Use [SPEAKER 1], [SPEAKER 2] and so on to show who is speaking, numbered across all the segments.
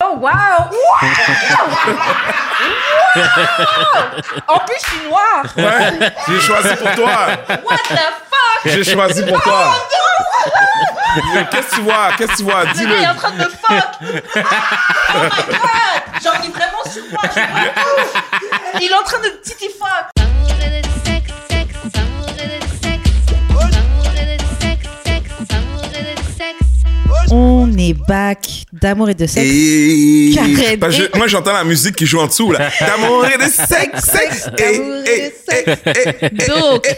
[SPEAKER 1] Oh, wow! wow! En plus, je suis noire!
[SPEAKER 2] Ouais, j'ai choisi pour toi.
[SPEAKER 1] What the fuck? Oh,
[SPEAKER 2] J'ai choisi pour toi. Qu'est-ce que tu vois? Qu'est-ce que tu vois?
[SPEAKER 1] Le gars est en
[SPEAKER 2] Dis-le.
[SPEAKER 1] train de me fuck! Oh my god! J'en ai vraiment sur moi, je vois tout! Il est en train de titi fuck!
[SPEAKER 3] On est back d'amour et de sexe.
[SPEAKER 2] Et-
[SPEAKER 3] Karen.
[SPEAKER 2] Parce que je- moi, j'entends la musique qui joue en dessous, là. D'amour et de sexe, sexe. Et,
[SPEAKER 3] D'amour et
[SPEAKER 2] et,
[SPEAKER 3] de sexe. Donc,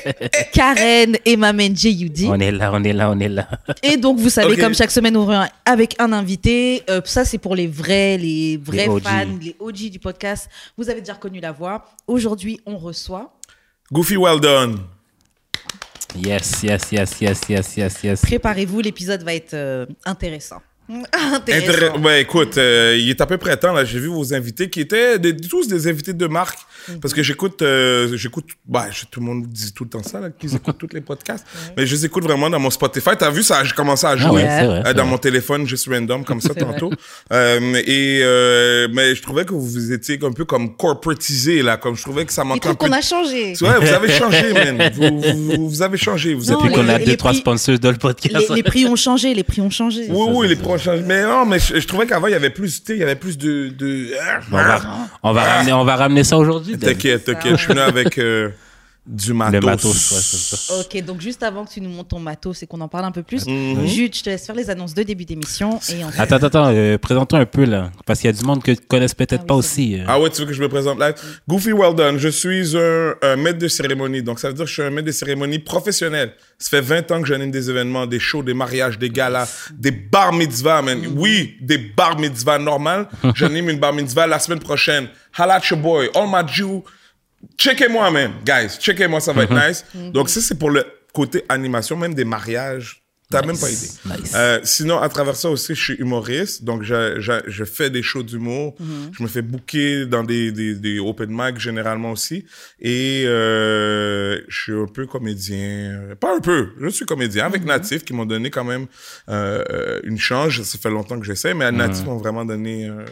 [SPEAKER 3] Karen et Mamen J.U.D.
[SPEAKER 4] On est là, on est là, on est là.
[SPEAKER 3] Et donc, vous savez,
[SPEAKER 2] Ok.
[SPEAKER 3] comme chaque semaine, on revient avec un invité. Euh, ça, c'est pour les vrais, les vrais
[SPEAKER 4] Les OG.
[SPEAKER 3] fans, les OG du podcast. Vous avez déjà reconnu la voix. Aujourd'hui, on reçoit.
[SPEAKER 2] Goofy, well done.
[SPEAKER 4] Yes, yes, yes, yes, yes, yes, yes.
[SPEAKER 3] Préparez-vous, l'épisode va être euh, intéressant. intéressant.
[SPEAKER 2] Intér- ben, écoute, euh, il est à peu près temps là. J'ai vu vos invités qui étaient des- tous des invités de marque
[SPEAKER 3] Mhm.
[SPEAKER 2] parce que j'écoute, euh, j'écoute. Bah, je- tout le monde dit tout le temps ça là, qu'ils écoutent tous les podcasts, mais je les écoute vraiment dans mon Spotify. T'as vu ça J'ai commencé
[SPEAKER 3] Ah
[SPEAKER 2] à jouer
[SPEAKER 4] ouais, c'est vrai,
[SPEAKER 2] euh,
[SPEAKER 4] c'est
[SPEAKER 2] dans
[SPEAKER 4] vrai.
[SPEAKER 2] mon téléphone juste random comme ça tantôt. Euh, et euh, mais je trouvais que vous étiez un peu comme corporatisé là, comme je trouvais que ça
[SPEAKER 3] Il
[SPEAKER 2] manquait un
[SPEAKER 3] trouve
[SPEAKER 2] peu.
[SPEAKER 3] qu'on a changé.
[SPEAKER 2] Ouais, vous avez changé, man. Vous, vous, vous avez changé. Vous
[SPEAKER 3] Non,
[SPEAKER 2] êtes
[SPEAKER 4] Depuis
[SPEAKER 3] les-
[SPEAKER 4] qu'on a
[SPEAKER 3] les
[SPEAKER 4] deux, trois
[SPEAKER 3] prix-
[SPEAKER 4] sponsors dans le podcast.
[SPEAKER 3] Les, les prix ont changé, les prix ont changé.
[SPEAKER 2] Oui,
[SPEAKER 4] ça,
[SPEAKER 2] oui,
[SPEAKER 4] c'est
[SPEAKER 2] les
[SPEAKER 4] ça.
[SPEAKER 2] prochains. Mais non, mais je, je trouvais qu'avant, il y avait plus, tu sais, il y avait plus de. de... ah,
[SPEAKER 4] Bon, on,
[SPEAKER 3] Ah.
[SPEAKER 4] va, on, va ramener, on va ramener ça aujourd'hui. Dave.
[SPEAKER 2] T'inquiète, t'inquiète, je suis là avec euh, du matos.
[SPEAKER 4] Le matos, ouais, c'est ça.
[SPEAKER 3] Ok, donc juste avant que tu nous montes ton matos c'est qu'on en parle un peu plus,
[SPEAKER 2] Mhm. Mm-hmm.
[SPEAKER 3] Jude, je te laisse faire les annonces de début d'émission. Et ensuite-
[SPEAKER 4] Attends, attends, attends, euh, présentons un peu là. Parce qu'il y a du monde que tu connaissent peut-être
[SPEAKER 3] Ah oui,
[SPEAKER 4] pas
[SPEAKER 3] c'est
[SPEAKER 4] aussi. euh.
[SPEAKER 2] Ah ouais, tu veux que je me présente là? Goofy well done. Je suis un, un maître de cérémonie. Donc, ça veut dire que je suis un maître de cérémonie professionnel. Ça fait 20 ans que j'anime des événements, des shows, des mariages, des galas, des bar mitzvahs, man.
[SPEAKER 4] Mhm.
[SPEAKER 2] Oui, des bar mitzvahs normales. j'anime une bar mitzvah la semaine prochaine. Holla at your boy. All my Jew. Checkez-moi, man. Guys, checkez-moi, ça va être
[SPEAKER 4] Mhm.
[SPEAKER 2] nice. Donc, ça, c'est pour le côté animation, même des mariages. T'as même pas idée.
[SPEAKER 4] Nice.
[SPEAKER 2] Euh, sinon, à travers ça aussi, je suis humoriste. Donc, je, je, je fais des shows d'humour.
[SPEAKER 4] Mhm.
[SPEAKER 2] Je me fais booker dans des, des, des open mic généralement aussi. Et euh, je suis un peu comédien. Pas un peu, je suis comédien.
[SPEAKER 4] Mhm.
[SPEAKER 2] Avec Natif, qui m'ont donné quand même euh, euh, une chance. Ça fait longtemps que j'essaie,
[SPEAKER 4] Mhm.
[SPEAKER 2] mais à Natif m'ont vraiment donné euh,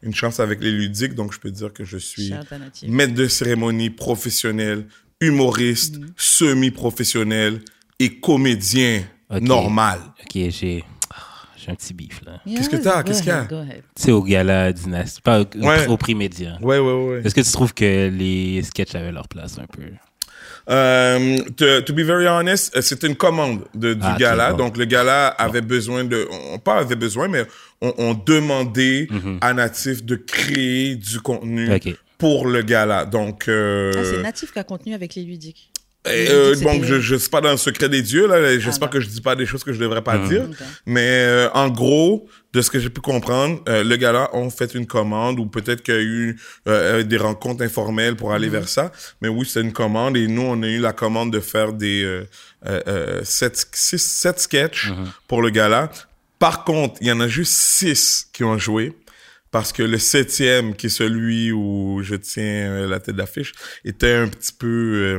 [SPEAKER 2] une chance avec les ludiques. Donc, je peux dire que je suis
[SPEAKER 3] Cher Donatif.
[SPEAKER 2] maître de cérémonie professionnel, humoriste, semi-professionnel et comédien
[SPEAKER 4] Ok.
[SPEAKER 2] normal.
[SPEAKER 4] Ok, j'ai. ah, J'ai un petit bif là.
[SPEAKER 2] Qu'est-ce que t'as? Qu'est-ce qu'il y a?
[SPEAKER 3] Go ahead.
[SPEAKER 4] Tu sais, au gala dynastie, pas au, au-
[SPEAKER 2] Ouais.
[SPEAKER 4] au prix média.
[SPEAKER 2] Ouais, ouais, ouais.
[SPEAKER 4] Est-ce que tu trouves que les sketchs avaient leur place un peu?
[SPEAKER 2] Euh, to, to be very honest, euh, c'est une commande de, du
[SPEAKER 4] Ah, ok,
[SPEAKER 2] gala.
[SPEAKER 4] bon.
[SPEAKER 2] Donc, le gala avait besoin de... On, pas avait besoin, mais on, on demandait à Natif de créer du contenu
[SPEAKER 4] Mhm. Ok.
[SPEAKER 2] pour le gala. Donc... euh,
[SPEAKER 3] Ah, c'est Natif qui a contenu avec les ludiques.
[SPEAKER 2] Et,
[SPEAKER 3] Il
[SPEAKER 2] euh,
[SPEAKER 3] dit que
[SPEAKER 2] bon,
[SPEAKER 3] c'était-
[SPEAKER 2] je je suis pas dans le secret des dieux là. J'espère
[SPEAKER 3] bah.
[SPEAKER 2] que je dis pas des choses que je devrais pas dire.
[SPEAKER 3] Ok.
[SPEAKER 2] Mais euh, en gros, de ce que j'ai pu comprendre, euh, le gars-là ont fait une commande ou peut-être qu'il y a eu euh, euh, des rencontres informelles pour
[SPEAKER 3] Mm-hmm.
[SPEAKER 2] aller vers ça. Mais oui, c'est une commande et nous on a eu la commande de faire des euh, euh, euh, sept, six, sept sketchs pour le gala. Par contre, il y en a juste six qui ont joué. Parce que le septième, qui est celui où je tiens euh, la tête d'affiche, était un petit peu... euh,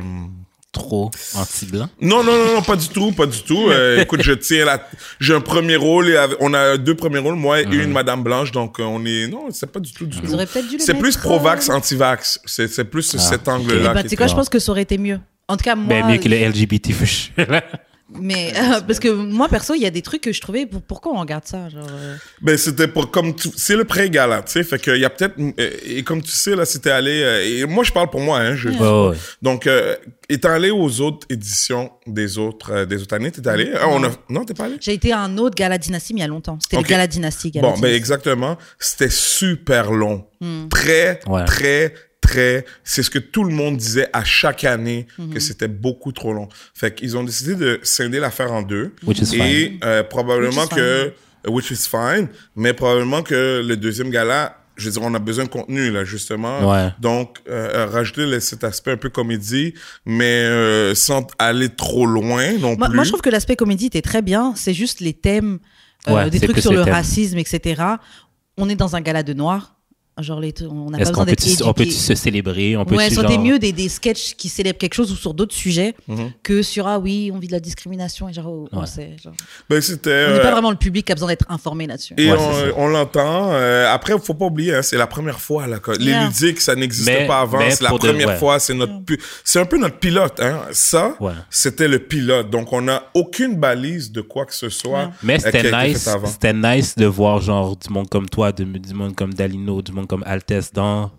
[SPEAKER 4] Trop anti-blanc?
[SPEAKER 2] non, non, non, non, pas du tout, pas du tout. Euh, écoute, je tiens la, j'ai un premier rôle et av- on a deux premiers rôles, moi et
[SPEAKER 3] Mhm.
[SPEAKER 2] une Madame Blanche, donc euh, on est, non, c'est pas du tout, du
[SPEAKER 3] Ils
[SPEAKER 2] tout.
[SPEAKER 3] auraient peut-être dû le
[SPEAKER 2] C'est
[SPEAKER 3] mettre,
[SPEAKER 2] plus pro-vax,
[SPEAKER 3] euh,
[SPEAKER 2] anti-vax. C'est, c'est plus cet angle-là.
[SPEAKER 3] Eh ben,
[SPEAKER 2] qui
[SPEAKER 3] tu sais
[SPEAKER 2] était-
[SPEAKER 3] quoi, je pense que ça aurait été mieux. En tout cas, moi.
[SPEAKER 4] Ben, mieux que le LGBT, for sure.
[SPEAKER 3] Mais euh, parce que moi, perso, il y a des trucs que je trouvais. pour- Pourquoi on regarde ça genre, euh,
[SPEAKER 2] Ben, c'était pour, comme tu- c'est le pré-gala, tu sais, fait que il y a peut-être, euh, et comme tu sais, là, c'était allé, euh, et moi, je parle pour moi, hein, je,
[SPEAKER 4] Ouais, ouais.
[SPEAKER 2] donc, euh, étant allé aux autres éditions des autres, euh, des autres années, t'es allé, Ah, on a, non, t'es pas allé?
[SPEAKER 3] J'ai été à un autre Gala Dynastie mais il y a longtemps. C'était
[SPEAKER 2] Ok.
[SPEAKER 3] le Gala Dynastie. Gala
[SPEAKER 2] Bon, ben
[SPEAKER 3] Dynastie.
[SPEAKER 2] exactement. C'était super long.
[SPEAKER 3] Hmm.
[SPEAKER 2] Très,
[SPEAKER 4] Ouais.
[SPEAKER 2] très, très. C'est ce que tout le monde disait à chaque année,
[SPEAKER 3] Hmm.
[SPEAKER 2] que c'était beaucoup trop long. Fait qu'ils ont décidé de scinder l'affaire en deux.
[SPEAKER 4] Which is
[SPEAKER 2] et euh, probablement
[SPEAKER 3] Which is
[SPEAKER 2] que... Which is fine. Mais probablement que le deuxième gala... Je veux dire, on a besoin de contenu, là, justement.
[SPEAKER 4] Ouais.
[SPEAKER 2] Donc, euh, euh, rajouter le- cet aspect un peu comédie, mais euh, sans aller trop loin non
[SPEAKER 3] Moi,
[SPEAKER 2] plus.
[SPEAKER 3] moi, je trouve que l'aspect comédie était très bien. C'est juste les thèmes, euh,
[SPEAKER 4] Ouais,
[SPEAKER 3] des
[SPEAKER 4] c'est
[SPEAKER 3] trucs
[SPEAKER 4] plus
[SPEAKER 3] sur
[SPEAKER 4] les
[SPEAKER 3] le
[SPEAKER 4] thèmes.
[SPEAKER 3] racisme, etc. On est dans un gala de noirs. Genre, les, on n'a pas
[SPEAKER 4] Est-ce qu'on
[SPEAKER 3] besoin
[SPEAKER 4] peut,
[SPEAKER 3] d'être
[SPEAKER 4] tu- on peut
[SPEAKER 3] éduqué.
[SPEAKER 4] tu se célébrer? On peut
[SPEAKER 3] ouais,
[SPEAKER 4] tu,
[SPEAKER 3] c'était
[SPEAKER 4] genre-
[SPEAKER 3] mieux des, des sketchs qui célèbrent quelque chose ou sur d'autres sujets
[SPEAKER 2] Mhm.
[SPEAKER 3] que sur ah oui, on vit de la discrimination et genre, oh, on
[SPEAKER 4] Ouais.
[SPEAKER 3] sait. genre.
[SPEAKER 2] Ben, c'était.
[SPEAKER 3] On n'est pas
[SPEAKER 2] euh,
[SPEAKER 3] vraiment le public qui a besoin d'être informé là-dessus.
[SPEAKER 2] Et
[SPEAKER 4] Ouais,
[SPEAKER 2] on,
[SPEAKER 4] c'est ça.
[SPEAKER 2] on l'entend. Euh, après, faut pas oublier, hein, c'est la première fois. Là, que- Les
[SPEAKER 3] Yeah.
[SPEAKER 2] ludiques, ça n'existait
[SPEAKER 4] Mais-
[SPEAKER 2] pas avant.
[SPEAKER 4] mais
[SPEAKER 2] C'est la
[SPEAKER 4] pour de-
[SPEAKER 2] première
[SPEAKER 4] ouais.
[SPEAKER 2] fois. C'est notre, pu- c'est un peu notre pilote. Hein. Ça,
[SPEAKER 4] Ouais.
[SPEAKER 2] c'était le pilote. Donc, on n'a aucune balise de quoi que ce soit.
[SPEAKER 4] Mais
[SPEAKER 2] euh, qui a
[SPEAKER 4] c'était
[SPEAKER 2] été
[SPEAKER 4] nice,
[SPEAKER 2] fait avant.
[SPEAKER 4] c'était nice de voir genre du monde comme toi, de- du monde comme Dalino, du monde comme Altesse dans,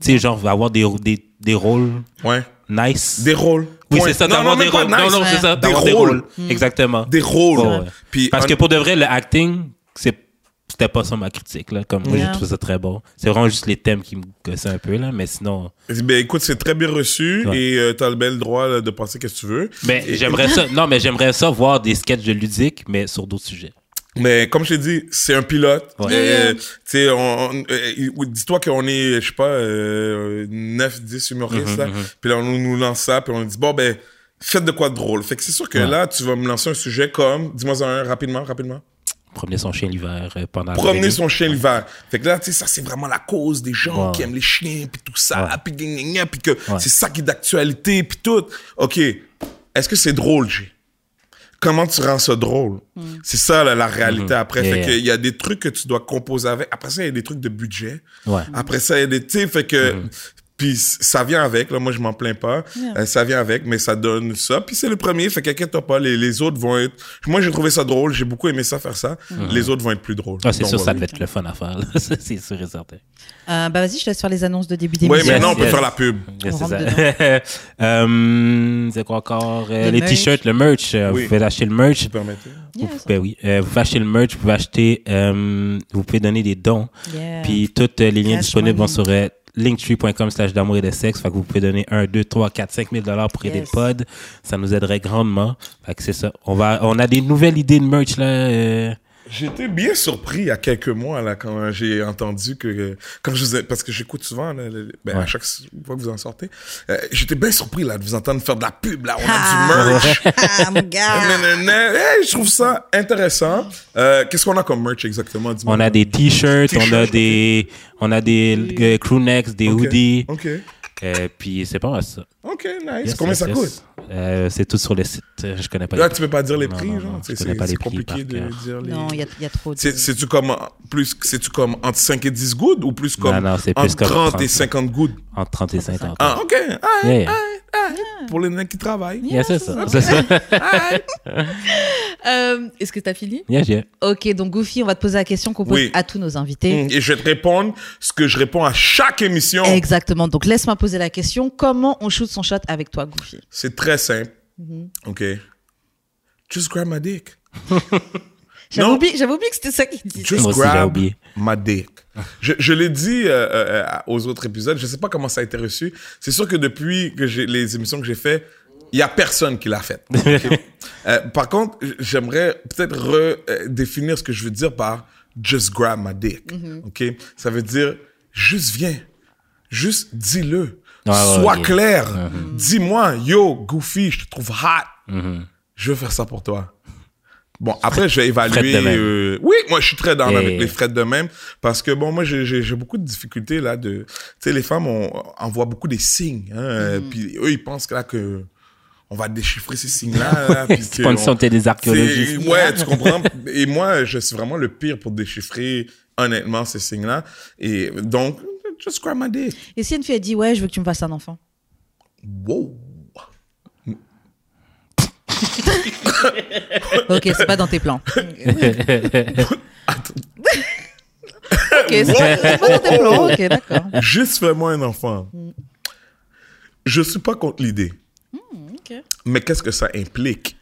[SPEAKER 4] tu sais genre avoir des des, des rôles
[SPEAKER 2] Ouais.
[SPEAKER 4] nice.
[SPEAKER 2] Des rôles.
[SPEAKER 4] oui,
[SPEAKER 2] Point.
[SPEAKER 4] c'est ça
[SPEAKER 2] Non,
[SPEAKER 4] d'avoir
[SPEAKER 2] non,
[SPEAKER 4] des
[SPEAKER 2] même pas
[SPEAKER 4] rôles.
[SPEAKER 2] nice.
[SPEAKER 4] Non non, c'est ça
[SPEAKER 2] Des
[SPEAKER 4] d'avoir des
[SPEAKER 2] rôles.
[SPEAKER 4] rôles. Exactement.
[SPEAKER 2] Des rôles.
[SPEAKER 4] Ouais.
[SPEAKER 2] Puis,
[SPEAKER 4] Parce
[SPEAKER 2] on-
[SPEAKER 4] que pour de vrai le acting, c'est c'était pas ça ma critique là, comme moi
[SPEAKER 3] Yeah.
[SPEAKER 4] je trouve ça très bon. C'est vraiment juste les thèmes qui me gossaient un peu là, mais sinon
[SPEAKER 2] ben, écoute, c'est très bien reçu
[SPEAKER 4] Ouais.
[SPEAKER 2] et euh, t'as le bel droit là, de penser qu'est-ce que tu veux.
[SPEAKER 4] mais j'aimerais ça non mais j'aimerais ça voir des sketchs de ludique mais sur d'autres sujets.
[SPEAKER 2] Mais comme je t'ai dit, c'est un pilote.
[SPEAKER 4] Ouais.
[SPEAKER 2] Euh, tu sais, on, on- euh, ou- dis-toi qu'on est, je sais pas, euh, 9, 10 humoristes,
[SPEAKER 4] Mm-hmm,
[SPEAKER 2] là. Puis là, on nous- nous lance ça, puis on dit, bon, ben, faites de quoi de drôle. Fait que c'est sûr que
[SPEAKER 4] Ouais.
[SPEAKER 2] là, tu vas me lancer un sujet comme, dis-moi un rapidement, rapidement.
[SPEAKER 4] Promener son chien l'hiver euh, pendant la
[SPEAKER 2] Promener
[SPEAKER 4] pandémie.
[SPEAKER 2] son chien l'hiver. Fait que là, tu sais, ça, c'est vraiment la cause des gens
[SPEAKER 4] Ouais.
[SPEAKER 2] qui aiment les chiens, puis tout ça,
[SPEAKER 4] Ouais.
[SPEAKER 2] puis gna, gna, gna, puis que c'est ça qui est d'actualité, puis tout. OK, est-ce que c'est drôle, G? Comment tu rends ça drôle? C'est ça, là, la réalité après.
[SPEAKER 4] Yeah,
[SPEAKER 2] fait
[SPEAKER 4] Mm-hmm. yeah.
[SPEAKER 2] qu'il y a des trucs que tu dois composer avec. Après ça, il y a des trucs de budget.
[SPEAKER 4] Ouais. Mm.
[SPEAKER 2] Après ça, il y a des... Tu sais, fait que... Puis ça vient avec, là, moi je m'en plains pas, Euh, ça vient avec, mais ça donne ça. Puis c'est le premier, fait qu'inquiète pas, les, les autres vont être... Moi j'ai trouvé ça drôle, j'ai beaucoup aimé ça, faire ça.
[SPEAKER 4] Mm.
[SPEAKER 2] Les autres vont être plus drôles.
[SPEAKER 4] Ah, c'est
[SPEAKER 2] Donc,
[SPEAKER 4] sûr, ça
[SPEAKER 2] voilà.
[SPEAKER 4] devait être le fun à faire. là. Ça, c'est sûr et certain.
[SPEAKER 3] Euh, bah vas-y, je te laisse faire les annonces de début d'émission.
[SPEAKER 2] Oui,
[SPEAKER 4] Yes,
[SPEAKER 2] maintenant on peut
[SPEAKER 4] yes.
[SPEAKER 2] faire la pub.
[SPEAKER 4] Yeah,
[SPEAKER 3] On
[SPEAKER 4] c'est
[SPEAKER 3] rentre
[SPEAKER 4] ça. Euh, c'est quoi encore? Euh,
[SPEAKER 3] Le
[SPEAKER 4] les
[SPEAKER 3] merch.
[SPEAKER 4] t-shirts, le merch. euh,
[SPEAKER 2] Oui.
[SPEAKER 4] Vous pouvez acheter le merch.
[SPEAKER 2] Vous permettez?
[SPEAKER 4] Vous,
[SPEAKER 3] Yes.
[SPEAKER 4] ben oui, euh, vous pouvez acheter le merch, vous pouvez acheter, euh, vous pouvez donner des dons.
[SPEAKER 3] Yeah.
[SPEAKER 4] Puis toutes euh, les liens
[SPEAKER 3] Cash
[SPEAKER 4] disponibles vont
[SPEAKER 3] money.
[SPEAKER 4] sur euh, linktree.com slash d'amour et de sexe. Fait que vous pouvez donner 1, 2, 3, 4, 5 000 dollars pour aider
[SPEAKER 3] Yes.
[SPEAKER 4] le pod. Ça nous aiderait grandement. Fait que c'est ça. On va, on a des nouvelles idées de merch là. euh,
[SPEAKER 2] J'étais bien surpris il y a quelques mois là quand j'ai entendu que quand je vous ai- parce que j'écoute souvent là, le- ben, à
[SPEAKER 4] Ouais.
[SPEAKER 2] chaque fois que vous en sortez, euh, j'étais bien surpris là de vous entendre faire de la pub là, on a du merch.
[SPEAKER 3] Ah, mon gars.
[SPEAKER 2] Nanana. Hey, je trouve ça intéressant. Euh, Qu'est-ce qu'on a comme merch exactement dis-moi.
[SPEAKER 4] on a des t-shirts, on a
[SPEAKER 2] T-shirts.
[SPEAKER 4] des, on a des euh, crew necks, des
[SPEAKER 2] Ok.
[SPEAKER 4] hoodies.
[SPEAKER 2] Ok,
[SPEAKER 4] Euh, puis c'est pas mal ça.
[SPEAKER 2] ok, nice.
[SPEAKER 4] Yes,
[SPEAKER 2] Combien
[SPEAKER 4] yes,
[SPEAKER 2] ça
[SPEAKER 4] yes.
[SPEAKER 2] coûte
[SPEAKER 4] Euh, C'est tout sur le site. Euh, Je connais pas.
[SPEAKER 2] Là,
[SPEAKER 4] les-
[SPEAKER 2] tu peux pas dire les
[SPEAKER 4] Non,
[SPEAKER 2] prix,
[SPEAKER 4] non,
[SPEAKER 2] genre.
[SPEAKER 4] non, je
[SPEAKER 2] tu sais,
[SPEAKER 4] connais
[SPEAKER 2] C'est
[SPEAKER 4] pas
[SPEAKER 2] c'est
[SPEAKER 4] les prix
[SPEAKER 2] compliqué
[SPEAKER 4] par
[SPEAKER 2] de dire
[SPEAKER 4] cœur.
[SPEAKER 2] les.
[SPEAKER 3] Non, il y, a- il y a trop de.
[SPEAKER 2] C'est- C'est-tu comme, en- plus, c'est-tu comme entre 5 et 10 gouttes ou plus comme
[SPEAKER 4] Non, non, c'est plus
[SPEAKER 2] entre
[SPEAKER 4] comme
[SPEAKER 2] 30 et
[SPEAKER 4] 30.
[SPEAKER 2] 50 gouttes?
[SPEAKER 4] Entre 30 et 50.
[SPEAKER 2] Ah, ok. Ah,
[SPEAKER 4] Yeah, yeah.
[SPEAKER 2] Pour les mecs qui travaillent.
[SPEAKER 4] Yeah, c'est ça. C'est ça.
[SPEAKER 3] Euh, Est-ce que t'as fini
[SPEAKER 4] Yeah, yeah.
[SPEAKER 3] Ok, donc Goofy, on va te poser la question qu'on pose
[SPEAKER 2] Oui.
[SPEAKER 3] à tous nos invités.
[SPEAKER 2] Mm, Et je vais te répondre ce que je réponds à chaque émission.
[SPEAKER 3] Exactement. Donc laisse-moi poser la question. Comment on shoot son shot avec toi, Goofy
[SPEAKER 2] C'est très simple.
[SPEAKER 4] Mm-hmm.
[SPEAKER 2] Ok. Just grab my dick.
[SPEAKER 3] J'avais
[SPEAKER 2] Non.
[SPEAKER 3] oublié, j'avais oublié que c'était ça qu'il disait.
[SPEAKER 2] Just
[SPEAKER 4] Moi aussi, j'ai
[SPEAKER 2] grab
[SPEAKER 4] oublié.
[SPEAKER 2] my dick. Je, je l'ai dit euh, euh, euh, aux autres épisodes, je sais pas comment ça a été reçu. C'est sûr que depuis que j'ai- les émissions que j'ai fait, il y a personne qui l'a fait. Ok? Euh, par contre, j- j'aimerais peut-être redéfinir ce que je veux dire par just grab my dick. Ok, ça veut dire juste viens, juste dis-le,
[SPEAKER 4] Ouais, Ah, ouais,
[SPEAKER 2] sois
[SPEAKER 4] ok. Mm-hmm.
[SPEAKER 2] clair, dis-moi yo Goofy, je te trouve hot, je veux faire ça pour toi. Bon, après, je vais évaluer.
[SPEAKER 4] de même.
[SPEAKER 2] euh, oui, moi, je suis très dans
[SPEAKER 4] Yeah.
[SPEAKER 2] avec les frais de même. Parce que, bon, moi, j'ai- j'ai j'ai beaucoup de difficultés, là, de... Tu sais, les femmes, on, on voit beaucoup des signes. Hein, euh, Puis eux, ils pensent, que là, que... On va déchiffrer ces signes-là. là, Ah, puis
[SPEAKER 4] C'est
[SPEAKER 2] que
[SPEAKER 4] pas une
[SPEAKER 2] on-
[SPEAKER 4] santé des
[SPEAKER 2] c'est-
[SPEAKER 4] archéologistes.
[SPEAKER 2] Ouais, tu comprends. Et moi, je suis vraiment le pire pour déchiffrer, honnêtement, ces signes-là. Et donc, just grab my dick.
[SPEAKER 3] Et si une fille a dit ouais, je veux que tu me fasses un enfant.
[SPEAKER 2] Wow.
[SPEAKER 3] Ok, c'est pas dans tes plans. Ok, c'est
[SPEAKER 2] Wow.
[SPEAKER 3] c'est pas dans tes plans. Ok, d'accord.
[SPEAKER 2] Juste fais-moi un enfant. Je suis pas contre l'idée.
[SPEAKER 3] Ok.
[SPEAKER 2] Mais qu'est-ce que ça implique?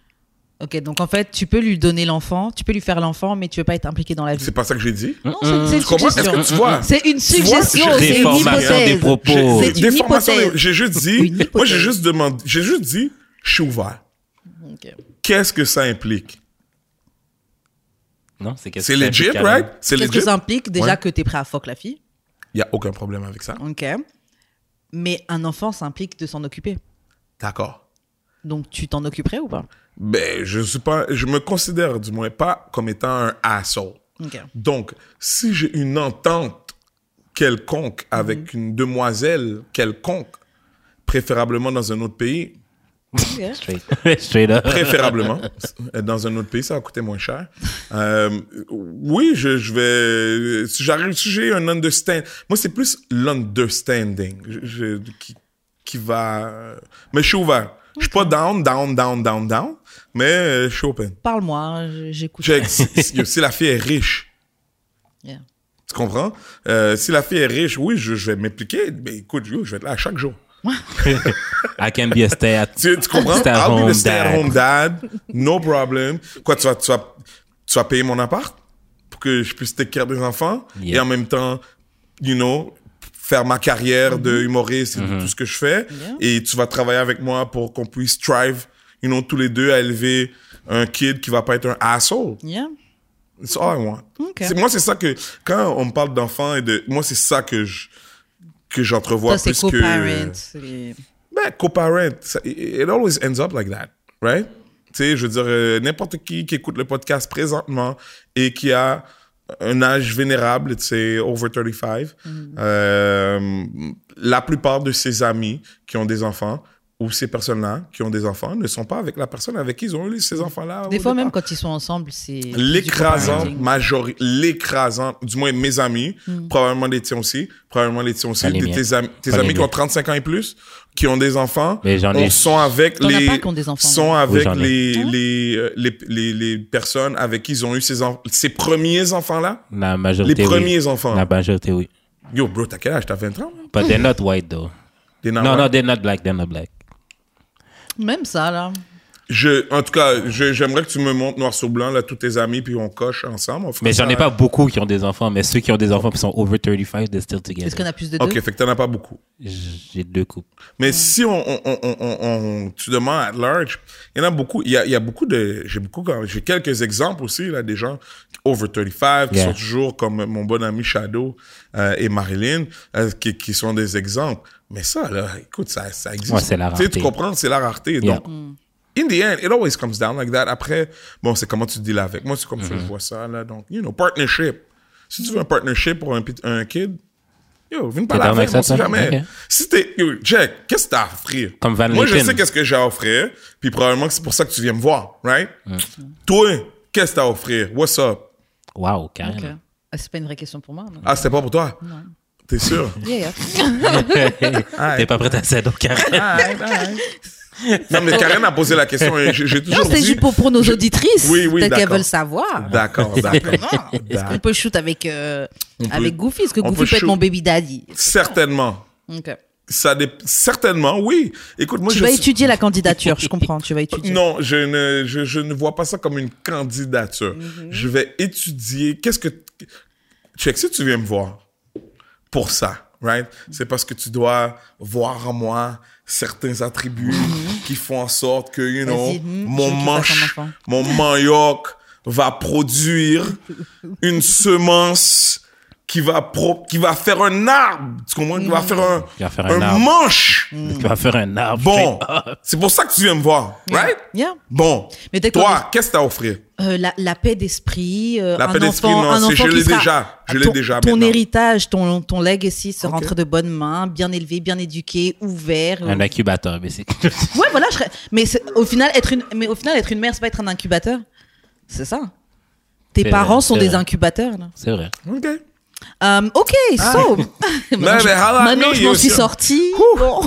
[SPEAKER 3] Ok, donc en fait, tu peux lui donner l'enfant, tu peux lui faire l'enfant, mais tu veux pas être impliqué dans la vie.
[SPEAKER 2] C'est pas ça que j'ai dit.
[SPEAKER 3] Non, c'est- c'est une
[SPEAKER 2] Tu Mm, comprends? Est-ce
[SPEAKER 3] suggestion.
[SPEAKER 2] que tu vois?
[SPEAKER 3] C'est une
[SPEAKER 2] Tu vois,
[SPEAKER 3] suggestion,
[SPEAKER 2] j'ai
[SPEAKER 3] c'est
[SPEAKER 2] des
[SPEAKER 3] une
[SPEAKER 2] formations,
[SPEAKER 3] hypothèse.
[SPEAKER 4] des propos. Oh.
[SPEAKER 2] J'ai-
[SPEAKER 3] C'est
[SPEAKER 2] Des
[SPEAKER 3] une
[SPEAKER 2] formations,
[SPEAKER 3] hypothèse.
[SPEAKER 2] j'ai juste dit,
[SPEAKER 3] Une hypothèse.
[SPEAKER 2] moi j'ai juste demandé, j'ai juste dit, je suis ouvert.
[SPEAKER 3] Ok.
[SPEAKER 2] Qu'est-ce que ça implique?
[SPEAKER 4] Non, c'est qu'est-ce
[SPEAKER 2] C'est
[SPEAKER 4] que ça
[SPEAKER 2] legit,
[SPEAKER 4] implique,
[SPEAKER 2] right?
[SPEAKER 4] Karen?
[SPEAKER 2] C'est
[SPEAKER 3] Qu'est-ce que
[SPEAKER 2] legit?
[SPEAKER 3] ça implique déjà
[SPEAKER 2] Ouais.
[SPEAKER 3] que t'es prêt à fuck la fille
[SPEAKER 2] Il n'y a aucun problème avec ça.
[SPEAKER 3] Ok. Mais un enfant, ça implique de s'en occuper.
[SPEAKER 2] D'accord.
[SPEAKER 3] Donc tu t'en occuperais ou pas
[SPEAKER 2] Ben, je suis pas, je me considère du moins pas comme étant un asshole.
[SPEAKER 3] Ok.
[SPEAKER 2] Donc, si j'ai une entente quelconque avec
[SPEAKER 3] Mhm.
[SPEAKER 2] une demoiselle quelconque, préférablement dans un autre pays.
[SPEAKER 4] Straight. Straight up.
[SPEAKER 2] Préférablement. Être Dans un autre pays, ça va coûter moins cher. Euh, oui, je, je vais. Si j'arrive, si j'ai un understand. Moi, c'est plus l'understanding je- je- qui, qui va. Mais je suis ouvert. Je suis pas down, down, down, down, down, mais euh, je suis open.
[SPEAKER 3] Parle-moi, hein, je- j'écoute.
[SPEAKER 2] Check. si, si- si la fille est riche,
[SPEAKER 3] Yeah.
[SPEAKER 2] tu comprends? Euh, si la fille est riche, oui, je, je vais m'impliquer. Mais écoute, yo, je vais être là à chaque jour.
[SPEAKER 4] I can be a stay at
[SPEAKER 2] Tu, tu comprends?
[SPEAKER 4] Stay at
[SPEAKER 2] I'll be
[SPEAKER 4] home
[SPEAKER 2] the stay-at-home
[SPEAKER 4] dad.
[SPEAKER 2] dad. No problem. Quoi, tu vas, tu, vas, tu vas payer mon appart pour que je puisse t'écrire des enfants
[SPEAKER 4] Yeah.
[SPEAKER 2] et en même temps, you know, faire ma carrière
[SPEAKER 3] Mm-hmm.
[SPEAKER 2] de humoriste et
[SPEAKER 4] Mm-hmm.
[SPEAKER 2] de tout ce que je fais. Et tu vas travailler avec moi pour qu'on puisse thrive, you know, tous les deux à élever un kid qui va pas être un asshole.
[SPEAKER 3] Yeah.
[SPEAKER 2] It's all I want.
[SPEAKER 3] Ok.
[SPEAKER 2] C'est- Moi, c'est ça que, quand on me parle d'enfants et de, moi, c'est ça que je, que j'entrevois
[SPEAKER 3] Toi, c'est
[SPEAKER 2] plus que...
[SPEAKER 3] co-parent. c'est-
[SPEAKER 2] Ben, coparent, ça- it it always ends up like that, right? Tu sais, je veux dire, euh, n'importe qui qui écoute le podcast présentement et qui a un âge vénérable, tu sais, over 35,
[SPEAKER 3] Mm-hmm.
[SPEAKER 2] euh, la plupart de ses amis qui ont des enfants ou ces personnes-là qui ont des enfants ne sont pas avec la personne avec qui ils ont eu ces enfants-là.
[SPEAKER 3] Mm-hmm. Des
[SPEAKER 2] au
[SPEAKER 3] fois, même
[SPEAKER 2] départ.
[SPEAKER 3] quand ils sont ensemble, c'est.
[SPEAKER 2] L'écrasante
[SPEAKER 3] c'est du
[SPEAKER 2] majorité, l'écrasante, du moins mes amis,
[SPEAKER 3] Hmm.
[SPEAKER 2] probablement les tiens aussi, probablement les tiens aussi,
[SPEAKER 4] Pas les
[SPEAKER 2] tes,
[SPEAKER 4] miens.
[SPEAKER 2] tes amis, tes
[SPEAKER 4] Pas les
[SPEAKER 2] amis qui ont
[SPEAKER 4] miens.
[SPEAKER 2] 35 ans et plus, qui ont des enfants,
[SPEAKER 4] Mais j'en ai.
[SPEAKER 2] on sont avec
[SPEAKER 3] T'en as
[SPEAKER 2] les,
[SPEAKER 3] pas qui ont des enfants,
[SPEAKER 2] sont
[SPEAKER 3] non?
[SPEAKER 2] avec
[SPEAKER 4] j'en ai.
[SPEAKER 2] les,
[SPEAKER 3] Ah ouais?
[SPEAKER 2] les, euh, les, les, les personnes avec qui ils ont eu ces, enf- ces premiers enfants-là.
[SPEAKER 4] La
[SPEAKER 2] Les
[SPEAKER 4] majorité. oui.
[SPEAKER 2] premiers enfants.
[SPEAKER 4] La majorité, oui.
[SPEAKER 2] Yo, bro, t'as quel âge? T'as 20 ans? man?
[SPEAKER 4] But they're not white, though.
[SPEAKER 2] T'es
[SPEAKER 4] no,
[SPEAKER 2] normal.
[SPEAKER 4] no, they're not black. They're not black.
[SPEAKER 3] parenting. Même ça, là.
[SPEAKER 2] Je, en tout cas, je- j'aimerais que tu me montres noir sur blanc, là, tous tes amis, puis on coche ensemble. on fera
[SPEAKER 4] Mais j'en
[SPEAKER 2] ça.
[SPEAKER 4] ai pas beaucoup qui ont des enfants, mais ceux qui ont des enfants qui sont over 35, they're still together.
[SPEAKER 3] Est-ce qu'on a plus de deux
[SPEAKER 2] Ok, fait que t'en as pas beaucoup.
[SPEAKER 4] J'ai deux couples.
[SPEAKER 2] Mais si on, on, on, on- on- on- tu demandes à large, il y en a beaucoup, il y a, il y a beaucoup de, j'ai beaucoup, quand- j'ai quelques exemples aussi, là, des gens over 35, qui
[SPEAKER 4] Yeah.
[SPEAKER 2] sont toujours comme mon bon ami Shadow euh, et Marilyn, euh, qui, qui sont des exemples. Mais ça, là, écoute, ça, ça existe.
[SPEAKER 4] Ouais, c'est la
[SPEAKER 2] Tu sais, Tu
[SPEAKER 4] rareté.
[SPEAKER 2] comprends, c'est la rareté.
[SPEAKER 4] Yeah. Mm.
[SPEAKER 2] Donc, in the end, it always comes down like that. Après, bon, c'est comment tu deals avec. Moi, c'est comme ça
[SPEAKER 4] Mm-hmm.
[SPEAKER 2] que je vois ça, là. Donc, you know, partnership. Si tu veux un partnership pour un, pit- un kid, yo, viens pas
[SPEAKER 4] T'es
[SPEAKER 2] la
[SPEAKER 4] down avec
[SPEAKER 2] faire, on
[SPEAKER 4] ça,
[SPEAKER 2] sait
[SPEAKER 4] toi?
[SPEAKER 2] jamais.
[SPEAKER 4] hein. Ok.
[SPEAKER 2] Si t'es. yo, Jack, qu'est-ce que t'as à offrir?
[SPEAKER 4] Comme Van
[SPEAKER 2] Moi, je
[SPEAKER 4] Lichen.
[SPEAKER 2] sais qu'est-ce que j'ai à offrir, puis probablement que c'est pour ça que tu viens me voir, right? Toi, qu'est-ce que t'as à offrir? What's up?
[SPEAKER 4] Wow,
[SPEAKER 3] Ok.
[SPEAKER 4] carrément.
[SPEAKER 3] Ah, c'est pas une vraie question pour moi. non
[SPEAKER 2] Ah, c'était pas pour toi? T'es sûr?
[SPEAKER 3] Yeah, yeah.
[SPEAKER 4] T'es pas prête à ça, donc
[SPEAKER 2] Ah.
[SPEAKER 4] carrément.
[SPEAKER 2] non, mais Karen a posé la question et j'ai j'ai
[SPEAKER 3] Non,
[SPEAKER 2] toujours
[SPEAKER 3] c'est
[SPEAKER 2] dit.
[SPEAKER 3] juste pour, pour nos auditrices.
[SPEAKER 2] Oui,
[SPEAKER 3] Peut-être
[SPEAKER 2] oui,
[SPEAKER 3] qu'elles
[SPEAKER 2] d'accord.
[SPEAKER 3] veulent savoir.
[SPEAKER 2] D'accord, d'accord.
[SPEAKER 3] On peut shoot avec, euh,
[SPEAKER 2] On peut-
[SPEAKER 3] avec Goofy. Est-ce que
[SPEAKER 2] on
[SPEAKER 3] Goofy
[SPEAKER 2] peut
[SPEAKER 3] peut, être
[SPEAKER 2] shoot.
[SPEAKER 3] mon baby daddy
[SPEAKER 2] Certainement.
[SPEAKER 3] Ok.
[SPEAKER 2] Ça dé- Certainement, oui. Écoute, moi,
[SPEAKER 3] Tu
[SPEAKER 2] je
[SPEAKER 3] vas
[SPEAKER 2] suis-
[SPEAKER 3] étudier la candidature, je comprends. Tu vas étudier.
[SPEAKER 2] Non, je ne, je, je ne vois pas ça comme une candidature.
[SPEAKER 3] Mhm.
[SPEAKER 2] Je vais étudier. Qu'est-ce que. Check, si tu viens me voir pour ça, right? C'est parce que tu dois voir en moi certains attributs qui font en sorte que, you know,
[SPEAKER 3] Mhm. Vas-y, mhm,
[SPEAKER 2] mon
[SPEAKER 3] je veux qu'il fasse
[SPEAKER 2] manche,
[SPEAKER 3] un enfant.
[SPEAKER 2] mon manioc va produire une semence qui va, pro- qui va faire un arbre. Tu comprends? Qui va
[SPEAKER 3] Mhm.
[SPEAKER 2] faire un,
[SPEAKER 4] Qui va faire un arbre.
[SPEAKER 2] manche.
[SPEAKER 4] Tu vas faire un arbre. Ah.
[SPEAKER 2] Bon, c'est pour ça que tu viens me voir, right?
[SPEAKER 3] Yeah.
[SPEAKER 2] Bon,
[SPEAKER 3] Mais dès qu'on
[SPEAKER 2] toi, qu'est-ce que t'as à offrir?
[SPEAKER 3] Euh, la, la paix d'esprit, euh,
[SPEAKER 2] La
[SPEAKER 3] un
[SPEAKER 2] paix d'esprit,
[SPEAKER 3] enfant,
[SPEAKER 2] non,
[SPEAKER 3] un
[SPEAKER 2] c'est-
[SPEAKER 3] enfant
[SPEAKER 2] je
[SPEAKER 3] qui
[SPEAKER 2] l'ai
[SPEAKER 3] sera-
[SPEAKER 2] déjà. Je l'ai
[SPEAKER 3] ton,
[SPEAKER 2] déjà
[SPEAKER 3] Ton
[SPEAKER 2] maintenant.
[SPEAKER 3] héritage, ton, ton legacy se
[SPEAKER 2] Ok.
[SPEAKER 3] rentre de bonnes mains, bien élevé, bien éduqué, ouvert.
[SPEAKER 4] Un incubateur, mais c'est.
[SPEAKER 3] Ouais, voilà. Je serais- Mais c'est- au final, être une, mais au final, être une mère, c'est pas être un incubateur. C'est ça. Tes
[SPEAKER 4] C'est
[SPEAKER 3] parents
[SPEAKER 4] vrai,
[SPEAKER 3] sont
[SPEAKER 4] c'est
[SPEAKER 3] des
[SPEAKER 4] vrai.
[SPEAKER 3] incubateurs. Là.
[SPEAKER 4] C'est vrai.
[SPEAKER 2] OK.
[SPEAKER 3] Euh, ok, so. maintenant,
[SPEAKER 2] Ah. mais
[SPEAKER 3] je-
[SPEAKER 2] how about
[SPEAKER 3] maintenant,
[SPEAKER 2] me,
[SPEAKER 3] je m'en suis
[SPEAKER 2] you-
[SPEAKER 3] sortie. Bon.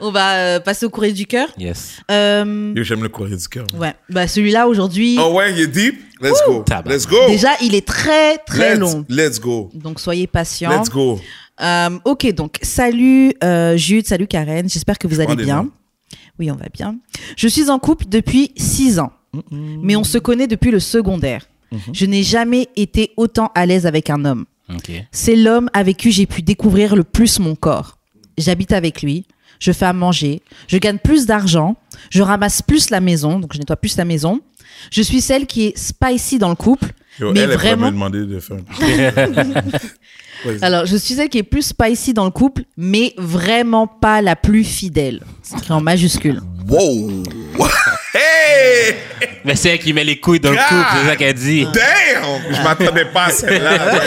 [SPEAKER 3] On va euh, passer au courrier du cœur.
[SPEAKER 4] Yes.
[SPEAKER 3] Euh,
[SPEAKER 2] Yo, j'aime le courrier du cœur.
[SPEAKER 3] ouais, bah celui-là aujourd'hui.
[SPEAKER 2] Oh ouais, il est deep. Let's go.
[SPEAKER 4] Tabac.
[SPEAKER 2] Let's go.
[SPEAKER 3] Déjà, il est très très
[SPEAKER 2] let's,
[SPEAKER 3] long.
[SPEAKER 2] Let's go.
[SPEAKER 3] Donc soyez patients.
[SPEAKER 2] Let's go.
[SPEAKER 3] Euh, ok, donc salut euh, Jude, salut Karen, j'espère que vous allez
[SPEAKER 2] Rendez-vous.
[SPEAKER 3] bien. Oui, on va bien. Je suis en couple depuis six ans, mais on se connaît depuis le secondaire.
[SPEAKER 2] Mm-hmm.
[SPEAKER 3] Je n'ai jamais été autant à l'aise avec un homme.
[SPEAKER 4] OK.
[SPEAKER 3] C'est l'homme avec qui j'ai pu découvrir le plus mon corps. J'habite avec lui, je fais à manger, je gagne plus d'argent, je ramasse plus la maison, donc je nettoie plus la maison. Je suis celle qui est spicy dans le couple,
[SPEAKER 2] Yo,
[SPEAKER 3] mais
[SPEAKER 2] elle est prête à
[SPEAKER 3] vraiment.
[SPEAKER 2] me demander de faire un
[SPEAKER 3] Alors, je suis celle qui est plus spicy dans le couple, mais vraiment pas la plus fidèle. C'est écrit en majuscule.
[SPEAKER 2] Wow. hey!
[SPEAKER 4] Mais c'est elle qui met les couilles dans le
[SPEAKER 2] God
[SPEAKER 3] Ah!
[SPEAKER 4] couple, c'est ça qu'elle dit.
[SPEAKER 2] Damn! Je m'attendais pas à celle-là.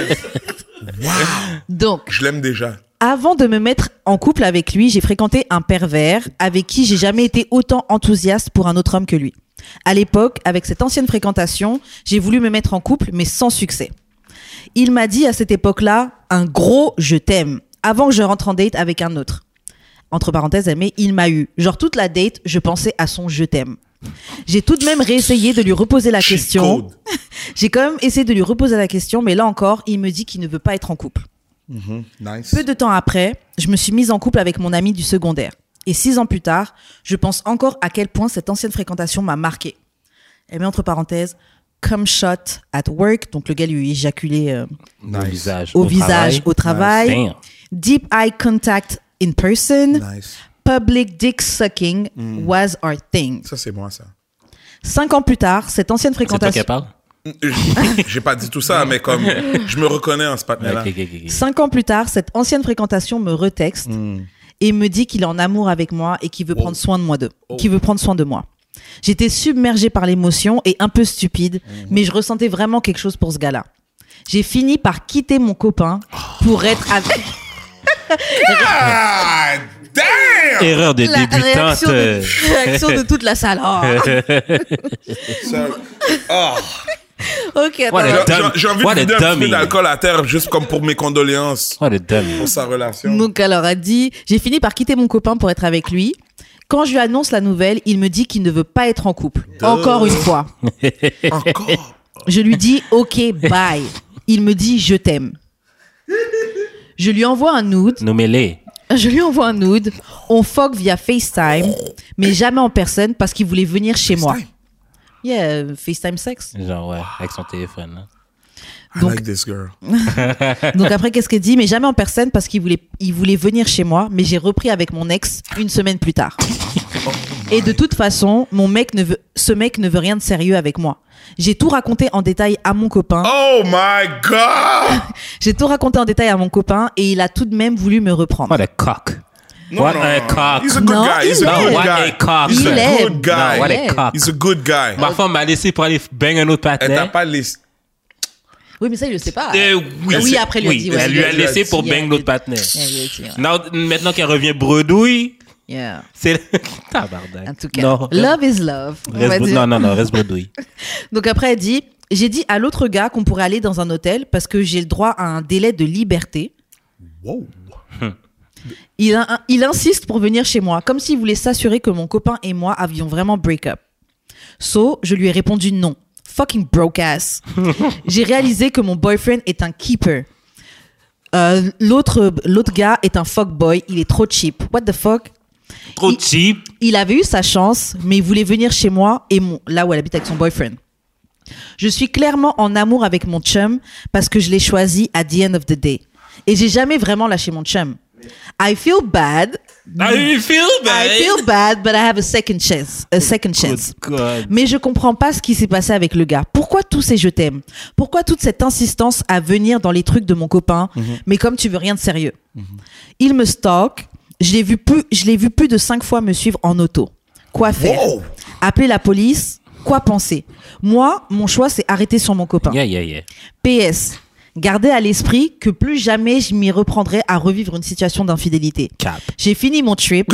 [SPEAKER 3] Donc,
[SPEAKER 2] Je l'aime déjà.
[SPEAKER 3] avant de me mettre en couple avec lui, j'ai fréquenté un pervers avec qui j'ai jamais été autant enthousiaste pour un autre homme que lui. À l'époque, avec cette ancienne fréquentation, j'ai voulu me mettre en couple, mais sans succès. Il m'a dit à cette époque-là un gros je t'aime avant que je rentre en date avec un autre. Entre parenthèses, elle met il m'a eu. Genre toute la date, je pensais à son je t'aime. J'ai tout de même réessayé de lui reposer la
[SPEAKER 2] Cheat
[SPEAKER 3] question.
[SPEAKER 2] code.
[SPEAKER 3] J'ai quand même essayé de lui reposer la question, mais là encore, il me dit qu'il ne veut pas être en couple.
[SPEAKER 2] Mhm, Nice.
[SPEAKER 3] Peu de temps après, je me suis mise en couple avec mon ami du secondaire. Et six ans plus tard, je pense encore à quel point cette ancienne fréquentation m'a marquée. Elle met entre parenthèses, come shot at work, donc le gars lui éjaculé euh,
[SPEAKER 4] Au visage.
[SPEAKER 3] au, visage,
[SPEAKER 4] travail.
[SPEAKER 3] au travail.
[SPEAKER 4] Damn.
[SPEAKER 3] Deep eye contact in person.
[SPEAKER 2] Nice.
[SPEAKER 3] Public dick sucking was our thing.
[SPEAKER 2] Ça, c'est moi, ça.
[SPEAKER 3] Cinq ans plus tard, cette ancienne
[SPEAKER 4] C'est toi qui
[SPEAKER 3] fréquentation.
[SPEAKER 4] parle?
[SPEAKER 2] Je- J'ai pas dit tout ça, mais comme je me reconnais en ce patin-là.
[SPEAKER 4] Ok, ok, ok, ok.
[SPEAKER 3] Cinq ans plus tard, cette ancienne fréquentation me retexte et me dit qu'il est en amour avec moi et qu'il veut prendre soin de moi d'eux, qu'il veut prendre soin de moi. J'étais submergée par l'émotion et un peu stupide, mais je ressentais vraiment quelque chose pour ce gars-là. J'ai fini par quitter mon copain pour être avec.
[SPEAKER 2] Ah, damn!
[SPEAKER 4] Erreur euh. de débutante.
[SPEAKER 3] réaction, de, réaction de toute la salle. Oh.
[SPEAKER 2] Ça- Ah.
[SPEAKER 3] ok, attends.
[SPEAKER 4] Voilà.
[SPEAKER 2] J'ai-
[SPEAKER 4] Dumb.
[SPEAKER 2] J'ai j'ai envie
[SPEAKER 4] What
[SPEAKER 2] de
[SPEAKER 4] a
[SPEAKER 2] vider un petit peu
[SPEAKER 4] dummy.
[SPEAKER 2] d'alcool à terre, juste comme pour mes condoléances
[SPEAKER 4] Oh, le dummy.
[SPEAKER 2] pour sa relation.
[SPEAKER 3] Donc alors elle dit, j'ai fini par quitter mon copain pour être avec lui. Quand je lui annonce la nouvelle, il me dit qu'il ne veut pas être en couple. Encore une fois. Eh,
[SPEAKER 2] Encore.
[SPEAKER 3] Je lui dis OK, bye. Il me dit je t'aime. Je lui envoie un nude.
[SPEAKER 4] Nommez-les.
[SPEAKER 3] Je lui envoie un nude. On fuck via FaceTime, mais jamais en personne parce qu'il voulait venir chez moi. Yeah, FaceTime sexe.
[SPEAKER 4] Genre, ouais, avec son téléphone. hein. là.
[SPEAKER 2] I
[SPEAKER 3] Donc-
[SPEAKER 2] like this girl.
[SPEAKER 3] Donc après, qu'est-ce qu'elle dit Mais jamais en personne parce qu'il voulait, il voulait venir chez moi, mais j'ai repris avec mon ex une semaine plus tard. Et de toute façon, mon mec ne veut, ce mec ne veut rien de sérieux avec moi. J'ai tout raconté en détail à mon copain.
[SPEAKER 2] Oh my god!
[SPEAKER 3] J'ai tout raconté en détail à mon copain et il a tout de même voulu me reprendre.
[SPEAKER 4] What a cock. what a cock.
[SPEAKER 2] He's a good
[SPEAKER 3] Non,
[SPEAKER 2] guy. He's
[SPEAKER 3] il
[SPEAKER 2] a
[SPEAKER 4] No,
[SPEAKER 3] est.
[SPEAKER 2] good
[SPEAKER 4] what
[SPEAKER 2] guy.
[SPEAKER 4] a cock.
[SPEAKER 2] He's
[SPEAKER 3] Il
[SPEAKER 2] a
[SPEAKER 3] est.
[SPEAKER 2] good
[SPEAKER 4] No, what
[SPEAKER 2] guy.
[SPEAKER 4] a cock.
[SPEAKER 2] He's a good guy.
[SPEAKER 4] Ma femme m'a laissé pour aller bang un autre
[SPEAKER 2] Elle t'a
[SPEAKER 4] partenaire.
[SPEAKER 2] pas laissé.
[SPEAKER 3] Oui, mais ça, il le sait pas.
[SPEAKER 4] Euh, oui,
[SPEAKER 3] Oui,
[SPEAKER 4] C'est-
[SPEAKER 3] après, il lui a dit, ouais,
[SPEAKER 4] elle
[SPEAKER 2] il
[SPEAKER 4] lui a
[SPEAKER 2] lui a
[SPEAKER 4] laissé
[SPEAKER 2] dit.
[SPEAKER 4] pour
[SPEAKER 3] Yeah,
[SPEAKER 4] bang l'autre
[SPEAKER 3] il-
[SPEAKER 4] partenaire.
[SPEAKER 3] Yeah, yeah, yeah.
[SPEAKER 4] Now, maintenant qu'elle revient bredouille,
[SPEAKER 3] Yeah.
[SPEAKER 4] c'est. Tabarnak.
[SPEAKER 3] En tout cas,
[SPEAKER 4] Non,
[SPEAKER 3] love is love. on
[SPEAKER 4] reste
[SPEAKER 3] va
[SPEAKER 4] bre-
[SPEAKER 3] dire.
[SPEAKER 4] non, non, non, reste bredouille.
[SPEAKER 3] Donc après, elle dit, j'ai dit à l'autre gars qu'on pourrait aller dans un hôtel parce que j'ai le droit à un délai de liberté.
[SPEAKER 2] Wow.
[SPEAKER 3] Il, a- il insiste pour venir chez moi, comme s'il voulait s'assurer que mon copain et moi avions vraiment break-up. So, je lui ai répondu non. Fucking broke ass. J'ai réalisé que mon boyfriend est un keeper. Euh, L'autre l'autre gars est un fuckboy, il est trop cheap. What the fuck?
[SPEAKER 4] Trop
[SPEAKER 3] Il-
[SPEAKER 4] cheap.
[SPEAKER 3] Il avait eu sa chance, mais il voulait venir chez moi et mon, là où elle habite avec son boyfriend. Je suis clairement en amour avec mon chum parce que je l'ai choisi at the end of the day. Et j'ai jamais vraiment lâché mon chum. I feel bad.
[SPEAKER 4] I Ah, feel bad.
[SPEAKER 3] I feel bad, but I have a second chance. A second chance.
[SPEAKER 4] Good God.
[SPEAKER 3] Mais je comprends pas ce qui s'est passé avec le gars. Pourquoi tous ces je t'aime Pourquoi toute cette insistance à venir dans les trucs de mon copain
[SPEAKER 4] Mhm.
[SPEAKER 3] Mais comme tu veux rien de sérieux. Il me stalk. Je l'ai vu plus, je l'ai vu plus de cinq fois me suivre en auto. Quoi faire
[SPEAKER 2] Wow.
[SPEAKER 3] Appeler la police Quoi penser Moi, mon choix, c'est arrêter sur mon copain.
[SPEAKER 4] Yeah, yeah, yeah.
[SPEAKER 3] PS. Gardez à l'esprit que plus jamais je m'y reprendrai à revivre une situation d'infidélité.
[SPEAKER 4] Cap.
[SPEAKER 3] J'ai fini mon trip.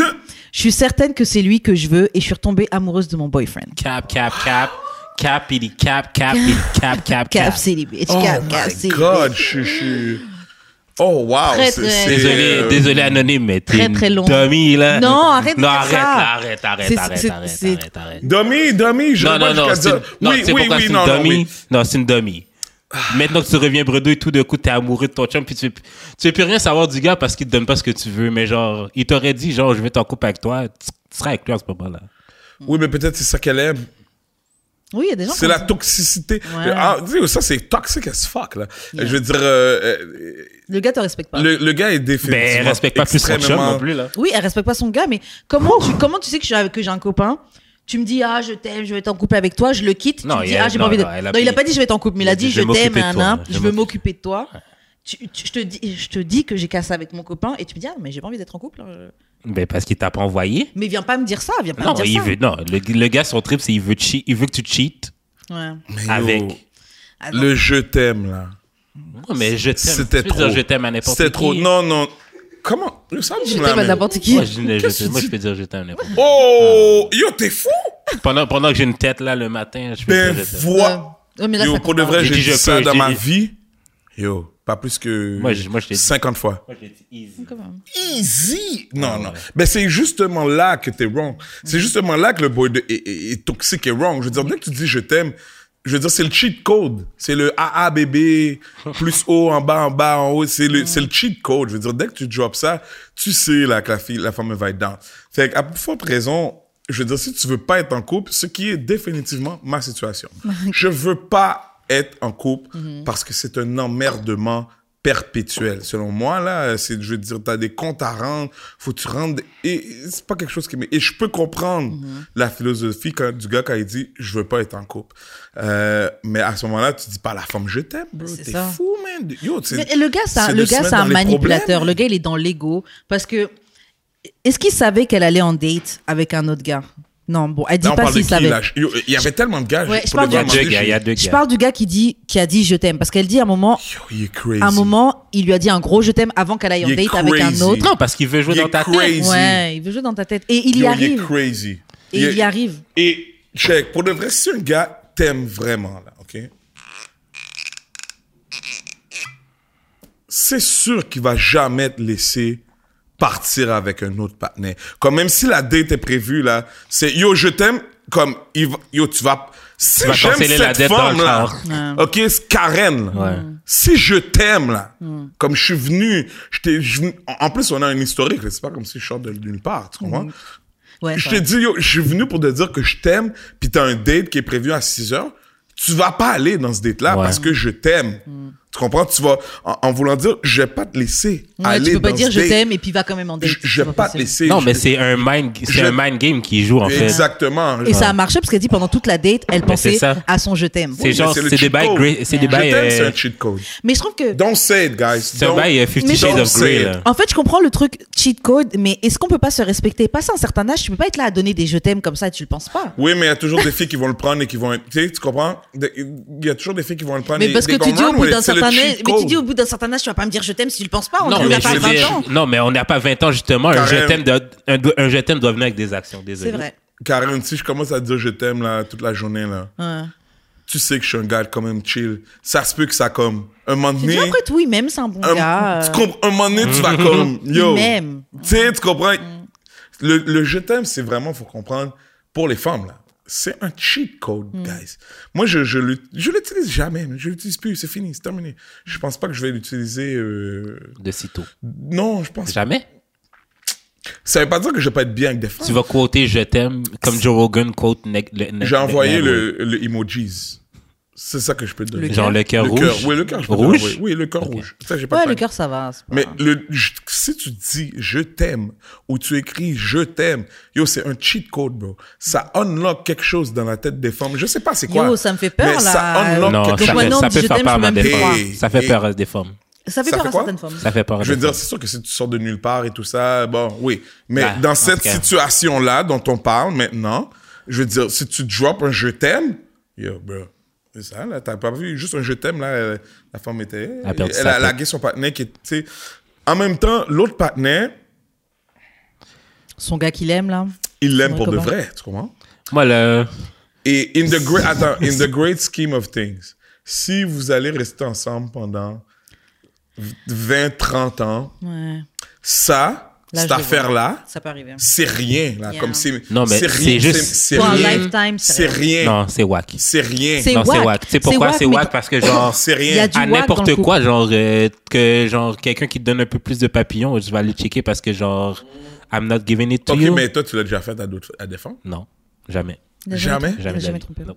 [SPEAKER 3] Je suis certaine que c'est lui que je veux et je suis retombée amoureuse de mon boyfriend.
[SPEAKER 4] Cap, cap, cap. Cap, il dit cap, cap, il dit cap, cap, cap.
[SPEAKER 3] Cap City Bitch.
[SPEAKER 2] Oh
[SPEAKER 3] Cap, Cap
[SPEAKER 2] my
[SPEAKER 3] City
[SPEAKER 2] god,
[SPEAKER 3] Bitch.
[SPEAKER 2] je suis. Oh wow.
[SPEAKER 3] Très,
[SPEAKER 2] c'est-
[SPEAKER 3] très-
[SPEAKER 2] c'est,
[SPEAKER 4] Désolé,
[SPEAKER 2] euh,
[SPEAKER 4] désolé anonyme, mais t'es
[SPEAKER 3] très,
[SPEAKER 4] une
[SPEAKER 3] très long.
[SPEAKER 4] dummy, là.
[SPEAKER 3] Non, arrête de
[SPEAKER 4] non,
[SPEAKER 3] faire
[SPEAKER 4] arrête,
[SPEAKER 3] ça.
[SPEAKER 4] là, arrête, arrête,
[SPEAKER 3] C'est-
[SPEAKER 4] arrête,
[SPEAKER 3] c'est-
[SPEAKER 4] arrête,
[SPEAKER 3] c'est-
[SPEAKER 4] arrête, arrête.
[SPEAKER 2] Dummy, dummy, je
[SPEAKER 4] Non, non,
[SPEAKER 2] moi,
[SPEAKER 4] non,
[SPEAKER 2] jusqu'à
[SPEAKER 4] c'est
[SPEAKER 2] dire-
[SPEAKER 4] non,
[SPEAKER 2] oui,
[SPEAKER 4] c'est
[SPEAKER 2] oui,
[SPEAKER 4] pourquoi
[SPEAKER 2] oui,
[SPEAKER 4] c'est
[SPEAKER 2] non,
[SPEAKER 4] une
[SPEAKER 2] non,
[SPEAKER 4] dummy.
[SPEAKER 2] oui.
[SPEAKER 4] Non, c'est une dummy. Maintenant que tu reviens bredouille, tout d'un coup, t'es amoureux de ton chum, puis tu veux, plus- tu veux plus rien savoir du gars parce qu'il te donne pas ce que tu veux, mais genre, il t'aurait dit, genre, je vais t'en couper avec toi, tu, tu seras avec lui à ce moment-là.
[SPEAKER 2] Oui, mais peut-être c'est ça qu'elle aime.
[SPEAKER 3] Oui, il y a des gens
[SPEAKER 2] C'est
[SPEAKER 3] comme
[SPEAKER 2] la
[SPEAKER 3] ça.
[SPEAKER 2] toxicité.
[SPEAKER 3] Ouais.
[SPEAKER 2] Ah, tu sais, ça, c'est toxic as fuck, là. Je veux dire, euh, euh,
[SPEAKER 3] Le gars te respecte pas.
[SPEAKER 2] le, le gars est définitivement
[SPEAKER 4] Ben, elle respecte pas plus son chum
[SPEAKER 2] extrêmement-
[SPEAKER 4] non plus, là.
[SPEAKER 3] Oui, elle respecte pas son gars, mais comment tu, comment tu sais que je suis avec- que j'ai un copain Tu me dis, ah, je t'aime, je vais t'en couple avec toi, je le quitte.
[SPEAKER 4] Non,
[SPEAKER 3] tu me
[SPEAKER 4] il
[SPEAKER 3] dis,
[SPEAKER 4] a-
[SPEAKER 3] ah, j'ai
[SPEAKER 4] non,
[SPEAKER 3] pas envie de.
[SPEAKER 4] non,
[SPEAKER 3] Non,
[SPEAKER 4] elle a-
[SPEAKER 3] il a pas dit, je vais t'en couple, mais il a dit, je,
[SPEAKER 4] vais
[SPEAKER 3] t'aime,
[SPEAKER 4] m'occuper de toi,
[SPEAKER 3] nanana,
[SPEAKER 4] je vais
[SPEAKER 3] je veux
[SPEAKER 4] m'occuper-
[SPEAKER 3] m'occuper de toi. Tu- tu- je, te dis, je te dis que j'ai cassé avec mon copain et tu me dis, ah, mais j'ai pas envie d'être en couple. hein.
[SPEAKER 4] Ben, parce qu'il t'a pas envoyé.
[SPEAKER 3] Mais viens pas me dire ça, viens pas
[SPEAKER 4] Non,
[SPEAKER 3] me Ah, dire
[SPEAKER 4] il
[SPEAKER 3] ça.
[SPEAKER 4] veut, non, le, le gars, son trip, c'est il veut, cheat, il veut que tu cheats
[SPEAKER 3] Ouais.
[SPEAKER 2] Mais yo,
[SPEAKER 3] Ah,
[SPEAKER 4] avec.
[SPEAKER 3] Attends.
[SPEAKER 2] Le je t'aime, là.
[SPEAKER 4] Non, mais je t'aime.
[SPEAKER 2] C'était
[SPEAKER 4] Tu peux dire
[SPEAKER 2] trop.
[SPEAKER 4] je t'aime à n'importe qui.
[SPEAKER 2] C'était trop. Non, non. Comment? Ça me
[SPEAKER 3] Je
[SPEAKER 2] dit
[SPEAKER 3] t'aime à
[SPEAKER 2] la même.
[SPEAKER 3] n'importe qui.
[SPEAKER 4] Moi, je, dis- je-
[SPEAKER 2] Qu'est-ce que
[SPEAKER 4] moi,
[SPEAKER 2] tu
[SPEAKER 4] je peux dire je t'aime à n'importe qui.
[SPEAKER 2] Oh! Yo, t'es fou?
[SPEAKER 4] Pendant, pendant que j'ai une tête là le matin, je peux
[SPEAKER 2] Ben,
[SPEAKER 4] dire je t'aime.
[SPEAKER 2] vois.
[SPEAKER 3] Ouais, mais là,
[SPEAKER 2] Yo,
[SPEAKER 3] ça
[SPEAKER 2] pour de
[SPEAKER 3] compte
[SPEAKER 2] vrai,
[SPEAKER 4] J'ai
[SPEAKER 2] j'ai
[SPEAKER 4] dit
[SPEAKER 2] dit
[SPEAKER 4] je
[SPEAKER 2] ça
[SPEAKER 4] peux,
[SPEAKER 2] dans
[SPEAKER 4] j'ai
[SPEAKER 2] ma
[SPEAKER 4] dit-
[SPEAKER 2] vie. Yo, pas plus que
[SPEAKER 4] Moi, je- moi, je l'ai dit.
[SPEAKER 2] 50 fois.
[SPEAKER 4] Moi, je l'ai dit easy.
[SPEAKER 3] quand même.
[SPEAKER 2] Easy! Non, Mhm. non. Ben, c'est justement là que t'es wrong. C'est justement là que le boy de- est, est- est toxique et wrong. Je veux dire, dès que tu dis je t'aime, je veux dire, c'est le cheat code. C'est le AA bébé, plus haut, en bas, en bas, en haut. C'est le, c'est le cheat code. Je veux dire, dès que tu drops ça, tu sais là, que la, fille, la femme va être down. Fait qu'à plus forte raison, je veux dire, si tu veux pas être en couple, ce qui est définitivement ma situation. je veux pas être en couple
[SPEAKER 3] Mhm.
[SPEAKER 2] parce que c'est un emmerdement perpétuel. Selon moi, là, c'est, je veux dire, t'as des comptes à rendre, faut que tu rendes, et et c'est pas quelque chose qui m'est, et je peux comprendre
[SPEAKER 3] Mhm.
[SPEAKER 2] la philosophie quand- du gars quand il dit, je veux pas être en couple. Euh, mais à ce moment-là, tu dis pas à la femme, je t'aime, bro.
[SPEAKER 3] C'est
[SPEAKER 2] T'es
[SPEAKER 3] ça.
[SPEAKER 2] fou, man. Yo, c'est-
[SPEAKER 3] Mais le gars, c'est un-
[SPEAKER 2] c'est de
[SPEAKER 3] le
[SPEAKER 2] se
[SPEAKER 3] gars,
[SPEAKER 2] mettre
[SPEAKER 3] c'est un
[SPEAKER 2] dans les
[SPEAKER 3] manipulateur.
[SPEAKER 2] problèmes.
[SPEAKER 3] Le gars, il est dans l'ego. Parce que, est-ce qu'il savait qu'elle allait en date avec un autre gars Non, bon, elle dit
[SPEAKER 2] Là, on
[SPEAKER 3] pas
[SPEAKER 2] parle de
[SPEAKER 3] s'il
[SPEAKER 2] qui,
[SPEAKER 3] savait.
[SPEAKER 2] là? Yo, Il y avait tellement de gars.
[SPEAKER 3] Ouais,
[SPEAKER 2] pour
[SPEAKER 3] je parle
[SPEAKER 2] le
[SPEAKER 4] Il y
[SPEAKER 3] du-
[SPEAKER 2] dire, à un
[SPEAKER 4] a deux
[SPEAKER 2] moment donné,
[SPEAKER 4] gars, il y a deux
[SPEAKER 3] Je
[SPEAKER 4] gars.
[SPEAKER 3] parle du gars qui dit, qui a dit je t'aime. Parce qu'elle dit à un moment,
[SPEAKER 2] Yo, il est crazy.
[SPEAKER 3] à un moment, il lui a dit un gros je t'aime avant qu'elle aille en
[SPEAKER 2] Il est
[SPEAKER 3] date avec un
[SPEAKER 2] crazy.
[SPEAKER 3] autre.
[SPEAKER 4] Non, parce qu'il veut jouer
[SPEAKER 2] Il est
[SPEAKER 4] dans ta tête.
[SPEAKER 2] crazy.
[SPEAKER 3] Ouais, il veut jouer dans ta tête. Et il y
[SPEAKER 2] Yo, il est
[SPEAKER 3] arrive.
[SPEAKER 2] crazy.
[SPEAKER 3] Et il y arrive.
[SPEAKER 2] Et check, pour de vrai, si un gars t'aime vraiment, là, OK? C'est sûr qu'il va jamais te laisser partir avec un autre partenaire. Comme même si la date est prévue, là, c'est yo, je t'aime, comme il va- yo, tu vas. Si
[SPEAKER 4] Tu vas
[SPEAKER 2] j'aime
[SPEAKER 4] canceller la
[SPEAKER 2] cette
[SPEAKER 4] dette dans le
[SPEAKER 2] femme, là,
[SPEAKER 3] char.
[SPEAKER 2] OK, c'est Karen, là.
[SPEAKER 4] Ouais.
[SPEAKER 2] Si je t'aime, là, comme je suis venu, je t'ai- je- en en plus, on a un historique, là, c'est pas comme si je sors de nulle part, tu comprends?
[SPEAKER 3] Ouais,
[SPEAKER 2] Je te dis, yo, je suis venu pour te dire que je t'aime, puis t'as un date qui est prévu à 6 heures. Tu vas pas aller dans ce date-là
[SPEAKER 4] Ouais.
[SPEAKER 2] parce que je t'aime.
[SPEAKER 3] Mm.
[SPEAKER 2] Tu comprends? Tu vas, en, en voulant dire, je vais pas te laisser
[SPEAKER 3] Ouais,
[SPEAKER 2] aller
[SPEAKER 3] tu peux pas
[SPEAKER 2] dans
[SPEAKER 3] dire
[SPEAKER 2] ce
[SPEAKER 3] je
[SPEAKER 2] date.
[SPEAKER 3] t'aime et puis va quand même en date.
[SPEAKER 2] Je, je
[SPEAKER 3] C'est
[SPEAKER 2] vais pas te
[SPEAKER 3] possible.
[SPEAKER 2] laisser.
[SPEAKER 4] Non,
[SPEAKER 2] Je-
[SPEAKER 4] mais c'est un mind, c'est
[SPEAKER 2] Je-
[SPEAKER 4] un mind game qu'il joue, en fait.
[SPEAKER 2] Exactement.
[SPEAKER 3] Et ça a marché parce qu'elle dit pendant toute la date, elle pensait
[SPEAKER 4] c'est ça.
[SPEAKER 3] à son je t'aime.
[SPEAKER 4] C'est genre,
[SPEAKER 2] Mais le
[SPEAKER 4] c'est des
[SPEAKER 2] cheat
[SPEAKER 4] bails
[SPEAKER 2] code.
[SPEAKER 4] gray- c'est des
[SPEAKER 2] Je
[SPEAKER 4] bails,
[SPEAKER 2] t'aime, c'est
[SPEAKER 4] euh,
[SPEAKER 2] un cheat code.
[SPEAKER 3] Mais je trouve que
[SPEAKER 2] Don't say it, guys.
[SPEAKER 4] C'est un
[SPEAKER 2] Don't-
[SPEAKER 4] bail euh, Fifty
[SPEAKER 3] Mais
[SPEAKER 4] Shades
[SPEAKER 2] don't
[SPEAKER 4] of
[SPEAKER 2] say
[SPEAKER 4] Grey,
[SPEAKER 2] it.
[SPEAKER 4] là.
[SPEAKER 3] En fait, je comprends le truc cheat code, mais est-ce qu'on peut pas se respecter Passer un certain âge, tu peux pas être là à donner des je t'aime comme ça, tu le penses pas.
[SPEAKER 2] Oui, mais il y a toujours des filles qui vont le prendre et qui vont être. Tu sais, tu comprends? De- Il y a toujours des filles qui vont le prendre
[SPEAKER 3] Mais
[SPEAKER 2] et
[SPEAKER 3] parce
[SPEAKER 2] they
[SPEAKER 3] que tu
[SPEAKER 2] gonna
[SPEAKER 3] dis au
[SPEAKER 2] run
[SPEAKER 3] bout
[SPEAKER 2] with it.
[SPEAKER 3] d'un
[SPEAKER 2] C'est le
[SPEAKER 3] certain âge,
[SPEAKER 2] cheat
[SPEAKER 3] mais tu
[SPEAKER 2] code.
[SPEAKER 3] dis au bout d'un certain âge, tu vas pas me dire je t'aime si tu le penses pas. On
[SPEAKER 4] Non,
[SPEAKER 3] n'a
[SPEAKER 4] mais
[SPEAKER 3] pas
[SPEAKER 4] je veux
[SPEAKER 3] 20
[SPEAKER 4] dire-
[SPEAKER 3] ans.
[SPEAKER 4] non, mais on n'a pas 20 ans, justement. Un
[SPEAKER 2] Karen.
[SPEAKER 4] je t'aime doit- un, do- un je t'aime doit venir avec des actions, désolé.
[SPEAKER 3] C'est vrai.
[SPEAKER 2] Karen, si je commence à te dire je t'aime là toute la journée là, tu sais que je suis un gars quand même chill. Ça se peut que ça comme un moment
[SPEAKER 3] Tu
[SPEAKER 2] donné,
[SPEAKER 3] dis après tout, il m'aime, c'est un bon
[SPEAKER 2] un,
[SPEAKER 3] gars.
[SPEAKER 2] tu comprends- un moment donné tu vas comme yo,
[SPEAKER 3] m'aime.
[SPEAKER 2] tu sais, tu comprends. Le, le je t'aime c'est vraiment faut comprendre pour les femmes là. C'est un cheat code,
[SPEAKER 3] Mm.
[SPEAKER 2] guys. Moi, je je l'ut- je l'utilise jamais. Je l'utilise plus. C'est fini. C'est terminé. Je pense pas que je vais l'utiliser. euh,
[SPEAKER 4] De sitôt.
[SPEAKER 2] Non, je pense.
[SPEAKER 4] Jamais.
[SPEAKER 2] Ça veut pas dire que je vais pas être bien avec des femmes.
[SPEAKER 4] Tu vas quoter je t'aime comme Joe Rogan quote ne- le- ne-
[SPEAKER 2] J'ai
[SPEAKER 4] le-
[SPEAKER 2] envoyé
[SPEAKER 4] ne-
[SPEAKER 2] le, le emojis. C'est ça que je peux te donner.
[SPEAKER 4] Genre le cœur
[SPEAKER 2] Le
[SPEAKER 4] rouge.
[SPEAKER 2] cœur, oui, le cœur, je peux te l'envoyer.
[SPEAKER 4] rouge.
[SPEAKER 2] Oui, le cœur
[SPEAKER 4] Ok.
[SPEAKER 2] rouge. Ça, j'ai pas de
[SPEAKER 3] euh, Ouais, le
[SPEAKER 2] problème.
[SPEAKER 3] cœur, ça va. c'est pas
[SPEAKER 2] Mais
[SPEAKER 3] grave.
[SPEAKER 2] le, je- si tu dis je t'aime ou tu écris je t'aime, yo, c'est un cheat code, bro. Ça unlock quelque chose dans la tête des femmes. Je sais pas c'est quoi.
[SPEAKER 3] Yo, ça me fait peur,
[SPEAKER 2] mais
[SPEAKER 3] là.
[SPEAKER 2] Ça unlock
[SPEAKER 4] Non,
[SPEAKER 2] quelque
[SPEAKER 4] ça,
[SPEAKER 3] Donc,
[SPEAKER 4] fait,
[SPEAKER 3] maintenant,
[SPEAKER 4] ça
[SPEAKER 3] on dit
[SPEAKER 4] peut
[SPEAKER 3] je
[SPEAKER 4] faire
[SPEAKER 3] t'aime,
[SPEAKER 4] peur
[SPEAKER 3] je
[SPEAKER 4] à
[SPEAKER 3] m'aime
[SPEAKER 4] des
[SPEAKER 3] pas.
[SPEAKER 4] femmes. Ça fait
[SPEAKER 2] Et-
[SPEAKER 4] peur à des femmes.
[SPEAKER 3] Ça fait
[SPEAKER 2] ça
[SPEAKER 3] peur
[SPEAKER 2] fait
[SPEAKER 3] à
[SPEAKER 2] quoi
[SPEAKER 3] certaines femmes.
[SPEAKER 4] Ça fait peur à
[SPEAKER 2] Je veux
[SPEAKER 4] des
[SPEAKER 2] dire,
[SPEAKER 4] femmes.
[SPEAKER 2] c'est sûr que si tu sors de nulle part et tout ça, bon, oui. Mais
[SPEAKER 4] Ah,
[SPEAKER 2] dans
[SPEAKER 4] en
[SPEAKER 2] cette
[SPEAKER 4] tout cas.
[SPEAKER 2] situation là dont on parle maintenant, je veux dire, si tu drops un je t'aime, yo, bro. C'est ça, là, t'as pas vu, juste un je t'aime, là, euh, la femme était.
[SPEAKER 4] Elle a perdu
[SPEAKER 2] elle
[SPEAKER 4] sa
[SPEAKER 2] a
[SPEAKER 4] tête.
[SPEAKER 2] lagué son partenaire qui est, tu sais. En même temps, l'autre partenaire,
[SPEAKER 3] Son gars qu'il aime, là.
[SPEAKER 2] il l'aime
[SPEAKER 3] Ouais,
[SPEAKER 2] pour de
[SPEAKER 3] comment?
[SPEAKER 2] vrai, tu comprends?
[SPEAKER 4] Moi, le.
[SPEAKER 2] Et in the great, attends, in the great scheme of things, si vous allez rester ensemble pendant 20, 30 ans,
[SPEAKER 3] Ouais.
[SPEAKER 2] ça,
[SPEAKER 3] Là, je
[SPEAKER 2] cette
[SPEAKER 3] le vois.
[SPEAKER 2] affaire-là,
[SPEAKER 3] Ça peut arriver. hein.
[SPEAKER 2] c'est rien là
[SPEAKER 3] Yeah.
[SPEAKER 2] comme c'est
[SPEAKER 4] Non, mais
[SPEAKER 2] rien,
[SPEAKER 4] c'est juste-
[SPEAKER 2] c'est
[SPEAKER 3] Pour un
[SPEAKER 2] rien
[SPEAKER 3] lifetime, c'est
[SPEAKER 2] c'est rien
[SPEAKER 4] Non, c'est wack.
[SPEAKER 2] c'est rien
[SPEAKER 3] C'est
[SPEAKER 4] Non, c'est
[SPEAKER 3] whack.
[SPEAKER 4] wack. Tu sais
[SPEAKER 3] C'est
[SPEAKER 4] pourquoi
[SPEAKER 3] whack,
[SPEAKER 4] c'est
[SPEAKER 3] mais
[SPEAKER 4] wack?
[SPEAKER 3] dans-
[SPEAKER 4] Parce que genre.
[SPEAKER 2] c'est
[SPEAKER 3] Il y a
[SPEAKER 2] rien
[SPEAKER 3] du
[SPEAKER 4] à
[SPEAKER 3] whack dans
[SPEAKER 4] n'importe
[SPEAKER 3] le
[SPEAKER 4] quoi, genre, euh, que, genre, quelqu'un qui te donne un peu plus de papillons, je vais aller checker parce que, genre, I'm not giving it to
[SPEAKER 2] ok
[SPEAKER 4] you.
[SPEAKER 2] mais toi tu l'as déjà fait à d'autres à des femmes
[SPEAKER 4] Non, jamais.
[SPEAKER 3] Il a
[SPEAKER 2] Jamais?
[SPEAKER 3] trompé. Il a
[SPEAKER 4] Jamais. de la vie.
[SPEAKER 3] trompé.
[SPEAKER 4] Non.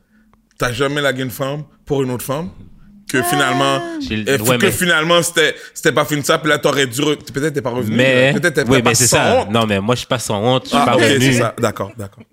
[SPEAKER 2] t'as jamais lagué une femme pour une autre femme
[SPEAKER 3] Ah.
[SPEAKER 2] que finalement
[SPEAKER 4] J'ai-
[SPEAKER 2] euh,
[SPEAKER 4] ouais,
[SPEAKER 2] que
[SPEAKER 4] mais-
[SPEAKER 2] finalement c'était c'était pas fini ça puis là t'aurais dû re- peut-être t'es pas revenu
[SPEAKER 4] Mais,
[SPEAKER 2] peut-être t'es
[SPEAKER 4] oui,
[SPEAKER 2] pas
[SPEAKER 4] mais c'est
[SPEAKER 2] sans
[SPEAKER 4] ça.
[SPEAKER 2] honte.
[SPEAKER 4] Non, mais moi, je suis pas sans honte, je suis
[SPEAKER 2] ah,
[SPEAKER 4] pas
[SPEAKER 2] ok,
[SPEAKER 4] revenu.
[SPEAKER 2] c'est ça d'accord d'accord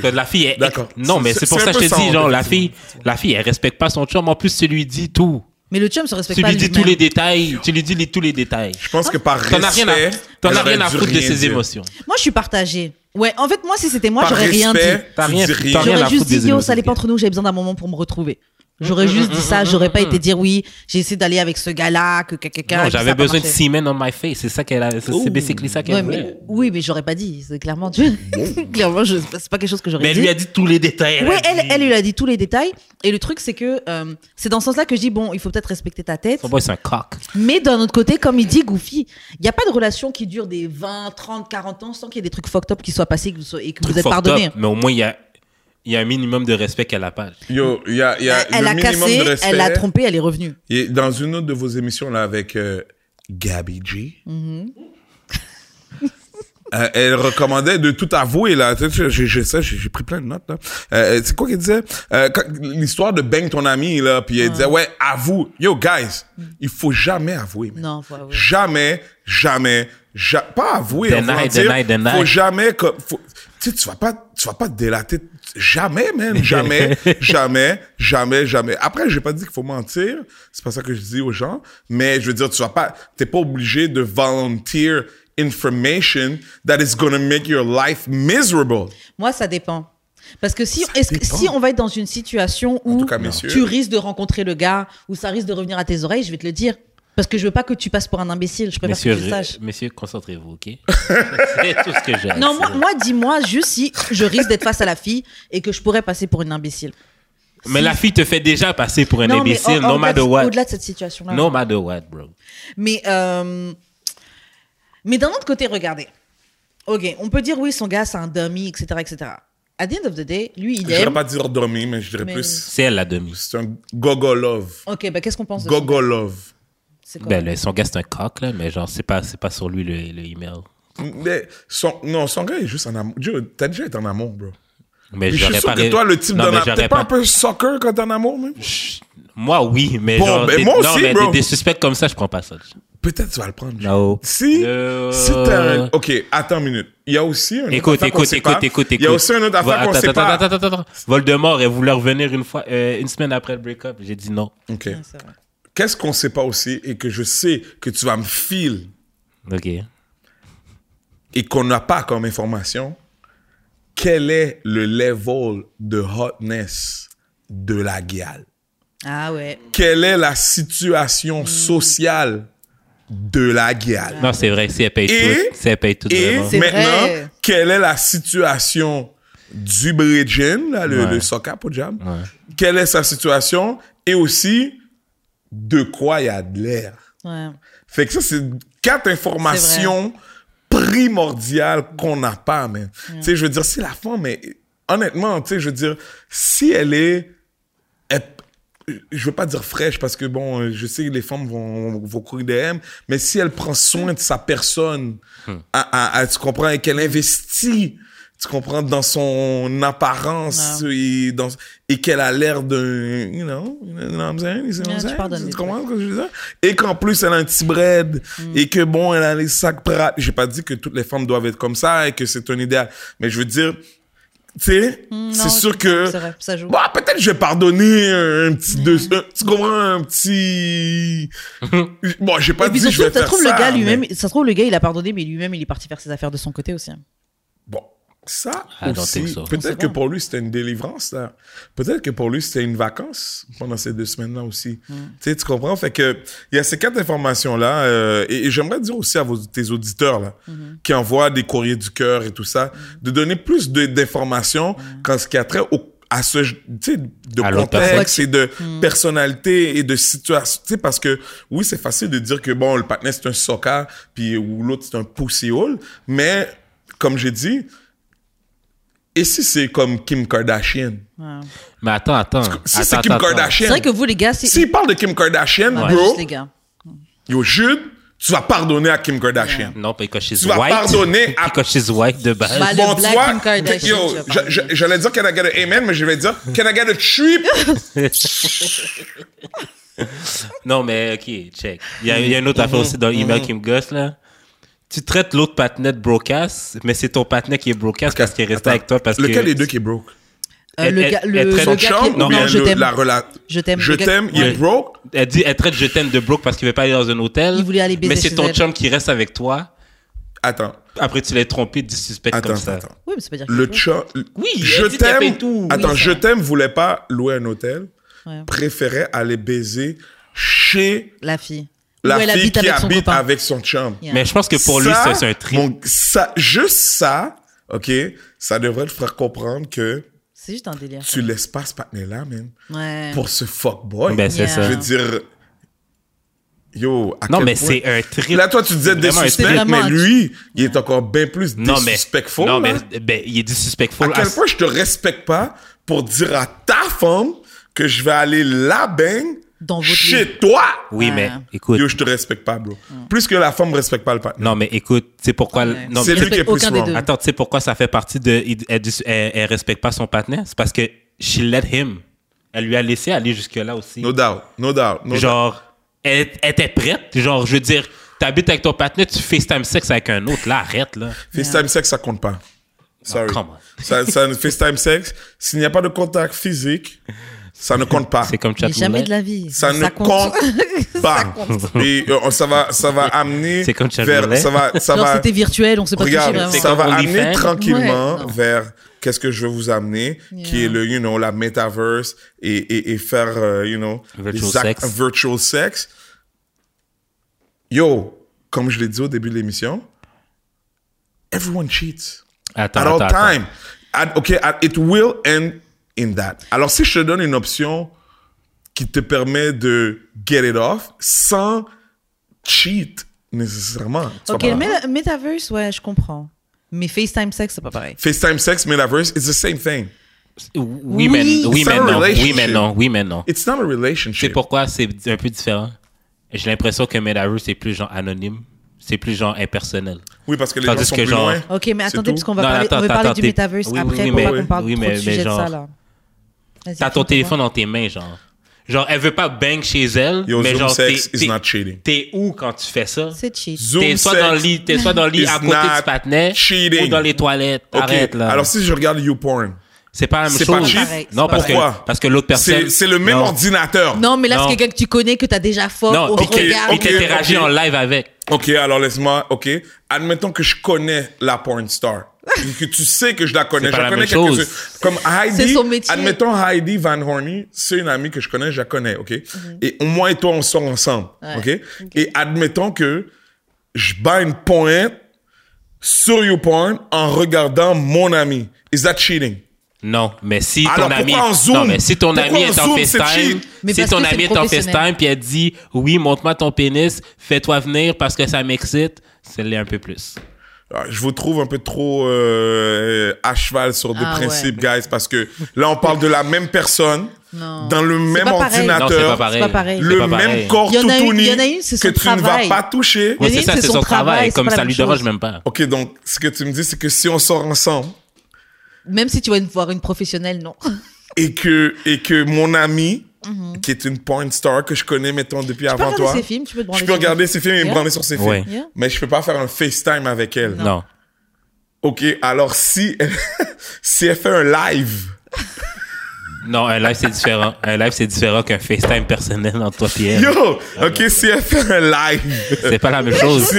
[SPEAKER 4] Que la fille est.
[SPEAKER 2] D'accord.
[SPEAKER 4] Non, mais
[SPEAKER 2] C'est-
[SPEAKER 4] c'est pour
[SPEAKER 2] c'est
[SPEAKER 4] ça
[SPEAKER 2] un
[SPEAKER 4] que je
[SPEAKER 2] peu
[SPEAKER 4] te dis,
[SPEAKER 2] sans
[SPEAKER 4] genre,
[SPEAKER 2] honte,
[SPEAKER 4] la fille, la fille, elle respecte pas son chum. En plus, tu lui dis tout.
[SPEAKER 3] Mais le chum se respecte
[SPEAKER 4] Tu
[SPEAKER 3] pas
[SPEAKER 4] lui dis tous
[SPEAKER 3] lui-même.
[SPEAKER 4] les détails. Tu lui dis les- tous les détails.
[SPEAKER 2] je pense que par
[SPEAKER 4] T'en as rien à,
[SPEAKER 2] respect
[SPEAKER 4] t'en
[SPEAKER 2] elle
[SPEAKER 4] as rien
[SPEAKER 2] aurait
[SPEAKER 4] à
[SPEAKER 2] dû
[SPEAKER 4] foutre de
[SPEAKER 2] rien
[SPEAKER 4] ses
[SPEAKER 2] dire.
[SPEAKER 4] émotions.
[SPEAKER 3] Moi, je suis partagée. Ouais, en fait, moi, si c'était moi,
[SPEAKER 2] par
[SPEAKER 3] j'aurais rien dit.
[SPEAKER 2] respect
[SPEAKER 4] T'as
[SPEAKER 2] tu
[SPEAKER 4] rien-
[SPEAKER 2] dis
[SPEAKER 4] t'as rien
[SPEAKER 2] rien
[SPEAKER 4] à
[SPEAKER 3] J'aurais juste
[SPEAKER 4] foutre des
[SPEAKER 3] dit, yo, ça
[SPEAKER 4] émotions.
[SPEAKER 3] n'est pas entre nous, j'ai besoin d'un moment pour me retrouver. J'aurais juste dit ça, j'aurais pas été dire oui, j'ai essayé d'aller avec ce gars-là, que quelqu'un.
[SPEAKER 4] Non,
[SPEAKER 3] et puis ça
[SPEAKER 4] j'avais
[SPEAKER 3] a pas
[SPEAKER 4] besoin de
[SPEAKER 3] marché.
[SPEAKER 4] semen on my face. C'est ça qu'elle a. C'est c'est basically ça
[SPEAKER 3] Ouais,
[SPEAKER 4] qu'elle
[SPEAKER 3] mais-
[SPEAKER 4] voulait.
[SPEAKER 3] oui, mais j'aurais pas dit. C'est clairement, tu... clairement, je... c'est pas quelque chose que j'aurais dit.
[SPEAKER 5] Mais elle lui a dit tous les détails.
[SPEAKER 3] Ouais,
[SPEAKER 5] a
[SPEAKER 3] elle,
[SPEAKER 5] dit-
[SPEAKER 3] elle, lui a dit tous les détails. Et le truc, c'est que euh, c'est dans ce sens-là que je dis bon, il faut peut-être respecter ta tête.
[SPEAKER 4] Son boy, c'est un cock.
[SPEAKER 3] Mais d'un autre côté, comme il dit Goofy, il n'y a pas de relation qui dure des 20, 30, 40 ans sans qu'il y ait des trucs fucked up qui soient passés et que vous, soyez- et que vous
[SPEAKER 4] Truc
[SPEAKER 3] êtes
[SPEAKER 4] fucked
[SPEAKER 3] pardonné.
[SPEAKER 4] up, Mais au moins, il y a, il y a un minimum de respect qu'elle a pas.
[SPEAKER 2] Yo, il y a, il y a
[SPEAKER 3] Elle, elle
[SPEAKER 2] le
[SPEAKER 3] a
[SPEAKER 2] minimum
[SPEAKER 3] cassé,
[SPEAKER 2] de respect.
[SPEAKER 3] elle a trompé, elle est revenue.
[SPEAKER 2] Et dans une autre de vos émissions, là, avec euh, Gabby G,
[SPEAKER 3] Mm-hmm.
[SPEAKER 2] euh, elle recommandait de tout avouer, là. Tu sais, J'ai j'ai ça, j'ai j'ai pris plein de notes, là. Euh, C'est quoi qu'elle disait? Euh, quand- L'histoire de bang ton ami, là, puis elle disait, ouais, avoue. Yo, guys, il faut jamais avouer. man.
[SPEAKER 3] Non, faut avouer.
[SPEAKER 2] Jamais, jamais, ja- pas avouer.
[SPEAKER 4] Deny,
[SPEAKER 2] on va dire,
[SPEAKER 4] deny, deny.
[SPEAKER 2] Faut jamais, comme, faut- tu sais, tu vas pas, tu vas pas te délater. Jamais, même, jamais, jamais, jamais, jamais. Après, j'ai pas dit qu'il faut mentir. C'est pas ça que je dis aux gens. Mais je veux dire, tu vas pas, t'es pas obligé de volunteer information that is gonna make your life miserable.
[SPEAKER 3] Moi, ça dépend. Parce que si,
[SPEAKER 2] Ça
[SPEAKER 3] est-ce que-
[SPEAKER 2] dépend.
[SPEAKER 3] si on va être dans une situation
[SPEAKER 2] tout
[SPEAKER 3] où
[SPEAKER 2] cas, messieurs.
[SPEAKER 3] tu risques de rencontrer le gars, où ça risque de revenir à tes oreilles, je vais te le dire. Parce que je veux pas que tu passes pour un imbécile. Je préfère
[SPEAKER 4] Messieurs,
[SPEAKER 3] que tu le saches.
[SPEAKER 4] je- messieurs, concentrez-vous, OK? c'est tout ce que
[SPEAKER 2] Ah,
[SPEAKER 4] j'ai. à
[SPEAKER 3] Non,
[SPEAKER 4] dire.
[SPEAKER 3] moi, moi, dis-moi juste si je risque d'être face à la fille et que je pourrais passer pour une imbécile.
[SPEAKER 4] Mais la fille te fait déjà passer pour un
[SPEAKER 3] Non, mais
[SPEAKER 4] imbécile,
[SPEAKER 3] en- en-
[SPEAKER 4] no matter what.
[SPEAKER 3] Au-delà de cette situation-là.
[SPEAKER 4] No matter what, bro.
[SPEAKER 3] Mais, euh, mais d'un autre côté, regardez. Ok, on peut dire oui, son gars, c'est un dummy, etc., etc. At the end of the day, lui, il
[SPEAKER 2] Je dirais
[SPEAKER 3] aime.
[SPEAKER 2] pas dire dormir, mais je dirais
[SPEAKER 3] Mais
[SPEAKER 2] plus,
[SPEAKER 4] C'est elle la demi.
[SPEAKER 2] c'est un gogo love.
[SPEAKER 3] Ok, bah qu'est-ce qu'on pense de ça
[SPEAKER 2] Gogo love.
[SPEAKER 3] C'est quoi
[SPEAKER 4] Ben, le- son gars, c'est un coq, là, mais genre, c'est pas, c'est pas sur lui le, le email.
[SPEAKER 2] Mais son, non, son gars est juste en amour. Dieu, t'as déjà été en amour, bro.
[SPEAKER 4] Mais
[SPEAKER 2] Puis je suis
[SPEAKER 4] j'aurais
[SPEAKER 2] sûr
[SPEAKER 4] pas.
[SPEAKER 2] que toi, le type
[SPEAKER 4] Non,
[SPEAKER 2] d'un
[SPEAKER 4] mais
[SPEAKER 2] amour,
[SPEAKER 4] j'aurais
[SPEAKER 2] t'es pas
[SPEAKER 4] pas-
[SPEAKER 2] un peu soccer quand t'es en amour, même?
[SPEAKER 4] Moi, oui, mais
[SPEAKER 2] Bon,
[SPEAKER 4] genre.
[SPEAKER 2] ben,
[SPEAKER 4] des-
[SPEAKER 2] moi
[SPEAKER 4] non,
[SPEAKER 2] aussi,
[SPEAKER 4] mais
[SPEAKER 2] bro.
[SPEAKER 4] Des, des suspects comme ça, je prends pas ça.
[SPEAKER 2] Peut-être tu vas le prendre.
[SPEAKER 4] No.
[SPEAKER 2] Si,
[SPEAKER 4] Euh,
[SPEAKER 2] si t'as un- Ok, attends une minute. Il y a aussi un autre
[SPEAKER 4] Écoute,
[SPEAKER 2] affaire qu'on
[SPEAKER 4] écoute,
[SPEAKER 2] sait
[SPEAKER 4] écoute,
[SPEAKER 2] pas.
[SPEAKER 4] écoute, écoute.
[SPEAKER 2] Il y a aussi un autre affaire
[SPEAKER 4] Va-
[SPEAKER 2] qu'on
[SPEAKER 4] attends,
[SPEAKER 2] sait
[SPEAKER 4] attends,
[SPEAKER 2] pas.
[SPEAKER 4] Attends, attends, attends. Voldemort, elle voulait revenir une fois, euh, une semaine après le break-up. J'ai dit non.
[SPEAKER 2] Ok.
[SPEAKER 3] Ouais, c'est vrai.
[SPEAKER 2] Qu'est-ce qu'on sait pas aussi et que je sais que tu vas me filer
[SPEAKER 4] OK.
[SPEAKER 2] et qu'on n'a pas comme information? Quel est le level de hotness de la guiale?
[SPEAKER 3] Ah ouais.
[SPEAKER 2] Quelle est la situation sociale de la guiale?
[SPEAKER 4] Non, c'est vrai. Si elle paye
[SPEAKER 2] Et-
[SPEAKER 4] tout, si elle paye tout
[SPEAKER 2] Et
[SPEAKER 4] vraiment.
[SPEAKER 3] C'est
[SPEAKER 2] maintenant,
[SPEAKER 3] vrai.
[SPEAKER 2] quelle est la situation du Bridgen, là, le,
[SPEAKER 4] Ouais.
[SPEAKER 2] le soccer pour Jam? Quelle est sa situation? Et aussi, de quoi il y a de l'air?
[SPEAKER 3] ouais.
[SPEAKER 2] Fait que ça, c'est quatre informations primordiales qu'on n'a pas, man. Tu sais, je veux dire, si la femme est... Honnêtement, tu sais, je veux dire, si elle est... elle- je veux pas dire fraîche parce que bon, je sais que les femmes vont, vont courir des M, mais si elle prend soin de sa personne, à- à- à- tu comprends, et qu'elle investit, tu comprends, dans son apparence et, dans, et qu'elle a l'air d'un, you know, you know what I'm saying? You see what
[SPEAKER 3] Ouais,
[SPEAKER 2] I'm
[SPEAKER 3] Ah, tu
[SPEAKER 2] saying?
[SPEAKER 3] pardonnes des
[SPEAKER 2] Tu comprends ce que je veux dire? Et qu'en plus, elle a un petit bread
[SPEAKER 3] Hmm.
[SPEAKER 2] et que bon, elle a les sacs prats. J'ai pas dit que toutes les femmes doivent être comme ça et que c'est un idéal, mais je veux dire, tu sais,
[SPEAKER 3] Hmm, non,
[SPEAKER 2] c'est sûr que.
[SPEAKER 3] c'est vrai, ça Hmm. joue.
[SPEAKER 2] Bon, peut-être je vais pardonner un petit deux, un- tu comprends, un petit. bon, j'ai pas
[SPEAKER 3] Et puis
[SPEAKER 2] dit je
[SPEAKER 3] surtout,
[SPEAKER 2] vais
[SPEAKER 3] ça
[SPEAKER 2] faire
[SPEAKER 3] se trouve
[SPEAKER 2] ça.
[SPEAKER 3] le gars lui-même,
[SPEAKER 2] mais-
[SPEAKER 3] ça se trouve le gars il a pardonné, mais lui-même il est parti faire ses affaires de son côté aussi. hein.
[SPEAKER 2] Bon, ça
[SPEAKER 4] I don't
[SPEAKER 2] aussi.
[SPEAKER 4] think so.
[SPEAKER 3] On sait
[SPEAKER 2] Peut-être que
[SPEAKER 3] pas.
[SPEAKER 2] pour lui c'était une délivrance. là. Peut-être que pour lui c'était une vacance pendant ces deux semaines-là aussi. Tu sais, tu comprends. Fait que il y a ces quatre informations-là. euh, et et j'aimerais dire aussi à vos, tes auditeurs là, qui envoient des courriers du cœur et tout ça, de donner plus de- d'informations quand ce qui a trait au à ce tu sais de
[SPEAKER 4] À l'autre
[SPEAKER 2] contexte
[SPEAKER 4] personne.
[SPEAKER 2] c'est de
[SPEAKER 4] Hmm.
[SPEAKER 2] personnalité et de situation. Tu sais, parce que oui, c'est facile de dire que bon, le partenaire c'est un soccer, puis ou l'autre c'est un pussy hole, mais comme j'ai dit, et si c'est comme Kim Kardashian?
[SPEAKER 3] Ouais.
[SPEAKER 4] Mais attends, attends.
[SPEAKER 2] Si c'est
[SPEAKER 4] Attends,
[SPEAKER 2] Kim
[SPEAKER 4] attends, attends.
[SPEAKER 2] Kardashian.
[SPEAKER 3] C'est vrai que vous les gars, c'est
[SPEAKER 2] S'il parle de Kim Kardashian,
[SPEAKER 3] Ouais,
[SPEAKER 2] bro,
[SPEAKER 3] juste les gars.
[SPEAKER 2] yo, Jude, tu vas pardonner à Kim Kardashian.
[SPEAKER 4] Non, because she's
[SPEAKER 2] Tu vas
[SPEAKER 4] white.
[SPEAKER 2] pardonner à-
[SPEAKER 4] Because she's white de base.
[SPEAKER 3] Bah, le
[SPEAKER 2] Bon,
[SPEAKER 3] black
[SPEAKER 2] tu vois,
[SPEAKER 3] Kim Kardashian,
[SPEAKER 2] yo,
[SPEAKER 3] tu vas
[SPEAKER 2] je-
[SPEAKER 3] pardonner.
[SPEAKER 2] je- j'allais dire Can I get an amen, mais je vais dire Can I get a trip?
[SPEAKER 4] Non, mais ok, check. Il y a, il y a une autre affaire aussi dans
[SPEAKER 2] Mm-hmm.
[SPEAKER 4] l'email qui me gosse, là. Tu traites l'autre patinet de brocasse, mais c'est ton patinet qui est brocasse parce qu'il est
[SPEAKER 2] Attends,
[SPEAKER 4] resté avec toi. Parce
[SPEAKER 2] Lequel
[SPEAKER 4] que...
[SPEAKER 2] des deux qui est broke?
[SPEAKER 3] Euh,
[SPEAKER 4] Elle-
[SPEAKER 3] le
[SPEAKER 4] elle-
[SPEAKER 3] gars, le,
[SPEAKER 4] elle
[SPEAKER 3] le
[SPEAKER 4] traite
[SPEAKER 3] gars
[SPEAKER 4] son
[SPEAKER 2] Son
[SPEAKER 3] qui est-
[SPEAKER 2] chum ou
[SPEAKER 3] non,
[SPEAKER 2] bien
[SPEAKER 3] je
[SPEAKER 2] le-
[SPEAKER 3] t'aime.
[SPEAKER 2] la relation?
[SPEAKER 3] Je t'aime,
[SPEAKER 2] Je
[SPEAKER 3] le gars-
[SPEAKER 2] t'aime, il est
[SPEAKER 3] ouais.
[SPEAKER 2] broke.
[SPEAKER 4] Elle dit, elle traite je t'aime de broke parce qu'il veut pas aller dans un hôtel.
[SPEAKER 3] Il voulait aller baiser
[SPEAKER 4] Mais c'est
[SPEAKER 3] chez
[SPEAKER 4] ton
[SPEAKER 3] elle.
[SPEAKER 4] chum qui reste avec toi.
[SPEAKER 2] Attends,
[SPEAKER 4] Après, tu l'as trompé du suspect
[SPEAKER 2] attends,
[SPEAKER 4] comme ça.
[SPEAKER 2] attends.
[SPEAKER 3] Oui, mais ça veut dire
[SPEAKER 2] Le
[SPEAKER 3] que-
[SPEAKER 2] chum.
[SPEAKER 4] Oui,
[SPEAKER 2] je
[SPEAKER 4] elle dit qu'elle
[SPEAKER 2] t'aime.
[SPEAKER 4] fait tout.
[SPEAKER 2] Attends,
[SPEAKER 4] Oui,
[SPEAKER 2] je
[SPEAKER 4] ça.
[SPEAKER 2] t'aime voulait pas louer un hôtel.
[SPEAKER 3] Ouais.
[SPEAKER 2] préférait aller baiser chez
[SPEAKER 3] La fille.
[SPEAKER 2] la
[SPEAKER 3] Où
[SPEAKER 2] fille
[SPEAKER 3] elle habite
[SPEAKER 2] qui
[SPEAKER 3] avec son
[SPEAKER 2] habite
[SPEAKER 3] copain.
[SPEAKER 2] avec son chum.
[SPEAKER 3] Yeah.
[SPEAKER 4] Mais je pense que pour lui,
[SPEAKER 2] Ça,
[SPEAKER 4] c'est- c'est un tri.
[SPEAKER 2] mon- ça, juste ça, OK, ça devrait le faire comprendre que
[SPEAKER 3] C'est juste un délire.
[SPEAKER 2] tu laisses pas ce patinet-là, même,
[SPEAKER 3] Ouais.
[SPEAKER 2] pour ce fuckboy.
[SPEAKER 4] Ben, c'est
[SPEAKER 3] Yeah.
[SPEAKER 2] Je
[SPEAKER 4] ça.
[SPEAKER 2] veux dire, yo, à
[SPEAKER 4] Non,
[SPEAKER 2] quel
[SPEAKER 4] mais
[SPEAKER 2] point-
[SPEAKER 4] c'est un tri.
[SPEAKER 2] Là, toi, tu disais des
[SPEAKER 4] Vraiment,
[SPEAKER 3] c'est
[SPEAKER 2] suspects,
[SPEAKER 3] vraiment
[SPEAKER 2] mais
[SPEAKER 3] un-
[SPEAKER 2] lui, il est encore bien plus
[SPEAKER 4] Non, mais.
[SPEAKER 2] disrespectful.
[SPEAKER 4] non,
[SPEAKER 2] là.
[SPEAKER 4] mais ben, il est
[SPEAKER 2] À
[SPEAKER 4] disrespectful.
[SPEAKER 2] quel point je te respecte pas pour dire à ta femme que je vais aller la baigne
[SPEAKER 3] Dans votre
[SPEAKER 2] chez
[SPEAKER 3] lit.
[SPEAKER 2] toi.
[SPEAKER 4] Oui, mais
[SPEAKER 3] Ouais.
[SPEAKER 4] écoute.
[SPEAKER 2] Yo, je te respecte pas, bro. Plus que la femme respecte pas le partenaire.
[SPEAKER 4] Non, mais écoute, tu sais pourquoi.
[SPEAKER 3] Ouais.
[SPEAKER 4] Non,
[SPEAKER 2] c'est
[SPEAKER 4] mais-
[SPEAKER 2] lui qui est plus
[SPEAKER 3] Aucun des
[SPEAKER 2] wrong.
[SPEAKER 3] deux.
[SPEAKER 4] Attends, tu sais pourquoi ça fait partie de. il- Elle, dis- elle- elle respecte pas son partenaire? C'est parce que she let him. Elle lui a laissé aller jusque-là aussi.
[SPEAKER 2] No doubt, no doubt, no doubt.
[SPEAKER 4] genre, elle, elle était prête. Genre, je veux dire, t'habites avec ton partenaire, tu FaceTime sexe avec un autre. Là, arrête, là.
[SPEAKER 2] FaceTime sexe, ça compte pas. Sorry.
[SPEAKER 4] come on.
[SPEAKER 2] ça, ça, FaceTime sexe, s'il n'y a pas de contact physique, ça ne compte pas.
[SPEAKER 4] C'est comme chat
[SPEAKER 3] Mais jamais
[SPEAKER 4] roulette.
[SPEAKER 3] de la vie.
[SPEAKER 2] ça ne compte, pas. Et euh, ça va, ça va amener
[SPEAKER 4] C'est comme Charles
[SPEAKER 2] vers,
[SPEAKER 4] Roulet.
[SPEAKER 2] ça va, ça
[SPEAKER 3] Genre,
[SPEAKER 2] va.
[SPEAKER 3] c'était virtuel, on s'est pas touché
[SPEAKER 2] Regarde,
[SPEAKER 3] vraiment.
[SPEAKER 4] C'est
[SPEAKER 2] ça va
[SPEAKER 4] comme
[SPEAKER 2] amener
[SPEAKER 4] OnlyFans.
[SPEAKER 2] tranquillement
[SPEAKER 3] Ouais, non.
[SPEAKER 2] vers qu'est-ce que je veux vous amener, qui
[SPEAKER 3] Yeah.
[SPEAKER 2] est le, you know, la metaverse et, et, et faire, euh, you know,
[SPEAKER 4] Virtual
[SPEAKER 2] les actes-
[SPEAKER 4] sex.
[SPEAKER 2] virtual sex. Yo, comme je l'ai dit au début de l'émission, everyone cheats
[SPEAKER 4] Attends,
[SPEAKER 2] at all
[SPEAKER 4] attends, attends.
[SPEAKER 2] time. At- okay, at- it will end in that. Alors si je te donne une option qui te permet de get it off sans cheat nécessairement. tu
[SPEAKER 3] Ok,
[SPEAKER 2] comprends?
[SPEAKER 3] mais Metaverse, ouais, je comprends. Mais FaceTime sexe, c'est pas pareil.
[SPEAKER 2] FaceTime sex, metaverse, it's the same thing.
[SPEAKER 4] Oui,
[SPEAKER 3] Oui,
[SPEAKER 4] mais, oui,
[SPEAKER 2] c'est
[SPEAKER 4] mais
[SPEAKER 2] un
[SPEAKER 4] non. Oui, mais
[SPEAKER 2] relationship.
[SPEAKER 4] non. Oui, mais non.
[SPEAKER 2] It's not a
[SPEAKER 4] Tu
[SPEAKER 2] relationship.
[SPEAKER 4] sais pourquoi c'est un peu différent? J'ai l'impression que Metaverse, c'est plus genre anonyme. C'est plus genre impersonnel.
[SPEAKER 2] Oui, parce que les gens
[SPEAKER 4] Tandis
[SPEAKER 2] sont
[SPEAKER 4] que
[SPEAKER 2] plus
[SPEAKER 4] genre-
[SPEAKER 2] loin.
[SPEAKER 3] Ok, mais
[SPEAKER 2] C'est
[SPEAKER 3] attendez,
[SPEAKER 2] tout.
[SPEAKER 3] parce qu'on va
[SPEAKER 4] Non,
[SPEAKER 3] parler,
[SPEAKER 4] attends,
[SPEAKER 3] on va parler
[SPEAKER 4] attends,
[SPEAKER 3] du
[SPEAKER 4] t'es-
[SPEAKER 3] Metaverse
[SPEAKER 4] oui,
[SPEAKER 3] après,
[SPEAKER 4] oui,
[SPEAKER 3] pour
[SPEAKER 4] mais-
[SPEAKER 3] pas qu'on parle
[SPEAKER 4] oui,
[SPEAKER 3] trop
[SPEAKER 4] mais-
[SPEAKER 3] du sujet
[SPEAKER 4] mais
[SPEAKER 3] de ça, là.
[SPEAKER 4] genre-
[SPEAKER 3] Vas-y,
[SPEAKER 4] T'as ton
[SPEAKER 3] raconte-moi.
[SPEAKER 4] téléphone dans tes mains, genre. Genre, elle veut pas bang chez elle,
[SPEAKER 2] Yo,
[SPEAKER 4] mais
[SPEAKER 2] Zoom
[SPEAKER 4] genre, t'es,
[SPEAKER 2] sex is
[SPEAKER 4] t'es-
[SPEAKER 2] not cheating.
[SPEAKER 4] t'es où quand tu fais ça?
[SPEAKER 3] C'est cheat.
[SPEAKER 2] Zoom
[SPEAKER 4] T'es soit,
[SPEAKER 2] sex
[SPEAKER 4] dans le lit, t'es soit dans le lit à
[SPEAKER 2] is
[SPEAKER 4] côté
[SPEAKER 2] not
[SPEAKER 4] du patinet
[SPEAKER 2] cheating.
[SPEAKER 4] ou dans les toilettes.
[SPEAKER 2] Ok,
[SPEAKER 4] Arrête, là. Ah,
[SPEAKER 2] Alors si je regarde YouPorn,
[SPEAKER 4] c'est pas la même
[SPEAKER 2] c'est
[SPEAKER 4] chose.
[SPEAKER 2] pas cheap?
[SPEAKER 3] Pareil, c'est
[SPEAKER 4] Non,
[SPEAKER 3] pas
[SPEAKER 4] parce que,
[SPEAKER 2] Pourquoi?
[SPEAKER 4] parce que l'autre personne...
[SPEAKER 2] c'est c'est le même
[SPEAKER 4] Non.
[SPEAKER 2] ordinateur.
[SPEAKER 3] Non, mais là,
[SPEAKER 4] Non.
[SPEAKER 3] c'est quelqu'un que tu connais, que t'as déjà fort
[SPEAKER 4] Non,
[SPEAKER 3] au
[SPEAKER 4] puis t'es-
[SPEAKER 3] regard.
[SPEAKER 4] puis
[SPEAKER 2] ok,
[SPEAKER 4] t'interagis
[SPEAKER 2] ok.
[SPEAKER 4] en live avec.
[SPEAKER 2] Ok, alors laisse-moi. Ok, admettons que je connais la porn star. Et que tu sais que je la connais.
[SPEAKER 4] C'est pas
[SPEAKER 2] je
[SPEAKER 4] la
[SPEAKER 2] connais
[SPEAKER 4] même
[SPEAKER 2] quelque
[SPEAKER 4] chose.
[SPEAKER 2] chose. Comme Heidi.
[SPEAKER 3] C'est son métier.
[SPEAKER 2] Admettons Heidi Van Horny, c'est une amie que je connais, je la connais. Ok. Et moi et toi, on sort ensemble.
[SPEAKER 3] Mhm. Ouais.
[SPEAKER 2] ok. Et admettons que je bats une pointe sur YouPorn en regardant mon ami. Is that cheating?
[SPEAKER 4] Non, mais si
[SPEAKER 2] Alors,
[SPEAKER 4] ton ami,
[SPEAKER 2] pourquoi en Zoom?
[SPEAKER 4] non, mais si ton
[SPEAKER 2] Pourquoi
[SPEAKER 4] ami
[SPEAKER 2] en
[SPEAKER 4] est en
[SPEAKER 2] Zoom, c'est
[SPEAKER 4] FaceTime,
[SPEAKER 2] cheap?
[SPEAKER 3] Mais
[SPEAKER 4] si
[SPEAKER 3] parce
[SPEAKER 4] ton
[SPEAKER 3] que c'est
[SPEAKER 4] ami est en
[SPEAKER 3] professionnel.
[SPEAKER 4] FaceTime puis elle dit oui, montre-moi ton pénis, fais-toi venir parce que ça m'excite, ça l'est un peu plus.
[SPEAKER 2] Ah, Je vous trouve un peu trop euh, à cheval sur des
[SPEAKER 3] Ah ouais.
[SPEAKER 2] principes, guys, parce que là, on parle de la même personne,
[SPEAKER 3] Non.
[SPEAKER 2] dans le
[SPEAKER 3] C'est
[SPEAKER 2] même
[SPEAKER 3] pas pareil.
[SPEAKER 4] Non, c'est pas
[SPEAKER 2] ordinateur,
[SPEAKER 4] pareil.
[SPEAKER 3] C'est pas pareil.
[SPEAKER 4] C'est
[SPEAKER 2] le
[SPEAKER 4] pas
[SPEAKER 2] même
[SPEAKER 4] pareil.
[SPEAKER 2] corps
[SPEAKER 3] Il y en
[SPEAKER 2] tout
[SPEAKER 3] a une-
[SPEAKER 2] uni
[SPEAKER 3] il y en a une, c'est
[SPEAKER 2] que
[SPEAKER 3] son
[SPEAKER 2] tu ne vas
[SPEAKER 3] travail.
[SPEAKER 2] pas toucher.
[SPEAKER 4] Ouais,
[SPEAKER 3] Mais
[SPEAKER 4] c'est
[SPEAKER 3] lui,
[SPEAKER 4] ça, c'est son travail.
[SPEAKER 3] c'est
[SPEAKER 4] Comme
[SPEAKER 3] pas la
[SPEAKER 4] ça
[SPEAKER 3] même
[SPEAKER 4] lui
[SPEAKER 3] chose.
[SPEAKER 4] dérange même pas.
[SPEAKER 2] Ok, donc ce que tu me dis, c'est que si on sort ensemble
[SPEAKER 3] Même si tu vas une- voir une professionnelle, non.
[SPEAKER 2] et que, et que mon ami, qui est une porn star que je connais, mettons, depuis
[SPEAKER 3] Mhm. Tu peux
[SPEAKER 2] avant
[SPEAKER 3] regarder
[SPEAKER 2] toi,
[SPEAKER 3] ses films, tu peux te branler
[SPEAKER 2] je peux
[SPEAKER 3] sur-
[SPEAKER 2] regarder ses films et me
[SPEAKER 3] Yeah.
[SPEAKER 2] branler sur ses
[SPEAKER 4] Ouais.
[SPEAKER 2] films,
[SPEAKER 3] Yeah.
[SPEAKER 2] mais je peux pas faire un FaceTime avec elle.
[SPEAKER 4] Non.
[SPEAKER 2] Ok, alors si elle, si elle fait un live,
[SPEAKER 4] Non, un live, c'est différent. Un live, c'est différent qu'un FaceTime personnel entre toi et elle.
[SPEAKER 2] yo, ok, si elle fait un live. Ah,
[SPEAKER 4] C'est pas la même chose.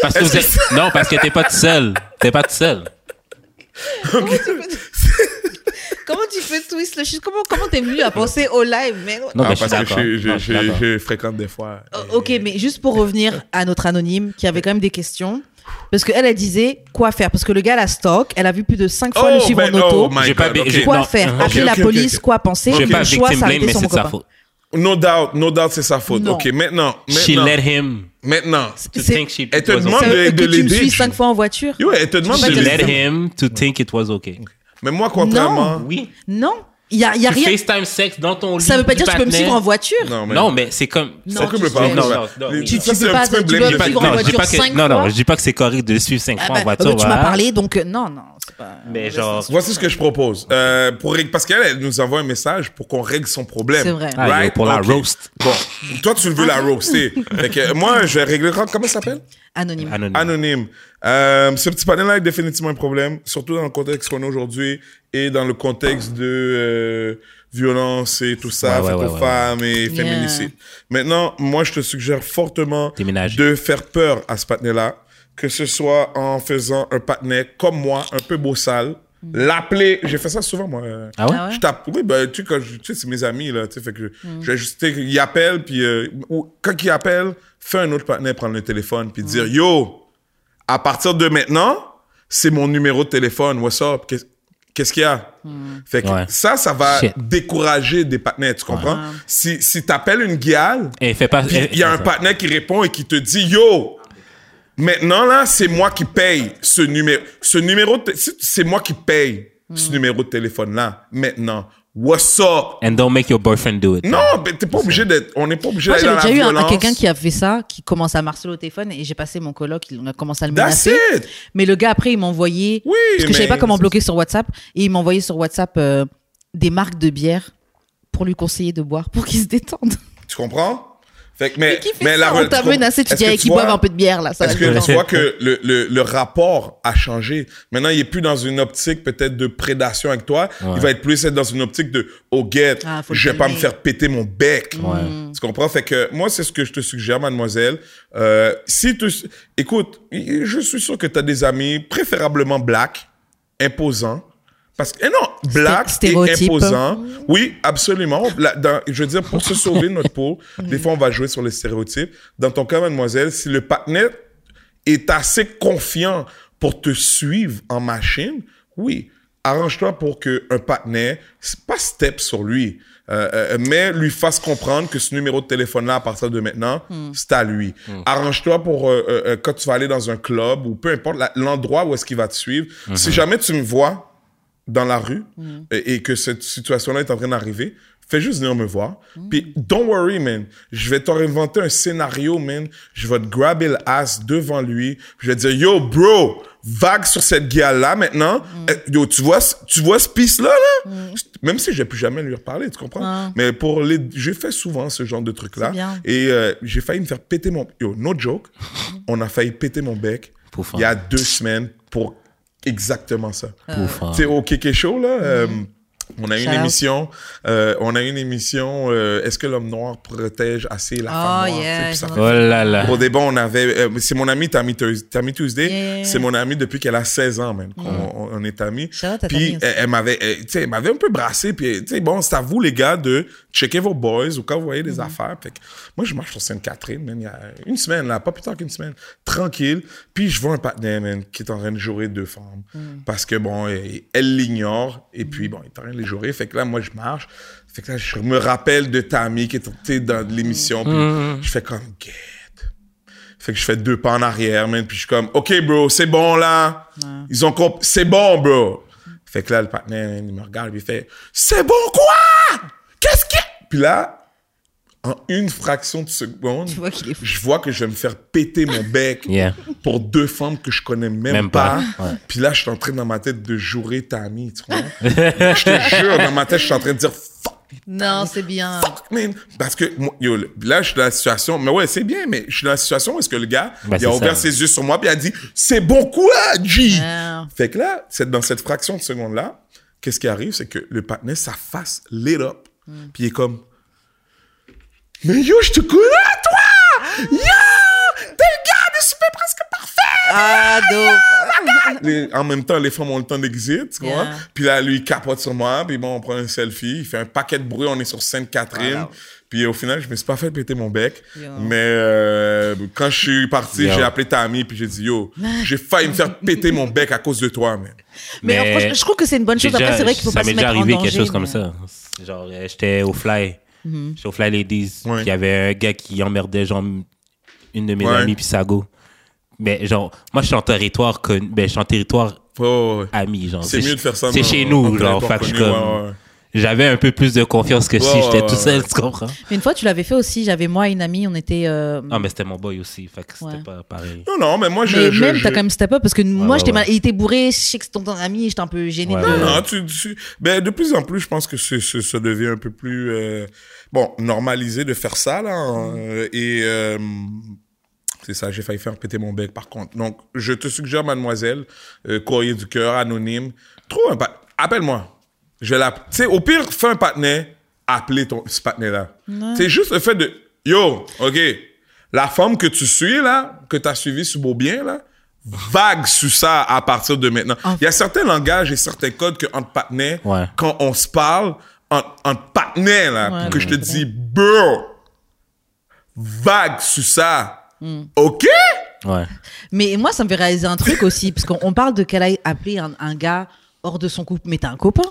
[SPEAKER 4] Parce que vous êtes- Non, parce que t'es pas tout seul. T'es pas tout seul.
[SPEAKER 3] Comment tu fais twist le shit Comment comment t'es venu à penser au live mais...
[SPEAKER 4] Non,
[SPEAKER 2] Ah,
[SPEAKER 4] mais je suis
[SPEAKER 2] parce
[SPEAKER 4] d'accord.
[SPEAKER 2] que je, je-
[SPEAKER 4] Non, je suis
[SPEAKER 2] je-
[SPEAKER 4] d'accord.
[SPEAKER 2] je fréquente des fois.
[SPEAKER 3] Oh, Ok, mais juste pour revenir à notre anonyme qui avait quand même des questions. Parce qu'elle, elle disait quoi faire. Parce que le gars la stocke, elle a vu plus de 5 fois le
[SPEAKER 2] Oh,
[SPEAKER 3] suivre
[SPEAKER 2] ben
[SPEAKER 3] en
[SPEAKER 2] non,
[SPEAKER 3] auto.
[SPEAKER 2] my
[SPEAKER 4] J'ai pas
[SPEAKER 2] God,
[SPEAKER 4] bi-
[SPEAKER 2] ok.
[SPEAKER 4] j'ai-
[SPEAKER 3] Quoi
[SPEAKER 4] non,
[SPEAKER 3] faire
[SPEAKER 4] ok,
[SPEAKER 3] Appeler
[SPEAKER 2] ok,
[SPEAKER 3] la
[SPEAKER 2] ok,
[SPEAKER 3] police
[SPEAKER 2] ok.
[SPEAKER 3] Quoi penser
[SPEAKER 4] Je vais
[SPEAKER 3] Quel
[SPEAKER 4] pas
[SPEAKER 3] choix
[SPEAKER 4] victim blame,
[SPEAKER 3] s'arrêter
[SPEAKER 4] mais
[SPEAKER 3] sur mon
[SPEAKER 4] c'est de sa
[SPEAKER 3] copain
[SPEAKER 4] faute.
[SPEAKER 2] No doubt, no doubt, c'est sa faute.
[SPEAKER 3] Non.
[SPEAKER 2] Ok, maintenant,
[SPEAKER 4] She
[SPEAKER 2] maintenant,
[SPEAKER 4] let him.
[SPEAKER 2] maintenant.
[SPEAKER 4] To
[SPEAKER 3] C'est-
[SPEAKER 4] think she-
[SPEAKER 2] Elle
[SPEAKER 4] it
[SPEAKER 2] te
[SPEAKER 4] was
[SPEAKER 2] demande
[SPEAKER 4] okay.
[SPEAKER 3] Ça veut
[SPEAKER 2] de- de
[SPEAKER 3] que tu me
[SPEAKER 2] l'aider,
[SPEAKER 3] suis
[SPEAKER 2] je-
[SPEAKER 3] 5 fois en voiture
[SPEAKER 2] Yo, elle te demande
[SPEAKER 3] pas
[SPEAKER 2] de
[SPEAKER 4] She
[SPEAKER 3] qu'elle
[SPEAKER 4] let
[SPEAKER 2] l'aider.
[SPEAKER 4] him to think it was okay.
[SPEAKER 2] Mais moi, contrairement.
[SPEAKER 4] Oui.
[SPEAKER 3] Non, il y a, il y a
[SPEAKER 4] Tu
[SPEAKER 3] rien.
[SPEAKER 4] FaceTime sexe dans ton lit.
[SPEAKER 3] Ça veut pas
[SPEAKER 4] du
[SPEAKER 3] dire que tu peux me
[SPEAKER 4] partenaire.
[SPEAKER 3] suivre en voiture.
[SPEAKER 2] Non, mais.
[SPEAKER 4] Non, mais c'est comme.
[SPEAKER 3] Non,
[SPEAKER 2] c'est
[SPEAKER 4] ça-
[SPEAKER 2] comme
[SPEAKER 3] tu
[SPEAKER 2] le
[SPEAKER 3] sais.
[SPEAKER 2] parent.
[SPEAKER 4] Non,
[SPEAKER 2] là.
[SPEAKER 4] non, non,
[SPEAKER 2] Les-
[SPEAKER 4] oui.
[SPEAKER 2] ça,
[SPEAKER 3] Tu- tu
[SPEAKER 2] c'est
[SPEAKER 3] peux
[SPEAKER 2] un
[SPEAKER 3] pas-
[SPEAKER 2] petit peu
[SPEAKER 3] tu peux
[SPEAKER 2] blame
[SPEAKER 3] pas
[SPEAKER 2] de-
[SPEAKER 3] vivre en
[SPEAKER 4] non, je dis
[SPEAKER 3] voiture
[SPEAKER 4] pas que,
[SPEAKER 3] cinq
[SPEAKER 4] non, non,
[SPEAKER 3] fois.
[SPEAKER 4] je dis pas que c'est correct de le suivre cinq
[SPEAKER 3] Ah
[SPEAKER 4] fois
[SPEAKER 3] bah,
[SPEAKER 4] en voiture. hein.
[SPEAKER 3] tu m'as
[SPEAKER 4] voilà.
[SPEAKER 3] parlé, donc euh, non, non, c'est pas.
[SPEAKER 4] Mais genre.
[SPEAKER 2] Voici ce que je propose. Euh, pour rég- Parce qu'elle, elle nous envoie un message pour qu'on règle son problème.
[SPEAKER 3] C'est vrai.
[SPEAKER 4] Ah, yo, pour la
[SPEAKER 2] Ok.
[SPEAKER 4] roast.
[SPEAKER 2] Bon, toi, tu veux la roaster. Fait que moi, je vais régler. Comment ça s'appelle?
[SPEAKER 3] Anonyme.
[SPEAKER 4] Anonyme.
[SPEAKER 2] Anonyme. Euh, ce petit panel-là est définitivement un problème, surtout dans le contexte qu'on a aujourd'hui et dans le contexte de euh, violence et tout ça,
[SPEAKER 4] Ouais, ouais,
[SPEAKER 2] faite
[SPEAKER 4] ouais,
[SPEAKER 2] aux
[SPEAKER 4] ouais,
[SPEAKER 2] femmes et
[SPEAKER 3] Yeah.
[SPEAKER 2] féminicide. Maintenant, moi, je te suggère fortement
[SPEAKER 4] Déménage.
[SPEAKER 2] de faire peur à ce panel-là, que ce soit en faisant un panel comme moi, un peu beau sale, L'appeler, j'ai fait ça souvent, moi. euh,
[SPEAKER 4] Ah ouais?
[SPEAKER 3] Ah ouais?
[SPEAKER 2] Je tape, oui, ben, tu sais, quand je- tu sais, c'est mes amis, là, tu sais, fait que je- je, juste, tu sais, ils appellent, puis euh, ou, quand ils appellent, fais un autre partenaire prendre le téléphone, puis dire, yo, à partir de maintenant, c'est mon numéro de téléphone, what's up, qu'est- qu'est-ce qu'il y a? Fait que
[SPEAKER 4] Ouais.
[SPEAKER 2] ça, ça va
[SPEAKER 4] Shit.
[SPEAKER 2] décourager des partenaires, tu comprends? Si, si t'appelles une guiale,
[SPEAKER 4] Et fait Eh, pas.
[SPEAKER 2] puis il y a un partenaire qui répond et qui te dit Yo, maintenant là, c'est moi qui paye ce numéro. Ce numéro, de té- c'est- c'est moi qui paye ce
[SPEAKER 3] Hmm.
[SPEAKER 2] numéro de téléphone là, maintenant. What's up?
[SPEAKER 4] And don't make your boyfriend do it.
[SPEAKER 2] Non, mais t'es pas obligé d'être. On n'est pas obligé
[SPEAKER 3] Moi,
[SPEAKER 2] d'être
[SPEAKER 3] j'avais
[SPEAKER 2] dans la
[SPEAKER 3] déjà eu un-
[SPEAKER 2] violence.
[SPEAKER 3] quelqu'un qui a fait ça, qui commence à marceler au téléphone, et j'ai passé mon coloc, il- on a commencé à le
[SPEAKER 2] That's
[SPEAKER 3] menacer.
[SPEAKER 2] it.
[SPEAKER 3] Mais le gars, après, il m'a envoyé,
[SPEAKER 2] Oui,
[SPEAKER 3] parce que je savais
[SPEAKER 2] mais-
[SPEAKER 3] pas comment bloquer sur WhatsApp, et il m'a envoyé sur WhatsApp euh, des marques de bière pour lui conseiller de boire, pour qu'il se détende.
[SPEAKER 2] Tu comprends? Fait que, mais,
[SPEAKER 3] Et qui fait
[SPEAKER 2] mais
[SPEAKER 3] ça,
[SPEAKER 2] la
[SPEAKER 3] on t'a
[SPEAKER 2] tu comprends-
[SPEAKER 3] menacé, tu
[SPEAKER 2] Est-ce
[SPEAKER 3] dis,
[SPEAKER 2] que
[SPEAKER 3] hey,
[SPEAKER 2] tu
[SPEAKER 3] qu'ils
[SPEAKER 2] vois-
[SPEAKER 3] boivent un peu de bière, là, ça va
[SPEAKER 2] Est-ce
[SPEAKER 3] le
[SPEAKER 2] que
[SPEAKER 3] détendre.
[SPEAKER 2] tu vois que le, le, le rapport a changé? Maintenant, il est plus dans une optique peut-être de prédation avec toi. Il va être plus être dans une optique de oh get,
[SPEAKER 3] Ah, faut le
[SPEAKER 2] je vais pas me
[SPEAKER 3] calmer.
[SPEAKER 2] faire péter mon bec. Tu comprends? Fait que moi, c'est ce que je te suggère, mademoiselle. Euh, si tu, écoute, je suis sûr que tu as des amis préférablement black, imposants. Parce que, eh non, black
[SPEAKER 3] Sté-
[SPEAKER 2] et
[SPEAKER 3] stéréotype.
[SPEAKER 2] imposant. Oui, absolument. La- dans- je veux dire, pour se sauver notre peau, des fois, on va jouer sur les stéréotypes. Dans ton cas, mademoiselle, si le partenaire est assez confiant pour te suivre en machine, oui, arrange-toi pour qu'un partenaire, c'est pas step sur lui, euh, euh, mais lui fasse comprendre que ce numéro de téléphone-là, à partir de maintenant, c'est à lui. Arrange-toi pour, euh, euh, euh, quand tu vas aller dans un club ou peu importe la- l'endroit où est-ce qu'il va te suivre, si jamais tu me vois dans la rue
[SPEAKER 3] Mm.
[SPEAKER 2] et, et que cette situation-là est en train d'arriver, fais juste venir me voir.
[SPEAKER 3] Mm.
[SPEAKER 2] Puis, don't worry, man. Je vais t'en inventer un scénario, man. Je vais te grabber le ass devant lui. Je vais te dire, yo, bro, vague sur cette gueule-là maintenant.
[SPEAKER 3] Mm.
[SPEAKER 2] Eh, Yo, tu vois, ce- tu vois ce piste-là, là? Même si je vais plus jamais lui reparler, tu comprends?
[SPEAKER 3] Ah.
[SPEAKER 2] Mais pour les, j'ai fait souvent ce genre de truc-là.
[SPEAKER 3] C'est bien.
[SPEAKER 2] Et euh, j'ai failli me faire péter mon, yo, no joke. On a failli péter mon bec
[SPEAKER 4] Pour faire.
[SPEAKER 2] il y a deux semaines pour exactement ça.
[SPEAKER 3] Ah, Euh,
[SPEAKER 4] Pouf, hein.
[SPEAKER 2] Tu sais, au Kéké Show, là, euh, on a eu une
[SPEAKER 3] Shout out.
[SPEAKER 2] émission, euh, on a eu une émission, euh, Est-ce que l'homme noir protège assez la
[SPEAKER 3] Oh,
[SPEAKER 2] femme noire?
[SPEAKER 3] yeah,
[SPEAKER 2] Tu sais, puis
[SPEAKER 3] j'en
[SPEAKER 2] ça
[SPEAKER 4] Oh là là.
[SPEAKER 2] Au débat, on avait, euh, c'est mon ami Tammy, Thurs- Tammy Tuesday,
[SPEAKER 3] Yeah. Mm.
[SPEAKER 2] c'est mon ami depuis qu'elle a 16 ans, même, qu'on- on, on est amis.
[SPEAKER 3] Shout out à Tammy
[SPEAKER 2] Puis
[SPEAKER 3] aussi.
[SPEAKER 2] elle, elle m'avait, elle, tu sais, elle m'avait un peu brassé, puis tu sais, bon, c'est à vous les gars de checker vos boys ou quand vous voyez des
[SPEAKER 3] Mm-hmm.
[SPEAKER 2] affaires. Fait que moi, je marche sur Sainte-Catherine, man, il y a une semaine, là, pas plus tard qu'une semaine, tranquille, puis je vois un partenaire, man, qui est en train de jouer deux femmes,
[SPEAKER 3] Mm.
[SPEAKER 2] parce que bon, elle elle l'ignore, et puis bon, il est en train de les jouer, fait que là, moi, je marche, fait que là, je me rappelle de Tammy qui est, tu sais, dans l'émission, puis
[SPEAKER 3] Mm-hmm.
[SPEAKER 2] je fais comme, get. Fait que je fais deux pas en arrière, man. Puis je suis comme, OK, bro, c'est bon, là. Ils ont compris. C'est bon, bro. Fait que là, le partenaire, il me regarde, puis il fait, c'est bon, quoi? Qu'est-ce que... Puis là, en une fraction de seconde,
[SPEAKER 3] vois qu'il est fou.
[SPEAKER 2] je vois que je vais me faire péter mon bec
[SPEAKER 4] Yeah.
[SPEAKER 2] pour deux femmes que je connais même,
[SPEAKER 4] Même
[SPEAKER 2] pas.
[SPEAKER 4] pas, ouais.
[SPEAKER 2] Puis là, je suis en train dans ma tête de jurer Tammy, tu comprends? je te jure, dans ma tête, je suis en train de dire, fuck,
[SPEAKER 3] Non, c'est bien.
[SPEAKER 2] fuck, man. Parce que moi, yo, le- là, je suis dans la situation. Mais ouais, c'est bien, mais je suis dans la situation où est-ce que le gars,
[SPEAKER 4] Ben,
[SPEAKER 2] il a
[SPEAKER 4] c'est
[SPEAKER 2] ouvert
[SPEAKER 4] ça.
[SPEAKER 2] ses yeux sur moi, puis il a dit C'est bon quoi, G
[SPEAKER 3] Ah.
[SPEAKER 2] Fait que là, c'est dans cette fraction de seconde-là, qu'est-ce qui arrive C'est que le partenaire, sa face lit up. Puis il est comme Mais yo, je te connais, toi Yo T'es le gars de super presque parfait
[SPEAKER 3] Ah, dope.
[SPEAKER 2] les- en même temps, les femmes ont le temps d'exit, tu vois.
[SPEAKER 3] Yeah.
[SPEAKER 2] Puis là, lui, il capote sur moi. Puis bon, on prend un selfie. Il fait un paquet de bruit. On est sur Sainte-Catherine.
[SPEAKER 3] Wow.
[SPEAKER 2] Puis au final, je me suis pas fait péter mon bec.
[SPEAKER 3] Yo.
[SPEAKER 2] Mais euh, quand je suis parti,
[SPEAKER 4] Yo.
[SPEAKER 2] j'ai appelé ta amie. Puis j'ai dit, yo, j'ai failli me faire péter mon bec à cause de toi, man.
[SPEAKER 3] Mais, alors, franchement, je trouve que c'est une bonne chose. Après, c'est vrai qu'il faut
[SPEAKER 4] ça
[SPEAKER 3] pas se
[SPEAKER 4] m'est déjà
[SPEAKER 3] mettre en
[SPEAKER 4] arrivé
[SPEAKER 3] danger.
[SPEAKER 4] quelque chose comme
[SPEAKER 3] mais- Mhm.
[SPEAKER 4] ça. C'est Genre, euh, j'étais au Fly. J'étais au Fly Ladies.
[SPEAKER 2] Ouais.
[SPEAKER 4] puis Il y avait un gars qui emmerdait, genre, une de mes
[SPEAKER 2] Ouais.
[SPEAKER 4] amies, puis Sago. Mais genre, moi, je suis en territoire, connu- ben, je suis en territoire
[SPEAKER 2] Oh, ouais.
[SPEAKER 4] ami, genre.
[SPEAKER 2] C'est mieux de faire ça,
[SPEAKER 4] C'est
[SPEAKER 2] non,
[SPEAKER 4] chez
[SPEAKER 2] en
[SPEAKER 4] nous,
[SPEAKER 2] territoire
[SPEAKER 4] genre. Fait que je suis
[SPEAKER 2] connu,
[SPEAKER 4] comme.
[SPEAKER 2] ouais, ouais.
[SPEAKER 4] J'avais un peu plus de confiance que si
[SPEAKER 2] Ouais,
[SPEAKER 4] j'étais
[SPEAKER 2] ouais,
[SPEAKER 4] tout seul,
[SPEAKER 2] ouais.
[SPEAKER 4] tu comprends?
[SPEAKER 3] Mais une fois, tu l'avais fait aussi. J'avais moi et une amie, on était. euh,
[SPEAKER 4] Non, mais c'était mon boy aussi. Fait que c'était
[SPEAKER 3] Ouais.
[SPEAKER 4] pas pareil.
[SPEAKER 2] Non, non, mais moi, je.
[SPEAKER 3] mais
[SPEAKER 2] je-
[SPEAKER 3] même,
[SPEAKER 2] je-
[SPEAKER 3] t'as quand même step up parce que moi,
[SPEAKER 4] ouais,
[SPEAKER 3] j'étais
[SPEAKER 4] ouais.
[SPEAKER 3] mal- il était bourré. Je sais que c'est ton, ton ami, j'étais un peu gêné.
[SPEAKER 4] Ouais,
[SPEAKER 3] de-
[SPEAKER 4] ouais.
[SPEAKER 2] Non, tu, tu- ben, de plus en plus, je pense que ce- ce- ça devient un peu plus euh, bon normalisé de faire ça là. hein, euh, Et euh, c'est ça, j'ai failli faire péter mon bec par contre. Donc, je te suggère, mademoiselle, euh, courrier du cœur, anonyme, trouve un pa- appelle-moi. Je la, tu sais, au pire, fais un partenaire, appelez ton ce partenaire là. C'est juste le fait de yo, ok, la femme que tu suis là, que t'as suivie sur Beaubien là, vague sur ça à partir de maintenant. Il y a certains langages et certains codes que entre partenaires,
[SPEAKER 4] Ouais.
[SPEAKER 2] quand on se parle, entre, entre partenaires, là,
[SPEAKER 3] Ouais,
[SPEAKER 2] que je te
[SPEAKER 3] ouais.
[SPEAKER 2] dis, bro, vague sur ça.
[SPEAKER 3] Hmm.
[SPEAKER 2] OK?
[SPEAKER 4] Ouais.
[SPEAKER 3] Mais moi, ça me fait réaliser un truc aussi, parce qu'on on parle de qu'elle a appelé un, un gars hors de son couple, mais t'as un copain.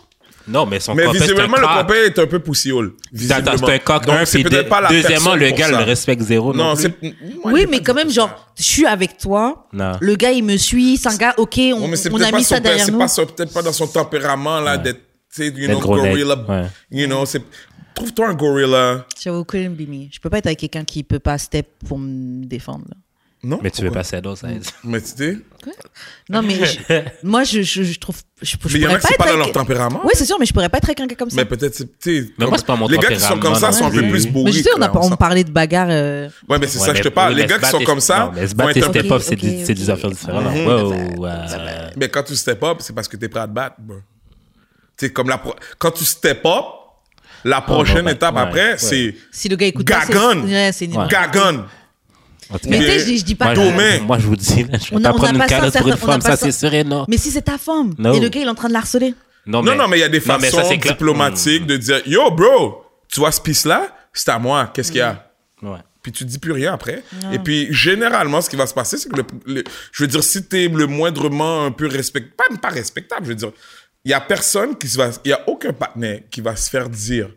[SPEAKER 4] Non, mais son
[SPEAKER 2] Mais
[SPEAKER 4] contexte, c'est un
[SPEAKER 2] visiblement, le
[SPEAKER 4] coq.
[SPEAKER 2] copain est un peu poussiole.
[SPEAKER 4] T'as- t'as- C'est un coq,
[SPEAKER 2] Donc,
[SPEAKER 4] un,
[SPEAKER 2] c'est
[SPEAKER 4] puis
[SPEAKER 2] peut-être
[SPEAKER 4] deux-
[SPEAKER 2] pas la
[SPEAKER 4] deuxièmement,
[SPEAKER 2] personne
[SPEAKER 4] le
[SPEAKER 2] pour
[SPEAKER 4] gars
[SPEAKER 2] ça.
[SPEAKER 4] le respecte zéro. Non,
[SPEAKER 2] Non,
[SPEAKER 4] plus.
[SPEAKER 2] c'est.
[SPEAKER 3] oui, mais quand même, genre, je suis avec toi,
[SPEAKER 4] Non.
[SPEAKER 3] le gars, il me suit, c'est un gars, ok, on,
[SPEAKER 2] Ouais, mais c'est
[SPEAKER 3] on
[SPEAKER 2] peut-être
[SPEAKER 3] a
[SPEAKER 2] pas
[SPEAKER 3] mis
[SPEAKER 2] son
[SPEAKER 3] ça
[SPEAKER 2] père,
[SPEAKER 3] derrière
[SPEAKER 2] c'est
[SPEAKER 3] nous.
[SPEAKER 2] pas son- peut-être pas dans son tempérament là d'être tu sais, you know
[SPEAKER 4] gros nec,
[SPEAKER 2] gorilla
[SPEAKER 4] ouais.
[SPEAKER 2] you know c'est trouve-toi un gorilla
[SPEAKER 3] J'avoue, couldn't be me. Je peux pas être avec quelqu'un qui peut pas step pour me défendre. là.
[SPEAKER 2] non
[SPEAKER 4] Mais tu veux
[SPEAKER 2] pourquoi?
[SPEAKER 4] passer à d'autres. ça-
[SPEAKER 2] mais tu sais
[SPEAKER 3] Non, mais je- moi, je, je, je trouve. Je, je
[SPEAKER 2] mais il y en
[SPEAKER 3] pourrais
[SPEAKER 2] a qui
[SPEAKER 3] pas
[SPEAKER 2] c'est
[SPEAKER 3] être
[SPEAKER 2] pas dans
[SPEAKER 3] avec-
[SPEAKER 2] leur tempérament
[SPEAKER 3] Oui, c'est sûr, mais je pourrais pas être avec un gars comme ça.
[SPEAKER 2] mais peut-être c'est tu sais,
[SPEAKER 4] Mais moi, c'est pas mon
[SPEAKER 2] les gars qui sont comme ça
[SPEAKER 4] tempérament
[SPEAKER 2] sont un peu
[SPEAKER 4] non plus.
[SPEAKER 2] plus
[SPEAKER 4] Mais
[SPEAKER 2] bourrés
[SPEAKER 3] mais je sais, on, a,
[SPEAKER 2] là,
[SPEAKER 3] pas- on
[SPEAKER 2] ensemble.
[SPEAKER 3] parlait de bagarre. euh,
[SPEAKER 2] ouais mais c'est
[SPEAKER 4] Ouais,
[SPEAKER 2] ça
[SPEAKER 4] mais-
[SPEAKER 2] je te parle
[SPEAKER 4] oui,
[SPEAKER 2] les
[SPEAKER 4] mais
[SPEAKER 2] gars
[SPEAKER 4] se
[SPEAKER 2] qui sont
[SPEAKER 4] battre,
[SPEAKER 2] comme ça
[SPEAKER 4] Non, mais se
[SPEAKER 2] vont
[SPEAKER 4] battre et
[SPEAKER 2] être un peu-
[SPEAKER 4] step up, c'est
[SPEAKER 3] Ok,
[SPEAKER 4] des- c'est
[SPEAKER 3] ok,
[SPEAKER 4] des affaires
[SPEAKER 3] ok.
[SPEAKER 4] différentes.
[SPEAKER 3] Mhm.
[SPEAKER 4] Wow, euh,
[SPEAKER 2] mais quand tu step up c'est parce que t'es prêt à te battre bro. tu sais comme la pro- quand tu step up la prochaine
[SPEAKER 4] bah,
[SPEAKER 2] étape
[SPEAKER 4] ouais,
[SPEAKER 2] après
[SPEAKER 4] ouais.
[SPEAKER 2] c'est
[SPEAKER 3] Si le gars écoute pas, c'est-
[SPEAKER 2] Gagonne.
[SPEAKER 3] Ouais, c'est une-
[SPEAKER 4] Ouais.
[SPEAKER 2] gagonne
[SPEAKER 4] en tout
[SPEAKER 3] Mais
[SPEAKER 4] cas,
[SPEAKER 3] tu sais, je, je dis pas.
[SPEAKER 4] moi,
[SPEAKER 3] que-
[SPEAKER 2] Domaine.
[SPEAKER 4] je- Moi, je vous dis, là, je
[SPEAKER 3] On a- on
[SPEAKER 4] vais
[SPEAKER 3] a
[SPEAKER 4] t'apprendre une
[SPEAKER 3] pas ça,
[SPEAKER 4] carotte pour
[SPEAKER 3] certains-
[SPEAKER 4] une
[SPEAKER 3] on a
[SPEAKER 4] femme,
[SPEAKER 3] pas
[SPEAKER 4] ça,
[SPEAKER 3] ça.
[SPEAKER 4] c'est sûr et non.
[SPEAKER 3] Mais si c'est ta femme
[SPEAKER 4] No.
[SPEAKER 3] et le gars, il est en train de la harceler.
[SPEAKER 2] Non, non, mais il y a des
[SPEAKER 4] Non, mais ça,
[SPEAKER 2] façons
[SPEAKER 4] c'est clair. Mm.
[SPEAKER 2] diplomatiques de dire Yo, bro, tu vois ce piste-là C'est à moi, qu'est-ce qu'il y a
[SPEAKER 4] Ouais.
[SPEAKER 2] Puis tu dis plus rien après. Et puis, généralement, ce qui va se passer, c'est que le, le- Je veux dire, si t'es le moindrement un peu respectable, pas, pas respectable, je veux dire, il y a personne qui se va. Il y a aucun partenaire qui va se faire dire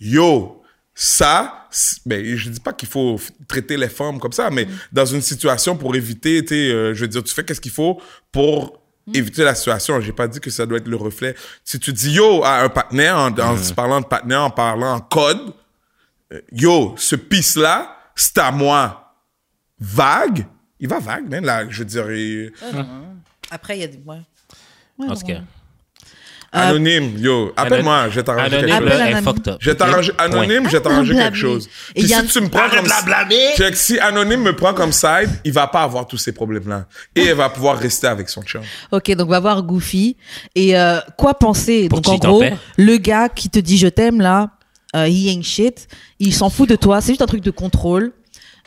[SPEAKER 2] Yo, ça. c'est- Ben, je dis pas qu'il faut f- traiter les femmes comme ça, mais dans une situation pour éviter, tu sais, euh, je veux dire, tu fais qu'est-ce qu'il faut pour éviter la situation. J'ai pas dit que ça doit être le reflet. Si tu dis yo à un partenaire en, en se parlant de partenaire, en parlant en code, euh, yo, ce pisse là, c'est à moi. Vague, il va vague, même là, je dirais
[SPEAKER 3] Euh, Après, il y a des. Ouais. Ouais,
[SPEAKER 4] En
[SPEAKER 3] non.
[SPEAKER 4] tout cas,
[SPEAKER 2] anonyme, yo, appelle-moi, je vais t'arranger quelque
[SPEAKER 4] anonyme,
[SPEAKER 3] Appelle
[SPEAKER 2] chose.
[SPEAKER 4] elle est
[SPEAKER 3] Ah, anonyme.
[SPEAKER 4] fucked up.
[SPEAKER 2] Je vais t'arranger
[SPEAKER 4] Point.
[SPEAKER 2] anonyme, je vais t'arranger
[SPEAKER 3] Blablabla.
[SPEAKER 2] quelque chose.
[SPEAKER 3] Et
[SPEAKER 2] Puis
[SPEAKER 3] y a-
[SPEAKER 2] si tu me prends comme Fait que si anonyme me prend comme side, il va pas avoir tous ces problèmes là et elle va pouvoir rester avec son chum.
[SPEAKER 3] Ok, donc on va voir Goofy. Et euh, quoi penser
[SPEAKER 4] Pour
[SPEAKER 3] Donc en
[SPEAKER 4] qui t'en
[SPEAKER 3] gros,
[SPEAKER 4] paie
[SPEAKER 3] le gars qui te dit je t'aime là, euh, he ain't shit. Il s'en fout de toi. C'est juste un truc de contrôle.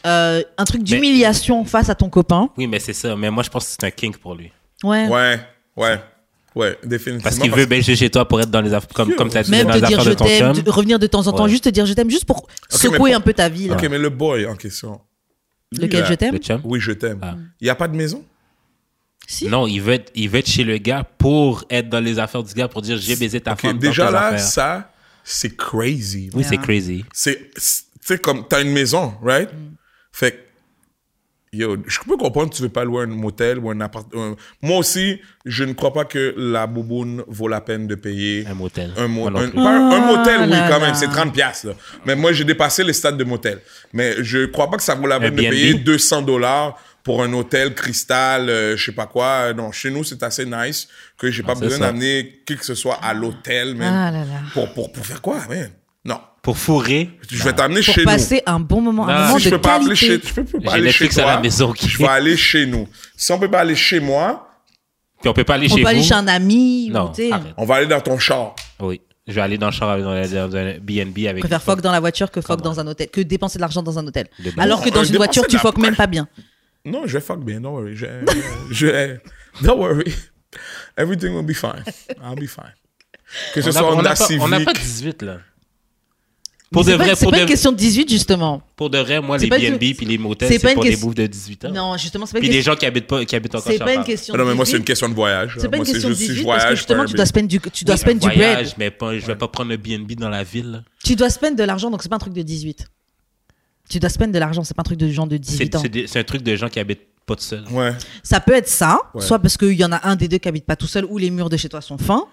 [SPEAKER 3] euh, un truc d'humiliation face à ton copain.
[SPEAKER 4] Oui, mais c'est ça. Mais moi, je pense que c'est un kink pour lui.
[SPEAKER 3] Ouais.
[SPEAKER 2] Ouais, ouais. Ouais, définitivement.
[SPEAKER 4] Parce qu'il veut belger chez toi pour être dans les affaires, comme, comme t'as dit,
[SPEAKER 3] Même
[SPEAKER 4] dans
[SPEAKER 3] te
[SPEAKER 4] les
[SPEAKER 3] dire
[SPEAKER 4] affaires
[SPEAKER 3] je
[SPEAKER 4] de ton
[SPEAKER 3] t'aime,
[SPEAKER 4] chum.
[SPEAKER 3] de- revenir de temps en temps,
[SPEAKER 4] Ouais.
[SPEAKER 3] juste te dire je t'aime, juste pour
[SPEAKER 2] mais
[SPEAKER 3] secouer
[SPEAKER 2] pour-
[SPEAKER 3] un peu ta vie. là.
[SPEAKER 2] Ok, mais le boy en question. lui,
[SPEAKER 3] Lequel
[SPEAKER 2] là,
[SPEAKER 3] je t'aime
[SPEAKER 4] Le chum?
[SPEAKER 2] Oui, je t'aime.
[SPEAKER 4] Ah.
[SPEAKER 2] Il n'y a pas de maison?
[SPEAKER 3] Si.
[SPEAKER 4] Non, il veut, être, il veut être chez le gars pour être dans les affaires du gars pour dire j'ai baisé ta
[SPEAKER 2] Ok,
[SPEAKER 4] femme. dans
[SPEAKER 2] déjà
[SPEAKER 4] tes
[SPEAKER 2] là,
[SPEAKER 4] affaires.
[SPEAKER 2] ça, c'est crazy.
[SPEAKER 4] Oui, c'est
[SPEAKER 3] Ouais.
[SPEAKER 4] crazy.
[SPEAKER 2] C'est, c'est- tu sais, comme, t'as une maison, right?
[SPEAKER 3] Mm.
[SPEAKER 2] Fait que, yo, je peux comprendre que tu veux pas louer un motel ou un appart. un- Moi aussi, je ne crois pas que la bouboune vaut la peine de payer.
[SPEAKER 4] Un motel.
[SPEAKER 2] Un, mo-
[SPEAKER 4] Moi non
[SPEAKER 2] un-
[SPEAKER 4] plus.
[SPEAKER 2] pas un- un motel, oui,
[SPEAKER 3] Oh là
[SPEAKER 2] quand
[SPEAKER 3] là.
[SPEAKER 2] même, c'est 30 piastres. là. Mais moi, j'ai dépassé les stades de motel. Mais je crois pas que ça vaut la peine de
[SPEAKER 4] Airbnb?
[SPEAKER 2] payer 200 dollars pour un hôtel cristal, euh, je sais pas quoi. Non, chez nous, c'est assez nice que j'ai pas
[SPEAKER 4] Ah, c'est
[SPEAKER 2] besoin
[SPEAKER 4] ça.
[SPEAKER 2] d'amener qui que ce soit à l'hôtel, man.
[SPEAKER 3] Ah là là.
[SPEAKER 2] Pour, pour, pour faire quoi, man? Non.
[SPEAKER 4] Pour fourrer.
[SPEAKER 2] Je vais t'amener
[SPEAKER 3] Pour
[SPEAKER 2] chez nous.
[SPEAKER 3] passer un bon moment,
[SPEAKER 4] Non.
[SPEAKER 3] un moment
[SPEAKER 2] Si je
[SPEAKER 3] de
[SPEAKER 2] peux pas appeler chez,
[SPEAKER 3] qualité.
[SPEAKER 2] je peux, peux
[SPEAKER 4] J'ai
[SPEAKER 2] pas aller chez
[SPEAKER 4] Netflix à
[SPEAKER 2] toi.
[SPEAKER 4] la maison qui-
[SPEAKER 2] Je vais aller chez nous. Si on peut pas aller chez moi,
[SPEAKER 4] Puis on peut pas aller
[SPEAKER 3] On
[SPEAKER 4] chez
[SPEAKER 3] peut aller
[SPEAKER 4] vous.
[SPEAKER 3] chez un ami.
[SPEAKER 4] Non,
[SPEAKER 3] ou, tu sais,
[SPEAKER 4] arrête.
[SPEAKER 2] on va aller dans ton char.
[SPEAKER 4] Oui. Je vais aller dans le char, avec- dans, la- dans un BNB avec.
[SPEAKER 3] Je préfère fuck dans la voiture que fuck dans un hôtel, que dépenser de l'argent dans un hôtel. Alors que
[SPEAKER 2] Euh,
[SPEAKER 3] dans une
[SPEAKER 2] dépenser
[SPEAKER 3] voiture,
[SPEAKER 2] de
[SPEAKER 3] tu
[SPEAKER 2] la-
[SPEAKER 3] fuck même pas bien.
[SPEAKER 2] Non, je vais fuck bien, don't worry. Je, je, don't worry. Everything will be fine. I'll be fine. Que ce
[SPEAKER 4] On a-
[SPEAKER 2] soit
[SPEAKER 4] on
[SPEAKER 2] Honda
[SPEAKER 4] a pas-
[SPEAKER 2] Civic.
[SPEAKER 4] On n'a pas 18, là. Pour de
[SPEAKER 3] C'est pas,
[SPEAKER 4] vrai,
[SPEAKER 3] c'est
[SPEAKER 4] pour
[SPEAKER 3] pas
[SPEAKER 4] de-
[SPEAKER 3] une question de 18, justement.
[SPEAKER 4] pour de vrai, moi,
[SPEAKER 3] C'est
[SPEAKER 4] les
[SPEAKER 3] pas une-
[SPEAKER 4] BNB puis les motels,
[SPEAKER 3] c'est pas une
[SPEAKER 4] c'est pour des
[SPEAKER 3] question-
[SPEAKER 4] bouffes de 18 ans.
[SPEAKER 3] Non, justement, c'est pas une
[SPEAKER 4] Puis des
[SPEAKER 3] question.
[SPEAKER 4] gens qui habitent pas, qui habitent encore
[SPEAKER 3] C'est
[SPEAKER 4] chez
[SPEAKER 3] pas une
[SPEAKER 4] leurs
[SPEAKER 3] question.
[SPEAKER 2] Ah non, mais moi,
[SPEAKER 3] de
[SPEAKER 2] c'est une
[SPEAKER 3] 18.
[SPEAKER 2] question de voyage.
[SPEAKER 3] C'est pas une
[SPEAKER 2] Moi,
[SPEAKER 3] question de
[SPEAKER 2] juste si
[SPEAKER 3] 18
[SPEAKER 2] je
[SPEAKER 3] parce que
[SPEAKER 2] voyage,
[SPEAKER 3] justement,
[SPEAKER 2] je
[SPEAKER 3] tu
[SPEAKER 2] peux
[SPEAKER 3] dois spend du, tu dois
[SPEAKER 4] parents.
[SPEAKER 3] spend
[SPEAKER 4] Oui,
[SPEAKER 3] du
[SPEAKER 4] un voyage,
[SPEAKER 3] bread.
[SPEAKER 4] mais pas- je vais pas prendre le BNB dans la ville.
[SPEAKER 3] Tu dois spend de l'argent, donc c'est pas un truc de 18. Tu dois spend de l'argent, c'est pas un truc de gens de
[SPEAKER 4] C'est
[SPEAKER 3] 18 ans.
[SPEAKER 4] c'est des- c'est un truc de gens qui habitent pas tout seuls.
[SPEAKER 2] Ouais.
[SPEAKER 3] Ça peut être ça,
[SPEAKER 2] Ouais.
[SPEAKER 3] soit parce qu'il y en a un des deux qui habite pas tout seul ou les murs de chez toi sont fins,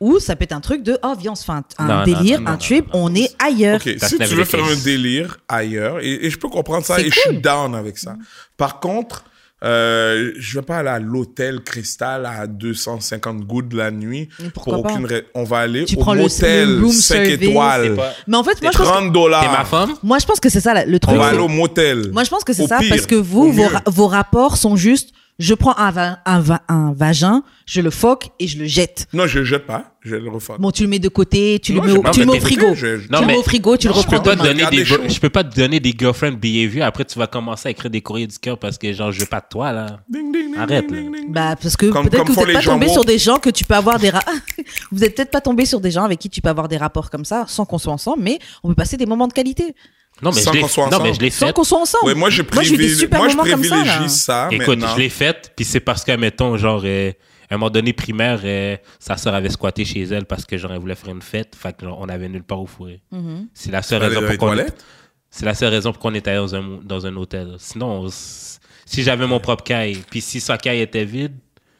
[SPEAKER 3] ou ça peut être un truc de oh viens on se fait un, un
[SPEAKER 4] Non, non,
[SPEAKER 3] délire,
[SPEAKER 4] non, non,
[SPEAKER 3] un
[SPEAKER 4] non,
[SPEAKER 3] trip,
[SPEAKER 4] non, non.
[SPEAKER 3] on est ailleurs.
[SPEAKER 2] Ok,
[SPEAKER 4] That's
[SPEAKER 2] si tu
[SPEAKER 4] never
[SPEAKER 2] veux
[SPEAKER 4] the
[SPEAKER 2] faire un
[SPEAKER 4] case.
[SPEAKER 2] délire ailleurs, et, et je peux comprendre ça, et
[SPEAKER 3] C'est
[SPEAKER 2] je suis down avec ça. Par contre, euh, je vais pas aller à l'hôtel Cristal à 250 gouttes la nuit.
[SPEAKER 3] Mais
[SPEAKER 2] Pour
[SPEAKER 3] pourquoi pas?
[SPEAKER 2] aucune raison. On va aller
[SPEAKER 3] Tu
[SPEAKER 2] au
[SPEAKER 3] prends le- le
[SPEAKER 2] motel
[SPEAKER 3] room
[SPEAKER 2] 5
[SPEAKER 3] service.
[SPEAKER 2] étoiles.
[SPEAKER 4] C'est pas-
[SPEAKER 3] Mais en fait, moi je, pense que,
[SPEAKER 2] 30
[SPEAKER 4] T'es ma
[SPEAKER 2] dollars.
[SPEAKER 4] femme?
[SPEAKER 3] moi je pense que c'est ça la- le
[SPEAKER 2] On
[SPEAKER 3] truc.
[SPEAKER 2] va
[SPEAKER 3] c'est-
[SPEAKER 2] aller au motel.
[SPEAKER 3] Moi je pense que c'est
[SPEAKER 2] Au
[SPEAKER 3] ça
[SPEAKER 2] pire,
[SPEAKER 3] parce que
[SPEAKER 2] au
[SPEAKER 3] vous, vos,
[SPEAKER 2] mieux.
[SPEAKER 3] ra- vos rapports sont juste je prends un, va- un, va- un vagin, je le foque et je le jette.
[SPEAKER 2] Non, je jette pas. Je le refais.
[SPEAKER 3] Bon, tu le mets de côté, tu
[SPEAKER 2] Non,
[SPEAKER 3] le mets
[SPEAKER 2] je-
[SPEAKER 3] au,
[SPEAKER 2] non,
[SPEAKER 3] tu le
[SPEAKER 4] mais
[SPEAKER 3] mets au
[SPEAKER 4] t'es-
[SPEAKER 3] frigo.
[SPEAKER 2] je- je-
[SPEAKER 3] tu
[SPEAKER 4] Non,
[SPEAKER 3] le mets
[SPEAKER 4] mais-
[SPEAKER 3] au frigo, tu le
[SPEAKER 2] Non,
[SPEAKER 4] Je peux
[SPEAKER 3] reprends.
[SPEAKER 4] pas te
[SPEAKER 2] Regarde
[SPEAKER 4] donner
[SPEAKER 2] des
[SPEAKER 4] des,
[SPEAKER 2] choses.
[SPEAKER 4] je peux pas te donner des girlfriend behavior. Après, tu vas commencer à écrire des courriers du cœur parce que genre, je veux pas de toi, là.
[SPEAKER 2] Ding, ding, ding, ding,
[SPEAKER 4] Arrête,
[SPEAKER 2] ding,
[SPEAKER 4] là.
[SPEAKER 2] ding, ding.
[SPEAKER 3] Bah, parce que
[SPEAKER 2] Comme-
[SPEAKER 3] peut-être
[SPEAKER 2] comme
[SPEAKER 3] que vous
[SPEAKER 2] font
[SPEAKER 3] n'êtes
[SPEAKER 2] les
[SPEAKER 3] pas
[SPEAKER 2] gens
[SPEAKER 3] tombé
[SPEAKER 2] woke.
[SPEAKER 3] sur des gens que tu peux avoir des. ra- vous n'êtes peut-être pas tombé sur des gens avec qui tu peux avoir des rapports comme ça sans qu'on soit ensemble, mais on peut passer des moments de qualité
[SPEAKER 4] Non, mais
[SPEAKER 2] Sans
[SPEAKER 4] je l'ai-
[SPEAKER 2] qu'on soit
[SPEAKER 4] non, mais
[SPEAKER 2] ensemble.
[SPEAKER 4] je l'ai
[SPEAKER 3] sans
[SPEAKER 4] faite.
[SPEAKER 3] qu'on soit ensemble.
[SPEAKER 2] Ouais, moi, je
[SPEAKER 3] j'ai eu des
[SPEAKER 2] privilégie,
[SPEAKER 3] super
[SPEAKER 2] moi, je
[SPEAKER 3] moments comme ça, là.
[SPEAKER 2] privilégie ça,
[SPEAKER 4] Écoute,
[SPEAKER 2] Ah, maintenant.
[SPEAKER 4] je l'ai faite, puis c'est parce que, mettons, genre, euh, à un moment donné primaire, euh, sa sœur avait squatté chez elle parce que, genre, elle voulait faire une fête, fait que, genre, on avait nulle part où fourrer.
[SPEAKER 3] Mm-hmm.
[SPEAKER 4] C'est la seule
[SPEAKER 2] Aller
[SPEAKER 4] raison
[SPEAKER 2] dans
[SPEAKER 4] pour
[SPEAKER 2] les
[SPEAKER 4] qu'on
[SPEAKER 2] toilettes?
[SPEAKER 4] C'est la seule raison pour qu'on était allé dans un, dans un hôtel. Sinon, on s- si j'avais mon propre caille, puis si sa caille était vide,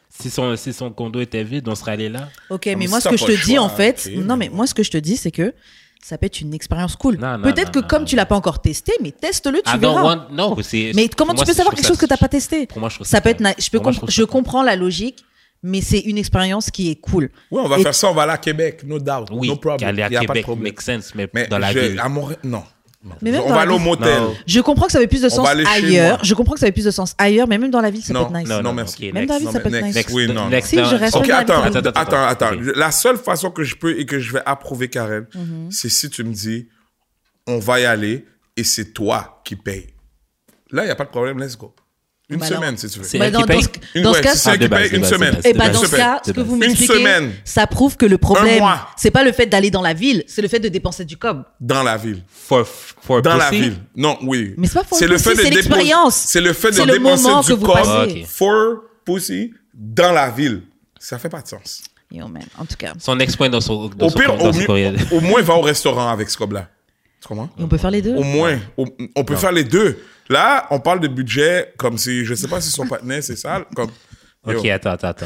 [SPEAKER 4] si son, si son condo était vide, on serait allé là.
[SPEAKER 3] Ok,
[SPEAKER 2] Ah,
[SPEAKER 3] mais
[SPEAKER 2] mais
[SPEAKER 3] moi,
[SPEAKER 2] si
[SPEAKER 3] ce
[SPEAKER 2] t'as
[SPEAKER 3] que je
[SPEAKER 2] pas
[SPEAKER 3] te
[SPEAKER 2] le
[SPEAKER 3] dis,
[SPEAKER 2] choix,
[SPEAKER 3] en fait,
[SPEAKER 2] ok,
[SPEAKER 3] non,
[SPEAKER 2] mais
[SPEAKER 3] mais moi, ce que je te dis, c'est que ça peut être une expérience cool.
[SPEAKER 4] Non, non,
[SPEAKER 3] Peut-être
[SPEAKER 4] non,
[SPEAKER 3] que
[SPEAKER 4] non,
[SPEAKER 3] comme
[SPEAKER 4] non,
[SPEAKER 3] tu
[SPEAKER 4] non.
[SPEAKER 3] l'as pas encore testé, mais teste-le, tu
[SPEAKER 4] I don't
[SPEAKER 3] verras.
[SPEAKER 4] want- non, c'est-
[SPEAKER 3] Mais comment
[SPEAKER 4] pour moi,
[SPEAKER 3] tu peux
[SPEAKER 4] c'est-
[SPEAKER 3] savoir
[SPEAKER 4] je
[SPEAKER 3] quelque
[SPEAKER 4] trouve
[SPEAKER 3] chose que
[SPEAKER 4] ça-
[SPEAKER 3] t'as pas testé
[SPEAKER 4] Pour moi, je trouve
[SPEAKER 3] Ça peut être, na- je peux,
[SPEAKER 4] pour moi,
[SPEAKER 3] compre-
[SPEAKER 4] je trouve
[SPEAKER 3] je
[SPEAKER 4] ça-
[SPEAKER 3] comprends la logique, mais c'est une expérience qui est cool.
[SPEAKER 2] Oui, on va
[SPEAKER 3] Et-
[SPEAKER 2] faire ça, on va aller à Québec, no doubt.
[SPEAKER 4] Oui,
[SPEAKER 2] no problem.
[SPEAKER 4] qu'aller à
[SPEAKER 2] Il y a pas de
[SPEAKER 4] Québec
[SPEAKER 2] problème.
[SPEAKER 4] make sense, mais,
[SPEAKER 2] Mais
[SPEAKER 4] dans la
[SPEAKER 2] je- ah,
[SPEAKER 4] ville.
[SPEAKER 2] à Montréal, non.
[SPEAKER 3] Mais même
[SPEAKER 2] on
[SPEAKER 3] dans
[SPEAKER 2] va
[SPEAKER 3] la
[SPEAKER 2] aller au
[SPEAKER 3] ville-
[SPEAKER 2] motel.
[SPEAKER 4] Non.
[SPEAKER 3] Je comprends que ça avait plus de sens
[SPEAKER 2] va aller chez
[SPEAKER 3] ailleurs.
[SPEAKER 2] moi.
[SPEAKER 3] Je comprends que ça avait plus de sens ailleurs, mais même dans la ville, ça
[SPEAKER 2] Non,
[SPEAKER 3] peut être nice.
[SPEAKER 2] non,
[SPEAKER 4] ok,
[SPEAKER 2] merci.
[SPEAKER 4] next. euh,
[SPEAKER 3] Même dans la ville, ça peut être
[SPEAKER 2] next,
[SPEAKER 3] nice.
[SPEAKER 2] oui, non, non.
[SPEAKER 3] Si, je reste
[SPEAKER 2] Ok,
[SPEAKER 3] Attends,
[SPEAKER 2] attends,
[SPEAKER 3] attends,
[SPEAKER 2] attends,
[SPEAKER 4] attends,
[SPEAKER 2] attends,
[SPEAKER 4] attends.
[SPEAKER 2] Je- La seule façon que je peux et que je vais approuver Karen,
[SPEAKER 3] Mhm.
[SPEAKER 2] c'est si tu me dis, on va y aller et c'est toi qui paye. Là, il n'y a pas de problème, let's go. Une
[SPEAKER 3] Bah non.
[SPEAKER 2] semaine, si tu veux.
[SPEAKER 4] C'est-
[SPEAKER 3] Mais
[SPEAKER 4] elle
[SPEAKER 3] dans,
[SPEAKER 4] qui
[SPEAKER 3] dans
[SPEAKER 4] paye.
[SPEAKER 3] ce, dans ce
[SPEAKER 2] Ouais,
[SPEAKER 3] cas,
[SPEAKER 2] si c'est elle
[SPEAKER 4] Ah, de
[SPEAKER 2] qui
[SPEAKER 4] base,
[SPEAKER 2] paye
[SPEAKER 4] de
[SPEAKER 2] une
[SPEAKER 4] base,
[SPEAKER 2] semaine.
[SPEAKER 4] de
[SPEAKER 3] Eh
[SPEAKER 4] base.
[SPEAKER 3] ben
[SPEAKER 2] Une
[SPEAKER 3] dans ce
[SPEAKER 2] semaine.
[SPEAKER 3] cas, ce
[SPEAKER 4] De
[SPEAKER 3] que vous
[SPEAKER 2] base.
[SPEAKER 3] m'expliquez,
[SPEAKER 2] Une semaine.
[SPEAKER 3] ça prouve que le problème,
[SPEAKER 2] mois.
[SPEAKER 3] c'est pas le fait d'aller dans la ville, c'est le fait de dépenser du cob.
[SPEAKER 2] Dans la ville.
[SPEAKER 4] For, for
[SPEAKER 2] Dans la
[SPEAKER 4] pussy?
[SPEAKER 2] ville. Non, oui.
[SPEAKER 3] Mais c'est pas for
[SPEAKER 2] le
[SPEAKER 3] pussy,
[SPEAKER 2] fait de
[SPEAKER 3] c'est
[SPEAKER 2] déposer-
[SPEAKER 3] l'expérience.
[SPEAKER 2] C'est le fait
[SPEAKER 3] C'est
[SPEAKER 2] de
[SPEAKER 3] le
[SPEAKER 2] dépenser
[SPEAKER 3] moment
[SPEAKER 2] du
[SPEAKER 3] que vous
[SPEAKER 2] corps
[SPEAKER 3] passez.
[SPEAKER 4] Ah, Ok.
[SPEAKER 2] for pussy dans la ville. Ça fait pas de sens.
[SPEAKER 3] Yo, man, en tout cas,
[SPEAKER 4] Son ex-point dans son, dans
[SPEAKER 2] Au
[SPEAKER 4] son-
[SPEAKER 2] pire,
[SPEAKER 4] dans
[SPEAKER 2] au,
[SPEAKER 4] son
[SPEAKER 2] mieux-
[SPEAKER 4] courriel.
[SPEAKER 2] au moins, va au restaurant avec ce cob-là. Tu comprends?
[SPEAKER 3] on peut faire les deux.
[SPEAKER 2] Au moins, au- on peut faire les deux. Là, on parle de budget comme si, je sais pas si son partenaire, c'est ça. Comme,
[SPEAKER 4] Ok,
[SPEAKER 2] Yo.
[SPEAKER 4] attends, attends, attends.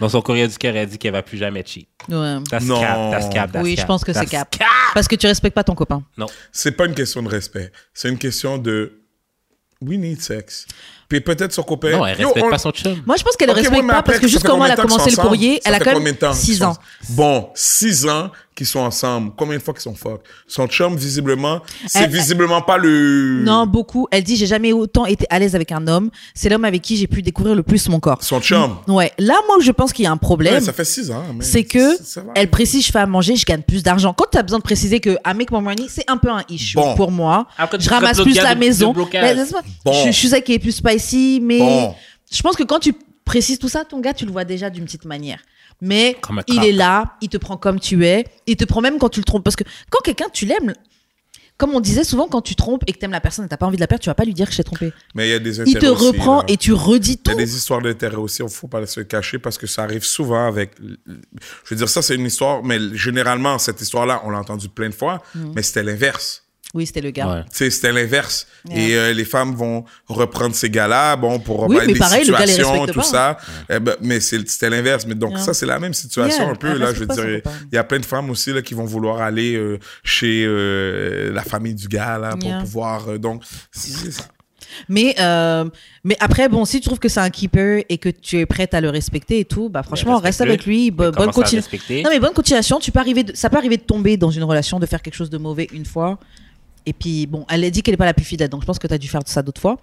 [SPEAKER 4] Dans son courrier du cœur, elle dit qu'elle va plus jamais cheat.
[SPEAKER 3] Ouais.
[SPEAKER 4] That's
[SPEAKER 2] Non.
[SPEAKER 4] cap, that's cap, that's
[SPEAKER 3] Oui,
[SPEAKER 4] cap,
[SPEAKER 3] je pense que c'est
[SPEAKER 4] that's
[SPEAKER 3] cap. Parce que tu respectes pas ton copain.
[SPEAKER 4] Non.
[SPEAKER 2] C'est pas une question de respect. C'est une question de we need sex. Puis peut-être son copain.
[SPEAKER 4] Non, elle
[SPEAKER 2] Yo,
[SPEAKER 4] respecte
[SPEAKER 2] on-
[SPEAKER 4] pas son chum.
[SPEAKER 3] Moi, je pense qu'elle ne
[SPEAKER 2] Ok,
[SPEAKER 3] respecte
[SPEAKER 2] ouais, mais
[SPEAKER 3] pas
[SPEAKER 2] après,
[SPEAKER 3] parce que
[SPEAKER 2] ça
[SPEAKER 3] juste
[SPEAKER 2] fait
[SPEAKER 3] comment elle
[SPEAKER 2] combien
[SPEAKER 3] a
[SPEAKER 2] de temps
[SPEAKER 3] commencé
[SPEAKER 2] qu'ils sont
[SPEAKER 3] le courrier,
[SPEAKER 2] ensemble?
[SPEAKER 3] elle
[SPEAKER 2] Ça
[SPEAKER 3] a
[SPEAKER 2] fait
[SPEAKER 3] quand
[SPEAKER 2] combien
[SPEAKER 3] même
[SPEAKER 2] de temps qu'ils
[SPEAKER 3] 6
[SPEAKER 2] sont
[SPEAKER 3] ans.
[SPEAKER 2] ensemble? Bon, 6 ans qu'ils sont ensemble. Combien de fois qu'ils sont fuck? Son chum, visiblement, c'est
[SPEAKER 3] Elle-
[SPEAKER 2] visiblement pas le.
[SPEAKER 3] Non, beaucoup. Elle dit, j'ai jamais autant été à l'aise avec un homme. C'est l'homme avec qui j'ai pu découvrir le plus mon corps.
[SPEAKER 2] Son chum.
[SPEAKER 3] Ouais. Là, moi, où je pense qu'il y a un
[SPEAKER 2] Ouais,
[SPEAKER 3] problème.
[SPEAKER 2] ça fait 6 ans. mais
[SPEAKER 3] c'est que
[SPEAKER 2] ça- ça va.
[SPEAKER 3] elle précise je fais à manger, je gagne plus d'argent. Quand tu as besoin de préciser que I make more money, c'est un peu un issue
[SPEAKER 2] Bon.
[SPEAKER 3] pour moi.
[SPEAKER 4] Après, tu
[SPEAKER 3] je ramasse
[SPEAKER 4] cotes l'autre
[SPEAKER 3] plus
[SPEAKER 4] gars
[SPEAKER 3] la
[SPEAKER 4] de-
[SPEAKER 3] maison.
[SPEAKER 4] de blocage.
[SPEAKER 3] Mais, n'est-ce pas
[SPEAKER 2] Bon.
[SPEAKER 3] Je, je suis celle qui est plus spicy, mais
[SPEAKER 2] Bon.
[SPEAKER 3] je pense que quand tu précises tout ça, ton gars, tu le vois déjà d'une petite manière. Mais
[SPEAKER 4] Comme un
[SPEAKER 3] il
[SPEAKER 4] crack.
[SPEAKER 3] est là, il te prend comme tu es, il te prend même quand tu le trompes. Parce que quand quelqu'un, tu l'aimes, comme on disait souvent, quand tu trompes et que t'aimes la personne et t'as pas envie de la perdre, tu vas pas lui dire que je t'ai trompé.
[SPEAKER 2] Mais il y a des
[SPEAKER 3] Il te
[SPEAKER 2] intérêts aussi,
[SPEAKER 3] reprend
[SPEAKER 2] là.
[SPEAKER 3] et tu redis
[SPEAKER 2] Il
[SPEAKER 3] tout.
[SPEAKER 2] y a des histoires d'intérêt aussi, il ne faut pas se le cacher parce que ça arrive souvent avec. Je veux dire, ça, c'est une histoire, mais généralement, cette histoire-là, on l'a entendue plein de fois,
[SPEAKER 3] Mm.
[SPEAKER 2] mais c'était l'inverse.
[SPEAKER 3] Oui, c'était le gars.
[SPEAKER 4] Ouais.
[SPEAKER 2] Tu sais, c'était l'inverse.
[SPEAKER 3] Ouais.
[SPEAKER 2] Et euh, les femmes vont reprendre ces gars-là, bon, pour
[SPEAKER 3] Oui,
[SPEAKER 2] reparler
[SPEAKER 3] mais
[SPEAKER 2] des
[SPEAKER 3] pareil, le gars les
[SPEAKER 2] situations,
[SPEAKER 3] respecte
[SPEAKER 2] tout
[SPEAKER 3] pas,
[SPEAKER 2] ça. Eh ben, mais c'est- c'était l'inverse. Mais donc,
[SPEAKER 3] Ouais.
[SPEAKER 2] ça, c'est la même situation
[SPEAKER 3] Yeah,
[SPEAKER 2] un peu,
[SPEAKER 3] elle
[SPEAKER 2] là,
[SPEAKER 3] reste
[SPEAKER 2] je veux
[SPEAKER 3] pas son
[SPEAKER 2] dire.
[SPEAKER 3] copain.
[SPEAKER 2] Il y a plein de femmes aussi, là, qui vont vouloir aller euh, chez euh, la famille du gars, là, pour
[SPEAKER 3] Yeah.
[SPEAKER 2] pouvoir. euh, donc, c'est ça.
[SPEAKER 3] Mais, euh, mais après, bon, si tu trouves que c'est un keeper et que tu es prête à le respecter et tout, bah franchement, reste
[SPEAKER 4] respecte-le.
[SPEAKER 3] avec lui. bo-
[SPEAKER 4] Mais
[SPEAKER 3] Bah, bonne
[SPEAKER 4] commence à le
[SPEAKER 3] continuation.
[SPEAKER 4] respecter.
[SPEAKER 3] Non, mais bonne continuation. Tu peux arriver de- ça peut arriver de tomber dans une relation, de faire quelque chose de mauvais une fois. Et puis, bon, elle a dit qu'elle n'est pas la plus fidèle, donc je pense que tu as dû faire ça d'autres fois.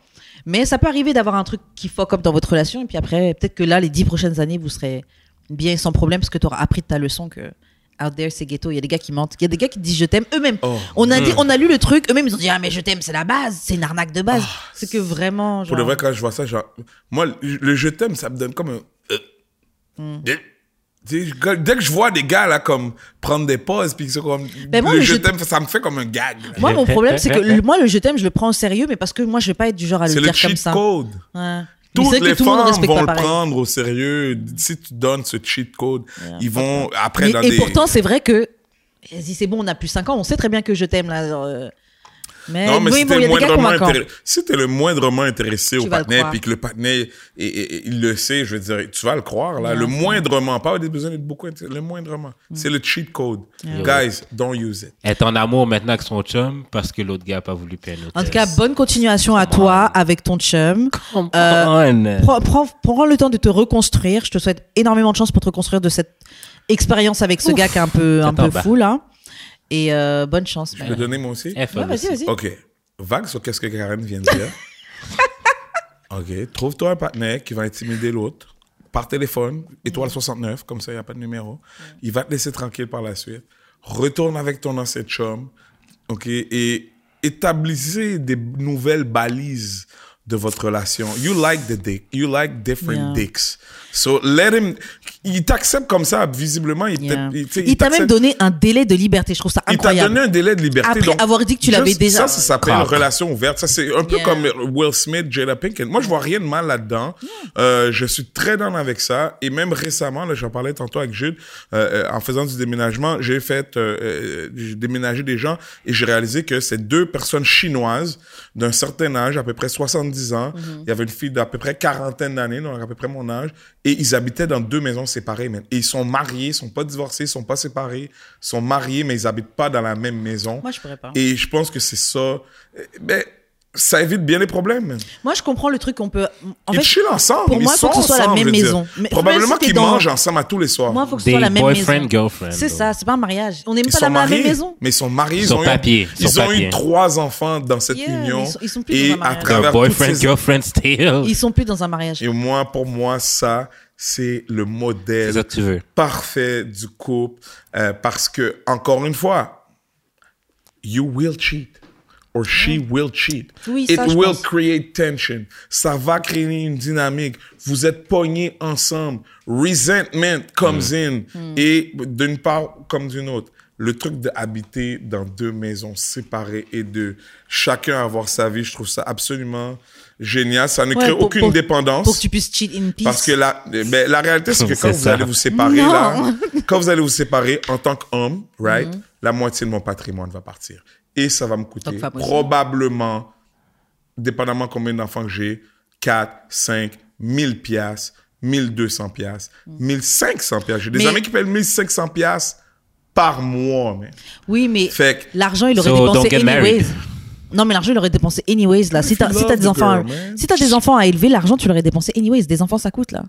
[SPEAKER 3] Mais ça peut arriver d'avoir un truc qui fuck up dans votre relation. Et puis après, peut-être que là, les dix prochaines années, vous serez bien et sans problème parce que tu auras appris de ta leçon que out there, c'est ghetto. Il y a des gars qui mentent. Il y a des gars qui disent je t'aime eux-mêmes.
[SPEAKER 2] Oh.
[SPEAKER 3] On, a dit, on a lu le truc, eux-mêmes, ils ont dit ah, mais je t'aime, c'est la base, c'est une arnaque de base. Oh, c'est que vraiment.
[SPEAKER 2] Pour
[SPEAKER 3] Genre...
[SPEAKER 2] de vrai, quand je vois ça, genre, moi, le le je t'aime, ça me donne comme un. euh.
[SPEAKER 3] Hmm.
[SPEAKER 2] Tu sais, je- quand- Dès que je vois des gars là comme prendre des pauses puis ils sont comme
[SPEAKER 3] Ben moi,
[SPEAKER 2] le
[SPEAKER 3] le
[SPEAKER 2] je
[SPEAKER 3] je
[SPEAKER 2] t'aime ça me fait comme un gag. là.
[SPEAKER 3] Moi, mon problème, c'est que le- moi, le je t'aime, je le prends au sérieux, mais parce que moi, je vais pas être du genre à le
[SPEAKER 2] C'est le
[SPEAKER 3] dire comme
[SPEAKER 2] cheat
[SPEAKER 3] ça.
[SPEAKER 2] code.
[SPEAKER 3] Ouais. Mais
[SPEAKER 2] Toutes
[SPEAKER 3] c'est vrai
[SPEAKER 2] les
[SPEAKER 3] que tout le monde
[SPEAKER 2] femmes
[SPEAKER 3] respecte
[SPEAKER 2] vont
[SPEAKER 3] pas
[SPEAKER 2] le
[SPEAKER 3] pareil.
[SPEAKER 2] prendre au sérieux si tu donnes ce cheat code. Ils vont après
[SPEAKER 3] Mais-
[SPEAKER 2] dans
[SPEAKER 3] et
[SPEAKER 2] des
[SPEAKER 3] pourtant, c'est vrai que. Vas-y, c'est bon, on a plus 5 ans, on sait très bien que je t'aime, là. genre, euh, Mais,
[SPEAKER 2] Non, mais
[SPEAKER 3] oui,
[SPEAKER 2] si
[SPEAKER 3] bon,
[SPEAKER 2] t'es
[SPEAKER 3] il y a des gars
[SPEAKER 2] moindrement
[SPEAKER 3] convaincants.
[SPEAKER 2] intéré- si t'es le moindrement
[SPEAKER 3] Tu
[SPEAKER 2] intéressé au
[SPEAKER 3] vas le
[SPEAKER 2] partenaire,
[SPEAKER 3] croire.
[SPEAKER 2] puis que le partenaire, et- et- et il le sait, je veux dire, tu vas le croire, là. le moindrement, pas besoin d'être beaucoup inté- le moindrement.
[SPEAKER 3] Mm.
[SPEAKER 2] C'est le cheat code. Guys, don't use it.
[SPEAKER 4] Elle est en amour maintenant avec son chum parce que l'autre gars n'a pas voulu payer un autre
[SPEAKER 3] En tout cas, bonne continuation
[SPEAKER 2] Ah.
[SPEAKER 3] à toi avec ton chum. Euh, Prends, prends- prends le temps de te reconstruire. Je te souhaite énormément de chance pour te reconstruire de cette expérience avec ce gars qui est un peu, un
[SPEAKER 4] Attends,
[SPEAKER 3] peu
[SPEAKER 4] bah.
[SPEAKER 3] fou, là. Et euh, bonne chance.
[SPEAKER 2] Je peux donner moi
[SPEAKER 4] Eh,
[SPEAKER 2] aussi?
[SPEAKER 3] Ouais, Eh, vas-y, vas-y.
[SPEAKER 2] OK. Vague sur qu'est-ce que Karen vient de dire. OK. Trouve-toi un partenaire qui va intimider l'autre par téléphone, étoile 69, comme ça, il n'y a pas de numéro. Il va te laisser tranquille par la suite. Retourne avec ton ancien chum. OK. Et établissez des nouvelles balises de votre relation. You like the dick. You like different
[SPEAKER 3] Yeah.
[SPEAKER 2] dicks. So let him. Il t'accepte comme ça, visiblement. Il
[SPEAKER 3] Yeah.
[SPEAKER 2] t'a- tu sais,
[SPEAKER 3] Il t'a même
[SPEAKER 2] t'accepte-
[SPEAKER 3] donné un délai de liberté. Je trouve ça
[SPEAKER 2] Il t'a
[SPEAKER 3] incroyable.
[SPEAKER 2] donné un délai de liberté.
[SPEAKER 3] Après
[SPEAKER 2] donc,
[SPEAKER 3] avoir dit que tu l'avais
[SPEAKER 2] juste
[SPEAKER 3] déjà.
[SPEAKER 2] Ça, ça s'appelle
[SPEAKER 4] Crap.
[SPEAKER 2] relation ouverte. Ça, c'est un peu
[SPEAKER 3] Yeah.
[SPEAKER 2] comme Will Smith, Jada Pinkett. Moi, je vois rien de mal là-dedans. Euh, je suis très down avec ça. Et même récemment, là, j'en parlais tantôt avec Jude, euh, euh, en faisant du déménagement, j'ai fait, euh, euh, j'ai déménagé des gens et j'ai réalisé que ces deux personnes chinoises d'un certain âge, à peu près 70 ans, il y avait une fille d'à peu près quarantaine d'années, donc à peu près mon âge, et ils habitaient dans deux maisons séparées, man. Et ils sont mariés, ils sont pas divorcés, ils sont pas séparés, ils sont mariés, mais ils habitent pas dans la même maison.
[SPEAKER 3] Moi, je pourrais pas.
[SPEAKER 2] Et je pense que c'est ça. Euh, Ben, ça évite bien les problèmes. man.
[SPEAKER 3] Moi, je comprends le truc qu'on peut. En
[SPEAKER 2] ils
[SPEAKER 3] fait,
[SPEAKER 2] chillent ensemble.
[SPEAKER 3] pour moi,
[SPEAKER 2] ils
[SPEAKER 3] faut que
[SPEAKER 2] sont
[SPEAKER 3] ce soit la
[SPEAKER 2] ensemble,
[SPEAKER 3] même
[SPEAKER 2] je veux
[SPEAKER 3] maison.
[SPEAKER 2] dire.
[SPEAKER 3] Mais-
[SPEAKER 2] Probablement
[SPEAKER 3] même si t'es
[SPEAKER 2] qu'ils
[SPEAKER 3] dans-
[SPEAKER 2] mangent ensemble à tous les soirs.
[SPEAKER 3] moi, faut que ce
[SPEAKER 4] Des
[SPEAKER 3] soit la même maison.
[SPEAKER 4] boyfriend, girlfriend.
[SPEAKER 3] C'est ça, c'est pas un mariage. On n'est même
[SPEAKER 2] ils
[SPEAKER 3] pas
[SPEAKER 2] sont
[SPEAKER 3] dans la
[SPEAKER 2] mariés.
[SPEAKER 3] même maison.
[SPEAKER 2] Mais ils sont mariés. Ils
[SPEAKER 4] Sur
[SPEAKER 2] ont,
[SPEAKER 4] papier,
[SPEAKER 2] eu, ils
[SPEAKER 4] sur
[SPEAKER 2] ont eu
[SPEAKER 4] papier.
[SPEAKER 2] trois enfants dans cette
[SPEAKER 3] Yeah, mais
[SPEAKER 2] union.
[SPEAKER 3] ils sont- ils sont plus
[SPEAKER 2] et
[SPEAKER 3] dans un
[SPEAKER 2] à
[SPEAKER 3] mariage.
[SPEAKER 4] Un
[SPEAKER 2] travers toutes
[SPEAKER 4] boyfriend,
[SPEAKER 2] ces-
[SPEAKER 4] girlfriend, still.
[SPEAKER 3] Ils sont plus dans un mariage.
[SPEAKER 2] Et moi, pour moi, ça, c'est le
[SPEAKER 4] C'est ça
[SPEAKER 2] modèle
[SPEAKER 4] que tu veux.
[SPEAKER 2] parfait du couple. euh, parce que, encore une fois, you will cheat. Or she will cheat.
[SPEAKER 3] Oui,
[SPEAKER 2] It
[SPEAKER 3] ça, je
[SPEAKER 2] will
[SPEAKER 3] pense.
[SPEAKER 2] create tension. Ça va créer une dynamique. Vous êtes pognés ensemble. Resentment
[SPEAKER 4] Mm.
[SPEAKER 2] comes in.
[SPEAKER 3] Mm.
[SPEAKER 2] Et d'une part comme d'une autre. Le truc d'habiter dans deux maisons séparées et de chacun avoir sa vie, je trouve ça absolument génial. Ça ne
[SPEAKER 3] Ouais,
[SPEAKER 2] crée
[SPEAKER 3] pour-
[SPEAKER 2] aucune
[SPEAKER 3] pour-
[SPEAKER 2] dépendance.
[SPEAKER 3] Pour que tu puisses cheat in peace.
[SPEAKER 2] Parce que la, eh ben, la réalité, c'est que
[SPEAKER 4] C'est
[SPEAKER 2] quand vous
[SPEAKER 4] ça.
[SPEAKER 2] allez vous séparer,
[SPEAKER 3] Non. Mhm.
[SPEAKER 2] là, quand vous allez vous séparer en tant qu'homme, right, la moitié de mon patrimoine va partir. Et ça va me coûter
[SPEAKER 3] Donc, pas possible.
[SPEAKER 2] probablement, dépendamment combien d'enfants que j'ai, 4, 5, 1000 piastres, 1200 piastres, 1500 piastres. J'ai des
[SPEAKER 3] Mhm. Mais-
[SPEAKER 2] amis qui payent 1500 piastres par mois, mais.
[SPEAKER 3] Oui, mais
[SPEAKER 2] Fait que-
[SPEAKER 3] l'argent, il aurait
[SPEAKER 4] So, don't
[SPEAKER 3] dépensé
[SPEAKER 4] get
[SPEAKER 3] anyways.
[SPEAKER 4] married.
[SPEAKER 3] Non, mais l'argent, il aurait dépensé anyways, là. Si
[SPEAKER 2] If
[SPEAKER 3] t'as
[SPEAKER 2] you
[SPEAKER 3] si
[SPEAKER 2] love
[SPEAKER 3] t'as des
[SPEAKER 2] the
[SPEAKER 3] enfants, à-
[SPEAKER 2] girl, man.
[SPEAKER 3] si t'as des enfants à élever, l'argent, tu l'aurais dépensé anyways. Des enfants, ça coûte, là.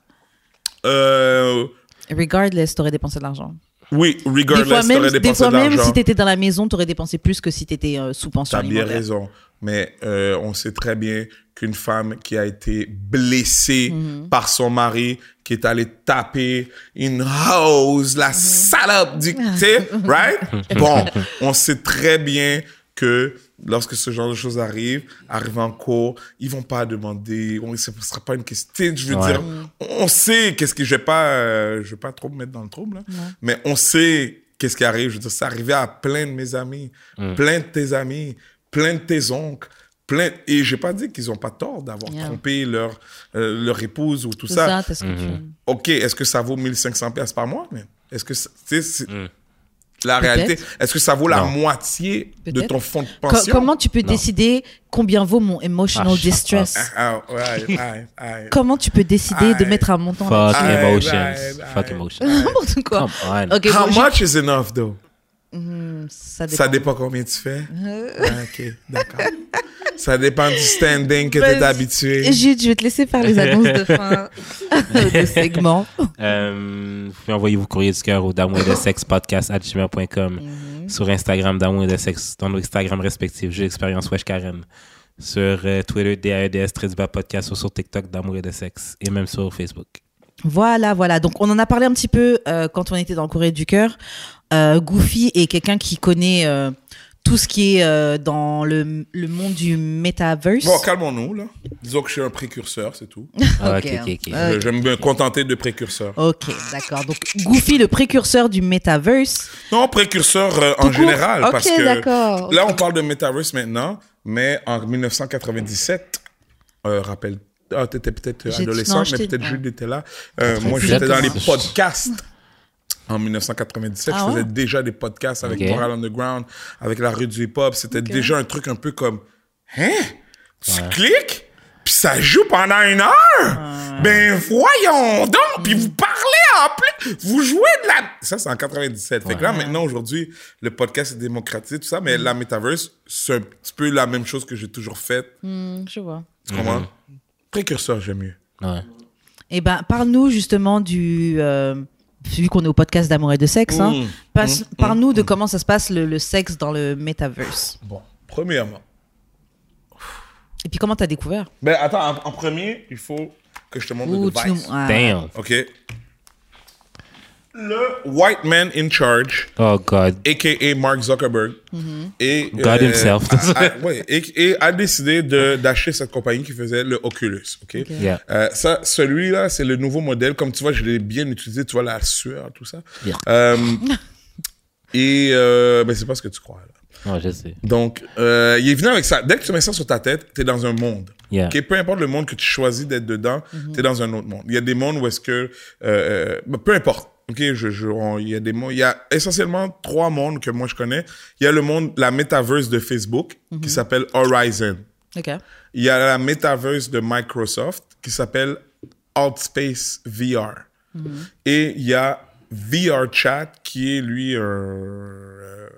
[SPEAKER 2] Euh,
[SPEAKER 3] Regardless, t'aurais dépensé de l'argent.
[SPEAKER 2] oui,
[SPEAKER 3] Des fois
[SPEAKER 2] regardless,
[SPEAKER 3] même,
[SPEAKER 2] t'aurais
[SPEAKER 3] des
[SPEAKER 2] dépensé
[SPEAKER 3] fois
[SPEAKER 2] de
[SPEAKER 3] même
[SPEAKER 2] l'argent.
[SPEAKER 3] si t'étais dans la maison, t'aurais dépensé plus que si t'étais euh, sous pension
[SPEAKER 2] T'as bien
[SPEAKER 3] alimentaire.
[SPEAKER 2] raison. Mais euh, on sait très bien qu'une femme qui a été blessée par son mari, qui est allée taper une hose, la salope du... Tu sais, right? Bon, on sait très bien que lorsque ce genre de choses arrive, arrive en cours, ils vont pas demander, on, ce sera pas une question. Tu sais, Je veux
[SPEAKER 4] Ouais.
[SPEAKER 2] dire, on sait qu'est-ce qui... Je vais pas, euh, je vais pas trop me mettre dans le trouble, là. mais on sait qu'est-ce qui arrive. Je veux dire, ça arrivait à plein de mes amis, plein de tes amis, plein de tes oncles, plein. Et j'ai pas dit qu'ils ont pas tort d'avoir
[SPEAKER 3] Yeah.
[SPEAKER 2] trompé leur, euh, leur épouse ou
[SPEAKER 3] Tout
[SPEAKER 2] tout ça. mm-hmm.
[SPEAKER 3] ça, t'as ce que tu-
[SPEAKER 2] OK, est-ce que ça vaut 1500 pièces par mois? Mais est-ce que ça- tu sais, c'est la réalité? Est-ce que ça vaut la
[SPEAKER 4] Non.
[SPEAKER 2] moitié de
[SPEAKER 3] Peut-être.
[SPEAKER 2] ton fonds de
[SPEAKER 3] Co-
[SPEAKER 2] pension?
[SPEAKER 3] Comment tu peux décider combien vaut mon emotional
[SPEAKER 4] Ah, shut
[SPEAKER 3] distress
[SPEAKER 2] Ah, ouais, ouais, ouais, ouais.
[SPEAKER 3] Comment tu peux décider de
[SPEAKER 2] Ah,
[SPEAKER 3] mettre un montant
[SPEAKER 4] Fuck
[SPEAKER 2] Ah, ouais,
[SPEAKER 4] emotions.
[SPEAKER 2] ouais,
[SPEAKER 4] Fuck
[SPEAKER 2] ouais.
[SPEAKER 4] emotions.
[SPEAKER 3] N'importe quoi.
[SPEAKER 4] Come on.
[SPEAKER 3] Ok,
[SPEAKER 2] How
[SPEAKER 3] bon, j'ai-
[SPEAKER 2] much is enough, though?
[SPEAKER 3] ça dépend.
[SPEAKER 2] Ça dépend combien tu fais? Ah, OK, d'accord. ça dépend du standing que tu es
[SPEAKER 3] Vas-y.
[SPEAKER 2] habitué.
[SPEAKER 3] Jude, je vais te laisser faire les annonces de fin de segment.
[SPEAKER 4] Euh, vous pouvez envoyer vos courriers du cœur au d'amour et de sexe podcast at gmail.com
[SPEAKER 3] Mhm.
[SPEAKER 4] sur Instagram d'amour et de sexe dans nos Instagram respectifs j'ai l'expérience wesh Karen sur euh, Twitter DAEDS très du bas podcast ou sur TikTok d'amour et de sexe et même sur Facebook
[SPEAKER 3] Voilà, voilà. Donc, on en a parlé un petit peu euh, quand on était dans le courrier du cœur. Euh, Goofy est quelqu'un qui connaît euh, tout ce qui est euh, dans le, le monde du metaverse.
[SPEAKER 2] Bon, calmons-nous, là. Disons que je suis un précurseur, c'est tout.
[SPEAKER 4] Ah,
[SPEAKER 3] Ok,
[SPEAKER 4] ok, ok.
[SPEAKER 3] hein.
[SPEAKER 2] Je- Je vais me contenter de précurseur.
[SPEAKER 3] Ok, d'accord. Donc, Goofy, le précurseur du metaverse.
[SPEAKER 2] Non, précurseur euh,
[SPEAKER 3] Tout
[SPEAKER 2] en
[SPEAKER 3] court.
[SPEAKER 2] général,
[SPEAKER 3] Ok,
[SPEAKER 2] parce que
[SPEAKER 3] d'accord.
[SPEAKER 2] là, on parle de Metaverse maintenant, mais en 1997, euh, rappelle, ah, t'étais peut-être
[SPEAKER 3] J'ai-
[SPEAKER 2] adolescent,
[SPEAKER 3] non, j'étais-
[SPEAKER 2] mais peut-être
[SPEAKER 3] ouais.
[SPEAKER 2] Jules était là. Euh, moi,
[SPEAKER 4] 97,
[SPEAKER 2] j'étais dans les
[SPEAKER 4] ouais.
[SPEAKER 2] podcasts. En 1997,
[SPEAKER 3] Ah
[SPEAKER 2] je faisais
[SPEAKER 3] ouais?
[SPEAKER 2] déjà des podcasts avec
[SPEAKER 4] Ok.
[SPEAKER 2] Moral Underground, avec la rue du hip-hop. C'était déjà un truc un peu comme, hein? Tu cliques? Puis ça joue pendant une heure? Ben voyons donc! Puis vous parlez en plus! Vous jouez de la... Ça, c'est en 97. Fait que là, maintenant, aujourd'hui, le podcast est démocratisé, tout ça, mais la Metaverse, c'est un petit peu la même chose que j'ai toujours faite.
[SPEAKER 3] Hmm, je vois.
[SPEAKER 2] Tu comprends? Précurseur, j'aime mieux.
[SPEAKER 4] Ouais.
[SPEAKER 3] Eh ben, parle-nous justement du. euh, vu qu'on est au podcast d'amour et de sexe, hein,
[SPEAKER 2] Mmh.
[SPEAKER 3] passe- parle-nous de comment ça se passe le, le sexe dans le metaverse.
[SPEAKER 2] Bon, premièrement.
[SPEAKER 3] Et puis, comment t'as découvert
[SPEAKER 2] Ben attends, en, en premier, il faut que je te montre
[SPEAKER 3] Ou
[SPEAKER 2] le
[SPEAKER 3] tu
[SPEAKER 2] device.
[SPEAKER 3] nous- ah.
[SPEAKER 4] damn
[SPEAKER 2] OK? le white man in charge,
[SPEAKER 4] Oh, God.
[SPEAKER 2] a.k.a. Mark Zuckerberg, et, euh,
[SPEAKER 4] God himself.
[SPEAKER 2] a, a- ouais, et, et a décidé de- d'acheter cette compagnie qui faisait le Oculus. ok?
[SPEAKER 4] Yeah.
[SPEAKER 2] Euh, ça, celui-là, c'est le nouveau modèle. Comme tu vois, je l'ai bien utilisé. Tu vois, la sueur, tout ça.
[SPEAKER 4] Yeah.
[SPEAKER 2] Euh, et euh, ben, c'est pas ce que tu crois. Là.
[SPEAKER 4] Non, je sais.
[SPEAKER 2] Donc, euh, il est venu avec ça. Dès que tu mets ça sur ta tête, t'es dans un monde.
[SPEAKER 4] Yeah.
[SPEAKER 2] Ok, peu importe le monde que tu choisis d'être dedans, t'es dans un autre monde. Il y a des mondes où est-ce que... euh, euh, ben, peu importe. Ok, je, je- on- il y a des mondes... Il y a essentiellement trois mondes que moi, je connais. Il y a le monde, la metaverse de Facebook, qui s'appelle Horizon.
[SPEAKER 3] Ok.
[SPEAKER 2] Il y a la metaverse de Microsoft qui s'appelle Outspace VR. Et il y a VRChat qui est lui, un- euh,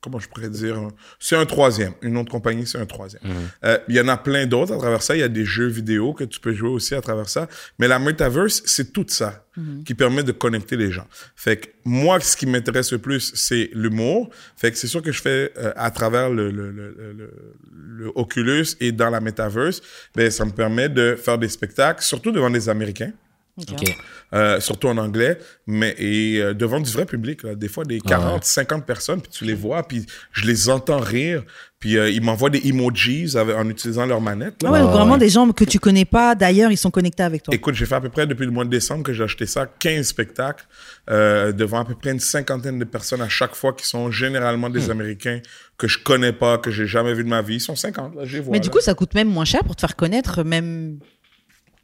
[SPEAKER 2] comment je pourrais dire, un- c'est un troisième. Une autre compagnie, c'est un troisième. Euh, il y en a plein d'autres à travers ça. Il y a des jeux vidéo que tu peux jouer aussi à travers ça. Mais la metaverse, c'est tout ça qui permet de connecter les gens. Fait que moi, ce qui m'intéresse le plus, c'est l'humour. Fait que c'est sûr que je fais euh, à travers le, le, le, le- le- le Oculus et dans la metaverse, ben, ça me permet de faire des spectacles, surtout devant des Américains.
[SPEAKER 4] OK.
[SPEAKER 2] Euh, surtout en anglais, mais et euh, devant du vrai public, là, des fois des 40, 50 personnes, puis tu les vois, puis je les entends rire, puis euh, ils m'envoient des emojis avec- en utilisant leur manette.
[SPEAKER 3] Ah
[SPEAKER 2] Là.
[SPEAKER 3] ouais, donc
[SPEAKER 4] ouais.
[SPEAKER 3] vraiment des gens que tu connais pas. D'ailleurs, ils sont connectés avec toi.
[SPEAKER 2] Écoute, j'ai fait à peu près depuis le mois de décembre que j'ai acheté ça, 15 spectacles euh, devant à peu près une cinquantaine de personnes à chaque fois qui sont généralement
[SPEAKER 3] Hmm.
[SPEAKER 2] des Américains que je connais pas, que j'ai jamais vu de ma vie. Ils sont 50, là, je les vois.
[SPEAKER 3] Mais du
[SPEAKER 2] là.
[SPEAKER 3] coup, ça coûte même moins cher pour te faire connaître, même.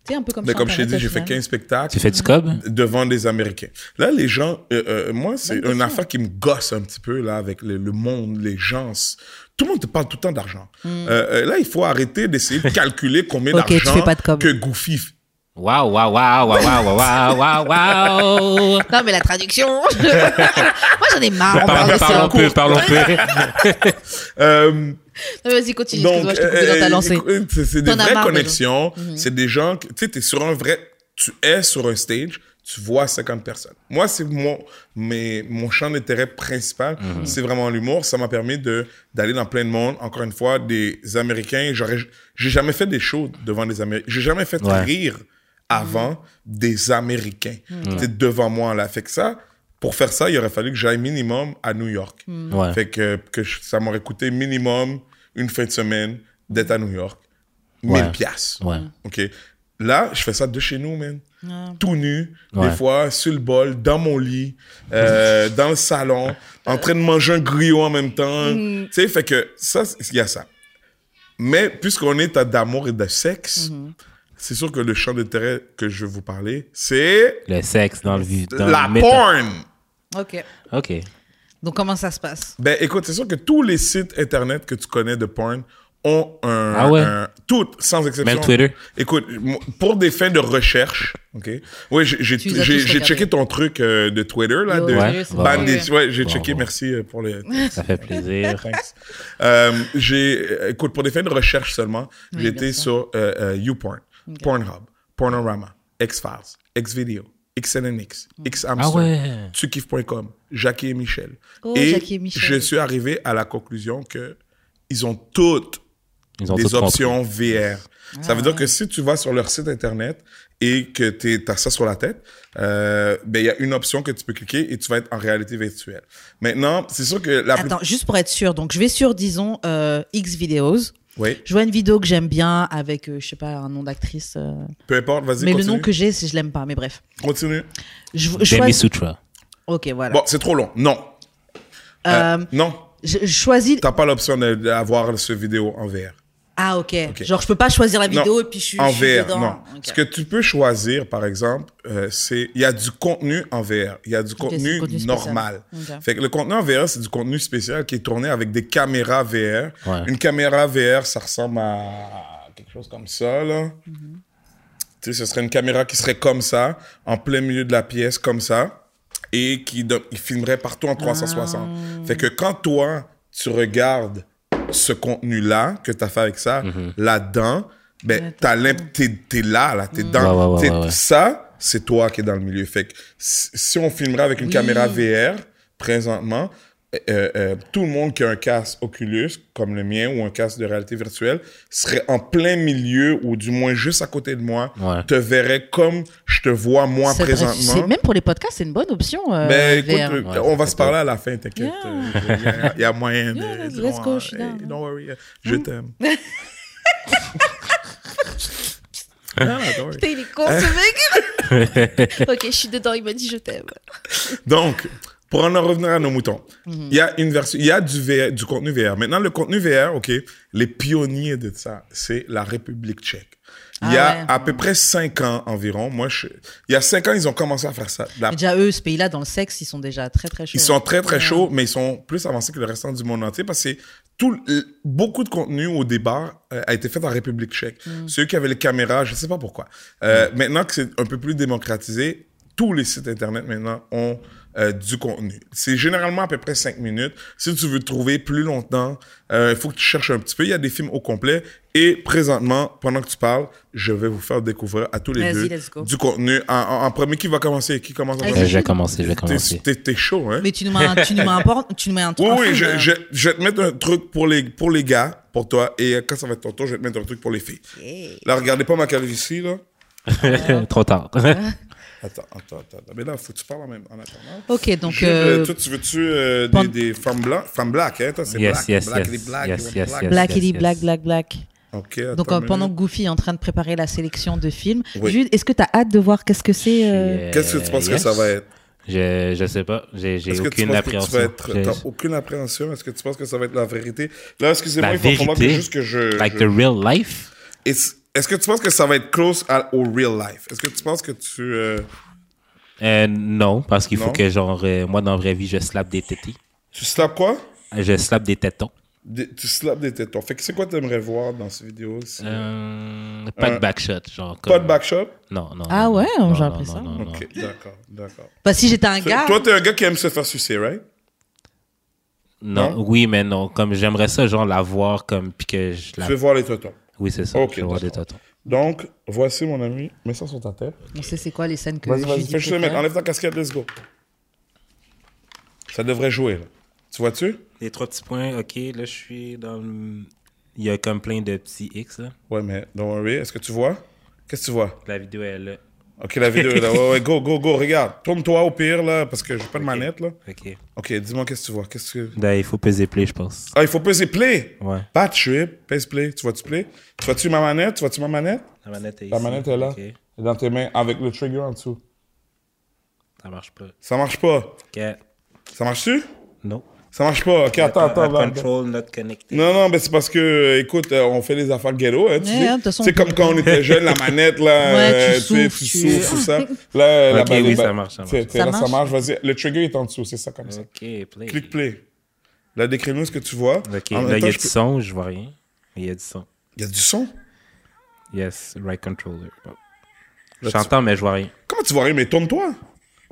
[SPEAKER 3] Tu sais, un peu comme
[SPEAKER 2] mais
[SPEAKER 3] ça,
[SPEAKER 2] comme je t'ai dit,
[SPEAKER 3] Internet,
[SPEAKER 2] j'ai
[SPEAKER 3] au
[SPEAKER 2] fait
[SPEAKER 3] final.
[SPEAKER 2] 15 spectacles.
[SPEAKER 4] Tu fais du cob?
[SPEAKER 2] devant des Américains. Là, les gens, euh, euh, moi, c'est une affaire qui me gosse un petit peu, là, avec le, le monde, les gens. Tout le monde te parle tout le temps d'argent. Euh, euh, là, il faut arrêter d'essayer de calculer combien
[SPEAKER 3] Hmm. Ok, tu
[SPEAKER 2] d'argent
[SPEAKER 3] fais pas de com.
[SPEAKER 2] que Goofy. f-
[SPEAKER 4] Waouh, waouh, waouh, waouh, waouh, waouh, waouh, waouh.
[SPEAKER 3] Non, mais la traduction. Moi, j'en ai marre. on parle de
[SPEAKER 4] Parlons,
[SPEAKER 3] ça.
[SPEAKER 4] parlons peu, parlons peu.
[SPEAKER 2] Euh,
[SPEAKER 3] Non, mais Vas-y, continue.
[SPEAKER 2] donc,
[SPEAKER 3] Excuse-moi, je t'ai coupé dans
[SPEAKER 2] euh,
[SPEAKER 3] ta lancée.
[SPEAKER 2] écoute, c'est c'est des
[SPEAKER 3] T'en as
[SPEAKER 2] vraies
[SPEAKER 3] marre, mais
[SPEAKER 2] connexions. C'est des gens, que- tu sais, t'es sur un vrai, tu es sur un stage, tu vois 50 personnes. Moi, c'est mon, mes- mon champ d'intérêt principal,
[SPEAKER 3] Mhm.
[SPEAKER 2] c'est vraiment l'humour. Ça m'a permis de, d'aller dans plein de monde. Encore une fois, des Américains, j'aurais, j'ai jamais fait des shows devant des Américains. J'ai jamais fait
[SPEAKER 4] Ouais.
[SPEAKER 2] rire avant
[SPEAKER 3] Mhm.
[SPEAKER 2] des Américains. C'est devant moi, là. Fait que ça, pour faire ça, il aurait fallu que j'aille minimum à New York.
[SPEAKER 3] Mhm.
[SPEAKER 4] Ouais.
[SPEAKER 2] Fait que, que je- ça m'aurait coûté minimum une fin de semaine d'être à New York. 1000
[SPEAKER 4] Ouais.
[SPEAKER 2] piastres.
[SPEAKER 4] Ouais.
[SPEAKER 2] OK. Là, je fais ça de chez nous, man. Tout nu,
[SPEAKER 4] Ouais.
[SPEAKER 2] des fois, sur le bol, dans mon lit, euh, dans le salon, en train de manger un griot en même temps. Tu sais, fait que ça, c'est- il y a ça. Mais puisqu'on est à d'amour et de sexe, c'est sûr que le champ d'intérêt que je vais vous parler, c'est
[SPEAKER 4] Le sexe dans le vide.
[SPEAKER 2] la porn.
[SPEAKER 3] Ok.
[SPEAKER 4] OK.
[SPEAKER 3] Donc, comment ça se passe
[SPEAKER 2] Ben écoute, c'est sûr que tous les sites internet que tu connais de porn ont un,
[SPEAKER 4] Ah ouais?
[SPEAKER 2] un- toutes sans exception.
[SPEAKER 4] Même Twitter?
[SPEAKER 2] Écoute, m- pour des fins de recherche, ok. Oui, j'ai j'ai-
[SPEAKER 3] Tu les as
[SPEAKER 2] j'ai-
[SPEAKER 3] tous
[SPEAKER 2] j'ai
[SPEAKER 3] regardés.
[SPEAKER 2] checké ton truc euh, de Twitter là,
[SPEAKER 3] Yo,
[SPEAKER 2] de
[SPEAKER 4] Ouais,
[SPEAKER 3] c'est
[SPEAKER 4] ouais,
[SPEAKER 2] ban
[SPEAKER 3] bon.
[SPEAKER 2] des- ouais, j'ai
[SPEAKER 4] Bon,
[SPEAKER 2] checké.
[SPEAKER 4] bon.
[SPEAKER 2] Merci euh, pour les.
[SPEAKER 4] Ça fait plaisir.
[SPEAKER 2] Thanks. Euh, j'ai, écoute, pour des fins de recherche seulement,
[SPEAKER 3] Oui, bien
[SPEAKER 2] j'étais
[SPEAKER 3] sûr.
[SPEAKER 2] sur euh, euh, YouPorn, Pornhub, Pornorama, X-Files, X-Video, XNNX,
[SPEAKER 3] Mm.
[SPEAKER 2] X-Amsterdam,
[SPEAKER 4] Ah ouais.
[SPEAKER 2] Tukiff.com, Jackie et Michel.
[SPEAKER 3] Oh,
[SPEAKER 2] et
[SPEAKER 3] Jackie et Michel.
[SPEAKER 2] je suis arrivé à la conclusion que ils ont toutes
[SPEAKER 4] Ils ont
[SPEAKER 2] des
[SPEAKER 4] tout compris.
[SPEAKER 2] options VR. Ça veut dire
[SPEAKER 3] Ah.
[SPEAKER 2] que si tu vas sur leur site internet et que tu as ça sur la tête, euh, ben il y a une option que tu peux cliquer et tu vas être en réalité virtuelle. Maintenant, c'est sûr que la plus-
[SPEAKER 3] Attends, juste pour être sûr. Donc, je vais sur, disons, euh, X vidéos.
[SPEAKER 2] Oui,
[SPEAKER 3] Je vois une vidéo que j'aime bien avec, euh, je sais pas, un nom d'actrice. euh,
[SPEAKER 2] peu importe, vas-y,
[SPEAKER 3] Mais
[SPEAKER 2] continue.
[SPEAKER 3] le nom que j'ai, c'est je l'aime pas. Mais bref.
[SPEAKER 2] Continue.
[SPEAKER 3] Je, je
[SPEAKER 4] Demi
[SPEAKER 3] choisis-
[SPEAKER 4] Sutra.
[SPEAKER 3] Ok, voilà.
[SPEAKER 2] Bon, c'est trop long. Non.
[SPEAKER 3] Euh,
[SPEAKER 2] Euh, non,
[SPEAKER 3] je, je choisis.
[SPEAKER 2] t'as pas l'option de- d'avoir ce vidéo en VR.
[SPEAKER 3] Ah, ok. Genre, je peux pas choisir la vidéo
[SPEAKER 2] Non,
[SPEAKER 3] et puis je suis,
[SPEAKER 2] en
[SPEAKER 3] je suis
[SPEAKER 2] VR,
[SPEAKER 3] dedans.
[SPEAKER 2] non.
[SPEAKER 3] Ok.
[SPEAKER 2] Ce que tu peux choisir, par exemple, euh, c'est il y a du contenu en VR, il y a du
[SPEAKER 3] c'est
[SPEAKER 2] contenu,
[SPEAKER 3] du contenu spécial.
[SPEAKER 2] normal.
[SPEAKER 3] Ok.
[SPEAKER 2] Fait que le contenu en VR, c'est du contenu spécial qui est tourné avec des caméras VR.
[SPEAKER 4] Ouais.
[SPEAKER 2] Une caméra VR, ça ressemble à quelque chose comme ça là. Tu sais, ce serait une caméra qui serait comme ça, en plein milieu de la pièce, comme ça, et qui donne- il filmerait partout en 360. Fait que quand toi, tu regardes ce contenu-là que tu as fait avec ça,
[SPEAKER 4] Mhm.
[SPEAKER 2] là-dedans, ben, t'as l'imp- t'es t'es là, là, t'es dans.
[SPEAKER 4] Ouais, ouais, ouais,
[SPEAKER 2] t'es-
[SPEAKER 4] ouais, ouais.
[SPEAKER 2] Ça, c'est toi qui es dans le milieu. Fait que si si on filmerait avec une caméra VR, présentement, euh, euh, tout le monde qui a un casque Oculus, comme le mien, ou un casque de réalité virtuelle, serait en plein milieu, ou du moins juste à côté de moi,
[SPEAKER 4] Ouais.
[SPEAKER 2] te verrait comme je te vois moi
[SPEAKER 3] C'est vrai,
[SPEAKER 2] présentement.
[SPEAKER 3] c'est- Même pour les podcasts, c'est une bonne option. euh,
[SPEAKER 2] Ben,
[SPEAKER 3] VR.
[SPEAKER 2] écoute,
[SPEAKER 4] Ouais,
[SPEAKER 2] on va
[SPEAKER 4] c'est
[SPEAKER 2] se parler à la fin, t'inquiète.
[SPEAKER 3] Yeah.
[SPEAKER 2] Il y a- il y, a moyen de.
[SPEAKER 3] Yeah, let's
[SPEAKER 2] disons,
[SPEAKER 3] go, je suis down. Hmm.
[SPEAKER 2] don't worry, euh, je t'aime. non, non, Ah, don't worry.
[SPEAKER 5] Putain, il est con ce mec. ok, je suis dedans, il m'a dit je t'aime.
[SPEAKER 2] Donc, pour en revenir à nos moutons, il
[SPEAKER 3] Mhm.
[SPEAKER 2] y a une version, il y a du VR, du contenu VR. Maintenant, le contenu VR, ok, les pionniers de ça, c'est la République tchèque. Il y a
[SPEAKER 3] Ah ouais.
[SPEAKER 2] à peu près cinq ans environ. Moi, je, il y a cinq ans, ils ont commencé à faire ça. La-
[SPEAKER 3] Et déjà, eux, ce pays-là, dans le sexe, ils sont déjà très, très chauds.
[SPEAKER 2] Ah. ils sont très, très
[SPEAKER 3] Ouais.
[SPEAKER 2] chauds, mais ils sont plus avancés que le restant du monde entier parce que c'est tout, l- beaucoup de contenu au départ euh, a été fait en République tchèque.
[SPEAKER 3] Mm.
[SPEAKER 2] Ceux qui avaient les caméras, je ne sais pas pourquoi. Euh, Maintenant que c'est un peu plus démocratisé, tous les sites Internet maintenant ont euh, du contenu. C'est généralement à peu près 5 minutes. Si tu veux trouver plus longtemps, euh, il faut que tu cherches un petit peu. Il y a des films au complet. Et présentement, pendant que tu parles, je vais vous faire découvrir à tous les
[SPEAKER 3] Vas-y,
[SPEAKER 2] deux
[SPEAKER 3] let's go.
[SPEAKER 2] du contenu. En, en- en premier, qui va commencer? Qui commence en
[SPEAKER 3] Vas-y.
[SPEAKER 4] Euh,
[SPEAKER 2] premier?
[SPEAKER 4] je vais commencer, je vais
[SPEAKER 2] T'es-
[SPEAKER 4] commencer.
[SPEAKER 2] T'es t'es chaud, hein?
[SPEAKER 3] Mais tu nous mets un, tu nous mets un, por- tu nous mets un
[SPEAKER 2] Oui,
[SPEAKER 3] un
[SPEAKER 2] oui,
[SPEAKER 3] film,
[SPEAKER 2] je,
[SPEAKER 3] euh,
[SPEAKER 2] je, je vais te mettre un truc pour les, pour les gars, pour toi, et euh, quand ça va être ton tour, je vais te mettre un truc pour les filles. Là, regardez pas ma calvitie, là.
[SPEAKER 4] Trop tard.
[SPEAKER 3] euh,
[SPEAKER 2] Attends, attends, attends. Mais là, faut que tu parles en, même, en attendant.
[SPEAKER 3] Ok, donc.
[SPEAKER 2] Je- euh,
[SPEAKER 3] euh,
[SPEAKER 2] toi, tu veux-tu euh,
[SPEAKER 3] Pan-
[SPEAKER 2] des, des femmes blanches? Femmes black, hein? Toi, c'est
[SPEAKER 4] Yes,
[SPEAKER 2] black.
[SPEAKER 4] yes,
[SPEAKER 2] black,
[SPEAKER 4] yes,
[SPEAKER 2] les black,
[SPEAKER 4] yes,
[SPEAKER 2] les
[SPEAKER 4] yes,
[SPEAKER 2] black.
[SPEAKER 4] yes.
[SPEAKER 3] Black, Eddie, Black, Black, Black.
[SPEAKER 2] OK, attends
[SPEAKER 3] Donc, euh,
[SPEAKER 2] une
[SPEAKER 3] pendant que
[SPEAKER 2] minute.
[SPEAKER 3] Goofy est en train de préparer la sélection de films,
[SPEAKER 2] Oui.
[SPEAKER 3] Jude, est-ce que tu as hâte de voir qu'est-ce que c'est euh,
[SPEAKER 2] Qu'est-ce que tu penses que ça va être?
[SPEAKER 4] Je, je sais pas. J'ai, j'ai
[SPEAKER 2] Est-ce que tu
[SPEAKER 4] aucune
[SPEAKER 2] penses que tu
[SPEAKER 4] appréhension.
[SPEAKER 2] vas être...
[SPEAKER 4] J'ai-
[SPEAKER 2] T'as aucune appréhension? Est-ce que tu penses que ça va être la vérité? Là, excusez-moi,
[SPEAKER 4] La
[SPEAKER 2] il faut falloir que
[SPEAKER 4] vérité?
[SPEAKER 2] juste que je...
[SPEAKER 4] Like
[SPEAKER 2] je-
[SPEAKER 4] the real life?
[SPEAKER 2] Est-ce est-ce que tu penses que ça va être close à- au real life? Est-ce que tu penses que tu... euh,
[SPEAKER 4] Euh, non, parce qu'il
[SPEAKER 2] Non.
[SPEAKER 4] faut que, genre, euh, moi, dans la vraie vie, je slappe des tétis.
[SPEAKER 2] Tu slaps quoi?
[SPEAKER 4] Je slappe des tétons.
[SPEAKER 2] Des- tu slaps des tétons. Fait que c'est quoi que t'aimerais voir dans ces vidéos? si-
[SPEAKER 4] Euh, pas de backshot, genre.
[SPEAKER 2] Pas
[SPEAKER 4] comme-
[SPEAKER 2] de backshot?
[SPEAKER 4] Non, non.
[SPEAKER 3] Ah
[SPEAKER 4] non,
[SPEAKER 3] ouais,
[SPEAKER 4] non,
[SPEAKER 3] j'ai
[SPEAKER 4] non,
[SPEAKER 3] appris
[SPEAKER 4] non,
[SPEAKER 3] ça.
[SPEAKER 4] non, non.
[SPEAKER 2] Ok, d'accord, d'accord.
[SPEAKER 3] Bah, si j'étais un
[SPEAKER 2] Fait-
[SPEAKER 3] gars.
[SPEAKER 2] Toi, t'es un gars qui aime se faire sucer, right?
[SPEAKER 4] Non,
[SPEAKER 2] Non?
[SPEAKER 4] oui, mais non. Comme j'aimerais ça, genre, la voir comme. Puis que je la.
[SPEAKER 2] Tu veux voir les tétons.
[SPEAKER 4] Oui, c'est ça.
[SPEAKER 2] Ok,
[SPEAKER 4] je veux voir des
[SPEAKER 2] d'accord.
[SPEAKER 4] tétons.
[SPEAKER 2] Donc, voici mon ami. Mets ça sur ta tête.
[SPEAKER 3] On sait c'est quoi les scènes que
[SPEAKER 2] Vas-y, vas-y.
[SPEAKER 3] Judy
[SPEAKER 2] Fais juste le
[SPEAKER 3] préfère.
[SPEAKER 2] mettre. Enlève ta casquette, let's go. Ça devrait jouer, là. Tu vois-tu?
[SPEAKER 4] Les trois petits points, ok. Là, je suis dans le. Il y a comme plein de petits X, là.
[SPEAKER 2] Ouais, mais don't worry. Est-ce que tu vois? Qu'est-ce que tu vois?
[SPEAKER 4] La vidéo est là.
[SPEAKER 2] Ok, la vidéo est là. Ouais, ouais, go, go, go. Regarde. Tourne-toi au pire, là, parce que j'ai pas de manette, là.
[SPEAKER 4] Ok.
[SPEAKER 2] Ok, dis-moi qu'est-ce que tu vois. Qu'est-ce que...
[SPEAKER 4] Là, Ben, il faut peser play, je pense.
[SPEAKER 2] Ah, il faut peser play.
[SPEAKER 4] Ouais.
[SPEAKER 2] Pas de trip, pèse play. Tu vois-tu play? Tu vois-tu ma manette? Tu vois-tu ma manette?
[SPEAKER 4] La manette est
[SPEAKER 2] La
[SPEAKER 4] ici.
[SPEAKER 2] manette est là.
[SPEAKER 4] Ok.
[SPEAKER 2] Elle est Dans tes mains, avec le trigger en dessous.
[SPEAKER 4] Ça marche pas.
[SPEAKER 2] Ça marche pas.
[SPEAKER 4] Ok.
[SPEAKER 2] Ça marche-tu?
[SPEAKER 4] Non.
[SPEAKER 2] Ça marche pas. Ok, attends, attends. là.
[SPEAKER 4] Control not connected.
[SPEAKER 2] Non, non, mais c'est parce que, euh, écoute, euh, on fait les affaires ghetto, hein, tu
[SPEAKER 3] Ouais,
[SPEAKER 2] sais.
[SPEAKER 3] hein, de toute façon,
[SPEAKER 2] C'est
[SPEAKER 3] on
[SPEAKER 2] comme
[SPEAKER 3] peut-
[SPEAKER 2] quand on était jeune, la manette, là,
[SPEAKER 3] Ouais, tu
[SPEAKER 2] euh, sais,
[SPEAKER 3] souffles,
[SPEAKER 2] tu
[SPEAKER 3] tu-
[SPEAKER 2] souffles, tout ça. Là, la
[SPEAKER 4] Ok,
[SPEAKER 2] balle
[SPEAKER 4] oui,
[SPEAKER 2] est ba-
[SPEAKER 4] ça marche, ça marche.
[SPEAKER 2] Tu sais,
[SPEAKER 3] Ça
[SPEAKER 2] là, ça
[SPEAKER 3] marche.
[SPEAKER 2] marche, vas-y. Le trigger est en dessous, c'est ça, comme ça.
[SPEAKER 4] Ok, play.
[SPEAKER 2] Clique play. Là, décris-nous ce que tu vois.
[SPEAKER 4] Ok,
[SPEAKER 2] En même
[SPEAKER 4] là, il
[SPEAKER 2] temps,
[SPEAKER 4] y a
[SPEAKER 2] je
[SPEAKER 4] du
[SPEAKER 2] peux-
[SPEAKER 4] son, je vois rien. Il y a du son.
[SPEAKER 2] Il y a du son.
[SPEAKER 4] Yes, right controller. Bon.
[SPEAKER 2] Là, tu-
[SPEAKER 4] J'entends, mais je vois rien.
[SPEAKER 2] Comment tu vois rien? Mais tourne-toi.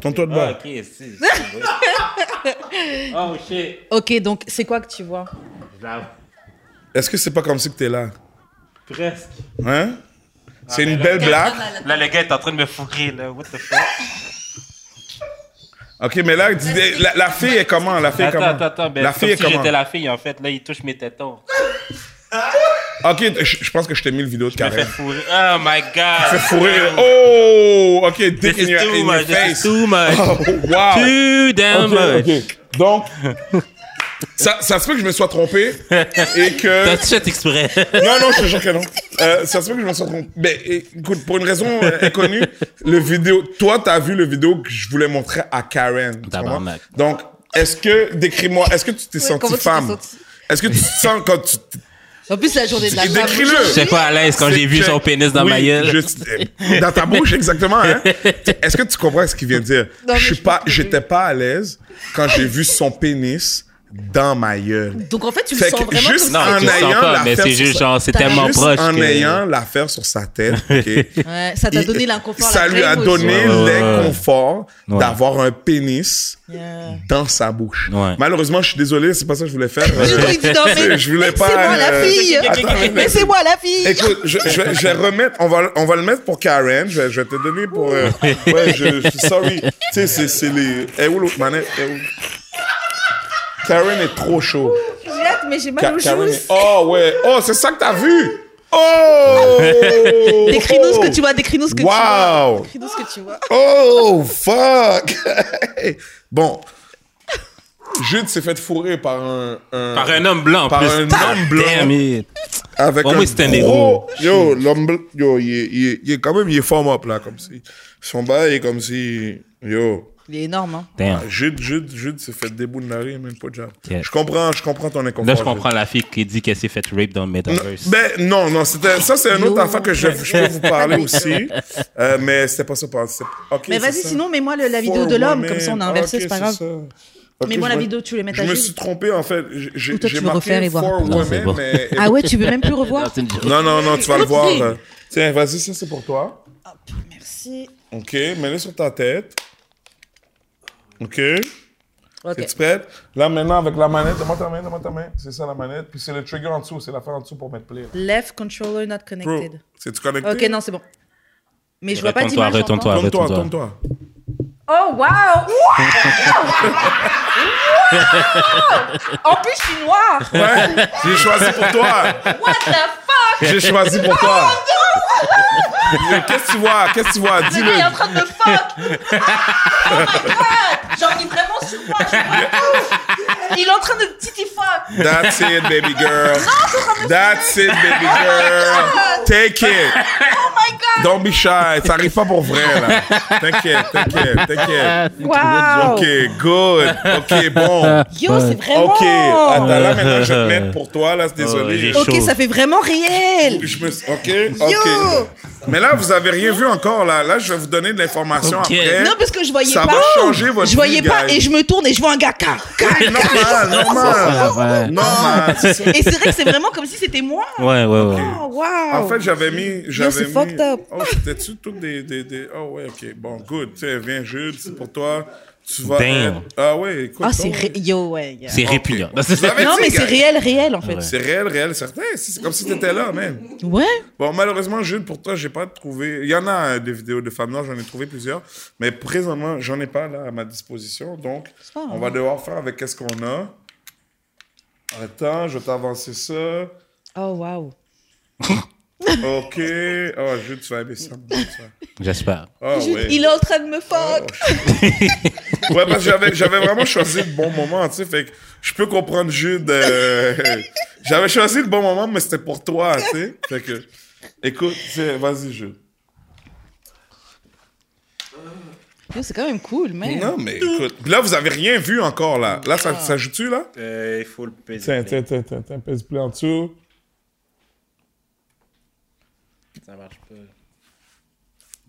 [SPEAKER 2] Tourne-toi de bas.
[SPEAKER 4] Ah, ok, si. oh shit.
[SPEAKER 3] Ok, donc c'est quoi que tu vois
[SPEAKER 2] Est-ce que c'est pas comme si que t'es là?
[SPEAKER 4] Presque.
[SPEAKER 2] Hein?
[SPEAKER 4] Ah,
[SPEAKER 2] C'est une belle blague.
[SPEAKER 4] Là, le gars est en train de me fourrer, là. What the fuck?
[SPEAKER 2] OK, mais là, dis- la, la fille est comment? La fille est
[SPEAKER 4] Attends,
[SPEAKER 2] comment?
[SPEAKER 4] attends, attends. Ben,
[SPEAKER 2] la
[SPEAKER 4] c'est
[SPEAKER 2] fille est
[SPEAKER 4] comme si
[SPEAKER 2] comment?
[SPEAKER 4] j'étais la fille, en fait. Là, il touche mes tétons.
[SPEAKER 2] OK, je, je pense que je t'ai mis le vidéo de
[SPEAKER 4] Je me fais
[SPEAKER 2] Karen.
[SPEAKER 4] fourrer. Oh my
[SPEAKER 2] Fait
[SPEAKER 4] god.
[SPEAKER 2] fourrer. Oh! OK, dick
[SPEAKER 4] This
[SPEAKER 2] in
[SPEAKER 4] is
[SPEAKER 2] your, in
[SPEAKER 4] too
[SPEAKER 2] your
[SPEAKER 4] much. This is
[SPEAKER 2] face.
[SPEAKER 4] too much.
[SPEAKER 2] Oh, wow!
[SPEAKER 4] Too damn
[SPEAKER 2] OK,
[SPEAKER 4] much.
[SPEAKER 2] OK. Donc, ça, ça se peut que je me sois trompé et que...
[SPEAKER 4] T'as-tu fait exprès?
[SPEAKER 2] Non, non, je te jure que non. Euh, ça se peut que je me sois trompé. Mais écoute, pour une raison euh, inconnue, le vidéo... Toi, t'as vu le vidéo que je voulais montrer à Karen. tu comprends?
[SPEAKER 4] Tabarnak.
[SPEAKER 2] Donc, est-ce que... Décris-moi, est-ce que tu t'es
[SPEAKER 5] comment
[SPEAKER 2] sentie
[SPEAKER 5] tu t'es
[SPEAKER 2] femme?
[SPEAKER 5] sentie?
[SPEAKER 2] Est-ce que tu te sens quand tu...
[SPEAKER 3] En plus, c'est la journée de la
[SPEAKER 2] Et
[SPEAKER 3] femme.
[SPEAKER 2] décris-le.
[SPEAKER 4] J'étais pas à l'aise quand j'ai vu
[SPEAKER 2] C'est
[SPEAKER 4] son
[SPEAKER 2] que-
[SPEAKER 4] pénis dans
[SPEAKER 2] oui,
[SPEAKER 4] ma gueule.
[SPEAKER 2] je- dans ta bouche, exactement. Hein? Est-ce que tu comprends ce qu'il vient de dire?
[SPEAKER 5] mais
[SPEAKER 2] je suis
[SPEAKER 5] je
[SPEAKER 2] pas, j'étais pas à l'aise quand j'ai vu son pénis dans ma gueule.
[SPEAKER 3] Donc en fait, tu le
[SPEAKER 2] Fait
[SPEAKER 3] sens
[SPEAKER 2] que
[SPEAKER 3] vraiment
[SPEAKER 2] juste-
[SPEAKER 3] comme ça.
[SPEAKER 4] Non,
[SPEAKER 2] En
[SPEAKER 4] tu le
[SPEAKER 2] ayant
[SPEAKER 4] sens pas,
[SPEAKER 2] la
[SPEAKER 4] mais
[SPEAKER 2] fesse
[SPEAKER 4] c'est juste
[SPEAKER 2] sur-
[SPEAKER 4] genre, c'est
[SPEAKER 3] T'as
[SPEAKER 4] tellement
[SPEAKER 2] Juste
[SPEAKER 4] proche.
[SPEAKER 2] en
[SPEAKER 4] que-
[SPEAKER 2] ayant l'affaire sur sa tête, ok,
[SPEAKER 3] Ouais, ça t'a
[SPEAKER 2] il-
[SPEAKER 3] donné l'inconfort.
[SPEAKER 2] ça
[SPEAKER 3] la
[SPEAKER 2] lui a
[SPEAKER 3] crème aussi.
[SPEAKER 2] donné
[SPEAKER 4] Ouais, ouais, ouais.
[SPEAKER 2] l'inconfort
[SPEAKER 4] Ouais.
[SPEAKER 2] d'avoir un pénis
[SPEAKER 3] Yeah.
[SPEAKER 2] dans sa bouche.
[SPEAKER 4] Ouais.
[SPEAKER 2] Malheureusement, je suis désolé, c'est pas ça que je voulais faire.
[SPEAKER 3] Jude, il dit, non, mais
[SPEAKER 2] je voulais pas.
[SPEAKER 3] C'est moi la
[SPEAKER 2] euh,
[SPEAKER 3] fille.
[SPEAKER 2] attends, mais-
[SPEAKER 3] Mais c'est moi la fille.
[SPEAKER 2] Écoute, je, je vais, je vais remettre, on va, on va le mettre pour Karen. Je vais, je vais te donner pour. euh, ouais, je, je suis sorry. Tu sais, c'est, c'est les. Eh, où l'autre manette? Eh, où? Karen est trop chaud.
[SPEAKER 1] J'ai hâte, mais j'ai
[SPEAKER 2] Ka-
[SPEAKER 1] mal aux
[SPEAKER 2] Karen
[SPEAKER 1] joues.
[SPEAKER 2] est... Oh, ouais. Oh, c'est ça que t'as vu. Oh!
[SPEAKER 1] Décris-nous ce que tu vois, décris-nous ce que tu vois.
[SPEAKER 2] Wow!
[SPEAKER 1] Décris-nous ce que tu vois.
[SPEAKER 2] Oh, fuck! bon. Jude s'est fait fourrer par un... un-
[SPEAKER 4] Par un homme blanc, en
[SPEAKER 2] Par
[SPEAKER 4] plus.
[SPEAKER 2] un
[SPEAKER 4] God
[SPEAKER 2] homme blanc.
[SPEAKER 4] damn it.
[SPEAKER 2] Avec
[SPEAKER 4] Au
[SPEAKER 2] un
[SPEAKER 4] moins, c'était un des
[SPEAKER 2] gros... Yo, l'homme blanc, yo, il est, il est- il est quand même, il est form up, là, comme si... Son bail est comme si... Yo...
[SPEAKER 3] Il est énorme, hein.
[SPEAKER 4] Damn.
[SPEAKER 2] Jude, Jude, Jude s'est fait des bouts de nari, même pas de job.
[SPEAKER 4] Ok.
[SPEAKER 2] Je comprends, je comprends ton inconfort.
[SPEAKER 4] Là, je
[SPEAKER 2] Jude.
[SPEAKER 4] comprends la fille qui dit qu'elle s'est faite rape dans le metaverse.
[SPEAKER 2] Ben non, non, c'était ça c'est une autre
[SPEAKER 3] Yo.
[SPEAKER 2] affaire que je, je peux vous parler aussi, euh, mais c'était pas ça. pas- c'est- ok,
[SPEAKER 3] Mais
[SPEAKER 2] c'est
[SPEAKER 3] vas-y,
[SPEAKER 2] ça.
[SPEAKER 3] sinon, mets-moi le- la vidéo
[SPEAKER 2] For
[SPEAKER 3] de l'homme,
[SPEAKER 2] women. Ah,
[SPEAKER 3] comme ça on a inversé,
[SPEAKER 2] Ok,
[SPEAKER 3] c'est pas grave.
[SPEAKER 2] ça. Ok,
[SPEAKER 3] Mets-moi
[SPEAKER 2] je
[SPEAKER 3] la
[SPEAKER 2] me-
[SPEAKER 3] vidéo, tu les mets
[SPEAKER 2] Je
[SPEAKER 3] à
[SPEAKER 2] me
[SPEAKER 3] Jules.
[SPEAKER 2] suis trompé en fait. J'ai- J'ai
[SPEAKER 3] Ou toi, tu
[SPEAKER 2] j'ai
[SPEAKER 3] veux
[SPEAKER 2] marqué
[SPEAKER 3] refaire et voir.
[SPEAKER 2] For
[SPEAKER 4] Non,
[SPEAKER 2] Women,
[SPEAKER 4] c'est bon.
[SPEAKER 2] mais-
[SPEAKER 3] Ah ouais, tu veux même plus revoir
[SPEAKER 4] C'est une joke.
[SPEAKER 2] Non, non, non, tu vas le voir. euh. Tiens, vas-y, ça c'est pour toi.
[SPEAKER 3] Merci.
[SPEAKER 2] Ok, mets-le sur ta tête. Ok.
[SPEAKER 3] Ok.
[SPEAKER 2] Es-tu prête? Là maintenant avec la manette, demande ta main, demande ta main. C'est ça la manette. Puis c'est le trigger en dessous, c'est l'affaire en dessous pour mettre play. là.
[SPEAKER 3] Left controller not
[SPEAKER 2] Bro,
[SPEAKER 3] connected.
[SPEAKER 2] c'est-tu connecté?
[SPEAKER 3] Ok, non, c'est bon. Mais je vois pas
[SPEAKER 4] Retourne-toi,
[SPEAKER 3] d'image.
[SPEAKER 4] retourne-toi,
[SPEAKER 2] Tourne-toi,
[SPEAKER 4] retourne-toi.
[SPEAKER 2] tourne-toi.
[SPEAKER 3] j'entends. Oh, waouh! Waouh! En plus, je suis noire!
[SPEAKER 2] Ouais, j'ai choisi pour toi.
[SPEAKER 1] What the fuck?
[SPEAKER 2] J'ai choisi pour toi. Qu'est-ce que tu vois? Qu'est-ce que tu vois?
[SPEAKER 1] Le gars est en
[SPEAKER 2] Dis-le.
[SPEAKER 1] train de me fuck. Oh my
[SPEAKER 3] Oh
[SPEAKER 1] god. J'en ai vraiment sur moi. Je vois tout. Il est en train de titi fuck.
[SPEAKER 2] That's it, baby girl. That's it, baby girl. Take it.
[SPEAKER 1] Oh my god.
[SPEAKER 2] Don't be shy. Ça arrive pas pour vrai, là. T'inquiète, t'inquiète, t'inquiète.
[SPEAKER 1] Oh.
[SPEAKER 3] Waouh!
[SPEAKER 2] OK, good. OK, bon.
[SPEAKER 3] Yo, c'est vraiment.
[SPEAKER 2] OK. Attends, là, maintenant, je vais te mettre pour toi, là.
[SPEAKER 4] Oh,
[SPEAKER 2] Désolé.
[SPEAKER 4] j'ai
[SPEAKER 3] Ok,
[SPEAKER 4] chaud.
[SPEAKER 3] ça fait vraiment réel!
[SPEAKER 2] Je me suis- OK, OK. Mais là, vous avez rien vu encore, là. Là, je vais vous donner de l'information
[SPEAKER 4] OK.
[SPEAKER 2] après.
[SPEAKER 3] Non, parce que je voyais
[SPEAKER 2] Ça
[SPEAKER 3] pas.
[SPEAKER 2] va changer votre
[SPEAKER 3] je voyais
[SPEAKER 2] vie,
[SPEAKER 3] pas
[SPEAKER 2] guys.
[SPEAKER 3] et je me tourne et je vois un gars. car, car.
[SPEAKER 2] Normal, normal.
[SPEAKER 4] Ouais,
[SPEAKER 2] Normal.
[SPEAKER 3] Et c'est vrai que c'est vraiment comme si c'était moi.
[SPEAKER 4] ouais, ouais. ouais.
[SPEAKER 3] Oh, waouh.
[SPEAKER 2] En fait, j'avais mis.
[SPEAKER 3] c'est
[SPEAKER 2] J'avais mis...
[SPEAKER 3] fucked up.
[SPEAKER 2] Oh, c'était-tu toutes des, des, des. Oh, ouais, ok. Bon, good. Tu sais, viens, Jude, c'est pour toi. Tu vas.
[SPEAKER 4] Damn.
[SPEAKER 2] être- Ah, ouais, écoute.
[SPEAKER 3] Ah, c'est
[SPEAKER 2] oh,
[SPEAKER 3] ré- yo, ouais. yeah.
[SPEAKER 4] C'est
[SPEAKER 2] Ok.
[SPEAKER 4] répugnant.
[SPEAKER 2] Vous avez
[SPEAKER 3] Non,
[SPEAKER 2] dit,
[SPEAKER 3] mais c'est
[SPEAKER 2] gars.
[SPEAKER 3] réel, réel en fait.
[SPEAKER 2] C'est réel, réel, certain. Si, C'est comme si t'étais là, même.
[SPEAKER 3] Ouais.
[SPEAKER 2] Bon, malheureusement, Jude, pour toi, j'ai pas trouvé. Il y en a euh, des vidéos de femmes noires, j'en ai trouvé plusieurs. Mais présentement, j'en ai pas là à ma disposition. Donc,
[SPEAKER 3] pas grave.
[SPEAKER 2] on va devoir faire avec qu'est-ce qu'on a. Attends, je vais t'avancer ça.
[SPEAKER 3] Oh, waouh.
[SPEAKER 2] Ok. Oh, Jude, tu vas aimer ça. ça.
[SPEAKER 4] J'espère.
[SPEAKER 2] Ah,
[SPEAKER 5] Juste,
[SPEAKER 2] ouais.
[SPEAKER 5] Il est en train de me fuck.
[SPEAKER 2] ouais, parce que j'avais, j'avais vraiment choisi le bon moment, tu sais. Fait que je peux comprendre Jude. euh, j'avais choisi le bon moment, mais c'était pour toi, tu sais. Fait que, écoute, tu sais, vas-y, Jude.
[SPEAKER 3] Yo, c'est quand même cool, mec.
[SPEAKER 2] Non, mais écoute. Puis là, vous avez rien vu encore, là. Là, ça, ça joue-tu, là?
[SPEAKER 4] Euh, il faut le peser.
[SPEAKER 2] Tiens, tiens, tiens, tiens, tiens, pèse plus en dessous.
[SPEAKER 4] Ça marche pas.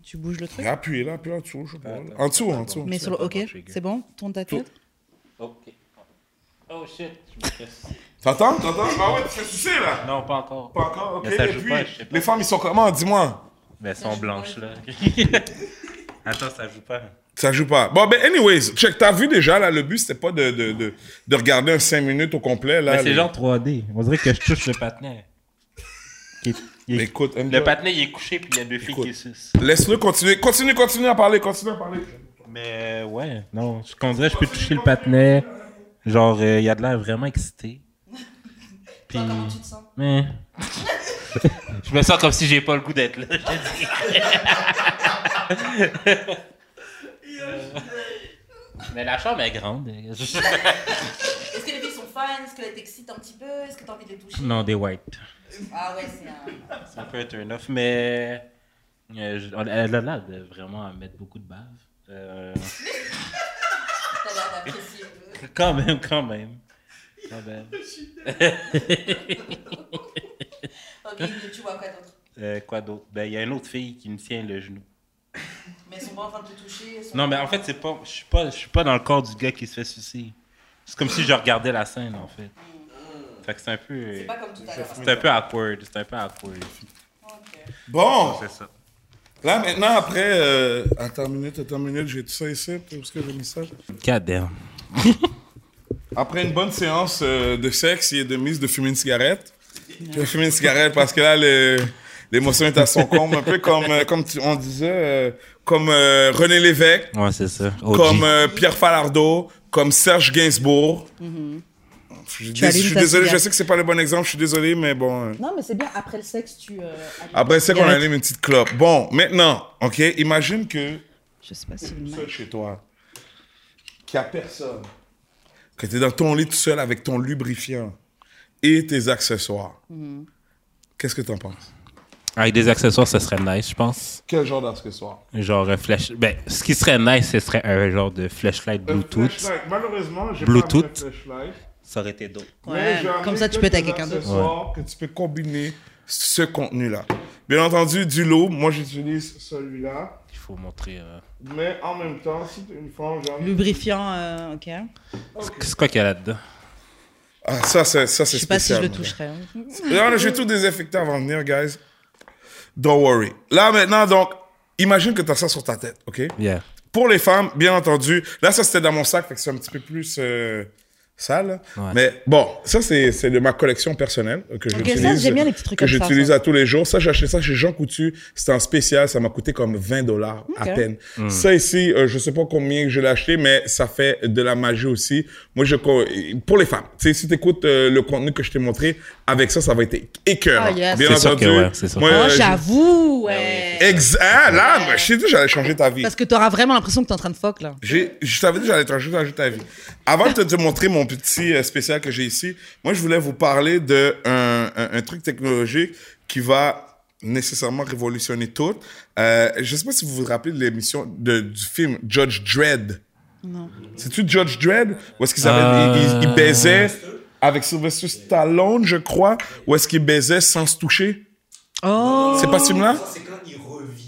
[SPEAKER 3] Tu bouges le truc.
[SPEAKER 2] Appuie là, appuie en dessous, je sais pas. là. En dessous, en dessous.
[SPEAKER 3] Mais sur le. Ok, c'est bon. Tourne ta tête.
[SPEAKER 4] Ok. Oh shit, je me casse.
[SPEAKER 2] T'entends? T'entends? Bah ouais, tu fais sucer, là.
[SPEAKER 4] Non, pas encore.
[SPEAKER 2] Pas encore, ok.
[SPEAKER 4] Mais ça
[SPEAKER 2] Et
[SPEAKER 4] joue
[SPEAKER 2] puis,
[SPEAKER 4] pas, je sais pas.
[SPEAKER 2] les femmes, ils sont comment? Dis-moi.
[SPEAKER 4] Mais elles sont blanches Ben, là. Attends, ça joue pas.
[SPEAKER 2] Ça joue pas. Bon, ben, anyways, check, t'as vu déjà, là, le but, c'était pas de, de, de, de regarder un 5 minutes au complet, là.
[SPEAKER 4] Mais Ben, c'est
[SPEAKER 2] les-
[SPEAKER 4] genre 3D. On dirait que je touche le patinet.
[SPEAKER 2] Mais Écoute,
[SPEAKER 4] Le
[SPEAKER 2] enjoy.
[SPEAKER 4] patinet il est couché puis il y a deux filles qui sucent.
[SPEAKER 2] laisse-le continuer. Continue, continue à parler, continue à parler.
[SPEAKER 4] Mais euh, ouais, non. Je qu'on dirait je peux toucher le patinet. Genre, euh, il y a de l'air vraiment excité. Puis. Hein? Comment tu te sens? Mais. je me sens comme si j'ai pas le goût d'être là. Mais la chambre est grande.
[SPEAKER 1] Est-ce que les filles sont fans Est-ce qu'elles t'excitent un petit peu Est-ce que t'as envie de les toucher
[SPEAKER 4] non, des white.
[SPEAKER 2] Hmm.
[SPEAKER 1] Ah ouais, c'est un.
[SPEAKER 4] C'est un peu un turn-off, mais euh, je- elle elle a l'air de vraiment mettre beaucoup de bave. Euh,
[SPEAKER 1] T'as l'air d'apprécier.
[SPEAKER 4] quand même, quand même. Quand même.
[SPEAKER 1] Ok, tu vois quoi d'autre
[SPEAKER 4] Euh, quoi d'autre? Ben, il y a une autre fille qui me tient le genou.
[SPEAKER 1] Mais elles sont pas en train de te toucher. elles sont-
[SPEAKER 4] Non, mais en fait, c'est pas, je suis pas, je suis pas dans le corps du gars qui se fait sucer. C'est comme si je regardais la scène, en fait. Fait que c'est un peu,
[SPEAKER 1] C'est pas comme tout à l'heure.
[SPEAKER 4] c'est un peu awkward, c'est un peu awkward.
[SPEAKER 2] Bon.
[SPEAKER 4] C'est ça.
[SPEAKER 2] Là, maintenant, après... Euh... Attends une minute, attends une minute, j'ai tout ça ici, parce que j'ai mis ça.
[SPEAKER 4] God damn.
[SPEAKER 2] Après une bonne séance euh, de sexe et de mise de fumer une cigarette, je vais fumer une cigarette parce que là, le, L'émotion est à son comble, un peu comme, euh, comme tu- on disait, euh, comme euh, René Lévesque,
[SPEAKER 4] Ouais, c'est ça. OG.
[SPEAKER 2] comme euh, Pierre Falardeau, comme Serge Gainsbourg. Je suis dés-
[SPEAKER 3] allumes
[SPEAKER 2] je suis
[SPEAKER 3] ta
[SPEAKER 2] désolé, je
[SPEAKER 3] cigarette.
[SPEAKER 2] sais que c'est pas le bon exemple, je suis désolé, mais bon. euh,
[SPEAKER 1] Non, mais c'est bien, après le sexe, tu. euh,
[SPEAKER 2] Après c'est qu'on
[SPEAKER 3] Cigarette.
[SPEAKER 2] allume une petite clope. Bon, maintenant, OK, imagine que
[SPEAKER 3] Je sais pas si
[SPEAKER 2] tout seul chez toi, qu'il n'y a personne, que tu es dans ton lit tout seul avec ton lubrifiant et tes accessoires,
[SPEAKER 3] Mhm.
[SPEAKER 2] qu'est-ce que tu en penses?
[SPEAKER 4] Avec des accessoires, ce serait nice, je pense.
[SPEAKER 2] Quel genre d'accessoires?
[SPEAKER 4] Genre euh, flash. Ben, ce qui serait nice, ce serait un genre de flashlight
[SPEAKER 2] Un
[SPEAKER 4] Bluetooth.
[SPEAKER 2] Euh, flashlight. Malheureusement, j'ai
[SPEAKER 4] Bluetooth.
[SPEAKER 2] pas amené de flashlight.
[SPEAKER 4] Ça aurait été dope.
[SPEAKER 2] mais
[SPEAKER 3] Ouais,
[SPEAKER 2] j'ai amené
[SPEAKER 3] comme ça, tu peux être avec
[SPEAKER 2] quelques
[SPEAKER 3] quelqu'un d'autre.
[SPEAKER 2] accessoires Que tu peux combiner ce contenu-là. Bien entendu, du lot, moi j'utilise celui-là.
[SPEAKER 4] Il faut montrer. euh,
[SPEAKER 2] Mais en même temps, si t'es une femme, genre.
[SPEAKER 3] Lubrifiant, euh, ok.
[SPEAKER 4] C'est quoi qu'il y a là-dedans?
[SPEAKER 2] Ah, ça, c'est ça, c'est
[SPEAKER 3] Je sais pas si je
[SPEAKER 2] spécial.
[SPEAKER 3] le toucherais. hein.
[SPEAKER 2] Non, non, je vais tout désinfecter avant de venir, guys. Don't worry. Là, maintenant, donc, imagine que tu as ça sur ta tête, OK?
[SPEAKER 4] Yeah.
[SPEAKER 2] Pour les femmes, bien entendu. Là, ça, c'était dans mon sac, fait que c'est un petit peu plus euh, sale.
[SPEAKER 4] Ouais.
[SPEAKER 2] Mais bon, ça, c'est c'est de ma collection personnelle euh, que j'utilise.
[SPEAKER 3] ça, j'aime bien les petits trucs
[SPEAKER 2] Que
[SPEAKER 3] comme ça,
[SPEAKER 2] j'utilise
[SPEAKER 3] ça.
[SPEAKER 2] à tous les jours. Ça, j'ai acheté ça chez Jean Coutu. C'était en spécial. Ça m'a coûté comme 20 dollars à
[SPEAKER 3] Ok.
[SPEAKER 2] peine.
[SPEAKER 4] Hmm.
[SPEAKER 2] Ça ici, euh, je sais pas combien je l'ai acheté, mais ça fait de la magie aussi. Moi, je, co- pour les femmes, tu sais, si t'écoutes euh, le contenu que je t'ai montré, avec ça, ça va être écœurant.
[SPEAKER 3] Ah, yes.
[SPEAKER 2] Bien
[SPEAKER 4] C'est sûr
[SPEAKER 2] entendu.
[SPEAKER 4] que ouais, c'est sûr
[SPEAKER 2] moi,
[SPEAKER 4] que-
[SPEAKER 3] Oh,
[SPEAKER 2] euh,
[SPEAKER 3] j'avoue, ouais.
[SPEAKER 2] exa- ah, là, moi, je sais que j'allais changer ta vie.
[SPEAKER 3] Parce que t'auras vraiment l'impression que t'es en train de fuck, là.
[SPEAKER 2] J'ai- Je t'avais dit que j'allais te rajouter dans ta vie. Avant de te, te montrer mon petit euh, spécial que j'ai ici, moi, je voulais vous parler d'un un, un- un truc technologique qui va nécessairement révolutionner tout. Euh, je sais pas si vous vous rappelez de l'émission de- du film Judge Dredd. Non. C'est-tu Judge Dredd? Ou est-ce qu'ils avaient...
[SPEAKER 4] Euh.
[SPEAKER 2] ils- ils- ils baisaient avec Sylvester Stallone, je crois. Ou est-ce qu'ils baisaient sans se toucher?
[SPEAKER 3] Oh.
[SPEAKER 2] C'est pas ce film-là?
[SPEAKER 6] Ça, c'est quand il revient.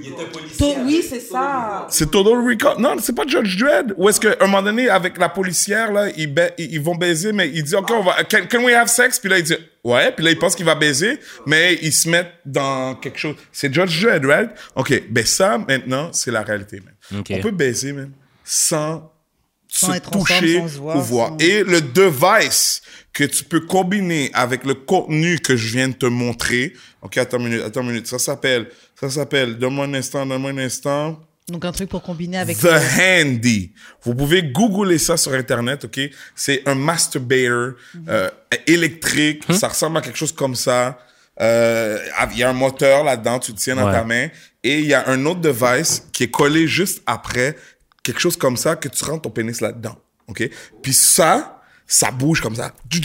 [SPEAKER 6] Il était policier.
[SPEAKER 1] To- oui, c'est ça.
[SPEAKER 2] C'est Total Recall. Non, c'est pas Judge Dredd. Ou est-ce qu'à un moment donné, avec la policière, là, ils, ba- ils ils vont baiser, mais il dit, OK, on va, can, can we have sex? Puis là, il dit, ouais. Puis là, il pense qu'il va baiser, mais ils se mettent dans quelque chose. C'est Judge Dredd, right? OK. Ben, ça, maintenant, c'est la réalité, man.
[SPEAKER 4] OK.
[SPEAKER 2] On peut baiser, man, sans,
[SPEAKER 3] Sans
[SPEAKER 2] se
[SPEAKER 3] être
[SPEAKER 2] toucher
[SPEAKER 3] ensemble, sans se voir,
[SPEAKER 2] ou voir.
[SPEAKER 3] sans-
[SPEAKER 2] Et le device que tu peux combiner avec le contenu que je viens de te montrer. OK, attends une minute, attends une minute. Ça s'appelle, ça s'appelle, donne-moi un instant, donne-moi un instant.
[SPEAKER 3] Donc un truc pour combiner avec.
[SPEAKER 2] The Handy. Vous pouvez googler ça sur Internet, OK? C'est un masturbator euh, électrique. Ça ressemble à quelque chose comme ça. Euh, Il y a un moteur là-dedans, tu le tiens dans
[SPEAKER 4] Ouais.
[SPEAKER 2] ta main. Et il y a un autre device qui est collé juste après, quelque chose comme ça, que tu rentres ton pénis là-dedans, OK? Puis ça, ça bouge comme ça.
[SPEAKER 3] Donc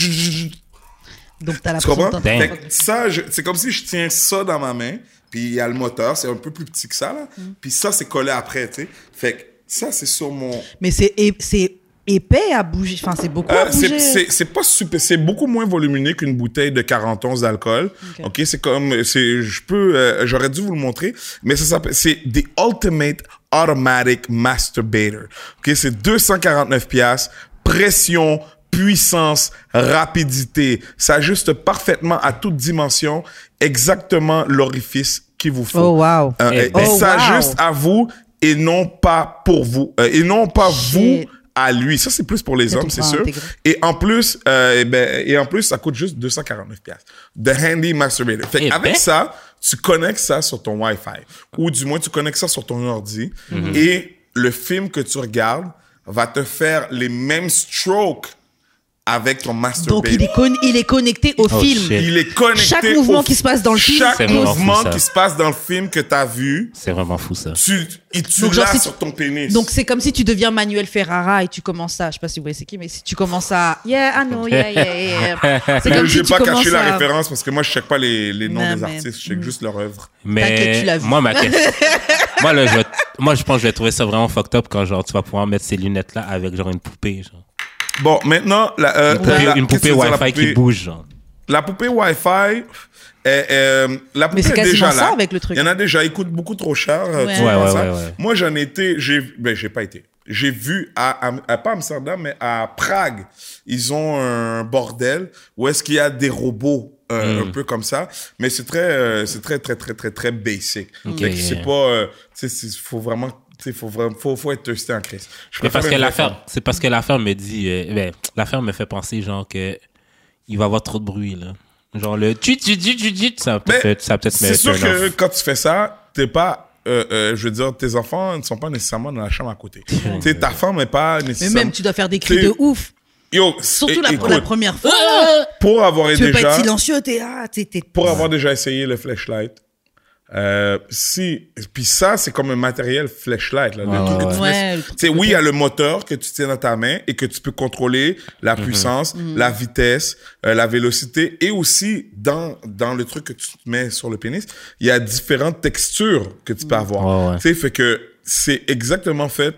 [SPEAKER 3] t'as
[SPEAKER 2] Tu
[SPEAKER 3] l'impression que t'es
[SPEAKER 2] comprends?
[SPEAKER 3] en train de
[SPEAKER 2] Fait
[SPEAKER 4] Damn.
[SPEAKER 3] fuck.
[SPEAKER 2] que ça, je- c'est comme si je tiens ça dans ma main, puis il y a le moteur, c'est un peu plus petit que ça, là. Puis ça, c'est collé après, tu sais. Fait que ça, c'est sur mon...
[SPEAKER 3] Mais c'est é- c'est épais à bouger. Enfin, c'est beaucoup à
[SPEAKER 2] Euh, c'est-
[SPEAKER 3] bouger.
[SPEAKER 2] c'est c'est pas super, c'est beaucoup moins volumineux qu'une bouteille de 40 onces d'alcool. Ok,
[SPEAKER 3] Ok.
[SPEAKER 2] c'est comme, c'est, je peux, euh, j'aurais dû vous le montrer, mais ça s'appelle, c'est the ultimate automatic masturbator. Ok, c'est 249 pièces, pression, puissance, rapidité, ça ajuste parfaitement à toute dimension, exactement l'orifice qu'il vous faut.
[SPEAKER 3] Oh wow.
[SPEAKER 2] Euh,
[SPEAKER 4] Eh
[SPEAKER 2] et-
[SPEAKER 4] ben.
[SPEAKER 2] et
[SPEAKER 3] Oh,
[SPEAKER 2] ça
[SPEAKER 3] wow.
[SPEAKER 2] juste à vous et non pas pour vous. Euh, et non pas
[SPEAKER 3] Shit.
[SPEAKER 2] vous à lui. Ça, c'est plus pour les
[SPEAKER 3] Ça,
[SPEAKER 2] hommes,
[SPEAKER 3] tu
[SPEAKER 2] c'est
[SPEAKER 3] pourras
[SPEAKER 2] sûr.
[SPEAKER 3] intégrer.
[SPEAKER 2] Et en plus, euh, eh ben, et en plus, ça coûte juste 249 pièces. The Handy Masturbator. Fait
[SPEAKER 4] Eh
[SPEAKER 2] avec
[SPEAKER 4] ben.
[SPEAKER 2] ça, tu connectes ça sur ton Wi-Fi. Ou du moins, tu connectes ça sur ton ordi.
[SPEAKER 4] Mhm.
[SPEAKER 2] Et le film que tu regardes va te faire les mêmes strokes avec ton masturbator.
[SPEAKER 3] Donc il est, con- il est connecté au
[SPEAKER 4] Oh,
[SPEAKER 3] film.
[SPEAKER 4] shit.
[SPEAKER 2] Il est connecté
[SPEAKER 3] Chaque mouvement
[SPEAKER 2] au-
[SPEAKER 3] qui se passe dans le film,
[SPEAKER 2] Chaque
[SPEAKER 4] C'est vraiment fou,
[SPEAKER 2] mouvement
[SPEAKER 4] ça.
[SPEAKER 2] qui se passe dans le film que tu as vu,
[SPEAKER 4] C'est vraiment fou, ça.
[SPEAKER 2] tu, et tu
[SPEAKER 3] Donc, genre,
[SPEAKER 2] l'as
[SPEAKER 3] si tu-
[SPEAKER 2] sur ton pénis.
[SPEAKER 3] Donc c'est comme si tu deviens Manuel Ferrara et tu commences à, je sais pas si vous voyez c'est qui, mais si tu commences à, yeah, I know, yeah, yeah, yeah. C'est
[SPEAKER 2] Je
[SPEAKER 3] comme
[SPEAKER 2] n'ai
[SPEAKER 3] si tu
[SPEAKER 2] pas
[SPEAKER 3] commences
[SPEAKER 2] caché la
[SPEAKER 3] à.
[SPEAKER 2] référence parce que moi, je ne check pas les, les noms
[SPEAKER 3] Non,
[SPEAKER 2] des
[SPEAKER 3] mais-
[SPEAKER 2] artistes, je check
[SPEAKER 3] Mm.
[SPEAKER 2] juste leur œuvre.
[SPEAKER 4] Mais
[SPEAKER 3] T'inquiète, tu l'as vu.
[SPEAKER 4] moi, ma question. moi, là, je vais- moi, je pense que je vais trouver ça vraiment fucked up quand genre, tu vas pouvoir mettre ces lunettes-là avec genre une poupée. Genre.
[SPEAKER 2] Bon, maintenant, la, euh,
[SPEAKER 4] Une poupée,
[SPEAKER 2] la-
[SPEAKER 4] une
[SPEAKER 2] qu'est-ce que
[SPEAKER 4] poupée
[SPEAKER 2] tu veux dire, la
[SPEAKER 4] Wi-Fi qui
[SPEAKER 2] poupée-
[SPEAKER 4] bouge. Genre.
[SPEAKER 2] La poupée Wi-Fi, euh, euh, la poupée
[SPEAKER 3] c'est
[SPEAKER 2] est
[SPEAKER 3] quasiment
[SPEAKER 2] déjà là.
[SPEAKER 3] ça avec le truc.
[SPEAKER 2] Il y en a déjà, ils coûtent beaucoup trop cher. euh,
[SPEAKER 3] Ouais.
[SPEAKER 2] tu vois,
[SPEAKER 4] Ouais, ouais,
[SPEAKER 2] ça.
[SPEAKER 4] ouais, ouais.
[SPEAKER 2] Moi, j'en étais, j'ai, ben, j'ai pas été. J'ai vu à, à- à- pas Amsterdam, mais à Prague, ils ont un bordel où est-ce qu'il y a des robots. euh,
[SPEAKER 4] Mm.
[SPEAKER 2] un peu comme ça mais c'est très euh, c'est très très très très très basic
[SPEAKER 4] Ok.
[SPEAKER 2] Fait que c'est pas euh, tu sais il faut vraiment tu sais faut vraiment faut, faut être testé en crise je
[SPEAKER 4] Mais parce
[SPEAKER 2] préfère
[SPEAKER 4] que
[SPEAKER 2] une
[SPEAKER 4] l'affaire,
[SPEAKER 2] réforme.
[SPEAKER 4] c'est parce que l'affaire me dit, euh, ben, l'affaire me fait penser genre que il va y avoir trop de bruit là. Genre le tu tu tu tu tu ça peut
[SPEAKER 2] Mais
[SPEAKER 4] être ça peut être
[SPEAKER 2] C'est
[SPEAKER 4] me
[SPEAKER 2] sûr
[SPEAKER 4] turn
[SPEAKER 2] que
[SPEAKER 4] off.
[SPEAKER 2] quand tu fais ça, t'es pas. euh, euh, je veux dire, tes enfants ne sont pas nécessairement dans la chambre à côté. tu sais, ta femme n'est pas
[SPEAKER 3] Mais
[SPEAKER 2] nécessairement.
[SPEAKER 3] même, tu dois faire des cris
[SPEAKER 2] C'est-
[SPEAKER 3] de ouf.
[SPEAKER 2] Yo,
[SPEAKER 3] Surtout
[SPEAKER 2] é-
[SPEAKER 3] la,
[SPEAKER 2] écoute,
[SPEAKER 3] la première fois. là.
[SPEAKER 2] pour avoir
[SPEAKER 3] Tu veux pas
[SPEAKER 2] déjà,
[SPEAKER 3] être silencieux, t'es là, t'es... t'es-
[SPEAKER 2] pour avoir déjà essayé le flashlight. Euh, si, puis ça, c'est comme un matériel flashlight, là, le
[SPEAKER 4] Ouais,
[SPEAKER 2] truc
[SPEAKER 4] ouais,
[SPEAKER 2] que tu
[SPEAKER 3] ouais.
[SPEAKER 2] laisses-
[SPEAKER 3] Ouais, le truc
[SPEAKER 2] Tu sais, oui, il y a le moteur que tu tiens dans ta main et que tu peux contrôler la
[SPEAKER 4] Mhm.
[SPEAKER 2] puissance,
[SPEAKER 3] Mhm.
[SPEAKER 2] la vitesse, euh, la vélocité et aussi dans, dans le truc que tu mets sur le pénis, il y a différentes textures que tu peux
[SPEAKER 3] Mhm.
[SPEAKER 2] avoir.
[SPEAKER 4] Ouais, ouais.
[SPEAKER 2] Tu sais, fait que c'est exactement fait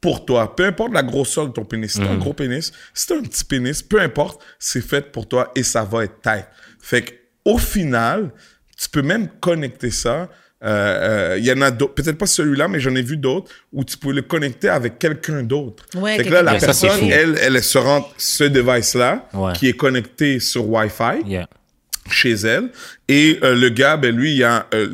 [SPEAKER 2] pour toi. Peu importe la grosseur de ton pénis. Si t'as un
[SPEAKER 4] Mm.
[SPEAKER 2] gros pénis, si t'as un petit pénis, peu importe, c'est fait pour toi et ça va être tight. Fait que, au final, tu peux même connecter ça. Euh, euh, Il y en a d'autres, peut-être pas celui-là, mais j'en ai vu d'autres où tu peux le connecter avec quelqu'un d'autre.
[SPEAKER 3] Ouais,
[SPEAKER 2] fait que là,
[SPEAKER 3] quelqu'un
[SPEAKER 2] la
[SPEAKER 4] d'autre. Ça, c'est
[SPEAKER 2] personne,
[SPEAKER 4] fou.
[SPEAKER 2] elle, elle se rend ce device-là
[SPEAKER 4] Ouais.
[SPEAKER 2] qui est connecté sur Wi-Fi
[SPEAKER 4] Yeah.
[SPEAKER 2] chez elle. Et euh, le gars, ben, lui, il a euh,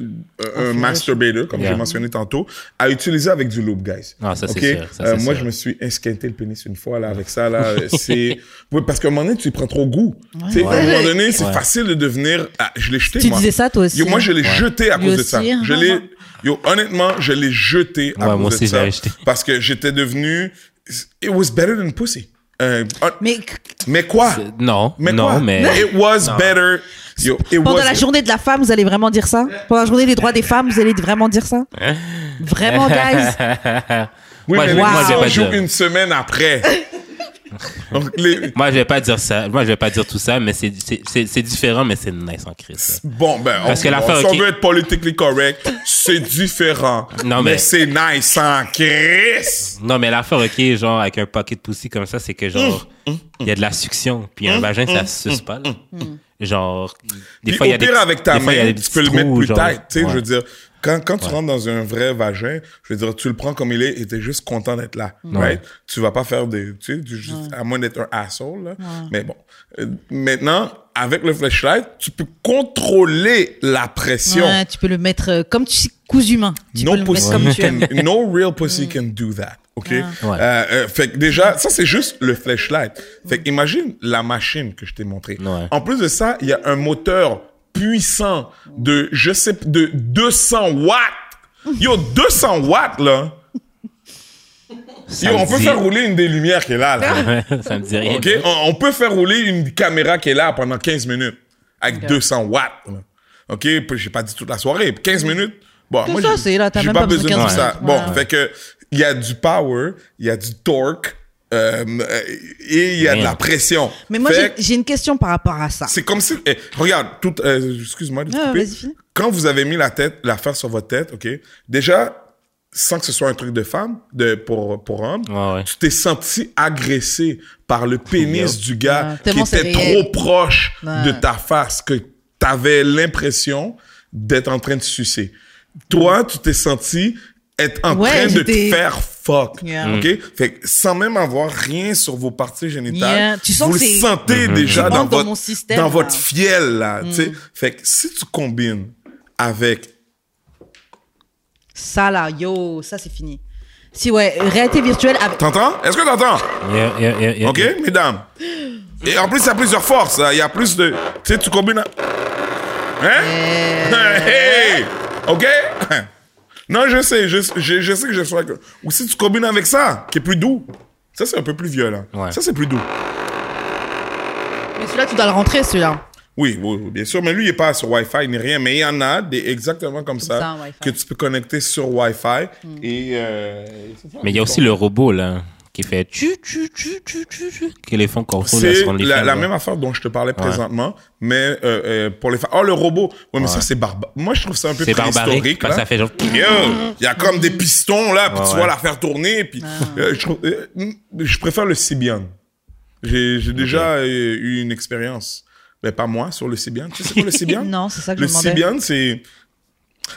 [SPEAKER 2] un masturbator, comme
[SPEAKER 4] Yeah.
[SPEAKER 2] j'ai mentionné tantôt, à utiliser avec du lube, guys.
[SPEAKER 4] Ah, ça, c'est
[SPEAKER 2] Ok?
[SPEAKER 4] sûr, ça,
[SPEAKER 2] Euh,
[SPEAKER 4] c'est
[SPEAKER 2] moi,
[SPEAKER 4] sûr.
[SPEAKER 2] je me suis esquinté le pénis une fois là, avec ça. Là, Euh, c'est... Ouais, parce qu'à un moment donné, tu y prends trop goût. Tu sais, À un moment donné, c'est
[SPEAKER 4] Ouais.
[SPEAKER 2] facile de devenir... Ah, je l'ai jeté,
[SPEAKER 3] Tu
[SPEAKER 2] moi.
[SPEAKER 3] disais ça, toi aussi.
[SPEAKER 2] Yo, moi, je l'ai jeté à
[SPEAKER 3] Lui
[SPEAKER 2] cause de
[SPEAKER 3] aussi,
[SPEAKER 2] ça.
[SPEAKER 3] hein.
[SPEAKER 2] Je l'ai, yo, honnêtement, je l'ai jeté à
[SPEAKER 4] Ouais,
[SPEAKER 2] cause
[SPEAKER 4] moi
[SPEAKER 2] de
[SPEAKER 4] aussi,
[SPEAKER 2] ça.
[SPEAKER 4] j'ai jeté.
[SPEAKER 2] Parce que j'étais devenu, it was better than pussy. Euh, hon- mais,
[SPEAKER 3] Mais
[SPEAKER 2] quoi?
[SPEAKER 4] C'est- Non,
[SPEAKER 2] Ah. Mais
[SPEAKER 4] non,
[SPEAKER 2] quoi?
[SPEAKER 4] mais
[SPEAKER 2] It was better. Yo, it
[SPEAKER 3] pendant
[SPEAKER 2] was-
[SPEAKER 3] la journée de la femme, vous allez vraiment dire ça Pendant la journée des droits des femmes, vous allez vraiment dire ça
[SPEAKER 2] Hein?
[SPEAKER 3] Vraiment, guys
[SPEAKER 2] Oui,
[SPEAKER 4] Moi,
[SPEAKER 2] mais
[SPEAKER 4] je-
[SPEAKER 2] les
[SPEAKER 4] moi,
[SPEAKER 2] émissions
[SPEAKER 4] j'ai pas
[SPEAKER 2] jouent
[SPEAKER 4] de-
[SPEAKER 2] une semaine après. Donc, les-
[SPEAKER 4] moi je vais pas dire ça. Moi je vais pas dire tout ça, mais c'est c'est- c'est c'est différent, mais c'est nice en Christ.
[SPEAKER 2] Bon, ben,
[SPEAKER 4] Parce
[SPEAKER 2] on,
[SPEAKER 4] que l'affaire,
[SPEAKER 2] si on
[SPEAKER 4] ok.
[SPEAKER 2] veut être politiquement correct, c'est différent.
[SPEAKER 4] Non, mais-
[SPEAKER 2] c'est nice en Chris.
[SPEAKER 4] Non, mais l'affaire, ok, genre, avec un paquet de poussi comme ça, c'est que genre,
[SPEAKER 2] Hum,
[SPEAKER 4] il y a de la succion, puis un vagin, ça se suce pas, là.
[SPEAKER 3] Hum.
[SPEAKER 4] Genre, des
[SPEAKER 2] Puis
[SPEAKER 4] fois, il y
[SPEAKER 2] au
[SPEAKER 4] a des.
[SPEAKER 2] pire, avec ta
[SPEAKER 4] des fois, il y a
[SPEAKER 2] main,
[SPEAKER 4] des
[SPEAKER 2] tu peux le
[SPEAKER 4] petits
[SPEAKER 2] mettre
[SPEAKER 4] trous,
[SPEAKER 2] plus
[SPEAKER 4] genre.
[SPEAKER 2] tight. Tu sais,
[SPEAKER 4] Ouais.
[SPEAKER 2] je veux dire, quand, quand tu rentres dans un vrai vagin, je veux dire, tu le prends comme il est et t'es juste content d'être là. Right? Tu vas pas faire des, tu sais, du- juste- à moins d'être un asshole, là. Mais bon. Euh, maintenant, avec le flashlight, tu peux contrôler la pression.
[SPEAKER 3] Ouais, Tu peux le mettre euh, comme tu cousu humain. Tu peux
[SPEAKER 2] no
[SPEAKER 3] le mettre
[SPEAKER 2] pussy
[SPEAKER 3] comme tu aimes. Mm. Ah.
[SPEAKER 2] can, no real pussy can do that. OK?
[SPEAKER 4] Ouais.
[SPEAKER 2] Euh, euh, fait que déjà, ça, c'est juste le flashlight. Fait que imagine la machine que je t'ai montrée.
[SPEAKER 4] Ouais.
[SPEAKER 2] En plus de ça, il y a un moteur puissant de, je sais, p- de 200 watts. Yo, 200 watts, là.
[SPEAKER 4] Ça
[SPEAKER 2] Yo,
[SPEAKER 4] me
[SPEAKER 2] on peut
[SPEAKER 4] dit-
[SPEAKER 2] faire rouler une des lumières qui est là,
[SPEAKER 3] Ah.
[SPEAKER 2] là.
[SPEAKER 4] ça me dit rien.
[SPEAKER 2] OK? On, on peut faire rouler une caméra qui est là pendant 15 minutes avec 200 watts. là. OK? Puis J'ai pas dit toute la soirée. 15 minutes. Bon,
[SPEAKER 3] Tout
[SPEAKER 2] moi,
[SPEAKER 3] ça,
[SPEAKER 2] j'ai-
[SPEAKER 3] c'est là, t'as
[SPEAKER 2] j'ai
[SPEAKER 3] même
[SPEAKER 2] pas
[SPEAKER 3] pas besoin de
[SPEAKER 2] besoin de
[SPEAKER 3] 15
[SPEAKER 2] ça.
[SPEAKER 3] minutes.
[SPEAKER 2] Bon,
[SPEAKER 3] Ouais.
[SPEAKER 2] fait que il y a du power, il y a du torque euh, euh, et il y a de
[SPEAKER 4] Rien.
[SPEAKER 2] la pression.
[SPEAKER 3] Mais moi, j'ai-
[SPEAKER 2] Fait que
[SPEAKER 3] j'ai une question par rapport à ça.
[SPEAKER 2] c'est comme si... eh, regarde, tout... euh, Excuse-moi de te
[SPEAKER 3] Ah,
[SPEAKER 2] couper.
[SPEAKER 3] vas-y, finis.
[SPEAKER 2] Quand vous avez mis la tête, l'affaire sur votre tête, OK? Déjà, sans que ce soit un truc de femme, de, pour, pour homme,
[SPEAKER 4] Ouais, ouais.
[SPEAKER 2] tu t'es senti agressé par le pénis
[SPEAKER 4] Yep.
[SPEAKER 2] du gars
[SPEAKER 3] Ah, tellement
[SPEAKER 2] qui était
[SPEAKER 3] c'est réel.
[SPEAKER 2] trop proche
[SPEAKER 3] Ouais.
[SPEAKER 2] de ta face que t'avais l'impression d'être en train de sucer. Toi, tu t'es senti être en
[SPEAKER 3] Ouais,
[SPEAKER 2] train de te
[SPEAKER 3] j'étais-
[SPEAKER 2] faire fuck.
[SPEAKER 3] Yeah.
[SPEAKER 2] OK? Fait que sans même avoir rien sur vos parties génitales,
[SPEAKER 3] Yeah. Tu sens
[SPEAKER 2] vous
[SPEAKER 3] que
[SPEAKER 2] le
[SPEAKER 3] c'est-
[SPEAKER 2] sentez déjà
[SPEAKER 3] Tu
[SPEAKER 2] dans
[SPEAKER 3] rentres dans
[SPEAKER 2] votre,
[SPEAKER 3] mon système,
[SPEAKER 2] dans
[SPEAKER 3] là. Mm.
[SPEAKER 2] votre fiel, là. tu sais. Fait que si tu combines avec
[SPEAKER 3] Ça, là, yo, ça, c'est fini. Si, ouais, réalité virtuelle... ah, avec-
[SPEAKER 2] T'entends? Est-ce que t'entends?
[SPEAKER 4] Yeah, yeah, yeah, yeah.
[SPEAKER 2] OK, mesdames? Et en plus, il y a plusieurs forces. hein. Il y a plus de... Tu sais, tu combines... à- Hein?
[SPEAKER 4] Euh.
[SPEAKER 2] hey! OK? Non, je sais. Je, je, je sais que je sois... Ou si tu combines avec ça, qui est plus doux. Ça, c'est un peu plus violent.
[SPEAKER 4] Ouais.
[SPEAKER 2] Ça, c'est plus doux.
[SPEAKER 3] Mais celui-là, tu dois le rentrer, celui-là.
[SPEAKER 2] Oui, oui, oui, bien sûr. Mais lui, il n'est pas sur Wi-Fi ni rien. Mais il y en a des exactement comme, ça,
[SPEAKER 3] ça, Wi-Fi.
[SPEAKER 2] que tu peux connecter sur Wi-Fi. Et... euh, c'est ça.
[SPEAKER 4] Hmm. Mais il y a aussi le robot, là, qui fait tu, tu, tu, tu, tu, tu, que les fonds contrôlent là,
[SPEAKER 2] C'est
[SPEAKER 4] sur les
[SPEAKER 2] la,
[SPEAKER 4] femmes,
[SPEAKER 2] la
[SPEAKER 4] là.
[SPEAKER 2] même affaire dont je te parlais présentement, mais euh, euh, pour les femmes. Oh, le robot. Ouais, mais ça, c'est barbare. Moi, je trouve ça un peu
[SPEAKER 4] C'est barbarique,
[SPEAKER 2] préhistorique.
[SPEAKER 4] parce que
[SPEAKER 2] là.
[SPEAKER 4] ça fait genre.
[SPEAKER 2] Il
[SPEAKER 3] Mm.
[SPEAKER 2] y a comme des pistons, là, puis
[SPEAKER 4] Ouais,
[SPEAKER 2] tu
[SPEAKER 4] ouais.
[SPEAKER 2] vois la faire tourner. Puis,
[SPEAKER 3] Ah.
[SPEAKER 2] euh, je, trouve- euh, mm, je préfère le Sibian. J'ai j'ai déjà euh, eu une expérience. Mais pas moi, sur le Sibian. Tu sais c'est quoi le Sibian?
[SPEAKER 3] Non, c'est ça que
[SPEAKER 2] Le
[SPEAKER 3] je me demandais.
[SPEAKER 2] Sibian, c'est...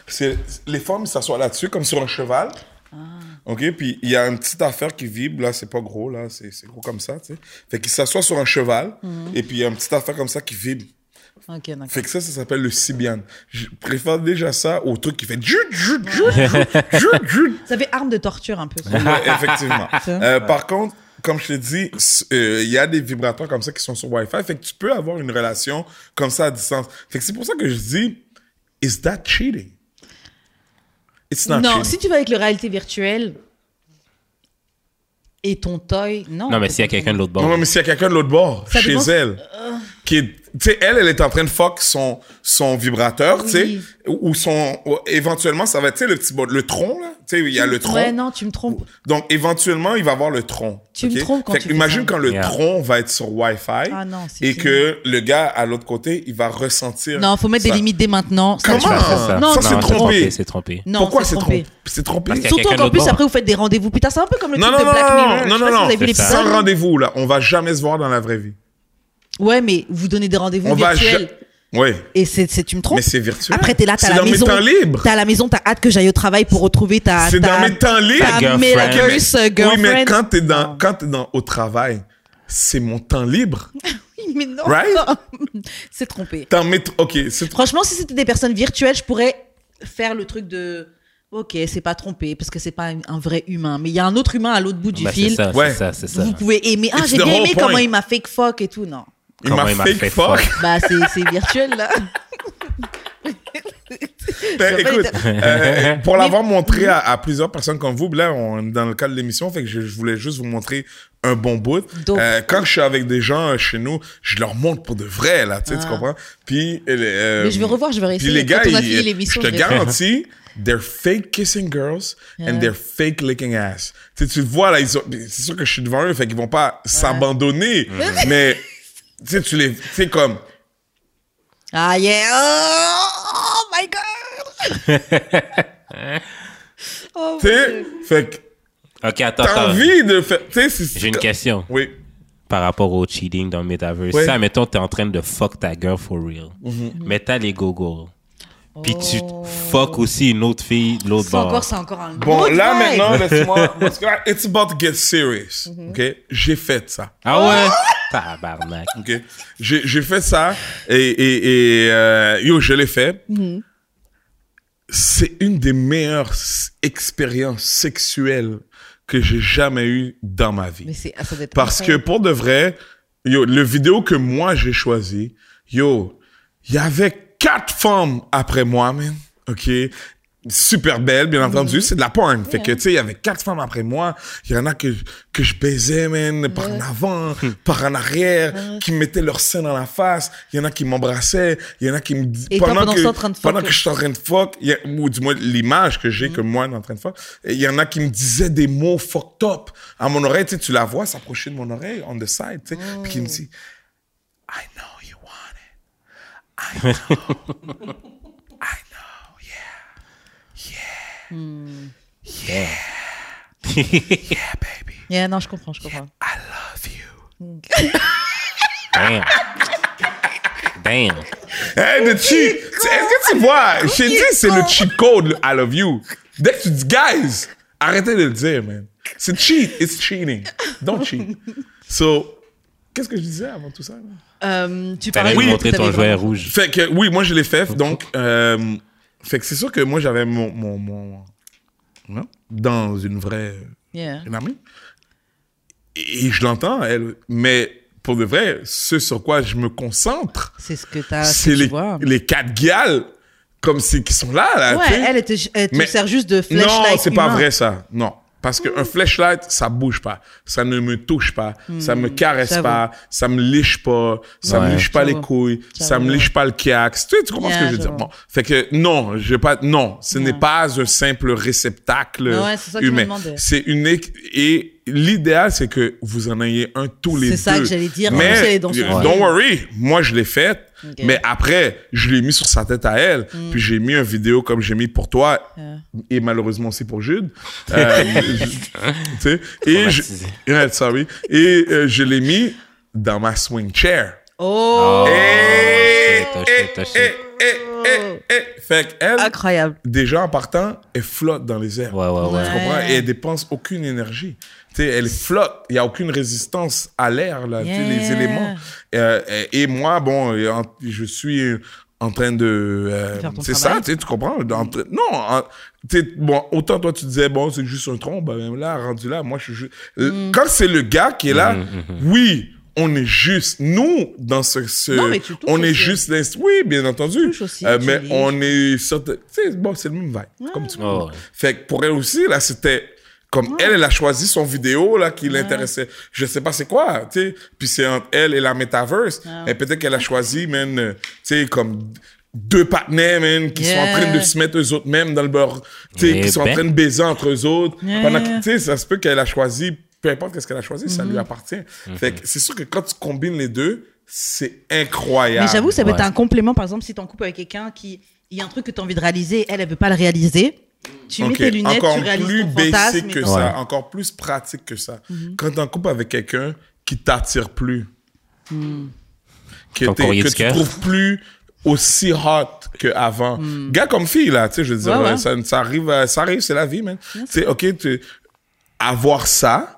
[SPEAKER 2] c'est- Les femmes s'assoient là-dessus, comme sur un cheval.
[SPEAKER 3] Ah.
[SPEAKER 2] OK, puis il y a une petite affaire qui vibre, là, c'est pas gros, là, c'est c'est gros comme ça, tu sais. Fait qu'il s'assoit sur un cheval,
[SPEAKER 3] Mm.
[SPEAKER 2] et puis il y a une petite affaire comme ça qui vibre.
[SPEAKER 3] Ok, d'accord.
[SPEAKER 2] Fait que ça, ça s'appelle le Sibian. Je préfère déjà ça au truc qui fait jut, jut, jut, jut, jut, jut.
[SPEAKER 3] Ça fait arme de torture, un peu. ça.
[SPEAKER 2] Ouais, effectivement. Euh, Par contre, comme je te dis, s- euh, il y a des vibrateurs comme ça qui sont sur Wi-Fi. Fait que tu peux avoir une relation comme ça à distance. Fait que c'est pour ça que je dis, is that cheating? It's not
[SPEAKER 3] Non,
[SPEAKER 2] cheating.
[SPEAKER 3] si tu vas avec le réalité virtuelle et ton toy, non.
[SPEAKER 4] Non, mais s'il y a quelqu'un de l'autre bord.
[SPEAKER 2] Non, mais s'il y a quelqu'un de l'autre bord,
[SPEAKER 3] Ça
[SPEAKER 2] chez
[SPEAKER 3] dépend- Euh.
[SPEAKER 2] elle, qui est- tu sais, elle, elle est en train de fuck son, son vibrateur, tu sais,
[SPEAKER 3] Oui.
[SPEAKER 2] ou ou son, ou éventuellement, ça va, tu sais, le petit, bol- le tronc, là, tu sais, il y a le tronc.
[SPEAKER 3] Ouais, non, tu me trompes.
[SPEAKER 2] Donc, éventuellement, il va avoir le tronc.
[SPEAKER 3] Tu me
[SPEAKER 2] ok?
[SPEAKER 3] trompes quand
[SPEAKER 2] fait
[SPEAKER 3] tu
[SPEAKER 2] que
[SPEAKER 3] dis
[SPEAKER 2] Imagine
[SPEAKER 3] ça.
[SPEAKER 2] quand le
[SPEAKER 4] Yeah.
[SPEAKER 2] tronc va être sur Wi-Fi
[SPEAKER 3] Ah non, c'est
[SPEAKER 2] et
[SPEAKER 3] fini.
[SPEAKER 2] que le gars à l'autre côté, il va ressentir.
[SPEAKER 3] Non, faut mettre
[SPEAKER 2] ça.
[SPEAKER 3] des limites dès maintenant. Ça,
[SPEAKER 2] Comment?
[SPEAKER 3] tu vas faire
[SPEAKER 2] Ça,
[SPEAKER 3] Non,
[SPEAKER 2] ça,
[SPEAKER 3] non,
[SPEAKER 2] c'est trompé.
[SPEAKER 4] C'est trompé.
[SPEAKER 3] Non,
[SPEAKER 2] Pourquoi c'est
[SPEAKER 3] c'est
[SPEAKER 2] trompé?
[SPEAKER 3] trompé.
[SPEAKER 2] C'est trompé.
[SPEAKER 4] Parce qu'il y a
[SPEAKER 3] Surtout
[SPEAKER 4] quelqu'un
[SPEAKER 3] qu'en plus,
[SPEAKER 4] d'autre.
[SPEAKER 3] après, vous faites des rendez-vous plus tard. C'est un peu comme le
[SPEAKER 2] Non,
[SPEAKER 3] truc
[SPEAKER 2] non,
[SPEAKER 3] de
[SPEAKER 2] non,
[SPEAKER 3] Black
[SPEAKER 2] non,
[SPEAKER 3] Mirror. Je
[SPEAKER 2] non,
[SPEAKER 3] sais
[SPEAKER 2] non,
[SPEAKER 3] pas si
[SPEAKER 2] non,
[SPEAKER 3] vous avez vu
[SPEAKER 4] c'est
[SPEAKER 3] l'épisode.
[SPEAKER 4] ça.
[SPEAKER 2] Sans rendez-vous, là. On va jamais se voir dans la vraie vie.
[SPEAKER 3] Ouais, mais vous donnez des rendez-vous
[SPEAKER 2] On va.
[SPEAKER 3] virtuels.
[SPEAKER 2] Oui.
[SPEAKER 3] Et c'est, c'est- tu me trompes.
[SPEAKER 2] Mais c'est virtuel.
[SPEAKER 3] Après, t'es là, t'as
[SPEAKER 2] C'est
[SPEAKER 3] la
[SPEAKER 2] dans mes
[SPEAKER 3] maison.
[SPEAKER 2] temps libres.
[SPEAKER 3] T'as la maison, t'as hâte que j'aille au travail pour retrouver ta.
[SPEAKER 2] C'est
[SPEAKER 3] ta-
[SPEAKER 2] dans mes temps libres.
[SPEAKER 3] ta
[SPEAKER 4] girlfriend.
[SPEAKER 3] miraculous, euh,
[SPEAKER 2] Oui, mais
[SPEAKER 3] girlfriend.
[SPEAKER 2] quand t'es dans, quand t'es dans au travail, c'est mon temps libre.
[SPEAKER 3] Mais non.
[SPEAKER 2] Right?
[SPEAKER 3] c'est trompé.
[SPEAKER 2] T'en mets, ok, c'est trop.
[SPEAKER 3] Franchement, si c'était des personnes virtuelles, je pourrais faire le truc de. Ok, c'est pas trompé parce que c'est pas un- un vrai humain. Mais il y a un autre humain à l'autre bout du
[SPEAKER 4] Bah,
[SPEAKER 3] fil.
[SPEAKER 4] C'est ça,
[SPEAKER 2] Ouais.
[SPEAKER 4] c'est ça, c'est ça.
[SPEAKER 3] Vous pouvez aimer. Ah,
[SPEAKER 2] It's
[SPEAKER 3] j'ai
[SPEAKER 2] the
[SPEAKER 3] bien
[SPEAKER 2] whole
[SPEAKER 3] aimé
[SPEAKER 2] point.
[SPEAKER 3] comment il m'a fake fuck et tout. Non.
[SPEAKER 2] Il
[SPEAKER 4] Comment
[SPEAKER 2] m'a
[SPEAKER 4] il m'a
[SPEAKER 2] fait
[SPEAKER 4] fait
[SPEAKER 2] fuck.
[SPEAKER 4] fuck.
[SPEAKER 3] Bah, c'est, c'est virtuel, là.
[SPEAKER 2] Ben,
[SPEAKER 3] J'aurais
[SPEAKER 2] écoute, euh, pour
[SPEAKER 3] Mais-
[SPEAKER 2] l'avoir montré à, à plusieurs personnes comme vous, là, on est dans le cadre de l'émission, fait que je, je voulais juste vous montrer un bon bout.
[SPEAKER 3] Dope.
[SPEAKER 2] Euh, quand je suis avec des gens euh, chez nous, je leur montre pour de vrai, là, tu sais, tu
[SPEAKER 3] Ah.
[SPEAKER 2] comprends? Puis, euh, euh,
[SPEAKER 3] Mais je vais revoir, je vais
[SPEAKER 2] Puis
[SPEAKER 3] réessayer.
[SPEAKER 2] les gars,
[SPEAKER 3] Quand on a
[SPEAKER 2] ils-
[SPEAKER 3] fini
[SPEAKER 2] je
[SPEAKER 3] l'émission,
[SPEAKER 2] te
[SPEAKER 3] vais-
[SPEAKER 2] garantis, they're fake kissing girls and
[SPEAKER 3] Ouais.
[SPEAKER 2] they're fake licking ass. Tu sais, tu le vois, là, ils sont- c'est sûr que je suis devant eux, fait qu'ils vont pas s'abandonner, mais tu sais, tu les, tu sais, comme,
[SPEAKER 3] Ah, yeah. Oh, oh my God. oh,
[SPEAKER 2] tu sais, fait que
[SPEAKER 4] Ok, attends,
[SPEAKER 2] t'as
[SPEAKER 4] attends.
[SPEAKER 2] envie de faire, tu sais, c'est-
[SPEAKER 4] J'ai une question
[SPEAKER 2] Oui.
[SPEAKER 4] par rapport au cheating dans le metaverse.
[SPEAKER 2] Ouais.
[SPEAKER 4] Ça, mettons, t'es en train de fuck ta girl for real. Mais t'as les gogo. Puis tu fuck aussi une autre fille de l'autre
[SPEAKER 3] c'est encore,
[SPEAKER 4] bord.
[SPEAKER 3] c'est encore un
[SPEAKER 2] Bon,
[SPEAKER 3] autre
[SPEAKER 2] là
[SPEAKER 3] vibe.
[SPEAKER 2] maintenant, laisse-moi. Parce que là, it's about to get serious. OK? J'ai fait ça.
[SPEAKER 4] Ah ouais? Tabarnak.
[SPEAKER 2] OK? J'ai j'ai fait ça et, et, et euh, yo, je l'ai fait. C'est une des meilleures s- expériences sexuelles que j'ai jamais eues dans ma vie.
[SPEAKER 3] Mais c'est, ah, ça doit être
[SPEAKER 2] Parce que
[SPEAKER 3] incroyable.
[SPEAKER 2] pour de vrai, yo, le vidéo que moi j'ai choisi, yo, il y avait quatre femmes après moi, man. OK? Super belles, bien entendu. C'est de la porn. Fait que, tu sais, il y avait quatre femmes après moi. Il y en a que, que je baisais, man, par en avant, par en arrière, qui me mettaient leur sein dans la face. Il y en a qui m'embrassaient. Il y en a qui me dis-
[SPEAKER 3] Et toi, pendant ça, en train de fuck,
[SPEAKER 2] pendant
[SPEAKER 3] là.
[SPEAKER 2] que je suis en train de fuck, il y a- ou du moins l'image que j'ai que
[SPEAKER 3] Mm.
[SPEAKER 2] moi en train de fuck, il y en a qui me disaient des mots fucked up à mon oreille. Tu, sais, tu la vois s'approcher de mon oreille, on the side, tu sais,
[SPEAKER 3] Mm.
[SPEAKER 2] puis qui me dit I know you want it.
[SPEAKER 3] Yeah, non, je comprends, je comprends.
[SPEAKER 4] Damn. Damn.
[SPEAKER 2] Hey, le cheat! Eh, Tu- Est-ce que tu vois? Je t'ai dit, c'est le cheat code, le I love you. Dès que tu dis guys, arrêtez de le dire, man. C'est cheat, it's cheating. Don't cheat. So, qu'est-ce que je disais avant tout ça? là?
[SPEAKER 3] Euh, tu
[SPEAKER 4] T'allais
[SPEAKER 3] parlais
[SPEAKER 4] lui
[SPEAKER 3] de-
[SPEAKER 4] montrer
[SPEAKER 3] t'avais
[SPEAKER 4] ton jouet
[SPEAKER 3] vraiment-
[SPEAKER 4] rouge.
[SPEAKER 2] Fait que oui, moi je l'ai fait. Donc, euh, fait que c'est sûr que moi j'avais mon, mon, mon- hein, dans une vraie
[SPEAKER 3] Yeah.
[SPEAKER 2] une amie. Et, et je l'entends, elle. Mais pour de vrai, ce sur quoi je me concentre,
[SPEAKER 3] C'est Ah, ce que t'as,
[SPEAKER 2] c'est
[SPEAKER 3] tu
[SPEAKER 2] les,
[SPEAKER 3] vois.
[SPEAKER 2] les quatre guiales comme c'est qui sont là. là
[SPEAKER 3] Ouais,
[SPEAKER 2] tu sais.
[SPEAKER 3] elle était, elle te
[SPEAKER 2] Mais-
[SPEAKER 3] sert juste de flashlight.
[SPEAKER 2] Non, c'est pas
[SPEAKER 3] humain.
[SPEAKER 2] vrai ça. Non. Parce qu'un flashlight, ça bouge pas. Ça ne me touche pas. Ça me caresse
[SPEAKER 3] Hmm, j'avoue.
[SPEAKER 2] pas. Ça me liche pas. Ça me
[SPEAKER 4] Ouais.
[SPEAKER 2] liche pas les
[SPEAKER 3] J'avoue.
[SPEAKER 2] couilles. Ça me
[SPEAKER 3] J'avoue.
[SPEAKER 2] liche pas le kiax. Tu, sais, tu comprends ce que
[SPEAKER 3] Yeah,
[SPEAKER 2] je veux dire?
[SPEAKER 3] j'avoue.
[SPEAKER 2] Bon. Fait que non, je vais pas, non, ce n'est pas un simple réceptacle
[SPEAKER 3] Ouais, c'est ça que je me
[SPEAKER 2] humain.
[SPEAKER 3] demandais.
[SPEAKER 2] C'est une, éc- et l'idéal, c'est que vous en ayez un tous les deux.
[SPEAKER 3] C'est ça que j'allais dire. En plus, elle
[SPEAKER 2] Mais, euh,
[SPEAKER 3] est dans son
[SPEAKER 2] don't
[SPEAKER 3] film.
[SPEAKER 2] worry. Moi, je l'ai faite.
[SPEAKER 3] Ok. Hmm.
[SPEAKER 2] Mais après, je l'ai mis sur sa tête à elle. Puis j'ai mis une vidéo comme j'ai mis pour toi
[SPEAKER 3] Euh.
[SPEAKER 2] et malheureusement aussi pour Jude. Euh, je- tu sais, et je,
[SPEAKER 4] Traumatisé.
[SPEAKER 2] Yeah, sorry. Et euh, je l'ai mis dans ma swing chair. Eh,
[SPEAKER 3] Oh,
[SPEAKER 4] Oh,
[SPEAKER 2] et,
[SPEAKER 4] shit, oh,
[SPEAKER 2] et,
[SPEAKER 4] shit, oh, shit.
[SPEAKER 2] et, et, et, et. eh, Fait qu'elle,
[SPEAKER 3] Oh. Ah, incroyable.
[SPEAKER 2] déjà en partant, elle flotte dans les airs.
[SPEAKER 4] Ouais, ouais, ouais.
[SPEAKER 2] Tu comprends? Et elle dépense aucune énergie. Tu sais, elle flotte. Il n'y a aucune résistance à l'air, là, tu sais, les
[SPEAKER 3] Yeah.
[SPEAKER 2] éléments. Euh, et, et moi, bon, euh, en- je suis en train de euh,
[SPEAKER 3] Faire ton
[SPEAKER 2] c'est ça
[SPEAKER 3] travail.
[SPEAKER 2] tu sais, tu comprends En train- non en- tu sais, bon autant toi tu disais bon c'est juste un tronc ben même là rendu là moi je suis juste
[SPEAKER 3] Mm.
[SPEAKER 2] Euh, quand c'est le gars qui est là oui on est juste nous dans ce, ce-
[SPEAKER 3] Non, mais tu touches
[SPEAKER 2] on est
[SPEAKER 3] aussi.
[SPEAKER 2] juste l'inst- oui bien entendu
[SPEAKER 3] touches aussi,
[SPEAKER 2] Euh,
[SPEAKER 3] tu
[SPEAKER 2] mais
[SPEAKER 3] lis.
[SPEAKER 2] on est certain- tu sais bon c'est le même vibe comme tu
[SPEAKER 4] Oh, ouais.
[SPEAKER 2] fait que pour elle aussi, là, c'était comme elle, elle a choisi son vidéo, là, qui l'intéressait. Je sais pas c'est quoi, tu sais. Puis c'est entre elle et la Metaverse.
[SPEAKER 3] Ah
[SPEAKER 2] Et peut-être qu'elle a choisi, man, euh, tu sais, comme deux partenaires, man, qui sont en train de
[SPEAKER 3] Yeah.
[SPEAKER 2] se mettre eux autres même dans le bord, tu sais,
[SPEAKER 4] Eh
[SPEAKER 2] qui sont en
[SPEAKER 4] ben.
[SPEAKER 2] train de baiser entre eux autres.
[SPEAKER 3] Yeah,
[SPEAKER 2] Pendant que,
[SPEAKER 3] yeah. Mm-hmm.
[SPEAKER 2] tu sais, ça se peut qu'elle a choisi, peu importe qu'est-ce qu'elle a choisi, ça lui appartient. Fait que c'est sûr que quand tu combines les deux, c'est incroyable.
[SPEAKER 3] Mais j'avoue, ça peut
[SPEAKER 4] Ouais.
[SPEAKER 3] être un complément. Par exemple, si t'es en couple avec quelqu'un qui. Il y a un truc que t'as envie de réaliser, elle, elle veut pas le réaliser. Tu mets
[SPEAKER 2] Ok,
[SPEAKER 3] tes lunettes,
[SPEAKER 2] encore
[SPEAKER 3] tu réalises
[SPEAKER 2] plus
[SPEAKER 3] ton
[SPEAKER 2] basic
[SPEAKER 3] fantasme. et Mhm.
[SPEAKER 2] que
[SPEAKER 3] ton-
[SPEAKER 2] ça,
[SPEAKER 4] Ouais.
[SPEAKER 2] encore plus pratique que ça. Quand t'es en couple avec quelqu'un qui t'attire plus,
[SPEAKER 3] Hmm.
[SPEAKER 2] que,
[SPEAKER 4] Ton
[SPEAKER 2] t'es-
[SPEAKER 4] courrier
[SPEAKER 2] que
[SPEAKER 4] du
[SPEAKER 2] tu
[SPEAKER 4] cœur.
[SPEAKER 2] trouves plus aussi hot qu'avant. Gars comme fille, là, tu sais, je veux dire,
[SPEAKER 3] Hmm. Ouais, ouais.
[SPEAKER 2] Ça, ça arrive, euh, ça arrive, c'est la vie, man. Tu sais, ok, tu- avoir ça,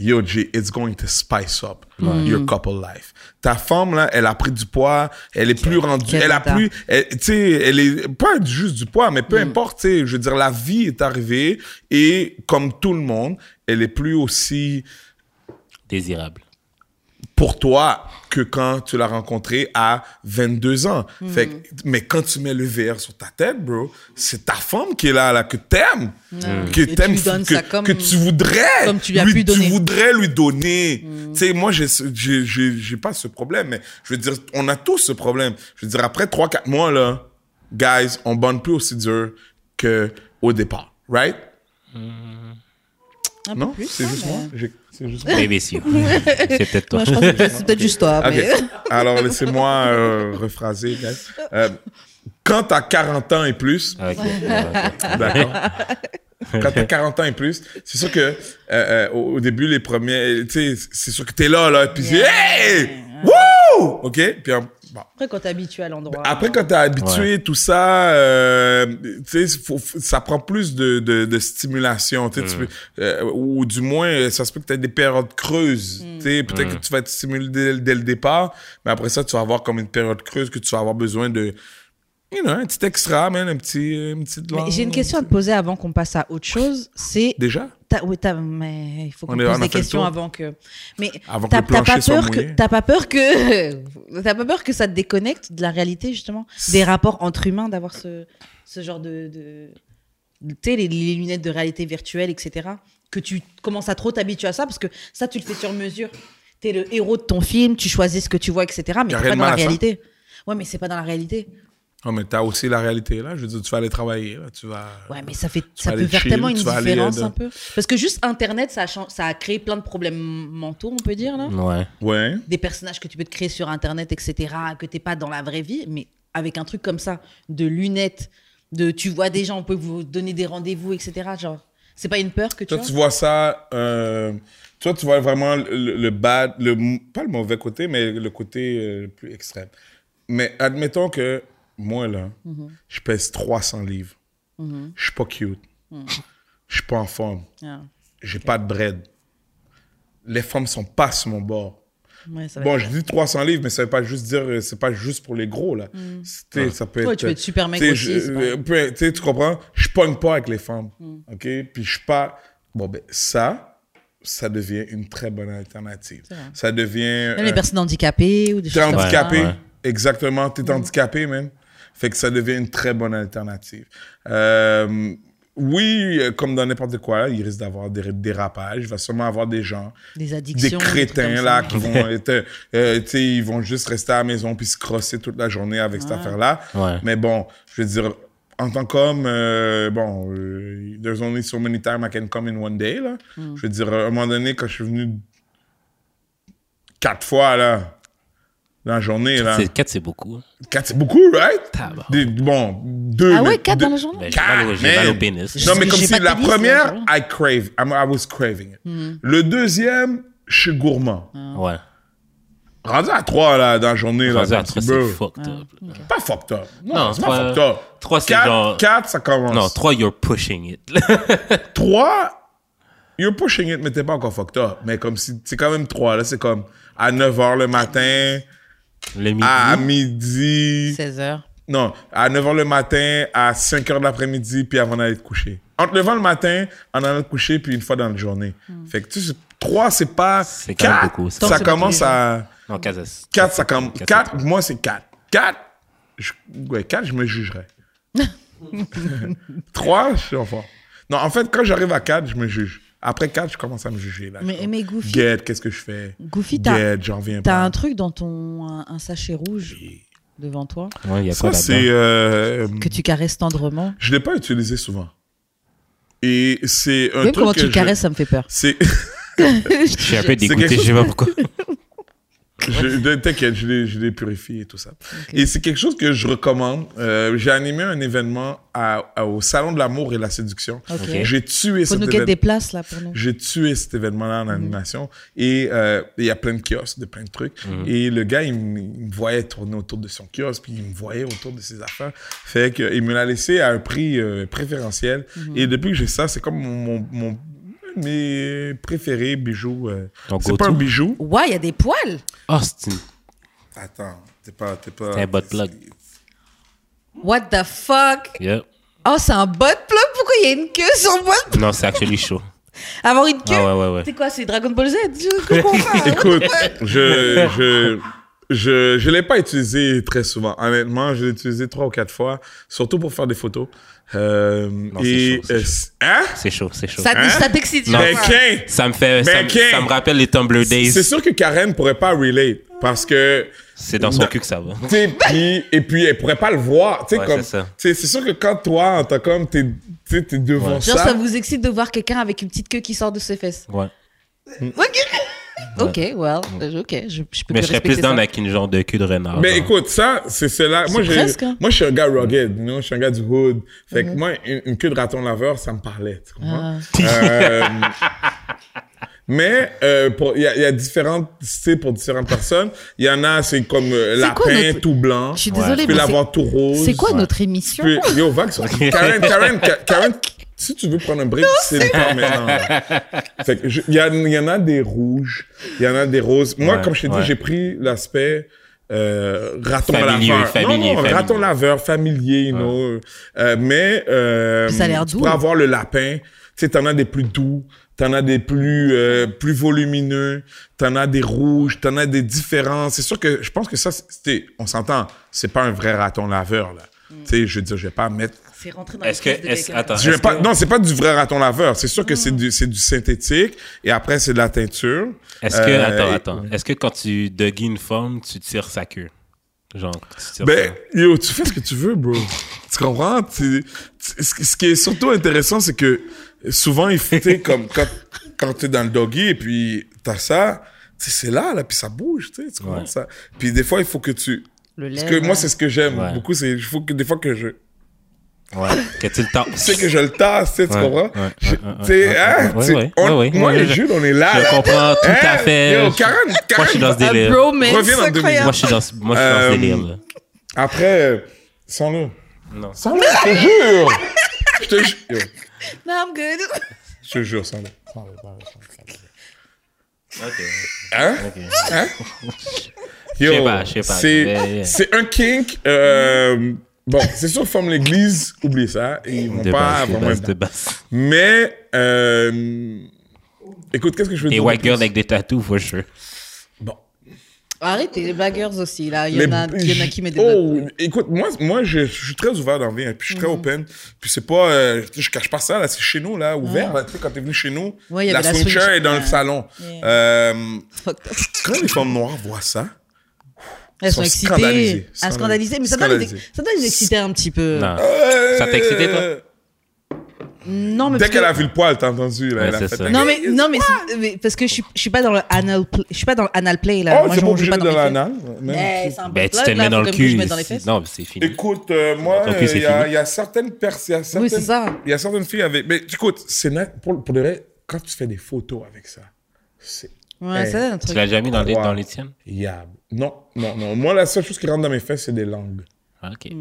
[SPEAKER 2] yo G, it's going to spice up your couple life. Ta femme là, elle a pris du poids, elle est plus rendue,
[SPEAKER 3] Quel
[SPEAKER 2] elle a
[SPEAKER 3] bâtard.
[SPEAKER 2] plus, elle- tu sais, elle est pas juste du poids, mais peu importe, tu sais, je veux dire, la vie est arrivée et comme tout le monde, elle est plus aussi
[SPEAKER 4] Désirable.
[SPEAKER 2] pour toi que quand tu l'as rencontrée à 22 ans.
[SPEAKER 3] Hmm.
[SPEAKER 2] Fait que- mais quand tu mets le VR sur ta tête, bro, c'est ta femme qui est là, là que t'aimes, Hmm. que
[SPEAKER 3] Et tu
[SPEAKER 2] t'aimes,
[SPEAKER 3] lui donnes
[SPEAKER 2] que,
[SPEAKER 3] ça comme-
[SPEAKER 2] que tu voudrais,
[SPEAKER 3] comme tu lui as pu
[SPEAKER 2] tu
[SPEAKER 3] donner. Hmm.
[SPEAKER 2] voudrais lui donner. Tu sais, moi, j'ai, ce- j'ai, j'ai, j'ai pas ce problème, mais je veux dire, on a tous ce problème. Je veux dire, après 3-4 mois, là, guys, on bande plus aussi dur que au départ, right?
[SPEAKER 3] Un peu
[SPEAKER 2] Non,
[SPEAKER 3] plus,
[SPEAKER 2] c'est
[SPEAKER 3] ouais,
[SPEAKER 2] juste
[SPEAKER 3] mais-
[SPEAKER 2] moi. J'ai- c'est juste moi.
[SPEAKER 4] Baby, si. C'est peut-être toi.
[SPEAKER 3] Moi, je pense que c'est peut-être juste toi.
[SPEAKER 2] Ok.
[SPEAKER 3] Ah, mais-
[SPEAKER 2] Alors, laissez-moi euh, rephraser. guys. Euh, quand t'as 40 ans et plus,
[SPEAKER 4] Ok, ok.
[SPEAKER 3] Ah.
[SPEAKER 2] d'accord. Quand t'as 40 ans et plus, c'est sûr que euh, euh, au au début les premiers, tu sais, c'est sûr que t'es là là, puis
[SPEAKER 3] Yeah.
[SPEAKER 2] hey, wouh, ok. Puis en- bon.
[SPEAKER 3] Après, quand t'es habitué à l'endroit.
[SPEAKER 2] après quand t'es habitué tout ça, euh, tu sais, faut- faut- ça prend plus de, de, de stimulation, tu sais, tu peux- euh, ou du moins ça se peut que t'aies des périodes creuses,
[SPEAKER 3] Mm.
[SPEAKER 2] tu sais, peut-être que tu vas être stimulé dès, dès le départ, mais après ça tu vas avoir comme une période creuse que tu vas avoir besoin de, you know, un petit extra, man, un petit, euh, une petite.
[SPEAKER 3] Mais
[SPEAKER 2] langue,
[SPEAKER 3] J'ai une question à te poser avant qu'on passe à autre chose. C'est.
[SPEAKER 2] Déjà.
[SPEAKER 3] t'as- oui, t'as- mais il faut
[SPEAKER 2] On
[SPEAKER 3] qu'on
[SPEAKER 2] est- on a
[SPEAKER 3] pose
[SPEAKER 2] fait
[SPEAKER 3] des
[SPEAKER 2] le
[SPEAKER 3] questions
[SPEAKER 2] tour.
[SPEAKER 3] avant que. Mais
[SPEAKER 2] Avant que
[SPEAKER 3] t'as
[SPEAKER 2] le
[SPEAKER 3] t'as pas
[SPEAKER 2] plancher soit
[SPEAKER 3] peur que
[SPEAKER 2] mouillé.
[SPEAKER 3] t'as pas peur que t'as pas peur que ça te déconnecte de la réalité justement des rapports entre humains d'avoir ce ce genre de, de tu sais les, les lunettes de réalité virtuelle etc que tu commences à trop t'habituer à ça parce que ça tu le fais sur mesure t'es le héros de ton film tu choisis ce que tu vois etc mais
[SPEAKER 2] Y a
[SPEAKER 3] t'es
[SPEAKER 2] rien
[SPEAKER 3] pas
[SPEAKER 2] de
[SPEAKER 3] dans
[SPEAKER 2] mal
[SPEAKER 3] la
[SPEAKER 2] à ça.
[SPEAKER 3] réalité ouais mais c'est pas dans la réalité
[SPEAKER 2] Ah, mais t'as aussi la réalité, là. Je veux dire, tu vas aller travailler, là. Tu vas.
[SPEAKER 3] Ouais, mais ça, fait,
[SPEAKER 2] Euh, Tu
[SPEAKER 3] ça
[SPEAKER 2] vas
[SPEAKER 3] peut
[SPEAKER 2] aller
[SPEAKER 3] faire
[SPEAKER 2] chill,
[SPEAKER 3] tellement une
[SPEAKER 2] tu vas aller, euh,
[SPEAKER 3] différence
[SPEAKER 2] dans-
[SPEAKER 3] un peu. Parce que juste Internet, ça a, chan- ça a créé plein de problèmes mentaux, on peut dire,
[SPEAKER 2] Mm.
[SPEAKER 3] là.
[SPEAKER 4] Ouais.
[SPEAKER 2] Ouais.
[SPEAKER 3] Des personnages que tu peux te créer sur Internet, etc., que t'es pas dans la vraie vie, mais avec un truc comme ça, de lunettes, de tu vois des gens, on peut vous donner des rendez-vous, etc. Genre, c'est pas une peur que tu
[SPEAKER 2] Toi,
[SPEAKER 3] as
[SPEAKER 2] tu vois ça. Euh, toi, tu vois vraiment le, le bad, le, m- pas le mauvais côté, mais le côté euh, le plus extrême. Mais admettons que moi, là, je pèse 300 livres. Je suis pas cute. Je suis pas en forme.
[SPEAKER 3] Ah,
[SPEAKER 2] J'ai pas de bread. Les femmes sont pas sur mon bord.
[SPEAKER 3] ouais, ça va
[SPEAKER 2] Bon,
[SPEAKER 3] être-
[SPEAKER 2] je dis 300 livres, mais ça veut pas juste dire, euh, c'est pas juste pour les gros, là. C'était- Ça peut
[SPEAKER 3] Mm. Ouais,
[SPEAKER 2] être.
[SPEAKER 3] tu peux être super maigre
[SPEAKER 2] t'sais,
[SPEAKER 3] aussi,
[SPEAKER 2] je-
[SPEAKER 3] c'est pas- Mm.
[SPEAKER 2] euh, peu- t'sais, tu comprends? Je pogne pas avec les femmes. OK? Puis je suis pas. Bon, ben, ça, ça devient une très bonne alternative.
[SPEAKER 3] vrai.
[SPEAKER 2] Ça devient.
[SPEAKER 3] Même les
[SPEAKER 2] euh,
[SPEAKER 3] personnes handicapées ou des
[SPEAKER 2] T'es
[SPEAKER 3] choses comme ça.
[SPEAKER 2] handicapé.
[SPEAKER 4] Ouais.
[SPEAKER 2] Exactement. T'es
[SPEAKER 3] Mm.
[SPEAKER 2] handicapé, même. Fait que ça devient une très bonne alternative. Euh, oui, euh, comme dans n'importe quoi, il risque d'avoir des ré- dérapages. Il va sûrement avoir des gens.
[SPEAKER 3] Des addictions.
[SPEAKER 2] Des
[SPEAKER 3] trucs comme
[SPEAKER 2] crétins,
[SPEAKER 3] ça.
[SPEAKER 2] là, qui vont être. euh, tu sais, ils vont juste rester à la maison puis se crosser toute la journée avec cette affaire-là.
[SPEAKER 4] Ouais.
[SPEAKER 2] Mais bon, je veux dire, en tant qu'homme, euh, bon, euh, there's only so many times I can come in one day, là.
[SPEAKER 3] Hmm.
[SPEAKER 2] Je veux dire, à un moment donné, quand je suis venu quatre fois, là, dans la journée, là.
[SPEAKER 4] C'est- Quatre, c'est beaucoup.
[SPEAKER 2] Quatre, c'est beaucoup, right?
[SPEAKER 4] Tabarnak.
[SPEAKER 2] Des- bon, deux.
[SPEAKER 5] Ah
[SPEAKER 2] mais
[SPEAKER 5] ouais, 4
[SPEAKER 2] deux-
[SPEAKER 5] dans la journée
[SPEAKER 4] Ben, j'ai mal au- j'ai mal
[SPEAKER 2] Man.
[SPEAKER 4] au pénis.
[SPEAKER 2] Non, mais
[SPEAKER 3] J'ai-
[SPEAKER 2] comme
[SPEAKER 3] j'ai
[SPEAKER 2] si
[SPEAKER 3] pas de
[SPEAKER 2] la
[SPEAKER 3] pénis,
[SPEAKER 2] première,
[SPEAKER 3] là,
[SPEAKER 2] I crave. I'm- I was craving it. Le deuxième, je suis gourmand.
[SPEAKER 4] Ouais.
[SPEAKER 2] Rendu à 3 là, dans la journée. là,
[SPEAKER 4] Rendu à
[SPEAKER 2] comme
[SPEAKER 4] trois,
[SPEAKER 2] si,
[SPEAKER 4] c'est
[SPEAKER 2] bro,
[SPEAKER 4] fucked up. là.
[SPEAKER 2] Pas fucked up. Non,
[SPEAKER 4] Non,
[SPEAKER 2] c'est
[SPEAKER 4] trois-
[SPEAKER 2] pas fucked up.
[SPEAKER 4] trois, c'est
[SPEAKER 2] Quatre-
[SPEAKER 4] genre-
[SPEAKER 2] quatre, ça commence.
[SPEAKER 4] Non, trois, you're pushing it.
[SPEAKER 2] 3, you're pushing it, mais t'es pas encore fucked up. Mais comme si, c'est quand même 3, là, c'est comme à 9 h le matin,
[SPEAKER 4] Le midi.
[SPEAKER 2] à midi.
[SPEAKER 3] 16h.
[SPEAKER 2] Non, à 9h le matin, à 5h de l'après-midi, puis avant d'aller te coucher. Entre 9h le matin, en allant te coucher, puis une fois dans la journée.
[SPEAKER 3] Hmm.
[SPEAKER 2] Fait que tu sais, 3, c'est pas.
[SPEAKER 4] C'est quand même
[SPEAKER 2] quatre,
[SPEAKER 4] beaucoup, ça.
[SPEAKER 2] Ça
[SPEAKER 3] Tant que
[SPEAKER 2] commence
[SPEAKER 3] c'est
[SPEAKER 2] à.
[SPEAKER 4] Non, Casas.
[SPEAKER 2] 4, ça commence.
[SPEAKER 4] Quatre,
[SPEAKER 2] 4, moi, c'est 4. 4, je... ouais, 4, je me jugerais. 3, je suis enfant. Non, en fait, quand j'arrive à 4, je me juge. Après 4, je commence à me juger. Là,
[SPEAKER 3] Mais, mais Goofy,
[SPEAKER 2] Get, qu'est-ce que je fais?
[SPEAKER 3] Goofy t'as
[SPEAKER 2] Get, j'en viens
[SPEAKER 3] t'as
[SPEAKER 2] pas.
[SPEAKER 3] un truc dans ton. un, un sachet rouge devant toi
[SPEAKER 4] Ouais, il y a
[SPEAKER 2] Ça,
[SPEAKER 4] quoi
[SPEAKER 2] c'est.
[SPEAKER 4] là-dedans?
[SPEAKER 2] euh,
[SPEAKER 3] que tu caresses tendrement.
[SPEAKER 2] Je ne l'ai pas utilisé souvent. Et c'est un
[SPEAKER 3] Même
[SPEAKER 2] truc
[SPEAKER 3] comment
[SPEAKER 2] que
[SPEAKER 3] tu
[SPEAKER 2] je-
[SPEAKER 3] caresses, ça me fait peur.
[SPEAKER 2] C'est...
[SPEAKER 4] Je suis un peu dégoûté,
[SPEAKER 2] quelque
[SPEAKER 4] je sais pas pourquoi.
[SPEAKER 2] je- de- T'inquiète, je l'ai, je l'ai purifié et tout ça. Et c'est quelque chose que je recommande. Euh, j'ai animé un événement à- à- au Salon de l'amour et la séduction.
[SPEAKER 3] Ok.
[SPEAKER 4] Ok.
[SPEAKER 2] J'ai tué
[SPEAKER 3] Faut
[SPEAKER 2] cet
[SPEAKER 3] nous guetter des
[SPEAKER 2] événement.
[SPEAKER 3] places là pour nous.
[SPEAKER 2] J'ai tué cet événement-là en animation et euh, il y a plein de kiosques, de plein de trucs.
[SPEAKER 4] Mhm.
[SPEAKER 2] Et le gars, il, me- il me voyait tourner autour de son kiosque, puis il me voyait autour de ses affaires. Fait que il me l'a laissé à un prix euh, préférentiel. Et depuis que j'ai ça, c'est comme mon, mon- mon- mes préférés bijoux. euh.
[SPEAKER 4] Ton
[SPEAKER 2] c'est pas
[SPEAKER 4] go-to?
[SPEAKER 2] un bijou.
[SPEAKER 3] Ouais, il y a des poils.
[SPEAKER 4] Oh, c'est une-
[SPEAKER 2] Attends, t'es pas, t'es pas.
[SPEAKER 4] C'est un butt plug.
[SPEAKER 3] What the fuck?
[SPEAKER 4] Yeah.
[SPEAKER 3] Oh, c'est un bot plug? Pourquoi il y a une queue sur le bot?
[SPEAKER 4] Non, c'est actually chaud.
[SPEAKER 3] Avoir une queue?
[SPEAKER 4] Ah ouais, ouais, ouais.
[SPEAKER 3] C'est quoi? C'est Dragon Ball Z? Je comprends. hein.
[SPEAKER 2] Écoute, je, je, je, je l'ai pas utilisé très souvent. Honnêtement, je l'ai utilisé trois ou quatre fois, surtout pour faire des photos. Euh,
[SPEAKER 4] c'est
[SPEAKER 2] et,
[SPEAKER 4] chaud, c'est
[SPEAKER 2] euh,
[SPEAKER 4] chaud.
[SPEAKER 2] c- hein?
[SPEAKER 4] C'est chaud, c'est chaud.
[SPEAKER 3] Ça,
[SPEAKER 2] Hein?
[SPEAKER 3] ça t'excite.
[SPEAKER 4] Non.
[SPEAKER 3] je
[SPEAKER 2] Ben,
[SPEAKER 3] vois.
[SPEAKER 2] Ken,
[SPEAKER 4] Ça me fait.
[SPEAKER 2] Ben,
[SPEAKER 4] ça, me-
[SPEAKER 2] King.
[SPEAKER 4] ça me rappelle les Tumblr
[SPEAKER 2] c'est
[SPEAKER 4] Days.
[SPEAKER 2] sûr que Karen pourrait pas relate parce que
[SPEAKER 4] C'est dans son cul que ça va.
[SPEAKER 2] tu sais, puis- et puis elle pourrait pas le voir, tu sais
[SPEAKER 4] Ouais,
[SPEAKER 2] comme,
[SPEAKER 4] c'est ça.
[SPEAKER 2] tu sais, c'est sûr que quand toi en tant qu'homme t'es, tu sais, t'es devant
[SPEAKER 3] Genre, ça
[SPEAKER 2] ça,
[SPEAKER 3] vous excite de voir quelqu'un avec une petite queue qui sort de ses fesses.
[SPEAKER 4] Ouais.
[SPEAKER 3] Ok, well, ok, je, je peux
[SPEAKER 4] Mm. Mais
[SPEAKER 3] que
[SPEAKER 4] je serais
[SPEAKER 3] respecter
[SPEAKER 4] plus dans
[SPEAKER 3] ça.
[SPEAKER 4] avec une genre de cul de renard.
[SPEAKER 2] mais
[SPEAKER 4] genre.
[SPEAKER 2] écoute ça, c'est cela. Moi
[SPEAKER 3] C'est
[SPEAKER 2] j'ai,
[SPEAKER 3] presque, hein. Mm-hmm.
[SPEAKER 2] moi je suis un gars rugged, you know, je suis un gars du hood. Fait que moi une, une queue de raton laveur ça me parlait, tu
[SPEAKER 3] Ah.
[SPEAKER 2] comprends? Euh, Mais euh, pour- il y, a- il y a différents styles pour différentes personnes. Il y en a, c'est comme euh,
[SPEAKER 3] C'est quoi
[SPEAKER 2] lapin,
[SPEAKER 3] notre-
[SPEAKER 2] tout blanc.
[SPEAKER 3] Je suis
[SPEAKER 2] Tu
[SPEAKER 3] désolée,
[SPEAKER 2] peux
[SPEAKER 3] mais c'est-
[SPEAKER 2] l'avoir tout rose.
[SPEAKER 3] c'est quoi
[SPEAKER 2] Ouais.
[SPEAKER 3] notre émission
[SPEAKER 2] Puis, yo, vague sur Karen, Karen, Ka- Karen, si tu veux prendre un break, c'est le temps maintenant. là. Fait que je- il y, a- il y en a des rouges, il y en a des roses. Moi,
[SPEAKER 4] Ouais,
[SPEAKER 2] comme je t'ai
[SPEAKER 4] ouais.
[SPEAKER 2] dit, j'ai pris l'aspect euh, raton
[SPEAKER 4] Familier,
[SPEAKER 2] laveur.
[SPEAKER 4] familier,
[SPEAKER 2] non, non,
[SPEAKER 4] familier.
[SPEAKER 2] raton laveur, familier, you know. Euh, mais euh,
[SPEAKER 3] Ça a l'air
[SPEAKER 2] tu
[SPEAKER 3] doux.
[SPEAKER 2] pourrais avoir le lapin. Tu sais, t'en as des plus doux, t'en as des plus euh, plus volumineux, t'en as des rouges, t'en as des différents. C'est sûr que je pense que ça, c'était, on s'entend, c'est pas un vrai raton laveur là.
[SPEAKER 3] Mm.
[SPEAKER 2] Tu sais, je veux dire, je vais pas mettre
[SPEAKER 1] C'est rentré dans
[SPEAKER 4] Est-ce que.
[SPEAKER 1] les fesses de
[SPEAKER 4] Est
[SPEAKER 1] quelqu'un.
[SPEAKER 4] attends.
[SPEAKER 2] je vais
[SPEAKER 4] est-ce
[SPEAKER 2] pas,
[SPEAKER 4] que-
[SPEAKER 2] Non, c'est pas du vrai raton laveur. C'est
[SPEAKER 3] Mm.
[SPEAKER 2] sûr que c'est du, c'est du synthétique et après c'est de la teinture.
[SPEAKER 4] Est-ce que,
[SPEAKER 2] Euh,
[SPEAKER 4] attends,
[SPEAKER 2] et-
[SPEAKER 4] attends. Est-ce que quand tu degues une forme, tu tires sa queue? Genre, tu tires
[SPEAKER 2] Ben,
[SPEAKER 4] sa-
[SPEAKER 2] yo, tu fais ce que tu veux, bro. Tu comprends? Tu- tu- ce qui- ce qui est surtout intéressant, c'est que souvent, il faut, tu sais, comme quand, quand t'es dans le doggy et puis t'as ça, tu sais, c'est là, là, puis ça bouge, tu sais, tu comprends
[SPEAKER 4] Ouais.
[SPEAKER 2] ça? Puis des fois, il faut que tu...
[SPEAKER 3] Le
[SPEAKER 2] Parce que moi, c'est ce que j'aime
[SPEAKER 4] Ouais.
[SPEAKER 2] beaucoup, c'est il faut que des fois que je...
[SPEAKER 4] Ouais. Que tu le tapes.
[SPEAKER 2] Tu sais que je le tasse, tu sais, tu
[SPEAKER 4] Ouais,
[SPEAKER 2] comprends?
[SPEAKER 4] ouais, ouais,
[SPEAKER 2] Je-
[SPEAKER 4] ouais,
[SPEAKER 2] Tu sais,
[SPEAKER 4] ouais,
[SPEAKER 2] hein?
[SPEAKER 4] ouais,
[SPEAKER 2] Tu-
[SPEAKER 4] ouais,
[SPEAKER 2] on-
[SPEAKER 4] ouais, ouais,
[SPEAKER 2] Moi,
[SPEAKER 4] ouais,
[SPEAKER 2] les
[SPEAKER 4] je-
[SPEAKER 2] jeunes, on est là.
[SPEAKER 4] Je
[SPEAKER 2] là.
[SPEAKER 4] comprends tout
[SPEAKER 2] Hein?
[SPEAKER 4] à fait.
[SPEAKER 2] Yo,
[SPEAKER 4] Je-
[SPEAKER 2] Karen,
[SPEAKER 4] Moi,
[SPEAKER 2] Karen,
[SPEAKER 4] je suis dans ce
[SPEAKER 3] Un
[SPEAKER 4] délire.
[SPEAKER 3] Ah, bromance
[SPEAKER 2] Reviens dans deux
[SPEAKER 3] incroyable.
[SPEAKER 4] Moi, je suis dans ce, moi, je suis dans ce
[SPEAKER 2] Euh,
[SPEAKER 4] délire, là.
[SPEAKER 2] Après, euh, sans le.
[SPEAKER 4] Non.
[SPEAKER 2] Sans le, je te jure. Je te jure. Yo,
[SPEAKER 3] Non, I'm good.
[SPEAKER 2] Je te jure, sans le. Sans le, sans le, sans
[SPEAKER 4] Ok.
[SPEAKER 2] le. Hein? Hein? Yo,
[SPEAKER 4] sais pas, je sais pas.
[SPEAKER 2] C'est,
[SPEAKER 4] Mais, yeah.
[SPEAKER 2] c'est un kink. euh, bon, c'est sûr, forme l'église, oublie ça. Ils vont
[SPEAKER 4] De
[SPEAKER 2] pas
[SPEAKER 4] base, de
[SPEAKER 2] vraiment.
[SPEAKER 4] base, de base.
[SPEAKER 2] Mais, euh, écoute, qu'est-ce que je veux
[SPEAKER 4] Et
[SPEAKER 2] dire?
[SPEAKER 4] white
[SPEAKER 2] de
[SPEAKER 4] girl
[SPEAKER 2] plus?
[SPEAKER 4] avec des tattoos, for sure.
[SPEAKER 2] Bon.
[SPEAKER 3] Arrêtez, les blagueurs aussi, là. Il y,
[SPEAKER 2] Les-
[SPEAKER 3] en, a, il y en a qui mettent des notes.
[SPEAKER 2] Oh, écoute, moi, moi je, je suis très ouvert dans la vie, hein, puis je suis
[SPEAKER 3] Mhm.
[SPEAKER 2] très open. Puis c'est pas, euh, je cache pas ça, là, c'est chez nous, là, ouvert. là, tu sais, quand t'es venu chez nous,
[SPEAKER 3] Ouais, il y
[SPEAKER 2] la
[SPEAKER 3] avait la
[SPEAKER 2] swing chair
[SPEAKER 3] swing-
[SPEAKER 2] est dans le
[SPEAKER 3] ouais.
[SPEAKER 2] salon.
[SPEAKER 3] Yeah.
[SPEAKER 2] Euh,
[SPEAKER 3] Fuck that.
[SPEAKER 2] quand les femmes noires voient ça,
[SPEAKER 3] Elles sont,
[SPEAKER 2] sont
[SPEAKER 3] excitées.
[SPEAKER 2] scandalisées.
[SPEAKER 3] Ah, scandalisées. Mais ça doit, les,
[SPEAKER 2] Scandalisées.
[SPEAKER 3] ça doit les exciter un petit peu.
[SPEAKER 4] Non.
[SPEAKER 2] euh,
[SPEAKER 4] Ça t'a excité, toi?
[SPEAKER 3] Non, mais
[SPEAKER 2] Dès
[SPEAKER 3] parce
[SPEAKER 2] qu'elle
[SPEAKER 3] que-
[SPEAKER 2] a vu le poil, t'as entendu, là,
[SPEAKER 4] Ouais,
[SPEAKER 2] elle a
[SPEAKER 4] c'est
[SPEAKER 2] fait
[SPEAKER 4] ça.
[SPEAKER 2] un-
[SPEAKER 3] Non, mais, non, mais, c'est- mais parce que je suis, je suis pas dans le anal play. Je suis pas dans le anal play, là.
[SPEAKER 2] Oh,
[SPEAKER 3] Moi,
[SPEAKER 2] c'est
[SPEAKER 3] je
[SPEAKER 2] pas
[SPEAKER 3] mange
[SPEAKER 2] obligé
[SPEAKER 3] pas
[SPEAKER 2] de
[SPEAKER 3] dans les fesses.
[SPEAKER 2] l'anal. même
[SPEAKER 3] Eh, c'est un
[SPEAKER 4] Ben,
[SPEAKER 3] bon
[SPEAKER 4] tu te
[SPEAKER 3] plug,
[SPEAKER 4] le
[SPEAKER 3] là, faut
[SPEAKER 4] mets dans le
[SPEAKER 3] comme que je
[SPEAKER 4] cul.
[SPEAKER 3] mette dans les
[SPEAKER 4] c'est-
[SPEAKER 3] fesses.
[SPEAKER 4] Non, mais c'est fini.
[SPEAKER 2] Écoute, euh, moi,
[SPEAKER 4] Ton cul, c'est
[SPEAKER 2] il y, a-
[SPEAKER 4] fini.
[SPEAKER 2] il y a certaines personnes.
[SPEAKER 3] Oui, c'est ça.
[SPEAKER 2] Il y a certaines filles avec. Mais écoute, c'est net. Pour, pour de vrai, quand tu fais des photos avec ça, c'est
[SPEAKER 3] Ouais,
[SPEAKER 2] Eh.
[SPEAKER 3] ça, c'est un
[SPEAKER 4] Tu
[SPEAKER 3] truc.
[SPEAKER 4] l'as déjà mis dans les,
[SPEAKER 2] Wow.
[SPEAKER 4] dans les tiennes?
[SPEAKER 2] Yeah. Non, non, non. Moi, la seule chose qui rentre dans mes fesses, c'est des langues.
[SPEAKER 4] Ah, Ok.
[SPEAKER 2] C'est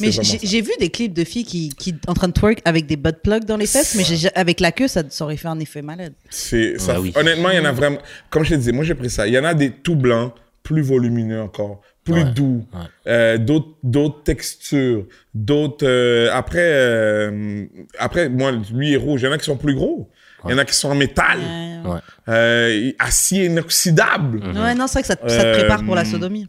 [SPEAKER 3] Mais
[SPEAKER 2] vraiment
[SPEAKER 3] j'ai
[SPEAKER 2] ça.
[SPEAKER 3] j'ai vu des clips de filles qui, qui en train de twerk avec des butt plugs dans les fesses, mais j'ai- avec la queue, ça, ça aurait fait un effet malade.
[SPEAKER 2] C'est, ça
[SPEAKER 4] Ah oui.
[SPEAKER 2] Honnêtement, il y en a vraiment. Comme je te disais, moi, j'ai pris ça. Il y en a des tout blancs, plus volumineux encore, plus
[SPEAKER 4] Ouais,
[SPEAKER 2] doux,
[SPEAKER 4] ouais.
[SPEAKER 2] euh, d'autres d'autres textures, d'autres. euh, après, euh, après, moi, lui est rouge. Il y en a qui sont plus gros. Il y en a qui sont en métal,
[SPEAKER 4] Ouais.
[SPEAKER 2] euh, acier inoxydable.
[SPEAKER 4] Mhm.
[SPEAKER 3] Ouais, non, c'est vrai que ça te, ça te prépare pour la
[SPEAKER 2] Euh,
[SPEAKER 3] sodomie.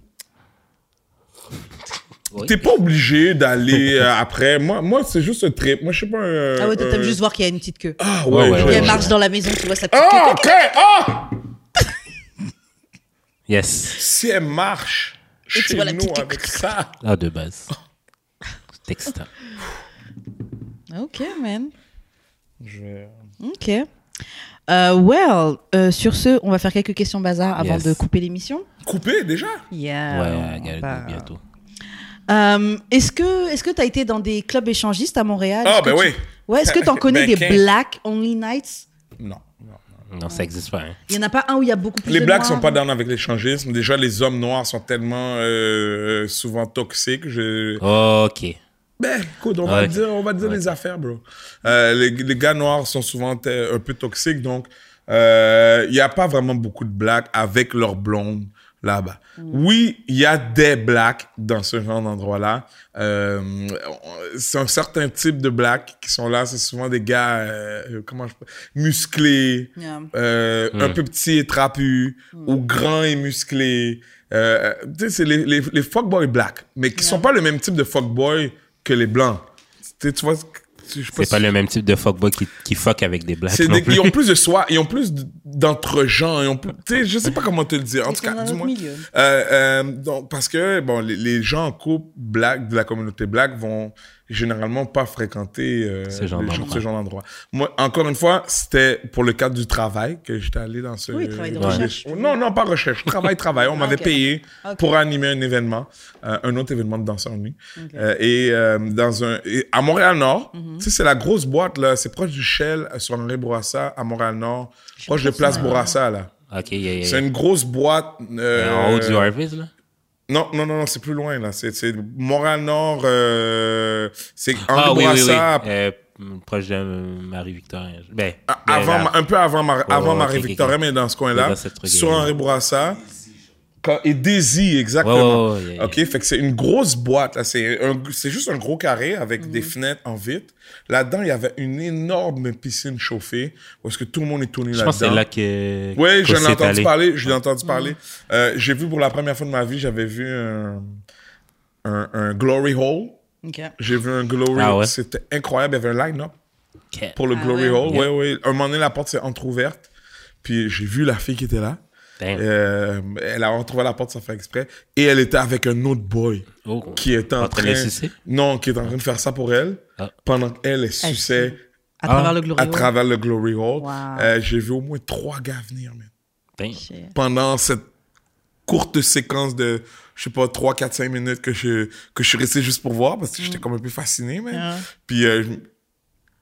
[SPEAKER 2] T'es pas obligé d'aller euh, après. Moi, moi c'est juste un trip. Moi, je sais pas. un-
[SPEAKER 3] Ah ouais,
[SPEAKER 2] un-
[SPEAKER 3] t'aimes juste voir qu'il y a une petite queue.
[SPEAKER 2] Ah ouais,
[SPEAKER 4] Ouais, ouais,
[SPEAKER 2] je-
[SPEAKER 4] ouais.
[SPEAKER 3] Elle marche dans la maison, tu vois sa petite
[SPEAKER 2] Ah,
[SPEAKER 3] queue.
[SPEAKER 2] ok, ah!
[SPEAKER 4] Yes.
[SPEAKER 2] Si elle marche
[SPEAKER 3] tu
[SPEAKER 2] chez
[SPEAKER 3] vois la
[SPEAKER 2] nous
[SPEAKER 3] petite-
[SPEAKER 2] avec ça.
[SPEAKER 4] Ah, de base. C'est excitant.
[SPEAKER 3] Ok, man.
[SPEAKER 2] Je-
[SPEAKER 3] Ok. Euh, well, euh, sur ce, on va faire quelques questions bazar avant
[SPEAKER 4] Yes.
[SPEAKER 3] de couper l'émission.
[SPEAKER 2] Coupé déjà?
[SPEAKER 3] Yeah.
[SPEAKER 4] Ouais, ouais, I
[SPEAKER 3] on
[SPEAKER 4] got it,
[SPEAKER 2] Bah.
[SPEAKER 3] va-
[SPEAKER 4] bientôt.
[SPEAKER 3] Euh, est-ce que est-ce que t'as été dans des clubs échangistes à Montréal
[SPEAKER 2] Ah,
[SPEAKER 3] Est-ce que
[SPEAKER 2] ben
[SPEAKER 3] tu-
[SPEAKER 2] oui.
[SPEAKER 3] Ouais, est-ce que t'en connais
[SPEAKER 2] Ben,
[SPEAKER 3] des
[SPEAKER 2] quinze.
[SPEAKER 3] Black Only Nights
[SPEAKER 2] Non. non.
[SPEAKER 4] Non, ça existe pas. Hein.
[SPEAKER 3] Il y en a pas un où il y a beaucoup plus
[SPEAKER 2] Les
[SPEAKER 3] de
[SPEAKER 2] blacks
[SPEAKER 3] noirs
[SPEAKER 2] sont pas down avec l'échangisme. Déjà, les hommes noirs sont tellement euh, souvent toxiques. Je...
[SPEAKER 4] Ok.
[SPEAKER 2] Ben, écoute, on
[SPEAKER 4] Ah,
[SPEAKER 2] va
[SPEAKER 4] ok.
[SPEAKER 2] dire, on va dire les affaires, bro. Euh, les, les gars noirs sont souvent euh, un peu toxiques, donc euh, il n'y a pas vraiment beaucoup de blacks avec leurs blondes là-bas.
[SPEAKER 3] Mm.
[SPEAKER 2] Oui, il y a des blacks dans ce genre d'endroit-là. Euh, on- c'est un certain type de blacks qui sont là. C'est souvent des gars, euh, comment je musclés,
[SPEAKER 3] Yeah.
[SPEAKER 2] euh,
[SPEAKER 4] Hmm.
[SPEAKER 2] un peu petits et trapus, ou grands et musclés. Euh, tu sais, c'est les, les, les fuckboys blacks, mais qui sont pas le même type de fuckboy que les blancs. Tu sais, tu vois, tu- je sais
[SPEAKER 4] C'est
[SPEAKER 2] si-
[SPEAKER 4] pas le même type de fuckboy qui, qui fuck avec des blacks.
[SPEAKER 2] c'est
[SPEAKER 4] non
[SPEAKER 2] des-
[SPEAKER 4] plus.
[SPEAKER 2] ils ont plus de soi, ils ont plus d- d'entre-gens, ils ont plus, tu sais, je sais pas comment te le dire. En
[SPEAKER 3] Ils
[SPEAKER 2] tout
[SPEAKER 3] sont
[SPEAKER 2] cas,
[SPEAKER 3] dans
[SPEAKER 2] du
[SPEAKER 3] notre
[SPEAKER 2] moins.
[SPEAKER 3] milieu.
[SPEAKER 2] Euh, euh, donc, parce que, bon, les, les gens en couple black, de la communauté black vont généralement pas fréquenter euh,
[SPEAKER 4] Ce genre
[SPEAKER 2] les gens-
[SPEAKER 4] d'endroit.
[SPEAKER 2] ce genre d'endroit. Moi, encore une fois, c'était pour le cadre du travail que j'étais allé dans ce...
[SPEAKER 3] Oui, travail de
[SPEAKER 2] dans
[SPEAKER 3] recherche. Ah,
[SPEAKER 2] les- Non, non, pas recherche. Travail, travail. On m'avait
[SPEAKER 3] ok.
[SPEAKER 2] payé
[SPEAKER 3] Ok.
[SPEAKER 2] pour animer un événement, euh, un autre événement de danseurs nus. Euh, et euh, dans un... et à Montréal-Nord,
[SPEAKER 3] Mhm.
[SPEAKER 2] tu sais, c'est la grosse boîte, là. C'est proche du Shell, euh, sur André Bourassa, à Montréal-Nord. Proche de Place Bourassa, là.
[SPEAKER 4] Ok, yeah, yeah,
[SPEAKER 2] C'est
[SPEAKER 4] yeah.
[SPEAKER 2] une grosse boîte... euh,
[SPEAKER 4] En haut du Harvest, là.
[SPEAKER 2] non, non, non, non, c'est plus loin, là. C'est, c'est Montréal-Nord, euh, c'est Henri
[SPEAKER 4] Ah oui, oui, oui.
[SPEAKER 2] Bourassa,
[SPEAKER 4] Euh, proche de euh, Marie-Victorin. Ben,
[SPEAKER 2] a-
[SPEAKER 4] ben,
[SPEAKER 2] avant,
[SPEAKER 4] là.
[SPEAKER 2] un peu avant, Mar- avant
[SPEAKER 4] ok,
[SPEAKER 2] Marie-Victorin,
[SPEAKER 4] ok, ok.
[SPEAKER 2] mais dans ce
[SPEAKER 4] Dans
[SPEAKER 2] coin-là,
[SPEAKER 4] ce truc,
[SPEAKER 2] sur
[SPEAKER 4] oui.
[SPEAKER 2] Henri Bourassa, quand- et Daisy, exactement.
[SPEAKER 4] Ouais, ouais, ouais, ouais,
[SPEAKER 2] OK, fait que c'est une grosse boîte, là. C'est, un- c'est juste un gros carré avec des fenêtres en vitre. Là-dedans, il y avait une énorme piscine chauffée où est-ce que tout le monde est tourné
[SPEAKER 4] Je
[SPEAKER 2] là-dedans.
[SPEAKER 4] pense que c'est là que.
[SPEAKER 2] Oui,
[SPEAKER 4] que
[SPEAKER 2] j'en ai
[SPEAKER 4] c'est
[SPEAKER 2] entendu
[SPEAKER 4] allé.
[SPEAKER 2] parler. Je l'ai entendu
[SPEAKER 3] Mm.
[SPEAKER 2] parler. Euh, j'ai vu pour la première fois de ma vie, j'avais vu un, un, un Glory Hole.
[SPEAKER 3] Ok.
[SPEAKER 2] J'ai vu un Glory
[SPEAKER 4] Ah ouais?
[SPEAKER 2] C'était incroyable. Il y avait un line-up
[SPEAKER 4] Ok.
[SPEAKER 2] pour le
[SPEAKER 3] Ah ouais?
[SPEAKER 2] Glory Hole. Ouais, ouais. Un moment donné, la porte s'est entrouverte. Puis j'ai vu la fille qui était là.
[SPEAKER 4] Damn.
[SPEAKER 2] Euh, elle a retrouvé la porte sans faire exprès. Et elle était avec un autre boy
[SPEAKER 4] Oh.
[SPEAKER 2] qui était en,
[SPEAKER 4] En train de sucer?
[SPEAKER 2] Non, qui est en train de faire ça pour elle.
[SPEAKER 4] Ah.
[SPEAKER 2] Pendant qu'elle elle suçait
[SPEAKER 3] À travers le glory.
[SPEAKER 2] à
[SPEAKER 3] hole.
[SPEAKER 2] travers le Glory Hole.
[SPEAKER 3] Wow.
[SPEAKER 2] Euh, j'ai vu au moins trois gars venir, man
[SPEAKER 4] Damn.
[SPEAKER 3] Shit.
[SPEAKER 2] pendant cette courte séquence de, je sais pas, 3, 4, 5 minutes que je, que je suis resté juste pour voir parce que j'étais comme un peu fasciné, man.
[SPEAKER 3] Mm. Ah.
[SPEAKER 2] Puis euh, je-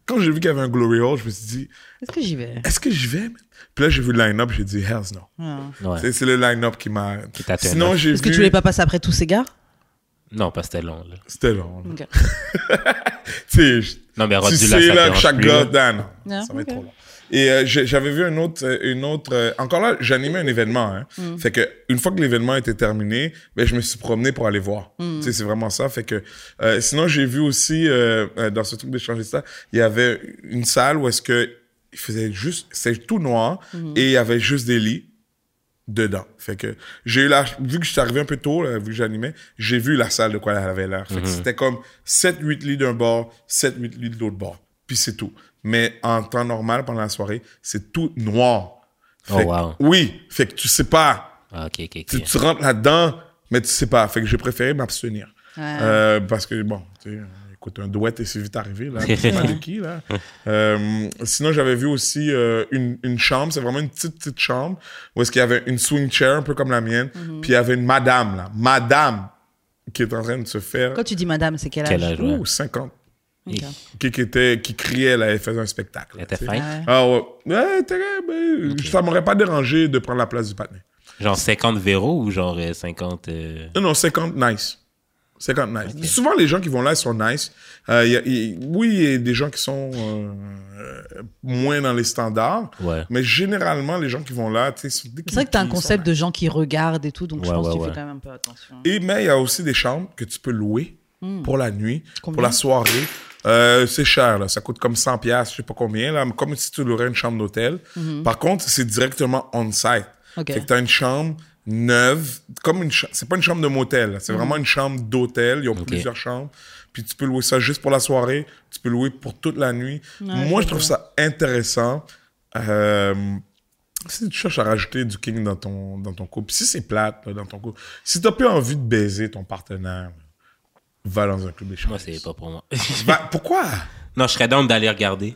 [SPEAKER 2] quand j'ai vu qu'il y avait un Glory Hole, je me suis dit,
[SPEAKER 3] Est-ce que j'y vais
[SPEAKER 2] est-ce que j'y vais, man? Puis là, j'ai vu le line-up, j'ai dit, hells no.
[SPEAKER 3] Ah.
[SPEAKER 4] Ouais.
[SPEAKER 2] C'est- C'est le line-up qui m'a.
[SPEAKER 4] t'a fait
[SPEAKER 2] Sinon, j'ai
[SPEAKER 3] Est-ce que
[SPEAKER 2] vu.
[SPEAKER 3] tu voulais pas passer après tous ces gars
[SPEAKER 4] Non, pas c'était long, là.
[SPEAKER 2] C'était long. là.
[SPEAKER 3] Ok.
[SPEAKER 2] Tu sais, je-
[SPEAKER 4] Non, mais
[SPEAKER 2] tu
[SPEAKER 4] rendu là,
[SPEAKER 2] sais,
[SPEAKER 4] ça
[SPEAKER 2] là, que
[SPEAKER 4] dérange
[SPEAKER 2] chaque
[SPEAKER 4] plus,
[SPEAKER 2] gars,
[SPEAKER 4] là.
[SPEAKER 2] Dan, non,
[SPEAKER 3] Yeah,
[SPEAKER 2] ça va être
[SPEAKER 3] ok.
[SPEAKER 2] trop long. Et euh, j'ai- j'avais vu un autre, euh, une autre. euh, encore là, j'animais un événement. Hein. Fait que une fois que l'événement était terminé, ben je me suis promené pour aller voir. Tu sais, c'est vraiment ça. Fait que euh, sinon, j'ai vu aussi euh, euh, dans ce truc d'échanger ça, il y avait une salle où est-ce que il faisait juste, c'est tout noir et il y avait juste des lits dedans. Fait que j'ai eu la vu que je suis arrivé un peu tôt, là, vu que j'animais, j'ai vu la salle de quoi elle avait l'air. Fait
[SPEAKER 4] Mhm.
[SPEAKER 2] que c'était comme 7 8 lits d'un bord, 7 8 lits de l'autre bord. Puis c'est tout. Mais en temps normal pendant la soirée, c'est tout noir.
[SPEAKER 4] Oh,
[SPEAKER 2] Fait que-
[SPEAKER 4] wow.
[SPEAKER 2] Oui, fait que tu sais pas
[SPEAKER 4] Ah, ok, ok,
[SPEAKER 2] tu,
[SPEAKER 4] ok.
[SPEAKER 2] tu rentres là-dedans, mais tu sais pas. Fait que j'ai préféré m'abstenir. Euh, parce que, bon, tu sais, écoute, un douette et c'est vite arrivé, là. C'est pas de qui, là. Euh, sinon, j'avais vu aussi euh, une, une chambre, c'est vraiment une petite, petite chambre, où est-ce qu'il y avait une swing chair, un peu comme la mienne,
[SPEAKER 4] Mm-hmm.
[SPEAKER 2] puis il y avait une madame, là. Madame qui est en train de se faire...
[SPEAKER 3] Quand tu dis madame, c'est quel âge,
[SPEAKER 4] Quel âge, ouais.
[SPEAKER 2] Ouh, 50.
[SPEAKER 4] Hi.
[SPEAKER 2] Qui, qui était, qui criait, là, elle faisait un spectacle. là,
[SPEAKER 4] Elle était
[SPEAKER 2] tu sais.
[SPEAKER 4] fine.
[SPEAKER 3] Ah ouais.
[SPEAKER 2] Ah ouais. Ouais, t'es- ben, Ça m'aurait pas dérangé de prendre la place du patinet.
[SPEAKER 4] Genre 50 Véro ou genre euh, 50. euh,
[SPEAKER 2] Non, non, 50, nice. 50 nice. Souvent, les gens qui vont là, ils sont nice. Euh, y a- y- oui, il y a des gens qui sont euh, euh, moins dans les standards,
[SPEAKER 4] Ouais.
[SPEAKER 2] mais généralement, les gens qui vont là, tu sais, sont- dès
[SPEAKER 3] C'est
[SPEAKER 2] qu'ils-
[SPEAKER 3] vrai que t'as un
[SPEAKER 2] qu'ils
[SPEAKER 3] concept
[SPEAKER 2] sont
[SPEAKER 3] de gens qui regardent et tout, donc je
[SPEAKER 4] Ouais,
[SPEAKER 3] pense
[SPEAKER 4] ouais,
[SPEAKER 3] qu'il faut
[SPEAKER 4] ouais.
[SPEAKER 3] quand même un peu attention.
[SPEAKER 2] nice. Et mais il y a aussi des chambres que tu peux louer pour la nuit, pour
[SPEAKER 3] Hmm. Combien?
[SPEAKER 2] la soirée. Euh, c'est cher, là. ça coûte comme 100 pièces, je sais pas combien, là, mais comme si tu louerais une chambre d'hôtel. Par contre, c'est directement on-site.
[SPEAKER 3] Hmm. Ok.
[SPEAKER 2] Fait que t'as une chambre neuve, comme une cha- c'est pas une chambre de motel,
[SPEAKER 3] Hmm.
[SPEAKER 2] là. c'est vraiment une chambre d'hôtel, ils ont plusieurs chambres, puis tu peux louer ça juste pour la soirée, tu peux louer pour toute la nuit. Moi, je trouve ça intéressant. Euh, si tu cherches à rajouter du king dans ton, dans ton couple, si c'est plate là, dans ton couple, si t'as plus envie de baiser ton partenaire, va dans un club d'échange.
[SPEAKER 4] Moi, c'est pas pour moi.
[SPEAKER 2] Va- pourquoi?
[SPEAKER 4] non, je serais down d'aller regarder.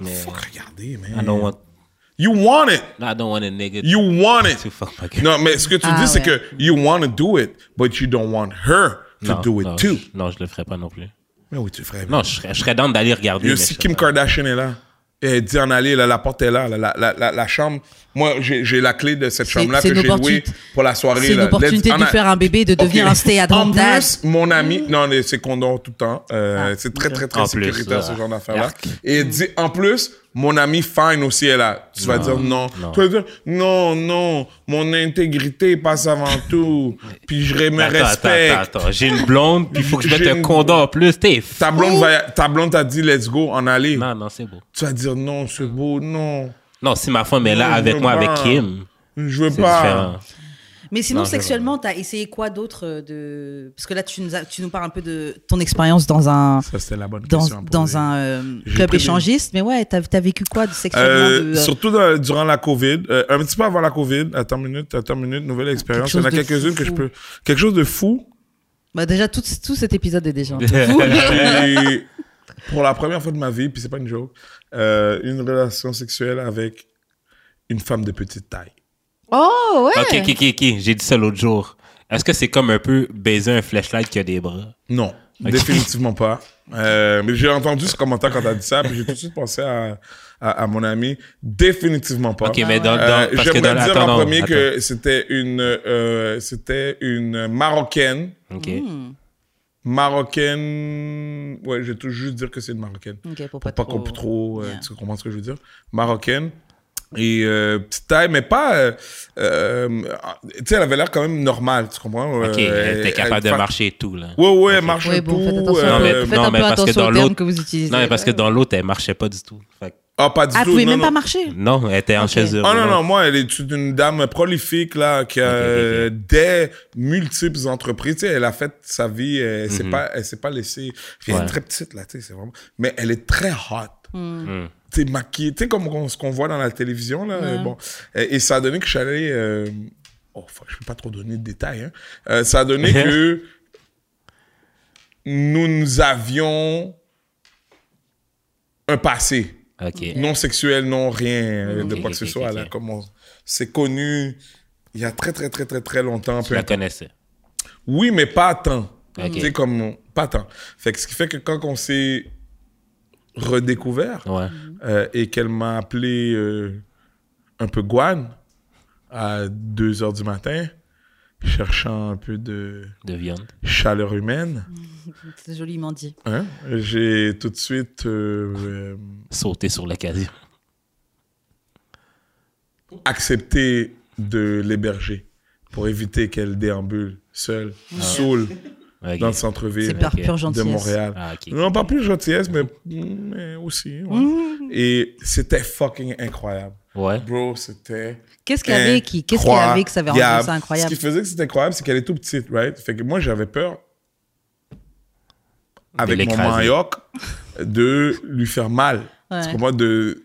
[SPEAKER 4] Mais
[SPEAKER 2] Fuck, regardez, man.
[SPEAKER 4] I don't want,
[SPEAKER 2] You want it!
[SPEAKER 4] I don't want a nigga
[SPEAKER 2] You want it!
[SPEAKER 4] to fuck my girl.
[SPEAKER 2] Non, mais ce que tu
[SPEAKER 3] Ah,
[SPEAKER 2] dis, c'est
[SPEAKER 3] ouais.
[SPEAKER 2] que you want to do it, but you don't want her to
[SPEAKER 4] non,
[SPEAKER 2] do it
[SPEAKER 4] non,
[SPEAKER 2] too.
[SPEAKER 4] je- non, je le ferais pas non plus.
[SPEAKER 2] Mais oui, tu ferais.
[SPEAKER 4] Non, je serais, je serais down d'aller regarder.
[SPEAKER 2] Il y a
[SPEAKER 4] mais
[SPEAKER 2] aussi
[SPEAKER 4] je-
[SPEAKER 2] Kim Kardashian est là. Elle dit en aller, là, la porte est là, là, la, la, la, la chambre. Moi, j'ai j'ai la clé de cette
[SPEAKER 3] C'est-
[SPEAKER 2] chambre-là
[SPEAKER 3] c'est
[SPEAKER 2] que
[SPEAKER 3] une
[SPEAKER 2] j'ai louée
[SPEAKER 3] opportunité-
[SPEAKER 2] pour la soirée.
[SPEAKER 3] C'est une
[SPEAKER 2] là. Let's-
[SPEAKER 3] opportunité
[SPEAKER 2] en
[SPEAKER 3] de
[SPEAKER 2] a-
[SPEAKER 3] faire un bébé, de devenir
[SPEAKER 2] Ok.
[SPEAKER 3] un stay at
[SPEAKER 2] En
[SPEAKER 3] home dad.
[SPEAKER 2] plus, mon ami, non, les- c'est condom tout le temps. Euh, c'est très, très, très
[SPEAKER 4] En plus,
[SPEAKER 2] sécuritaire,
[SPEAKER 4] ouais.
[SPEAKER 2] ce genre d'affaires-là.
[SPEAKER 4] Arc.
[SPEAKER 2] Et elle dit, en plus, mon ami Fine aussi est là. Tu vas dire non.
[SPEAKER 4] non.
[SPEAKER 2] Tu vas dire, non, non, mon intégrité passe avant tout. Puis je me
[SPEAKER 4] Attends, attends,
[SPEAKER 2] respecte.
[SPEAKER 4] attends, attends. J'ai une blonde, puis il faut que je
[SPEAKER 2] J'ai
[SPEAKER 4] mette un
[SPEAKER 2] une-
[SPEAKER 4] condom en plus. T'es f...
[SPEAKER 2] Ta blonde, va, ta blonde t'a dit, let's go, en aller.
[SPEAKER 4] Non, non, c'est beau.
[SPEAKER 2] Tu vas dire, non, c'est beau, non.
[SPEAKER 4] Non, si ma femme est là
[SPEAKER 2] Non, je
[SPEAKER 4] avec
[SPEAKER 2] veux
[SPEAKER 4] moi,
[SPEAKER 2] pas.
[SPEAKER 4] avec Kim,
[SPEAKER 2] Je veux
[SPEAKER 4] c'est
[SPEAKER 2] pas.
[SPEAKER 4] différent.
[SPEAKER 3] Mais sinon,
[SPEAKER 4] Non, je-
[SPEAKER 3] sexuellement, t'as essayé quoi d'autre euh, de Parce que là, tu nous, as- tu nous parles un peu de ton expérience dans un
[SPEAKER 2] Ça, c'était la bonne
[SPEAKER 3] dans,
[SPEAKER 2] question à poser.
[SPEAKER 3] dans un euh,
[SPEAKER 2] J'ai
[SPEAKER 3] club
[SPEAKER 2] pris des-
[SPEAKER 3] échangiste. Mais ouais, t'as as vécu quoi de sexuellement
[SPEAKER 2] Euh,
[SPEAKER 3] de, euh,
[SPEAKER 2] surtout dans- durant la COVID, euh, un petit peu avant la COVID, attends une minute, attends une minute, nouvelle expérience. Il y en a
[SPEAKER 3] chose de
[SPEAKER 2] quelques-unes
[SPEAKER 3] fou,
[SPEAKER 2] que je
[SPEAKER 3] fou.
[SPEAKER 2] peux. Quelque chose de fou.
[SPEAKER 3] bah, déjà tout, tout cet épisode est déjà un peu fou.
[SPEAKER 2] Puis, pour la première fois de ma vie, puis c'est pas une joke, euh, une relation sexuelle avec une femme de petite taille.
[SPEAKER 3] oh ouais.
[SPEAKER 4] Ok, ok, ok, ok. J'ai dit ça l'autre jour. Est-ce que c'est comme un peu baiser un flashlight qui a des bras?
[SPEAKER 2] Non,
[SPEAKER 4] Ok.
[SPEAKER 2] définitivement pas. Euh, mais j'ai entendu ce commentaire quand t'as dit ça, puis j'ai tout de suite pensé à, à, à mon ami. Définitivement pas.
[SPEAKER 4] Ok, mais dans, dans,
[SPEAKER 2] Euh,
[SPEAKER 4] parce que
[SPEAKER 2] J'aimerais
[SPEAKER 4] dans
[SPEAKER 2] dire
[SPEAKER 4] attends,
[SPEAKER 2] en
[SPEAKER 4] non,
[SPEAKER 2] premier
[SPEAKER 4] attends.
[SPEAKER 2] que c'était une, euh, c'était une Marocaine.
[SPEAKER 4] Ok.
[SPEAKER 3] Hmm.
[SPEAKER 2] Marocaine. Ouais, je vais tout juste dire que c'est une Marocaine.
[SPEAKER 3] Ok, pour
[SPEAKER 2] Pour
[SPEAKER 3] pas,
[SPEAKER 2] pas
[SPEAKER 3] trop.
[SPEAKER 2] qu'on peut trop. euh,
[SPEAKER 3] Yeah.
[SPEAKER 2] Tu comprends ce que je veux dire? Marocaine. Et euh, petite taille, mais pas. euh, euh, tu sais, elle avait l'air quand même normale, tu comprends?
[SPEAKER 4] Ok,
[SPEAKER 2] Euh,
[SPEAKER 4] t'es capable de
[SPEAKER 2] fa-
[SPEAKER 4] marcher et tout, là.
[SPEAKER 2] Ouais, ouais, marche
[SPEAKER 3] Ouais, bon,
[SPEAKER 2] tout.
[SPEAKER 3] faites attention.
[SPEAKER 2] euh,
[SPEAKER 4] Non, mais-
[SPEAKER 3] faites un
[SPEAKER 4] non, mais
[SPEAKER 3] peu
[SPEAKER 4] parce que
[SPEAKER 3] attention
[SPEAKER 4] dans
[SPEAKER 3] aux termes
[SPEAKER 4] l'autre-
[SPEAKER 3] que vous utilisez.
[SPEAKER 4] Non, mais parce que dans l'autre, elle marchait pas du tout. Fait que-
[SPEAKER 2] Ah, pas du
[SPEAKER 3] Ah,
[SPEAKER 2] tout.
[SPEAKER 3] vous pouvez
[SPEAKER 2] non,
[SPEAKER 3] même
[SPEAKER 2] non.
[SPEAKER 3] pas marcher.
[SPEAKER 4] non, elle était en
[SPEAKER 3] Ok.
[SPEAKER 4] chaise
[SPEAKER 2] Ah non, non, moi, elle est c'est une dame prolifique, là, qui a
[SPEAKER 4] Ok, ok, ok.
[SPEAKER 2] euh, des multiples entreprises. Tu sais, elle a fait sa vie, elle s'est pas, elle s'est pas laissée. Puis Elle
[SPEAKER 4] Mhm. Ouais.
[SPEAKER 2] est très petite, là, tu sais, c'est vraiment... Mais elle est très hot.
[SPEAKER 4] Mm.
[SPEAKER 2] Tu sais, maquillée. Tu sais, comme on- ce qu'on voit dans la télévision, là. euh, Bon. Et, et ça a donné que je suis allé... euh, Oh, fuck, je peux pas trop donner de détails, hein. Euh, ça a donné que nous, nous avions un passé
[SPEAKER 4] Ok.
[SPEAKER 2] non sexuel, non rien euh, de
[SPEAKER 4] Ok,
[SPEAKER 2] quoi
[SPEAKER 4] ok,
[SPEAKER 2] que ce
[SPEAKER 4] ok,
[SPEAKER 2] soit.
[SPEAKER 4] ok.
[SPEAKER 2] Là, comme on- c'est connu il y a très très très très très longtemps.
[SPEAKER 4] Tu
[SPEAKER 2] peu
[SPEAKER 4] la
[SPEAKER 2] importe.
[SPEAKER 4] connaissais.
[SPEAKER 2] Oui, mais pas tant.
[SPEAKER 4] Ok.
[SPEAKER 2] Tu sais comme pas tant. Fait que ce qui fait que quand on s'est redécouvert
[SPEAKER 4] Ouais.
[SPEAKER 3] Hmm.
[SPEAKER 2] euh, et qu'elle m'a appelé euh, un peu Guan à 2 heures du matin, cherchant un peu de
[SPEAKER 4] De viande.
[SPEAKER 2] chaleur humaine,
[SPEAKER 3] C'est joliment dit.
[SPEAKER 2] hein, j'ai tout de suite euh, euh,
[SPEAKER 4] Sauter sur l'occasion.
[SPEAKER 2] accepter de l'héberger pour éviter qu'elle déambule seule, saoule,
[SPEAKER 4] Ok.
[SPEAKER 2] dans le
[SPEAKER 3] C'est
[SPEAKER 2] centre-ville
[SPEAKER 3] par
[SPEAKER 4] ok.
[SPEAKER 3] pure
[SPEAKER 2] de
[SPEAKER 3] gentillesse.
[SPEAKER 2] Montréal.
[SPEAKER 4] Ah, ok.
[SPEAKER 2] Non, pas plus gentillesse, mais, mais aussi. ouais. Et c'était fucking incroyable.
[SPEAKER 4] Ouais.
[SPEAKER 2] Bro, c'était.
[SPEAKER 3] Qu'est-ce qu'il y avait qui, qu'est-ce qu'il y avait que ça avait rendu ça incroyable
[SPEAKER 2] Ce qui faisait que c'était incroyable, c'est qu'elle est tout petite, right? Fait que moi, j'avais peur, avec mon
[SPEAKER 4] l'écraser.
[SPEAKER 2] manioc, de lui faire mal.
[SPEAKER 3] Ouais.
[SPEAKER 2] C'est pour moi de.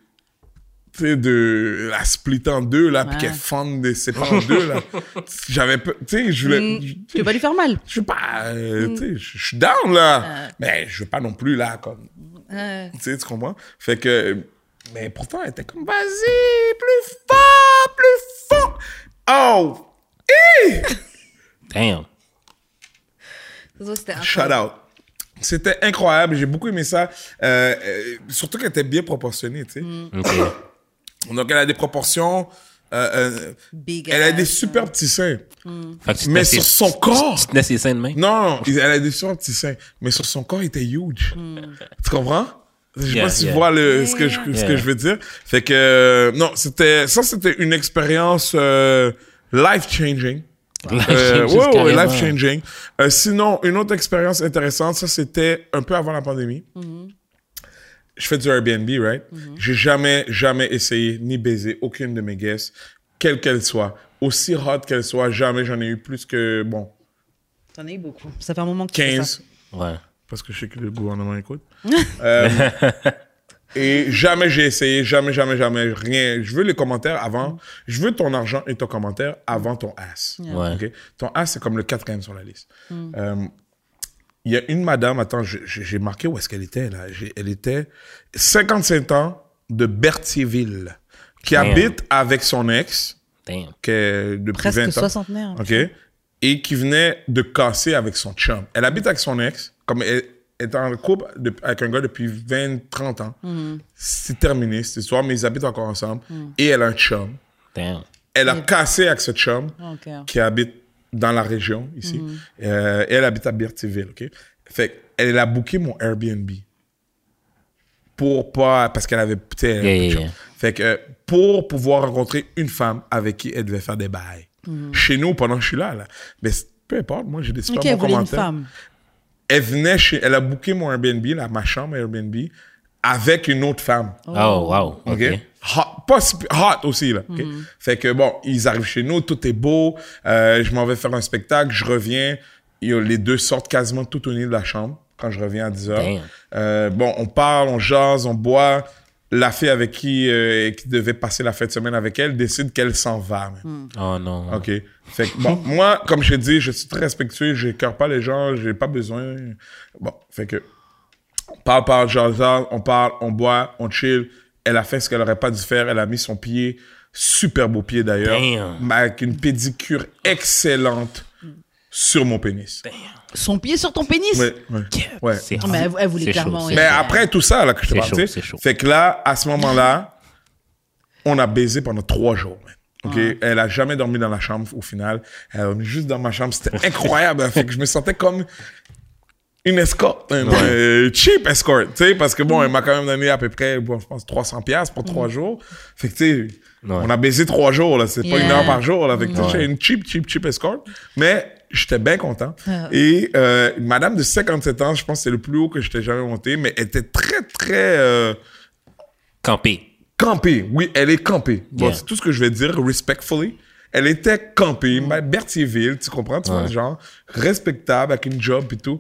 [SPEAKER 2] Tu sais, de la split en deux, là, puis
[SPEAKER 3] Ouais.
[SPEAKER 2] qu'elle fende de ses pas en deux, là. J'avais peur. Tu sais, je voulais.
[SPEAKER 3] Mm.
[SPEAKER 2] je-
[SPEAKER 3] Tu veux pas lui faire mal.
[SPEAKER 2] Je suis pas. euh, Tu sais, je je suis down, là.
[SPEAKER 3] Ouais.
[SPEAKER 2] Mais je veux pas non plus, là, comme.
[SPEAKER 3] Ouais.
[SPEAKER 2] Tu sais, tu comprends? Fait que. Mais pourtant, elle était comme, vas-y, plus fort, plus fort! Oh!
[SPEAKER 4] Damn.
[SPEAKER 5] Ça, c'était un-
[SPEAKER 2] Shout out. C'était incroyable, j'ai beaucoup aimé ça. Euh,
[SPEAKER 4] Mm.
[SPEAKER 2] euh, surtout qu'elle était bien proportionnée, tu sais.
[SPEAKER 4] Ok.
[SPEAKER 2] Donc, elle a des proportions euh, euh,
[SPEAKER 3] Big
[SPEAKER 2] elle a
[SPEAKER 3] ass.
[SPEAKER 2] des super petits seins.
[SPEAKER 4] Fait que tu te
[SPEAKER 2] Mais
[SPEAKER 4] laisses
[SPEAKER 2] sur son
[SPEAKER 4] les-
[SPEAKER 2] corps.
[SPEAKER 4] Tu te laisses les seins de main.
[SPEAKER 2] Non, il- elle a des super petits seins. Mais sur son corps, il était huge. Tu comprends? Je sais
[SPEAKER 4] Yeah,
[SPEAKER 2] pas si
[SPEAKER 4] yeah.
[SPEAKER 2] tu vois le, ce, que je, ce que
[SPEAKER 4] Yeah.
[SPEAKER 2] je veux dire. Fait que, euh, non, c'était, ça, c'était une expérience euh, life-changing. Euh,
[SPEAKER 4] Life-changing,
[SPEAKER 2] ouais, ouais,
[SPEAKER 4] carrément.
[SPEAKER 2] life changing. sinon, une autre expérience intéressante, ça c'était un peu avant la pandémie. Je fais du Airbnb, right? J'ai jamais, jamais essayé ni baiser aucune de mes guests, quelle qu'elle soit, aussi hot qu'elle soit, jamais j'en ai eu plus que, bon,
[SPEAKER 3] T'en as eu beaucoup. Ça fait un moment que tu fais
[SPEAKER 2] 15,
[SPEAKER 4] Ouais.
[SPEAKER 2] parce que je sais que le gouvernement écoute. Euh, et jamais j'ai essayé, jamais, jamais, jamais, rien. Je veux les commentaires avant, je veux ton argent et ton commentaire avant ton ass.
[SPEAKER 4] Ouais.
[SPEAKER 2] Ok? Ton ass, c'est comme le quatrième sur la liste. Euh, Il y a une madame, attends, je- je- j'ai marqué où est-ce qu'elle était là. J'ai- Elle était 55 ans de Berthierville, qui
[SPEAKER 4] Damn.
[SPEAKER 2] habite avec son ex,
[SPEAKER 4] Damn.
[SPEAKER 2] qui est depuis
[SPEAKER 3] ça. Presque
[SPEAKER 2] 20 ans.
[SPEAKER 3] soixantenaire.
[SPEAKER 2] OK? Et qui venait de casser avec son chum. Elle habite avec son ex, comme elle elle est en couple de- avec un gars depuis 20, 30 ans. C'est terminé cette histoire, mais ils habitent encore ensemble. Et elle a un chum.
[SPEAKER 4] Damn.
[SPEAKER 2] Elle a cassé avec ce chum
[SPEAKER 3] Oh, Ok.
[SPEAKER 2] qui habite dans la région ici.
[SPEAKER 3] Mm.
[SPEAKER 2] Euh, elle habite à Berthierville, OK? Fait qu'elle a booké mon Airbnb. Pour pas. Parce qu'elle avait. tu sais, elle avait
[SPEAKER 4] Yeah,
[SPEAKER 2] plus de
[SPEAKER 4] yeah,
[SPEAKER 2] chance.
[SPEAKER 4] yeah.
[SPEAKER 2] Fait que euh, pour pouvoir rencontrer une femme avec qui elle devait faire des bails. Chez nous, pendant que je suis là, là. Mais c'est- peu importe, moi, j'ai des super
[SPEAKER 3] Mm. Ok, elle
[SPEAKER 2] bons
[SPEAKER 3] voulait une
[SPEAKER 2] commentaires.
[SPEAKER 3] femme.
[SPEAKER 2] Elle venait chez. Elle a booké mon Airbnb, là, ma chambre Airbnb, avec une autre femme.
[SPEAKER 4] Oh, wow.
[SPEAKER 2] OK?
[SPEAKER 4] OK. Mm-hmm.
[SPEAKER 2] Hot, pas si- hot aussi, là. OK? Fait que bon, ils arrivent chez nous, tout est beau, euh, je m'en vais faire un spectacle, je reviens, yo, les deux sortent quasiment tout au nez de la chambre quand je reviens à 10 heures.
[SPEAKER 4] Damn.
[SPEAKER 2] Euh, bon, on parle, on jase, on boit. La fille avec qui, euh, qui devait passer la fin de semaine avec elle décide qu'elle s'en va. man.
[SPEAKER 4] Oh non.
[SPEAKER 2] OK. Fait que, bon, moi, comme je t'ai dit, je suis très respectueux, je n'écœure pas les gens, j'ai pas besoin. Bon, fait que, on parle, parle, jase, jase, on parle, on boit, on chill. Elle a fait ce qu'elle aurait pas dû faire. Elle a mis son pied, super beau pied d'ailleurs,
[SPEAKER 4] Damn.
[SPEAKER 2] avec une pédicure excellente sur mon pénis.
[SPEAKER 3] Son pied sur ton pénis.
[SPEAKER 2] Ouais, ouais, ouais.
[SPEAKER 4] C'est
[SPEAKER 3] Non, Ah, mais elle, elle voulait
[SPEAKER 4] C'est
[SPEAKER 3] clairement.
[SPEAKER 4] chaud,
[SPEAKER 3] ouais.
[SPEAKER 4] c'est
[SPEAKER 2] Mais après tout ça, là, que je te
[SPEAKER 4] C'est
[SPEAKER 2] parle,
[SPEAKER 4] chaud,
[SPEAKER 2] tu sais,
[SPEAKER 4] c'est chaud.
[SPEAKER 2] fait que là, à ce moment-là, on a baisé pendant trois jours, man. OK? Elle a jamais dormi dans la chambre, au final. Elle a dormi juste dans ma chambre. C'était incroyable. hein. fait que je me sentais comme une escorte. hein, euh, cheap escort, tu sais, parce que bon, elle m'a quand même donné à peu près, bon, je pense, 300 pièces pour trois jours. Fait que, tu sais,
[SPEAKER 4] Ouais.
[SPEAKER 2] on a baisé trois jours, là. C'est pas
[SPEAKER 3] Yeah.
[SPEAKER 2] une heure par jour, là. Fait que, tu sais,
[SPEAKER 4] Ouais.
[SPEAKER 2] j'étais une cheap, cheap, cheap escort. Mais j'étais bien content.
[SPEAKER 4] Ah.
[SPEAKER 2] Et euh, une madame de 57 ans, je pense que c'est le plus haut que je t'ai jamais monté, mais elle était très, très... euh,
[SPEAKER 4] Campé.
[SPEAKER 2] Campée, oui, elle est campée. Bon,
[SPEAKER 4] Yeah.
[SPEAKER 2] c'est tout ce que je vais dire, respectfully. Elle était campée, ma- Berthierville, tu comprends, tu vois,
[SPEAKER 4] Mm. Ouais.
[SPEAKER 2] genre, respectable, avec une job et tout.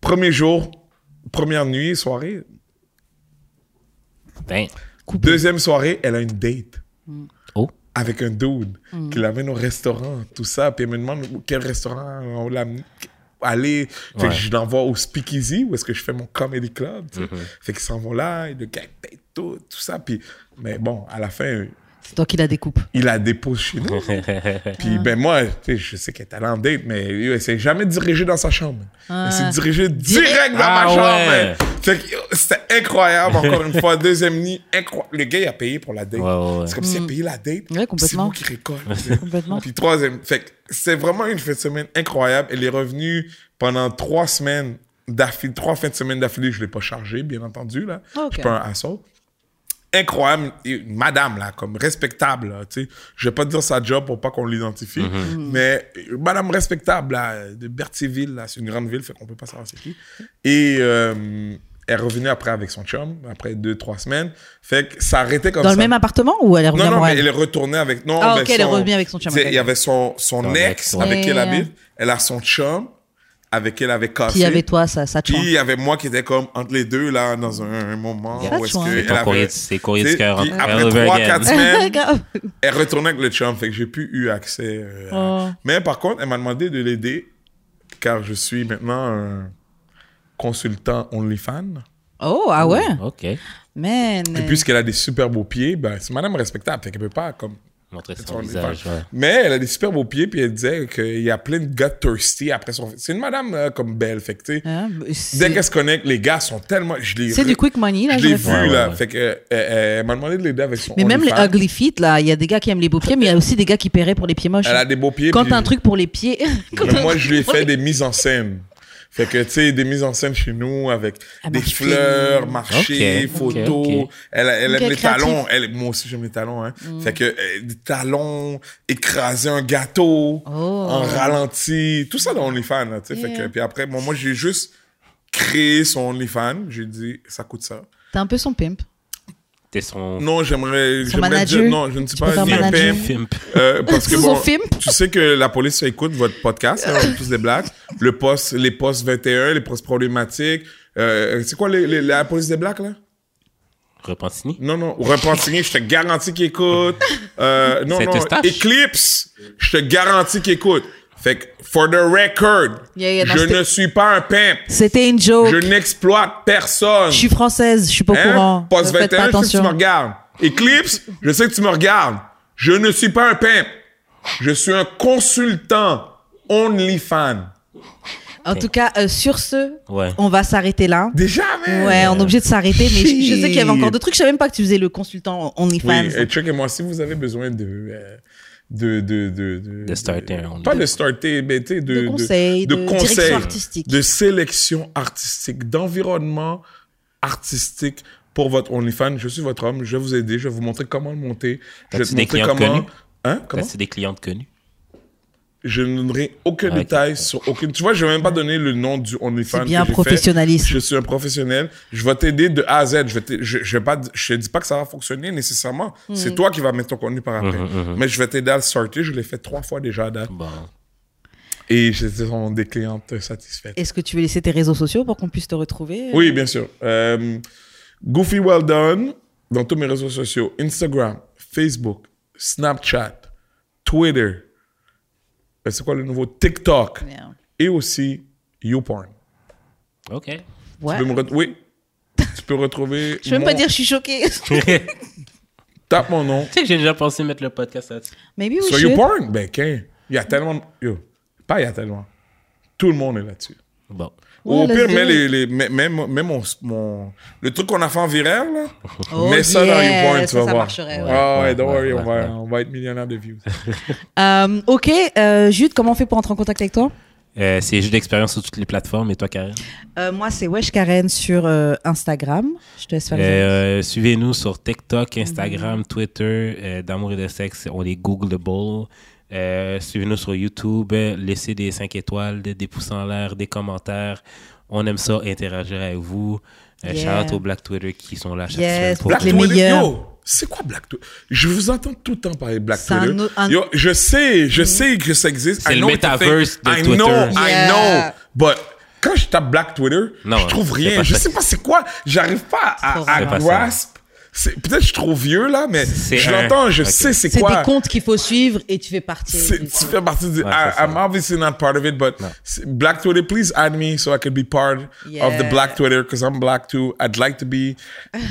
[SPEAKER 2] Premier jour, première nuit, soirée.
[SPEAKER 4] Damn.
[SPEAKER 2] Deuxième soirée, elle a une date
[SPEAKER 4] Oh.
[SPEAKER 2] avec un dude qui l'amène au restaurant, tout ça. Puis elle me demande où- quel restaurant on l'amène. Aller, fait
[SPEAKER 4] Ouais.
[SPEAKER 2] que je l'envoie au Speakeasy où est-ce que je fais mon comedy club. tu sais. Fait qu'ils s'en vont là, et le gars il paye tout, tout ça. Puis, mais bon, à la fin,
[SPEAKER 3] C'est toi qui la découpe.
[SPEAKER 2] il la dépose chez nous. Puis ben moi, tu sais, je sais qu'elle est allée en date, mais euh, elle s'est jamais dirigée dans sa chambre. Elle s'est dirigée direct dans
[SPEAKER 4] Ah
[SPEAKER 2] ma chambre.
[SPEAKER 4] ouais.
[SPEAKER 2] hein. Fait que, euh, c'était incroyable, encore une fois. Deuxième nid, incroyable. Le gars, il a payé pour la date.
[SPEAKER 4] Ouais, ouais, Mm. ouais.
[SPEAKER 2] C'est comme s'il a payé la date.
[SPEAKER 3] Ouais, complètement.
[SPEAKER 2] puis C'est moi qui récolte.
[SPEAKER 3] Complètement.
[SPEAKER 2] Puis troisième, fait que c'est vraiment une fin de semaine incroyable. Elle est revenue pendant trois semaines d'affilée, trois fins de semaine d'affilée. Je l'ai pas chargée, bien entendu là.
[SPEAKER 3] Ok.
[SPEAKER 2] Je suis pas un assaut. Incroyable, une madame là, comme respectable. là, tu sais, je vais pas dire sa job pour pas qu'on l'identifie,
[SPEAKER 4] Mm-hmm.
[SPEAKER 3] Mm-hmm.
[SPEAKER 2] mais euh, madame respectable là, de Berthierville là, c'est une grande ville, fait qu'on peut pas savoir c'est qui. Et euh, elle est revenue après avec son chum, après deux trois semaines. Fait que ça arrêtait comme
[SPEAKER 3] Dans
[SPEAKER 2] ça.
[SPEAKER 3] le même appartement ou elle est revenue
[SPEAKER 2] Non,
[SPEAKER 3] à
[SPEAKER 2] non, mais
[SPEAKER 3] Montréal
[SPEAKER 2] elle est retournée avec. Non,
[SPEAKER 3] Ah,
[SPEAKER 2] ben,
[SPEAKER 3] ok, elle est
[SPEAKER 2] son-
[SPEAKER 3] revenue avec son chum,
[SPEAKER 2] tu sais,
[SPEAKER 3] ok.
[SPEAKER 2] Il y avait son, son
[SPEAKER 4] Son ex,
[SPEAKER 2] ex
[SPEAKER 4] ouais.
[SPEAKER 2] avec qui elle
[SPEAKER 3] Yeah, yeah.
[SPEAKER 2] habite. Elle a son chum avec qui elle avait cassé.
[SPEAKER 3] Puis il y avait toi, ça, ça te
[SPEAKER 2] Puis il
[SPEAKER 3] change.
[SPEAKER 2] y avait moi qui était comme entre les deux, là, dans un, un moment
[SPEAKER 3] Yeah.
[SPEAKER 2] où est-ce
[SPEAKER 3] Chouin.
[SPEAKER 2] que.
[SPEAKER 3] C'est
[SPEAKER 2] elle
[SPEAKER 4] Ton
[SPEAKER 2] avait-
[SPEAKER 4] courrier, c'est courrier
[SPEAKER 2] tu
[SPEAKER 4] de
[SPEAKER 2] sais,
[SPEAKER 4] cœur. hein.
[SPEAKER 2] puis
[SPEAKER 4] all
[SPEAKER 2] après
[SPEAKER 4] over
[SPEAKER 2] trois,
[SPEAKER 4] again.
[SPEAKER 2] quatre semaines,
[SPEAKER 3] Grave.
[SPEAKER 2] elle retournait avec le chum, fait que j'ai plus eu accès. euh, à-
[SPEAKER 3] Oh.
[SPEAKER 2] Mais par contre, elle m'a demandé de l'aider, car je suis maintenant un consultant OnlyFans.
[SPEAKER 3] Oh, ah ouais
[SPEAKER 4] OK.
[SPEAKER 3] Man.
[SPEAKER 2] Et puisqu'elle a des super beaux pieds, ben, c'est madame respectable, fait qu'elle peut pas comme
[SPEAKER 4] Montrer son
[SPEAKER 2] Son
[SPEAKER 4] visage.
[SPEAKER 2] visage.
[SPEAKER 4] ouais.
[SPEAKER 2] Mais elle a des super beaux pieds, puis elle disait qu'il y a plein de gars thirsty après son. C'est une madame euh, comme belle, fait que tu sais.
[SPEAKER 3] Hein, bah, c'est-
[SPEAKER 2] Dès qu'elle se connecte, les gars sont tellement. Je l'ai
[SPEAKER 3] C'est
[SPEAKER 2] re-
[SPEAKER 3] du quick money, là.
[SPEAKER 2] Je
[SPEAKER 3] j'aurais
[SPEAKER 2] l'ai vu,
[SPEAKER 3] fait.
[SPEAKER 4] Ouais, ouais,
[SPEAKER 2] là.
[SPEAKER 4] ouais.
[SPEAKER 2] Fait que, euh, euh, elle m'a demandé de l'aider avec son.
[SPEAKER 3] Mais même les
[SPEAKER 2] OnlyFans.
[SPEAKER 3] ugly feet, là, il y a des gars qui aiment les beaux pieds, mais il y a aussi des gars qui paieraient pour les pieds moches.
[SPEAKER 2] Elle a des beaux pieds.
[SPEAKER 3] Quand
[SPEAKER 2] puis-
[SPEAKER 3] t'as un truc pour les pieds, quand
[SPEAKER 2] Mais
[SPEAKER 3] t'as un
[SPEAKER 2] moi,
[SPEAKER 3] truc
[SPEAKER 2] je lui ai
[SPEAKER 3] pour
[SPEAKER 2] fait
[SPEAKER 3] les-
[SPEAKER 2] des mises en scène. Fait que, tu sais, des mises en scène chez nous avec
[SPEAKER 3] À Ah,
[SPEAKER 2] des
[SPEAKER 3] marcher.
[SPEAKER 2] fleurs, marchés,
[SPEAKER 4] Ok, ok,
[SPEAKER 2] photos.
[SPEAKER 4] ok.
[SPEAKER 2] Elle, elle aime
[SPEAKER 5] Ok,
[SPEAKER 2] les
[SPEAKER 5] créatif.
[SPEAKER 2] talons. Elle, moi aussi, j'aime les talons. Hein.
[SPEAKER 3] Mm.
[SPEAKER 2] Fait que, euh, des talons, écraser un gâteau
[SPEAKER 3] Oh.
[SPEAKER 2] en ralenti. Tout ça dans OnlyFans. là, tu sais. Fait
[SPEAKER 5] Yeah.
[SPEAKER 2] que, puis après, bon, moi, j'ai juste créé son OnlyFans. J'ai dit, ça coûte ça.
[SPEAKER 3] T'es un peu son pimp.
[SPEAKER 4] T'es son
[SPEAKER 2] Non, j'aimerais...
[SPEAKER 3] Son
[SPEAKER 2] j'aimerais
[SPEAKER 3] manager.
[SPEAKER 2] dire- Non, je ne suis
[SPEAKER 3] Tu peux
[SPEAKER 2] pas
[SPEAKER 3] faire
[SPEAKER 2] ni un
[SPEAKER 3] manager.
[SPEAKER 2] pimp,
[SPEAKER 4] film.
[SPEAKER 2] euh, parce que
[SPEAKER 3] Son
[SPEAKER 2] bon,
[SPEAKER 3] film.
[SPEAKER 2] tu sais que la police écoute votre podcast, hein, on est tous des blagues. Le poste, les postes 21, les postes problématiques. Euh, c'est quoi les, les- la police des blagues, là?
[SPEAKER 4] Repentini.
[SPEAKER 2] Non, non. Repentigny, je te garantis qu'ils écoutent. Euh, non,
[SPEAKER 4] C'est
[SPEAKER 2] non.
[SPEAKER 4] Eustache?
[SPEAKER 2] Eclipse, je te garantis qu'ils écoutent. Fait que, for the record,
[SPEAKER 3] Yeah, yeah, non,
[SPEAKER 2] je
[SPEAKER 3] c'était-
[SPEAKER 2] ne suis pas un pimp.
[SPEAKER 3] C'était une joke.
[SPEAKER 2] Je
[SPEAKER 3] Je,
[SPEAKER 2] n'exploite personne.
[SPEAKER 3] suis française, je suis pas au
[SPEAKER 2] Hein?
[SPEAKER 3] courant.
[SPEAKER 2] Poste
[SPEAKER 3] Ne faites pas
[SPEAKER 2] 21, je sais que tu me
[SPEAKER 3] attention.
[SPEAKER 2] regardes. Eclipse, je sais que tu me regardes. Je ne suis pas un pimp. Je suis un consultant OnlyFan.
[SPEAKER 3] En tout cas, euh, sur ce,
[SPEAKER 4] Ouais.
[SPEAKER 3] on va s'arrêter là.
[SPEAKER 2] Déjà, mais...
[SPEAKER 3] Ouais, on est obligé de s'arrêter, mais je, je sais qu'il y avait encore
[SPEAKER 2] Shit.
[SPEAKER 3] d'autres trucs. Je savais même pas que tu faisais le consultant
[SPEAKER 2] Oui,
[SPEAKER 3] OnlyFans.
[SPEAKER 2] et checkez-moi, si vous avez besoin de... euh, de, de, de, de,
[SPEAKER 4] De starter un
[SPEAKER 2] Pas
[SPEAKER 4] OnlyFans.
[SPEAKER 2] de starter, mais tu sais, de,
[SPEAKER 3] De conseils, de direction artistique.
[SPEAKER 2] de sélection artistique, d'environnement artistique pour votre OnlyFans. Je suis votre homme, je vais vous aider, je vais vous montrer comment le monter. Je vais
[SPEAKER 4] T'as-tu
[SPEAKER 2] te
[SPEAKER 4] des
[SPEAKER 2] montrer
[SPEAKER 4] clients
[SPEAKER 2] comment...
[SPEAKER 4] connus?
[SPEAKER 2] Hein? Comment?
[SPEAKER 4] T'as-tu des clientes connues?
[SPEAKER 2] Je ne donnerai aucun
[SPEAKER 4] Ah, ok.
[SPEAKER 2] détail sur aucune. Tu vois, je vais même pas donner le nom du OnlyFans.
[SPEAKER 3] C'est bien
[SPEAKER 2] que j'ai
[SPEAKER 3] professionnalisme.
[SPEAKER 2] fait. Je suis un professionnel. Je vais t'aider de A à Z. Je vais t'ai- je, je vais pas, je te dis pas que ça va fonctionner nécessairement.
[SPEAKER 4] Hmm.
[SPEAKER 2] C'est toi qui vas mettre ton contenu par après. Mais je vais t'aider à le sortir. Je l'ai fait trois fois déjà à date.
[SPEAKER 4] Hum, Bon.
[SPEAKER 2] Et ce sont des clientes satisfaites.
[SPEAKER 3] Est-ce que tu veux laisser tes réseaux sociaux pour qu'on puisse te retrouver
[SPEAKER 2] Oui, bien sûr. Euh, Goofy Well Done, dans tous mes réseaux sociaux, Instagram, Facebook, Snapchat, Twitter. Euh, C'est quoi le nouveau TikTok?
[SPEAKER 3] Merde.
[SPEAKER 2] Et aussi YouPorn.
[SPEAKER 4] OK.
[SPEAKER 3] Ouais.
[SPEAKER 2] Tu peux me ret- Oui. tu peux retrouver.
[SPEAKER 3] Je peux même
[SPEAKER 2] mon-
[SPEAKER 3] pas dire je suis choquée.
[SPEAKER 4] tu sais
[SPEAKER 2] Tape mon nom.
[SPEAKER 4] que j'ai déjà pensé mettre le podcast là-dessus.
[SPEAKER 3] Maybe we
[SPEAKER 2] Sur
[SPEAKER 3] should.
[SPEAKER 2] YouPorn? Ben, qu'un. Il y a tellement. de- Yo. Pas il y a tellement. Tout le monde est là-dessus.
[SPEAKER 4] Bon.
[SPEAKER 2] Au
[SPEAKER 3] Ouais, let's
[SPEAKER 2] pire,
[SPEAKER 3] do
[SPEAKER 2] mets,
[SPEAKER 3] it.
[SPEAKER 2] les, les- mets- mets mon- mets mon, mon- Le truc qu'on a fait en viral, là.
[SPEAKER 3] Oh,
[SPEAKER 2] mets ça dans
[SPEAKER 3] yeah,
[SPEAKER 2] YouPorn, tu
[SPEAKER 3] ça,
[SPEAKER 2] vas
[SPEAKER 3] ça
[SPEAKER 2] voir.
[SPEAKER 3] marcherait, ouais.
[SPEAKER 2] Ah ouais,
[SPEAKER 4] Ouais,
[SPEAKER 2] don't
[SPEAKER 4] ouais,
[SPEAKER 2] worry,
[SPEAKER 4] ouais,
[SPEAKER 2] on, va,
[SPEAKER 4] ouais.
[SPEAKER 2] on va être millionnaire de views.
[SPEAKER 3] Euh, ok, euh, Jude, comment on fait pour entrer en contact avec toi
[SPEAKER 4] Euh, c'est juste d'expérience sur toutes les plateformes. Et toi, Karen?
[SPEAKER 3] Euh, Moi, c'est Wesh Karen sur euh, Instagram. Je te laisse faire les
[SPEAKER 4] Euh, euh, Suivez-nous sur TikTok, Instagram, Twitter, euh, d'amour et de sexe, on est Googleable. Euh, Suivez-nous sur YouTube, euh, laissez des 5 étoiles, des, des pouces en l'air, des commentaires. On aime ça, interagir avec vous. Euh,
[SPEAKER 3] Yeah.
[SPEAKER 4] shout out aux Black Twitter qui sont là chaque
[SPEAKER 3] Yes,
[SPEAKER 4] semaine pour
[SPEAKER 2] Black
[SPEAKER 3] les
[SPEAKER 4] nous.
[SPEAKER 2] Twitter,
[SPEAKER 3] meilleurs.
[SPEAKER 2] yo, c'est quoi Black Twitter? Je vous entends tout le temps parler de Black
[SPEAKER 3] C'est un
[SPEAKER 2] Twitter.
[SPEAKER 3] autre- un- Mhm.
[SPEAKER 2] Yo, je sais, je sais que ça existe.
[SPEAKER 4] C'est
[SPEAKER 2] I
[SPEAKER 4] le
[SPEAKER 2] know it's a thing.
[SPEAKER 4] metaverse de
[SPEAKER 2] I
[SPEAKER 4] Twitter.
[SPEAKER 2] know, I
[SPEAKER 3] Yeah.
[SPEAKER 2] know. But quand je tape Black Twitter,
[SPEAKER 4] Non,
[SPEAKER 2] je trouve
[SPEAKER 4] c'est
[SPEAKER 2] rien.
[SPEAKER 4] pas
[SPEAKER 2] je
[SPEAKER 4] ça.
[SPEAKER 2] sais pas c'est quoi. J'arrive pas
[SPEAKER 3] trop
[SPEAKER 2] à, à
[SPEAKER 4] C'est pas ça.
[SPEAKER 2] grasp. C'est- Peut-être que je suis trop vieux là, mais
[SPEAKER 4] C'est
[SPEAKER 2] je
[SPEAKER 4] un-
[SPEAKER 2] l'entends, je
[SPEAKER 4] Ok.
[SPEAKER 2] sais c'est
[SPEAKER 3] C'est
[SPEAKER 2] quoi.
[SPEAKER 3] des comptes qu'il faut suivre et tu fais partie.
[SPEAKER 2] C'est-
[SPEAKER 3] du-
[SPEAKER 2] tu fais partie du.
[SPEAKER 4] Ouais,
[SPEAKER 2] I-
[SPEAKER 4] c'est ça.
[SPEAKER 2] I'm obviously not part of it, but c'est- Black Twitter, please add me so I could be part of the
[SPEAKER 3] Yeah.
[SPEAKER 2] Black Twitter because I'm black too. I'd like to be.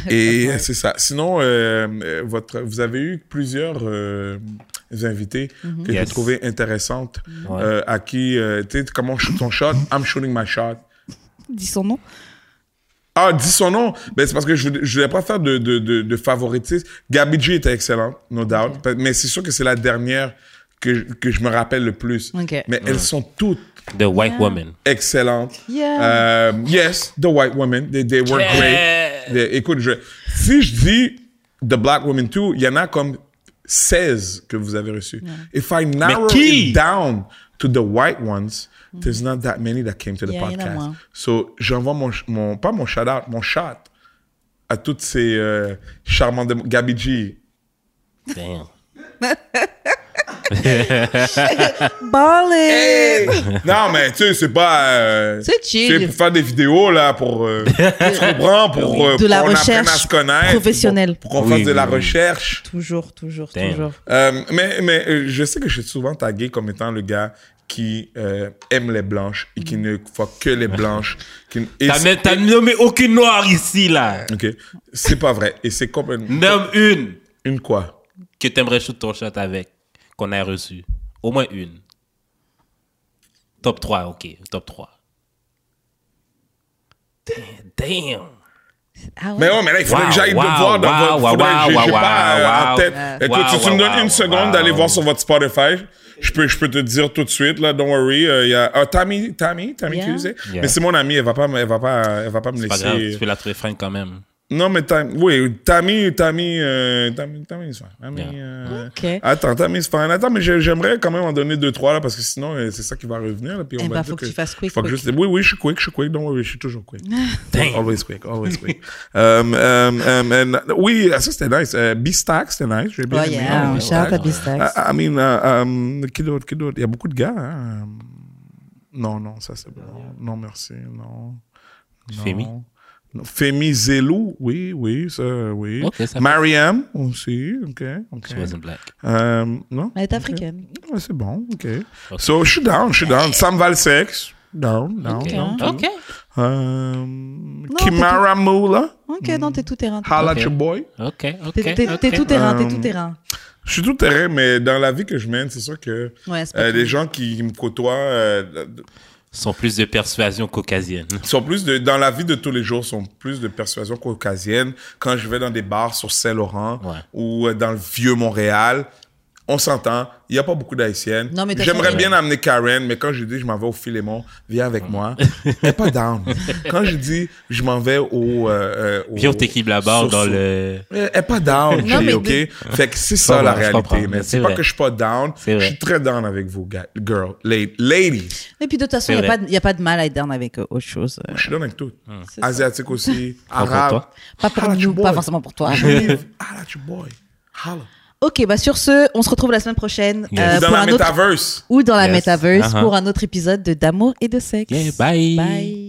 [SPEAKER 2] Et c'est ça. Sinon, euh, euh, votre, vous avez eu plusieurs euh, invités que j'ai
[SPEAKER 4] Mm-hmm. Yes.
[SPEAKER 2] trouvées intéressantes,
[SPEAKER 4] Ouais.
[SPEAKER 2] euh, à qui, euh, tu sais, comment je shoot ton shot, I'm shooting my shot.
[SPEAKER 3] Dis son nom.
[SPEAKER 2] Ah, dis son nom. Ben, c'est parce que je voulais- je voulais pas faire de, de, de, de favoritisme. Gabby G était excellente, no doubt. Pa- Mais c'est sûr que c'est la dernière que, je- que je me rappelle le plus.
[SPEAKER 3] Ok.
[SPEAKER 2] Mais elles sont toutes
[SPEAKER 4] The White Woman.
[SPEAKER 2] excellentes.
[SPEAKER 3] Yeah.
[SPEAKER 2] Euh, yes, the white women, they, they were great. They- écoute, je- si je dis the black women too, il y en a comme 16 que vous avez reçus. If I narrow
[SPEAKER 4] qui?
[SPEAKER 2] it down to the white ones, there's not that many that came to the
[SPEAKER 3] Yeah, il y en a
[SPEAKER 2] podcast.
[SPEAKER 3] moins.
[SPEAKER 2] So, j'envoie mon, mon, pas mon shout out, mon shot à toutes ces euh, charmantes, dem- Gabi G,
[SPEAKER 4] Damn.
[SPEAKER 3] Ballet.
[SPEAKER 2] Eh. non, mais tu sais, c'est pas. euh,
[SPEAKER 3] C'est chill.
[SPEAKER 2] tu sais, pour faire des vidéos, là, pour. euh, tu comprends, pour. euh,
[SPEAKER 3] De la
[SPEAKER 2] pour qu'on apprenne
[SPEAKER 3] recherche
[SPEAKER 2] à se connaître,
[SPEAKER 3] professionnelle.
[SPEAKER 2] Pour, pour qu'on
[SPEAKER 4] Oui,
[SPEAKER 2] fasse de
[SPEAKER 4] oui,
[SPEAKER 2] la
[SPEAKER 4] oui.
[SPEAKER 2] recherche.
[SPEAKER 3] Toujours, toujours,
[SPEAKER 4] Damn.
[SPEAKER 3] toujours.
[SPEAKER 2] Euh, mais mais euh, je sais que je suis souvent tagué comme étant le gars qui euh, aime les blanches et qui ne fuck que les blanches. qui, et
[SPEAKER 4] T'as
[SPEAKER 2] c'est-
[SPEAKER 4] même- T'as nommé aucune noire ici, là.
[SPEAKER 2] Ok. C'est pas vrai. Et c'est complètement.
[SPEAKER 4] Nomme une.
[SPEAKER 2] Une quoi?
[SPEAKER 4] que t'aimerais shoot ton shot avec, qu'on a reçu. Au moins une. Top 3, ok. Top 3. Damn.
[SPEAKER 3] Ah ouais.
[SPEAKER 2] Mais oh, ouais, mais là, il faudrait
[SPEAKER 4] Wow,
[SPEAKER 2] que j'aille
[SPEAKER 4] wow,
[SPEAKER 2] le voir dans
[SPEAKER 4] wow,
[SPEAKER 2] votre.
[SPEAKER 4] wow,
[SPEAKER 2] faudrait que j'ai-
[SPEAKER 4] wow,
[SPEAKER 2] j'ai
[SPEAKER 4] wow,
[SPEAKER 2] pas euh, en
[SPEAKER 4] wow.
[SPEAKER 2] tête.
[SPEAKER 4] Ouais.
[SPEAKER 2] Écoute, si
[SPEAKER 4] Wow,
[SPEAKER 2] tu me
[SPEAKER 4] wow,
[SPEAKER 2] donnes
[SPEAKER 4] wow,
[SPEAKER 2] une seconde
[SPEAKER 4] wow.
[SPEAKER 2] d'aller voir sur votre Spotify, je peux, je peux te dire tout de suite, là, don't worry. euh, Il y a ah, Tammy, Tammy, Tammy
[SPEAKER 3] Yeah.
[SPEAKER 2] Cusé.
[SPEAKER 4] Yeah.
[SPEAKER 2] Mais c'est mon amie, elle va pas, me- elle va pas, elle va pas me
[SPEAKER 4] C'est pas grave,
[SPEAKER 2] laisser.
[SPEAKER 4] tu peux la trouver fine quand même.
[SPEAKER 2] Non, mais Tammy, oui, Tammy, Tammy, euh, Tammy, Tammy, is fine. Tammy,
[SPEAKER 4] Yeah.
[SPEAKER 2] euh,
[SPEAKER 3] Ok.
[SPEAKER 2] Attends, Tammy, is fine. Attends, mais j'ai- j'aimerais quand même en donner deux, trois, là, parce que sinon, euh, c'est ça qui va revenir, là, puis on
[SPEAKER 3] Eh
[SPEAKER 2] va
[SPEAKER 3] ben,
[SPEAKER 2] dire
[SPEAKER 3] faut que tu fasses quick,
[SPEAKER 2] faut que
[SPEAKER 3] quick. Ah.
[SPEAKER 2] je- Oui, oui, je suis quick, je suis quick, don't worry, je suis toujours quick. Always quick, always quick. um, um, um, and, oui, ça, c'était nice. Euh, B-Stack, c'était nice, j'ai bien
[SPEAKER 3] Oh
[SPEAKER 2] aimé.
[SPEAKER 3] yeah,
[SPEAKER 2] euh,
[SPEAKER 3] shout out à
[SPEAKER 2] B-Stack.
[SPEAKER 3] Bistax.
[SPEAKER 2] I, I mean, uh, um, qui d'autre, qui d'autre? Il y a beaucoup de gars, hein? Non, non, ça, c'est bon. Non, merci, non. Non.
[SPEAKER 4] Femi.
[SPEAKER 2] Non, Femi Zelou, oui, oui, ça, oui.
[SPEAKER 4] Ok, ça
[SPEAKER 2] Mariam aussi, ok. ok.
[SPEAKER 4] She wasn't black.
[SPEAKER 2] Euh, non?
[SPEAKER 3] Elle est africaine.
[SPEAKER 2] Ouais, c'est bon, ok. So, je suis down, je suis down. Sam Valsex, down, down, down. too.
[SPEAKER 4] Ok.
[SPEAKER 2] Euh, Kimara Moula,
[SPEAKER 3] Ok, non, t'es tout terrain.
[SPEAKER 2] Holla
[SPEAKER 4] Ok.
[SPEAKER 2] at your boy.
[SPEAKER 4] Ok. Ok.
[SPEAKER 3] T'es t'es- t'es
[SPEAKER 4] ok.
[SPEAKER 3] tout terrain, t'es
[SPEAKER 2] Ah, Euh,
[SPEAKER 3] tout terrain.
[SPEAKER 2] Je suis tout terrain, mais dans la vie que je mène, c'est sûr que
[SPEAKER 3] Ouais, c'est pas
[SPEAKER 2] euh,
[SPEAKER 3] tout.
[SPEAKER 2] les gens qui me côtoient euh,
[SPEAKER 4] Sont plus de persuasion caucasienne.
[SPEAKER 2] sont plus de, dans la vie de tous les jours, sont plus de persuasion caucasienne. Quand je vais dans des bars sur Saint-Laurent
[SPEAKER 4] Ouais.
[SPEAKER 2] ou euh, dans le vieux Montréal, on s'entend, il n'y a pas beaucoup d'haïtiennes.
[SPEAKER 3] Non, mais t'as
[SPEAKER 2] J'aimerais
[SPEAKER 3] raison.
[SPEAKER 2] bien amener Karen, mais quand je dis je m'en vais au Filémon, viens avec moi, elle n'est pas down. quand je dis je m'en vais au. Euh, euh, au
[SPEAKER 4] Viens, on t'équipe la barre
[SPEAKER 2] sur-
[SPEAKER 4] dans
[SPEAKER 2] sur-
[SPEAKER 4] le.
[SPEAKER 2] Elle est pas down,
[SPEAKER 3] Non,
[SPEAKER 2] Jay,
[SPEAKER 3] mais
[SPEAKER 2] OK? Fait que c'est
[SPEAKER 4] comprends,
[SPEAKER 2] ça la
[SPEAKER 4] je
[SPEAKER 2] réalité,
[SPEAKER 4] comprends,
[SPEAKER 2] mais
[SPEAKER 4] mais c'est
[SPEAKER 2] c'est pas
[SPEAKER 4] vrai.
[SPEAKER 2] que je suis pas down.
[SPEAKER 4] C'est
[SPEAKER 2] Je
[SPEAKER 4] vrai.
[SPEAKER 2] suis très down avec vous, gars, girl, la- ladies.
[SPEAKER 3] Et puis de toute façon,
[SPEAKER 4] C'est
[SPEAKER 3] il n'y a,
[SPEAKER 4] vrai.
[SPEAKER 3] pas de- y a pas de mal à être down avec euh, autre chose. euh.
[SPEAKER 2] Je suis down avec tout.
[SPEAKER 3] C'est ça.
[SPEAKER 2] Asiatique aussi,
[SPEAKER 4] pour
[SPEAKER 2] arabe.
[SPEAKER 4] toi.
[SPEAKER 3] Pas pour
[SPEAKER 2] Holla at your
[SPEAKER 3] nous,
[SPEAKER 2] boy.
[SPEAKER 3] pas forcément pour toi.
[SPEAKER 2] Juive, holla at your boy. Holla.
[SPEAKER 3] Ok, bah sur ce, on se retrouve la semaine prochaine
[SPEAKER 4] Yes.
[SPEAKER 3] euh,
[SPEAKER 2] Dans
[SPEAKER 3] pour
[SPEAKER 2] la
[SPEAKER 3] un autre
[SPEAKER 2] metaverse.
[SPEAKER 3] ou dans la
[SPEAKER 4] Yes.
[SPEAKER 3] metaverse
[SPEAKER 4] Uh-huh.
[SPEAKER 3] pour un autre épisode de d'amour et de sexe.
[SPEAKER 4] Yeah, bye.
[SPEAKER 3] Bye.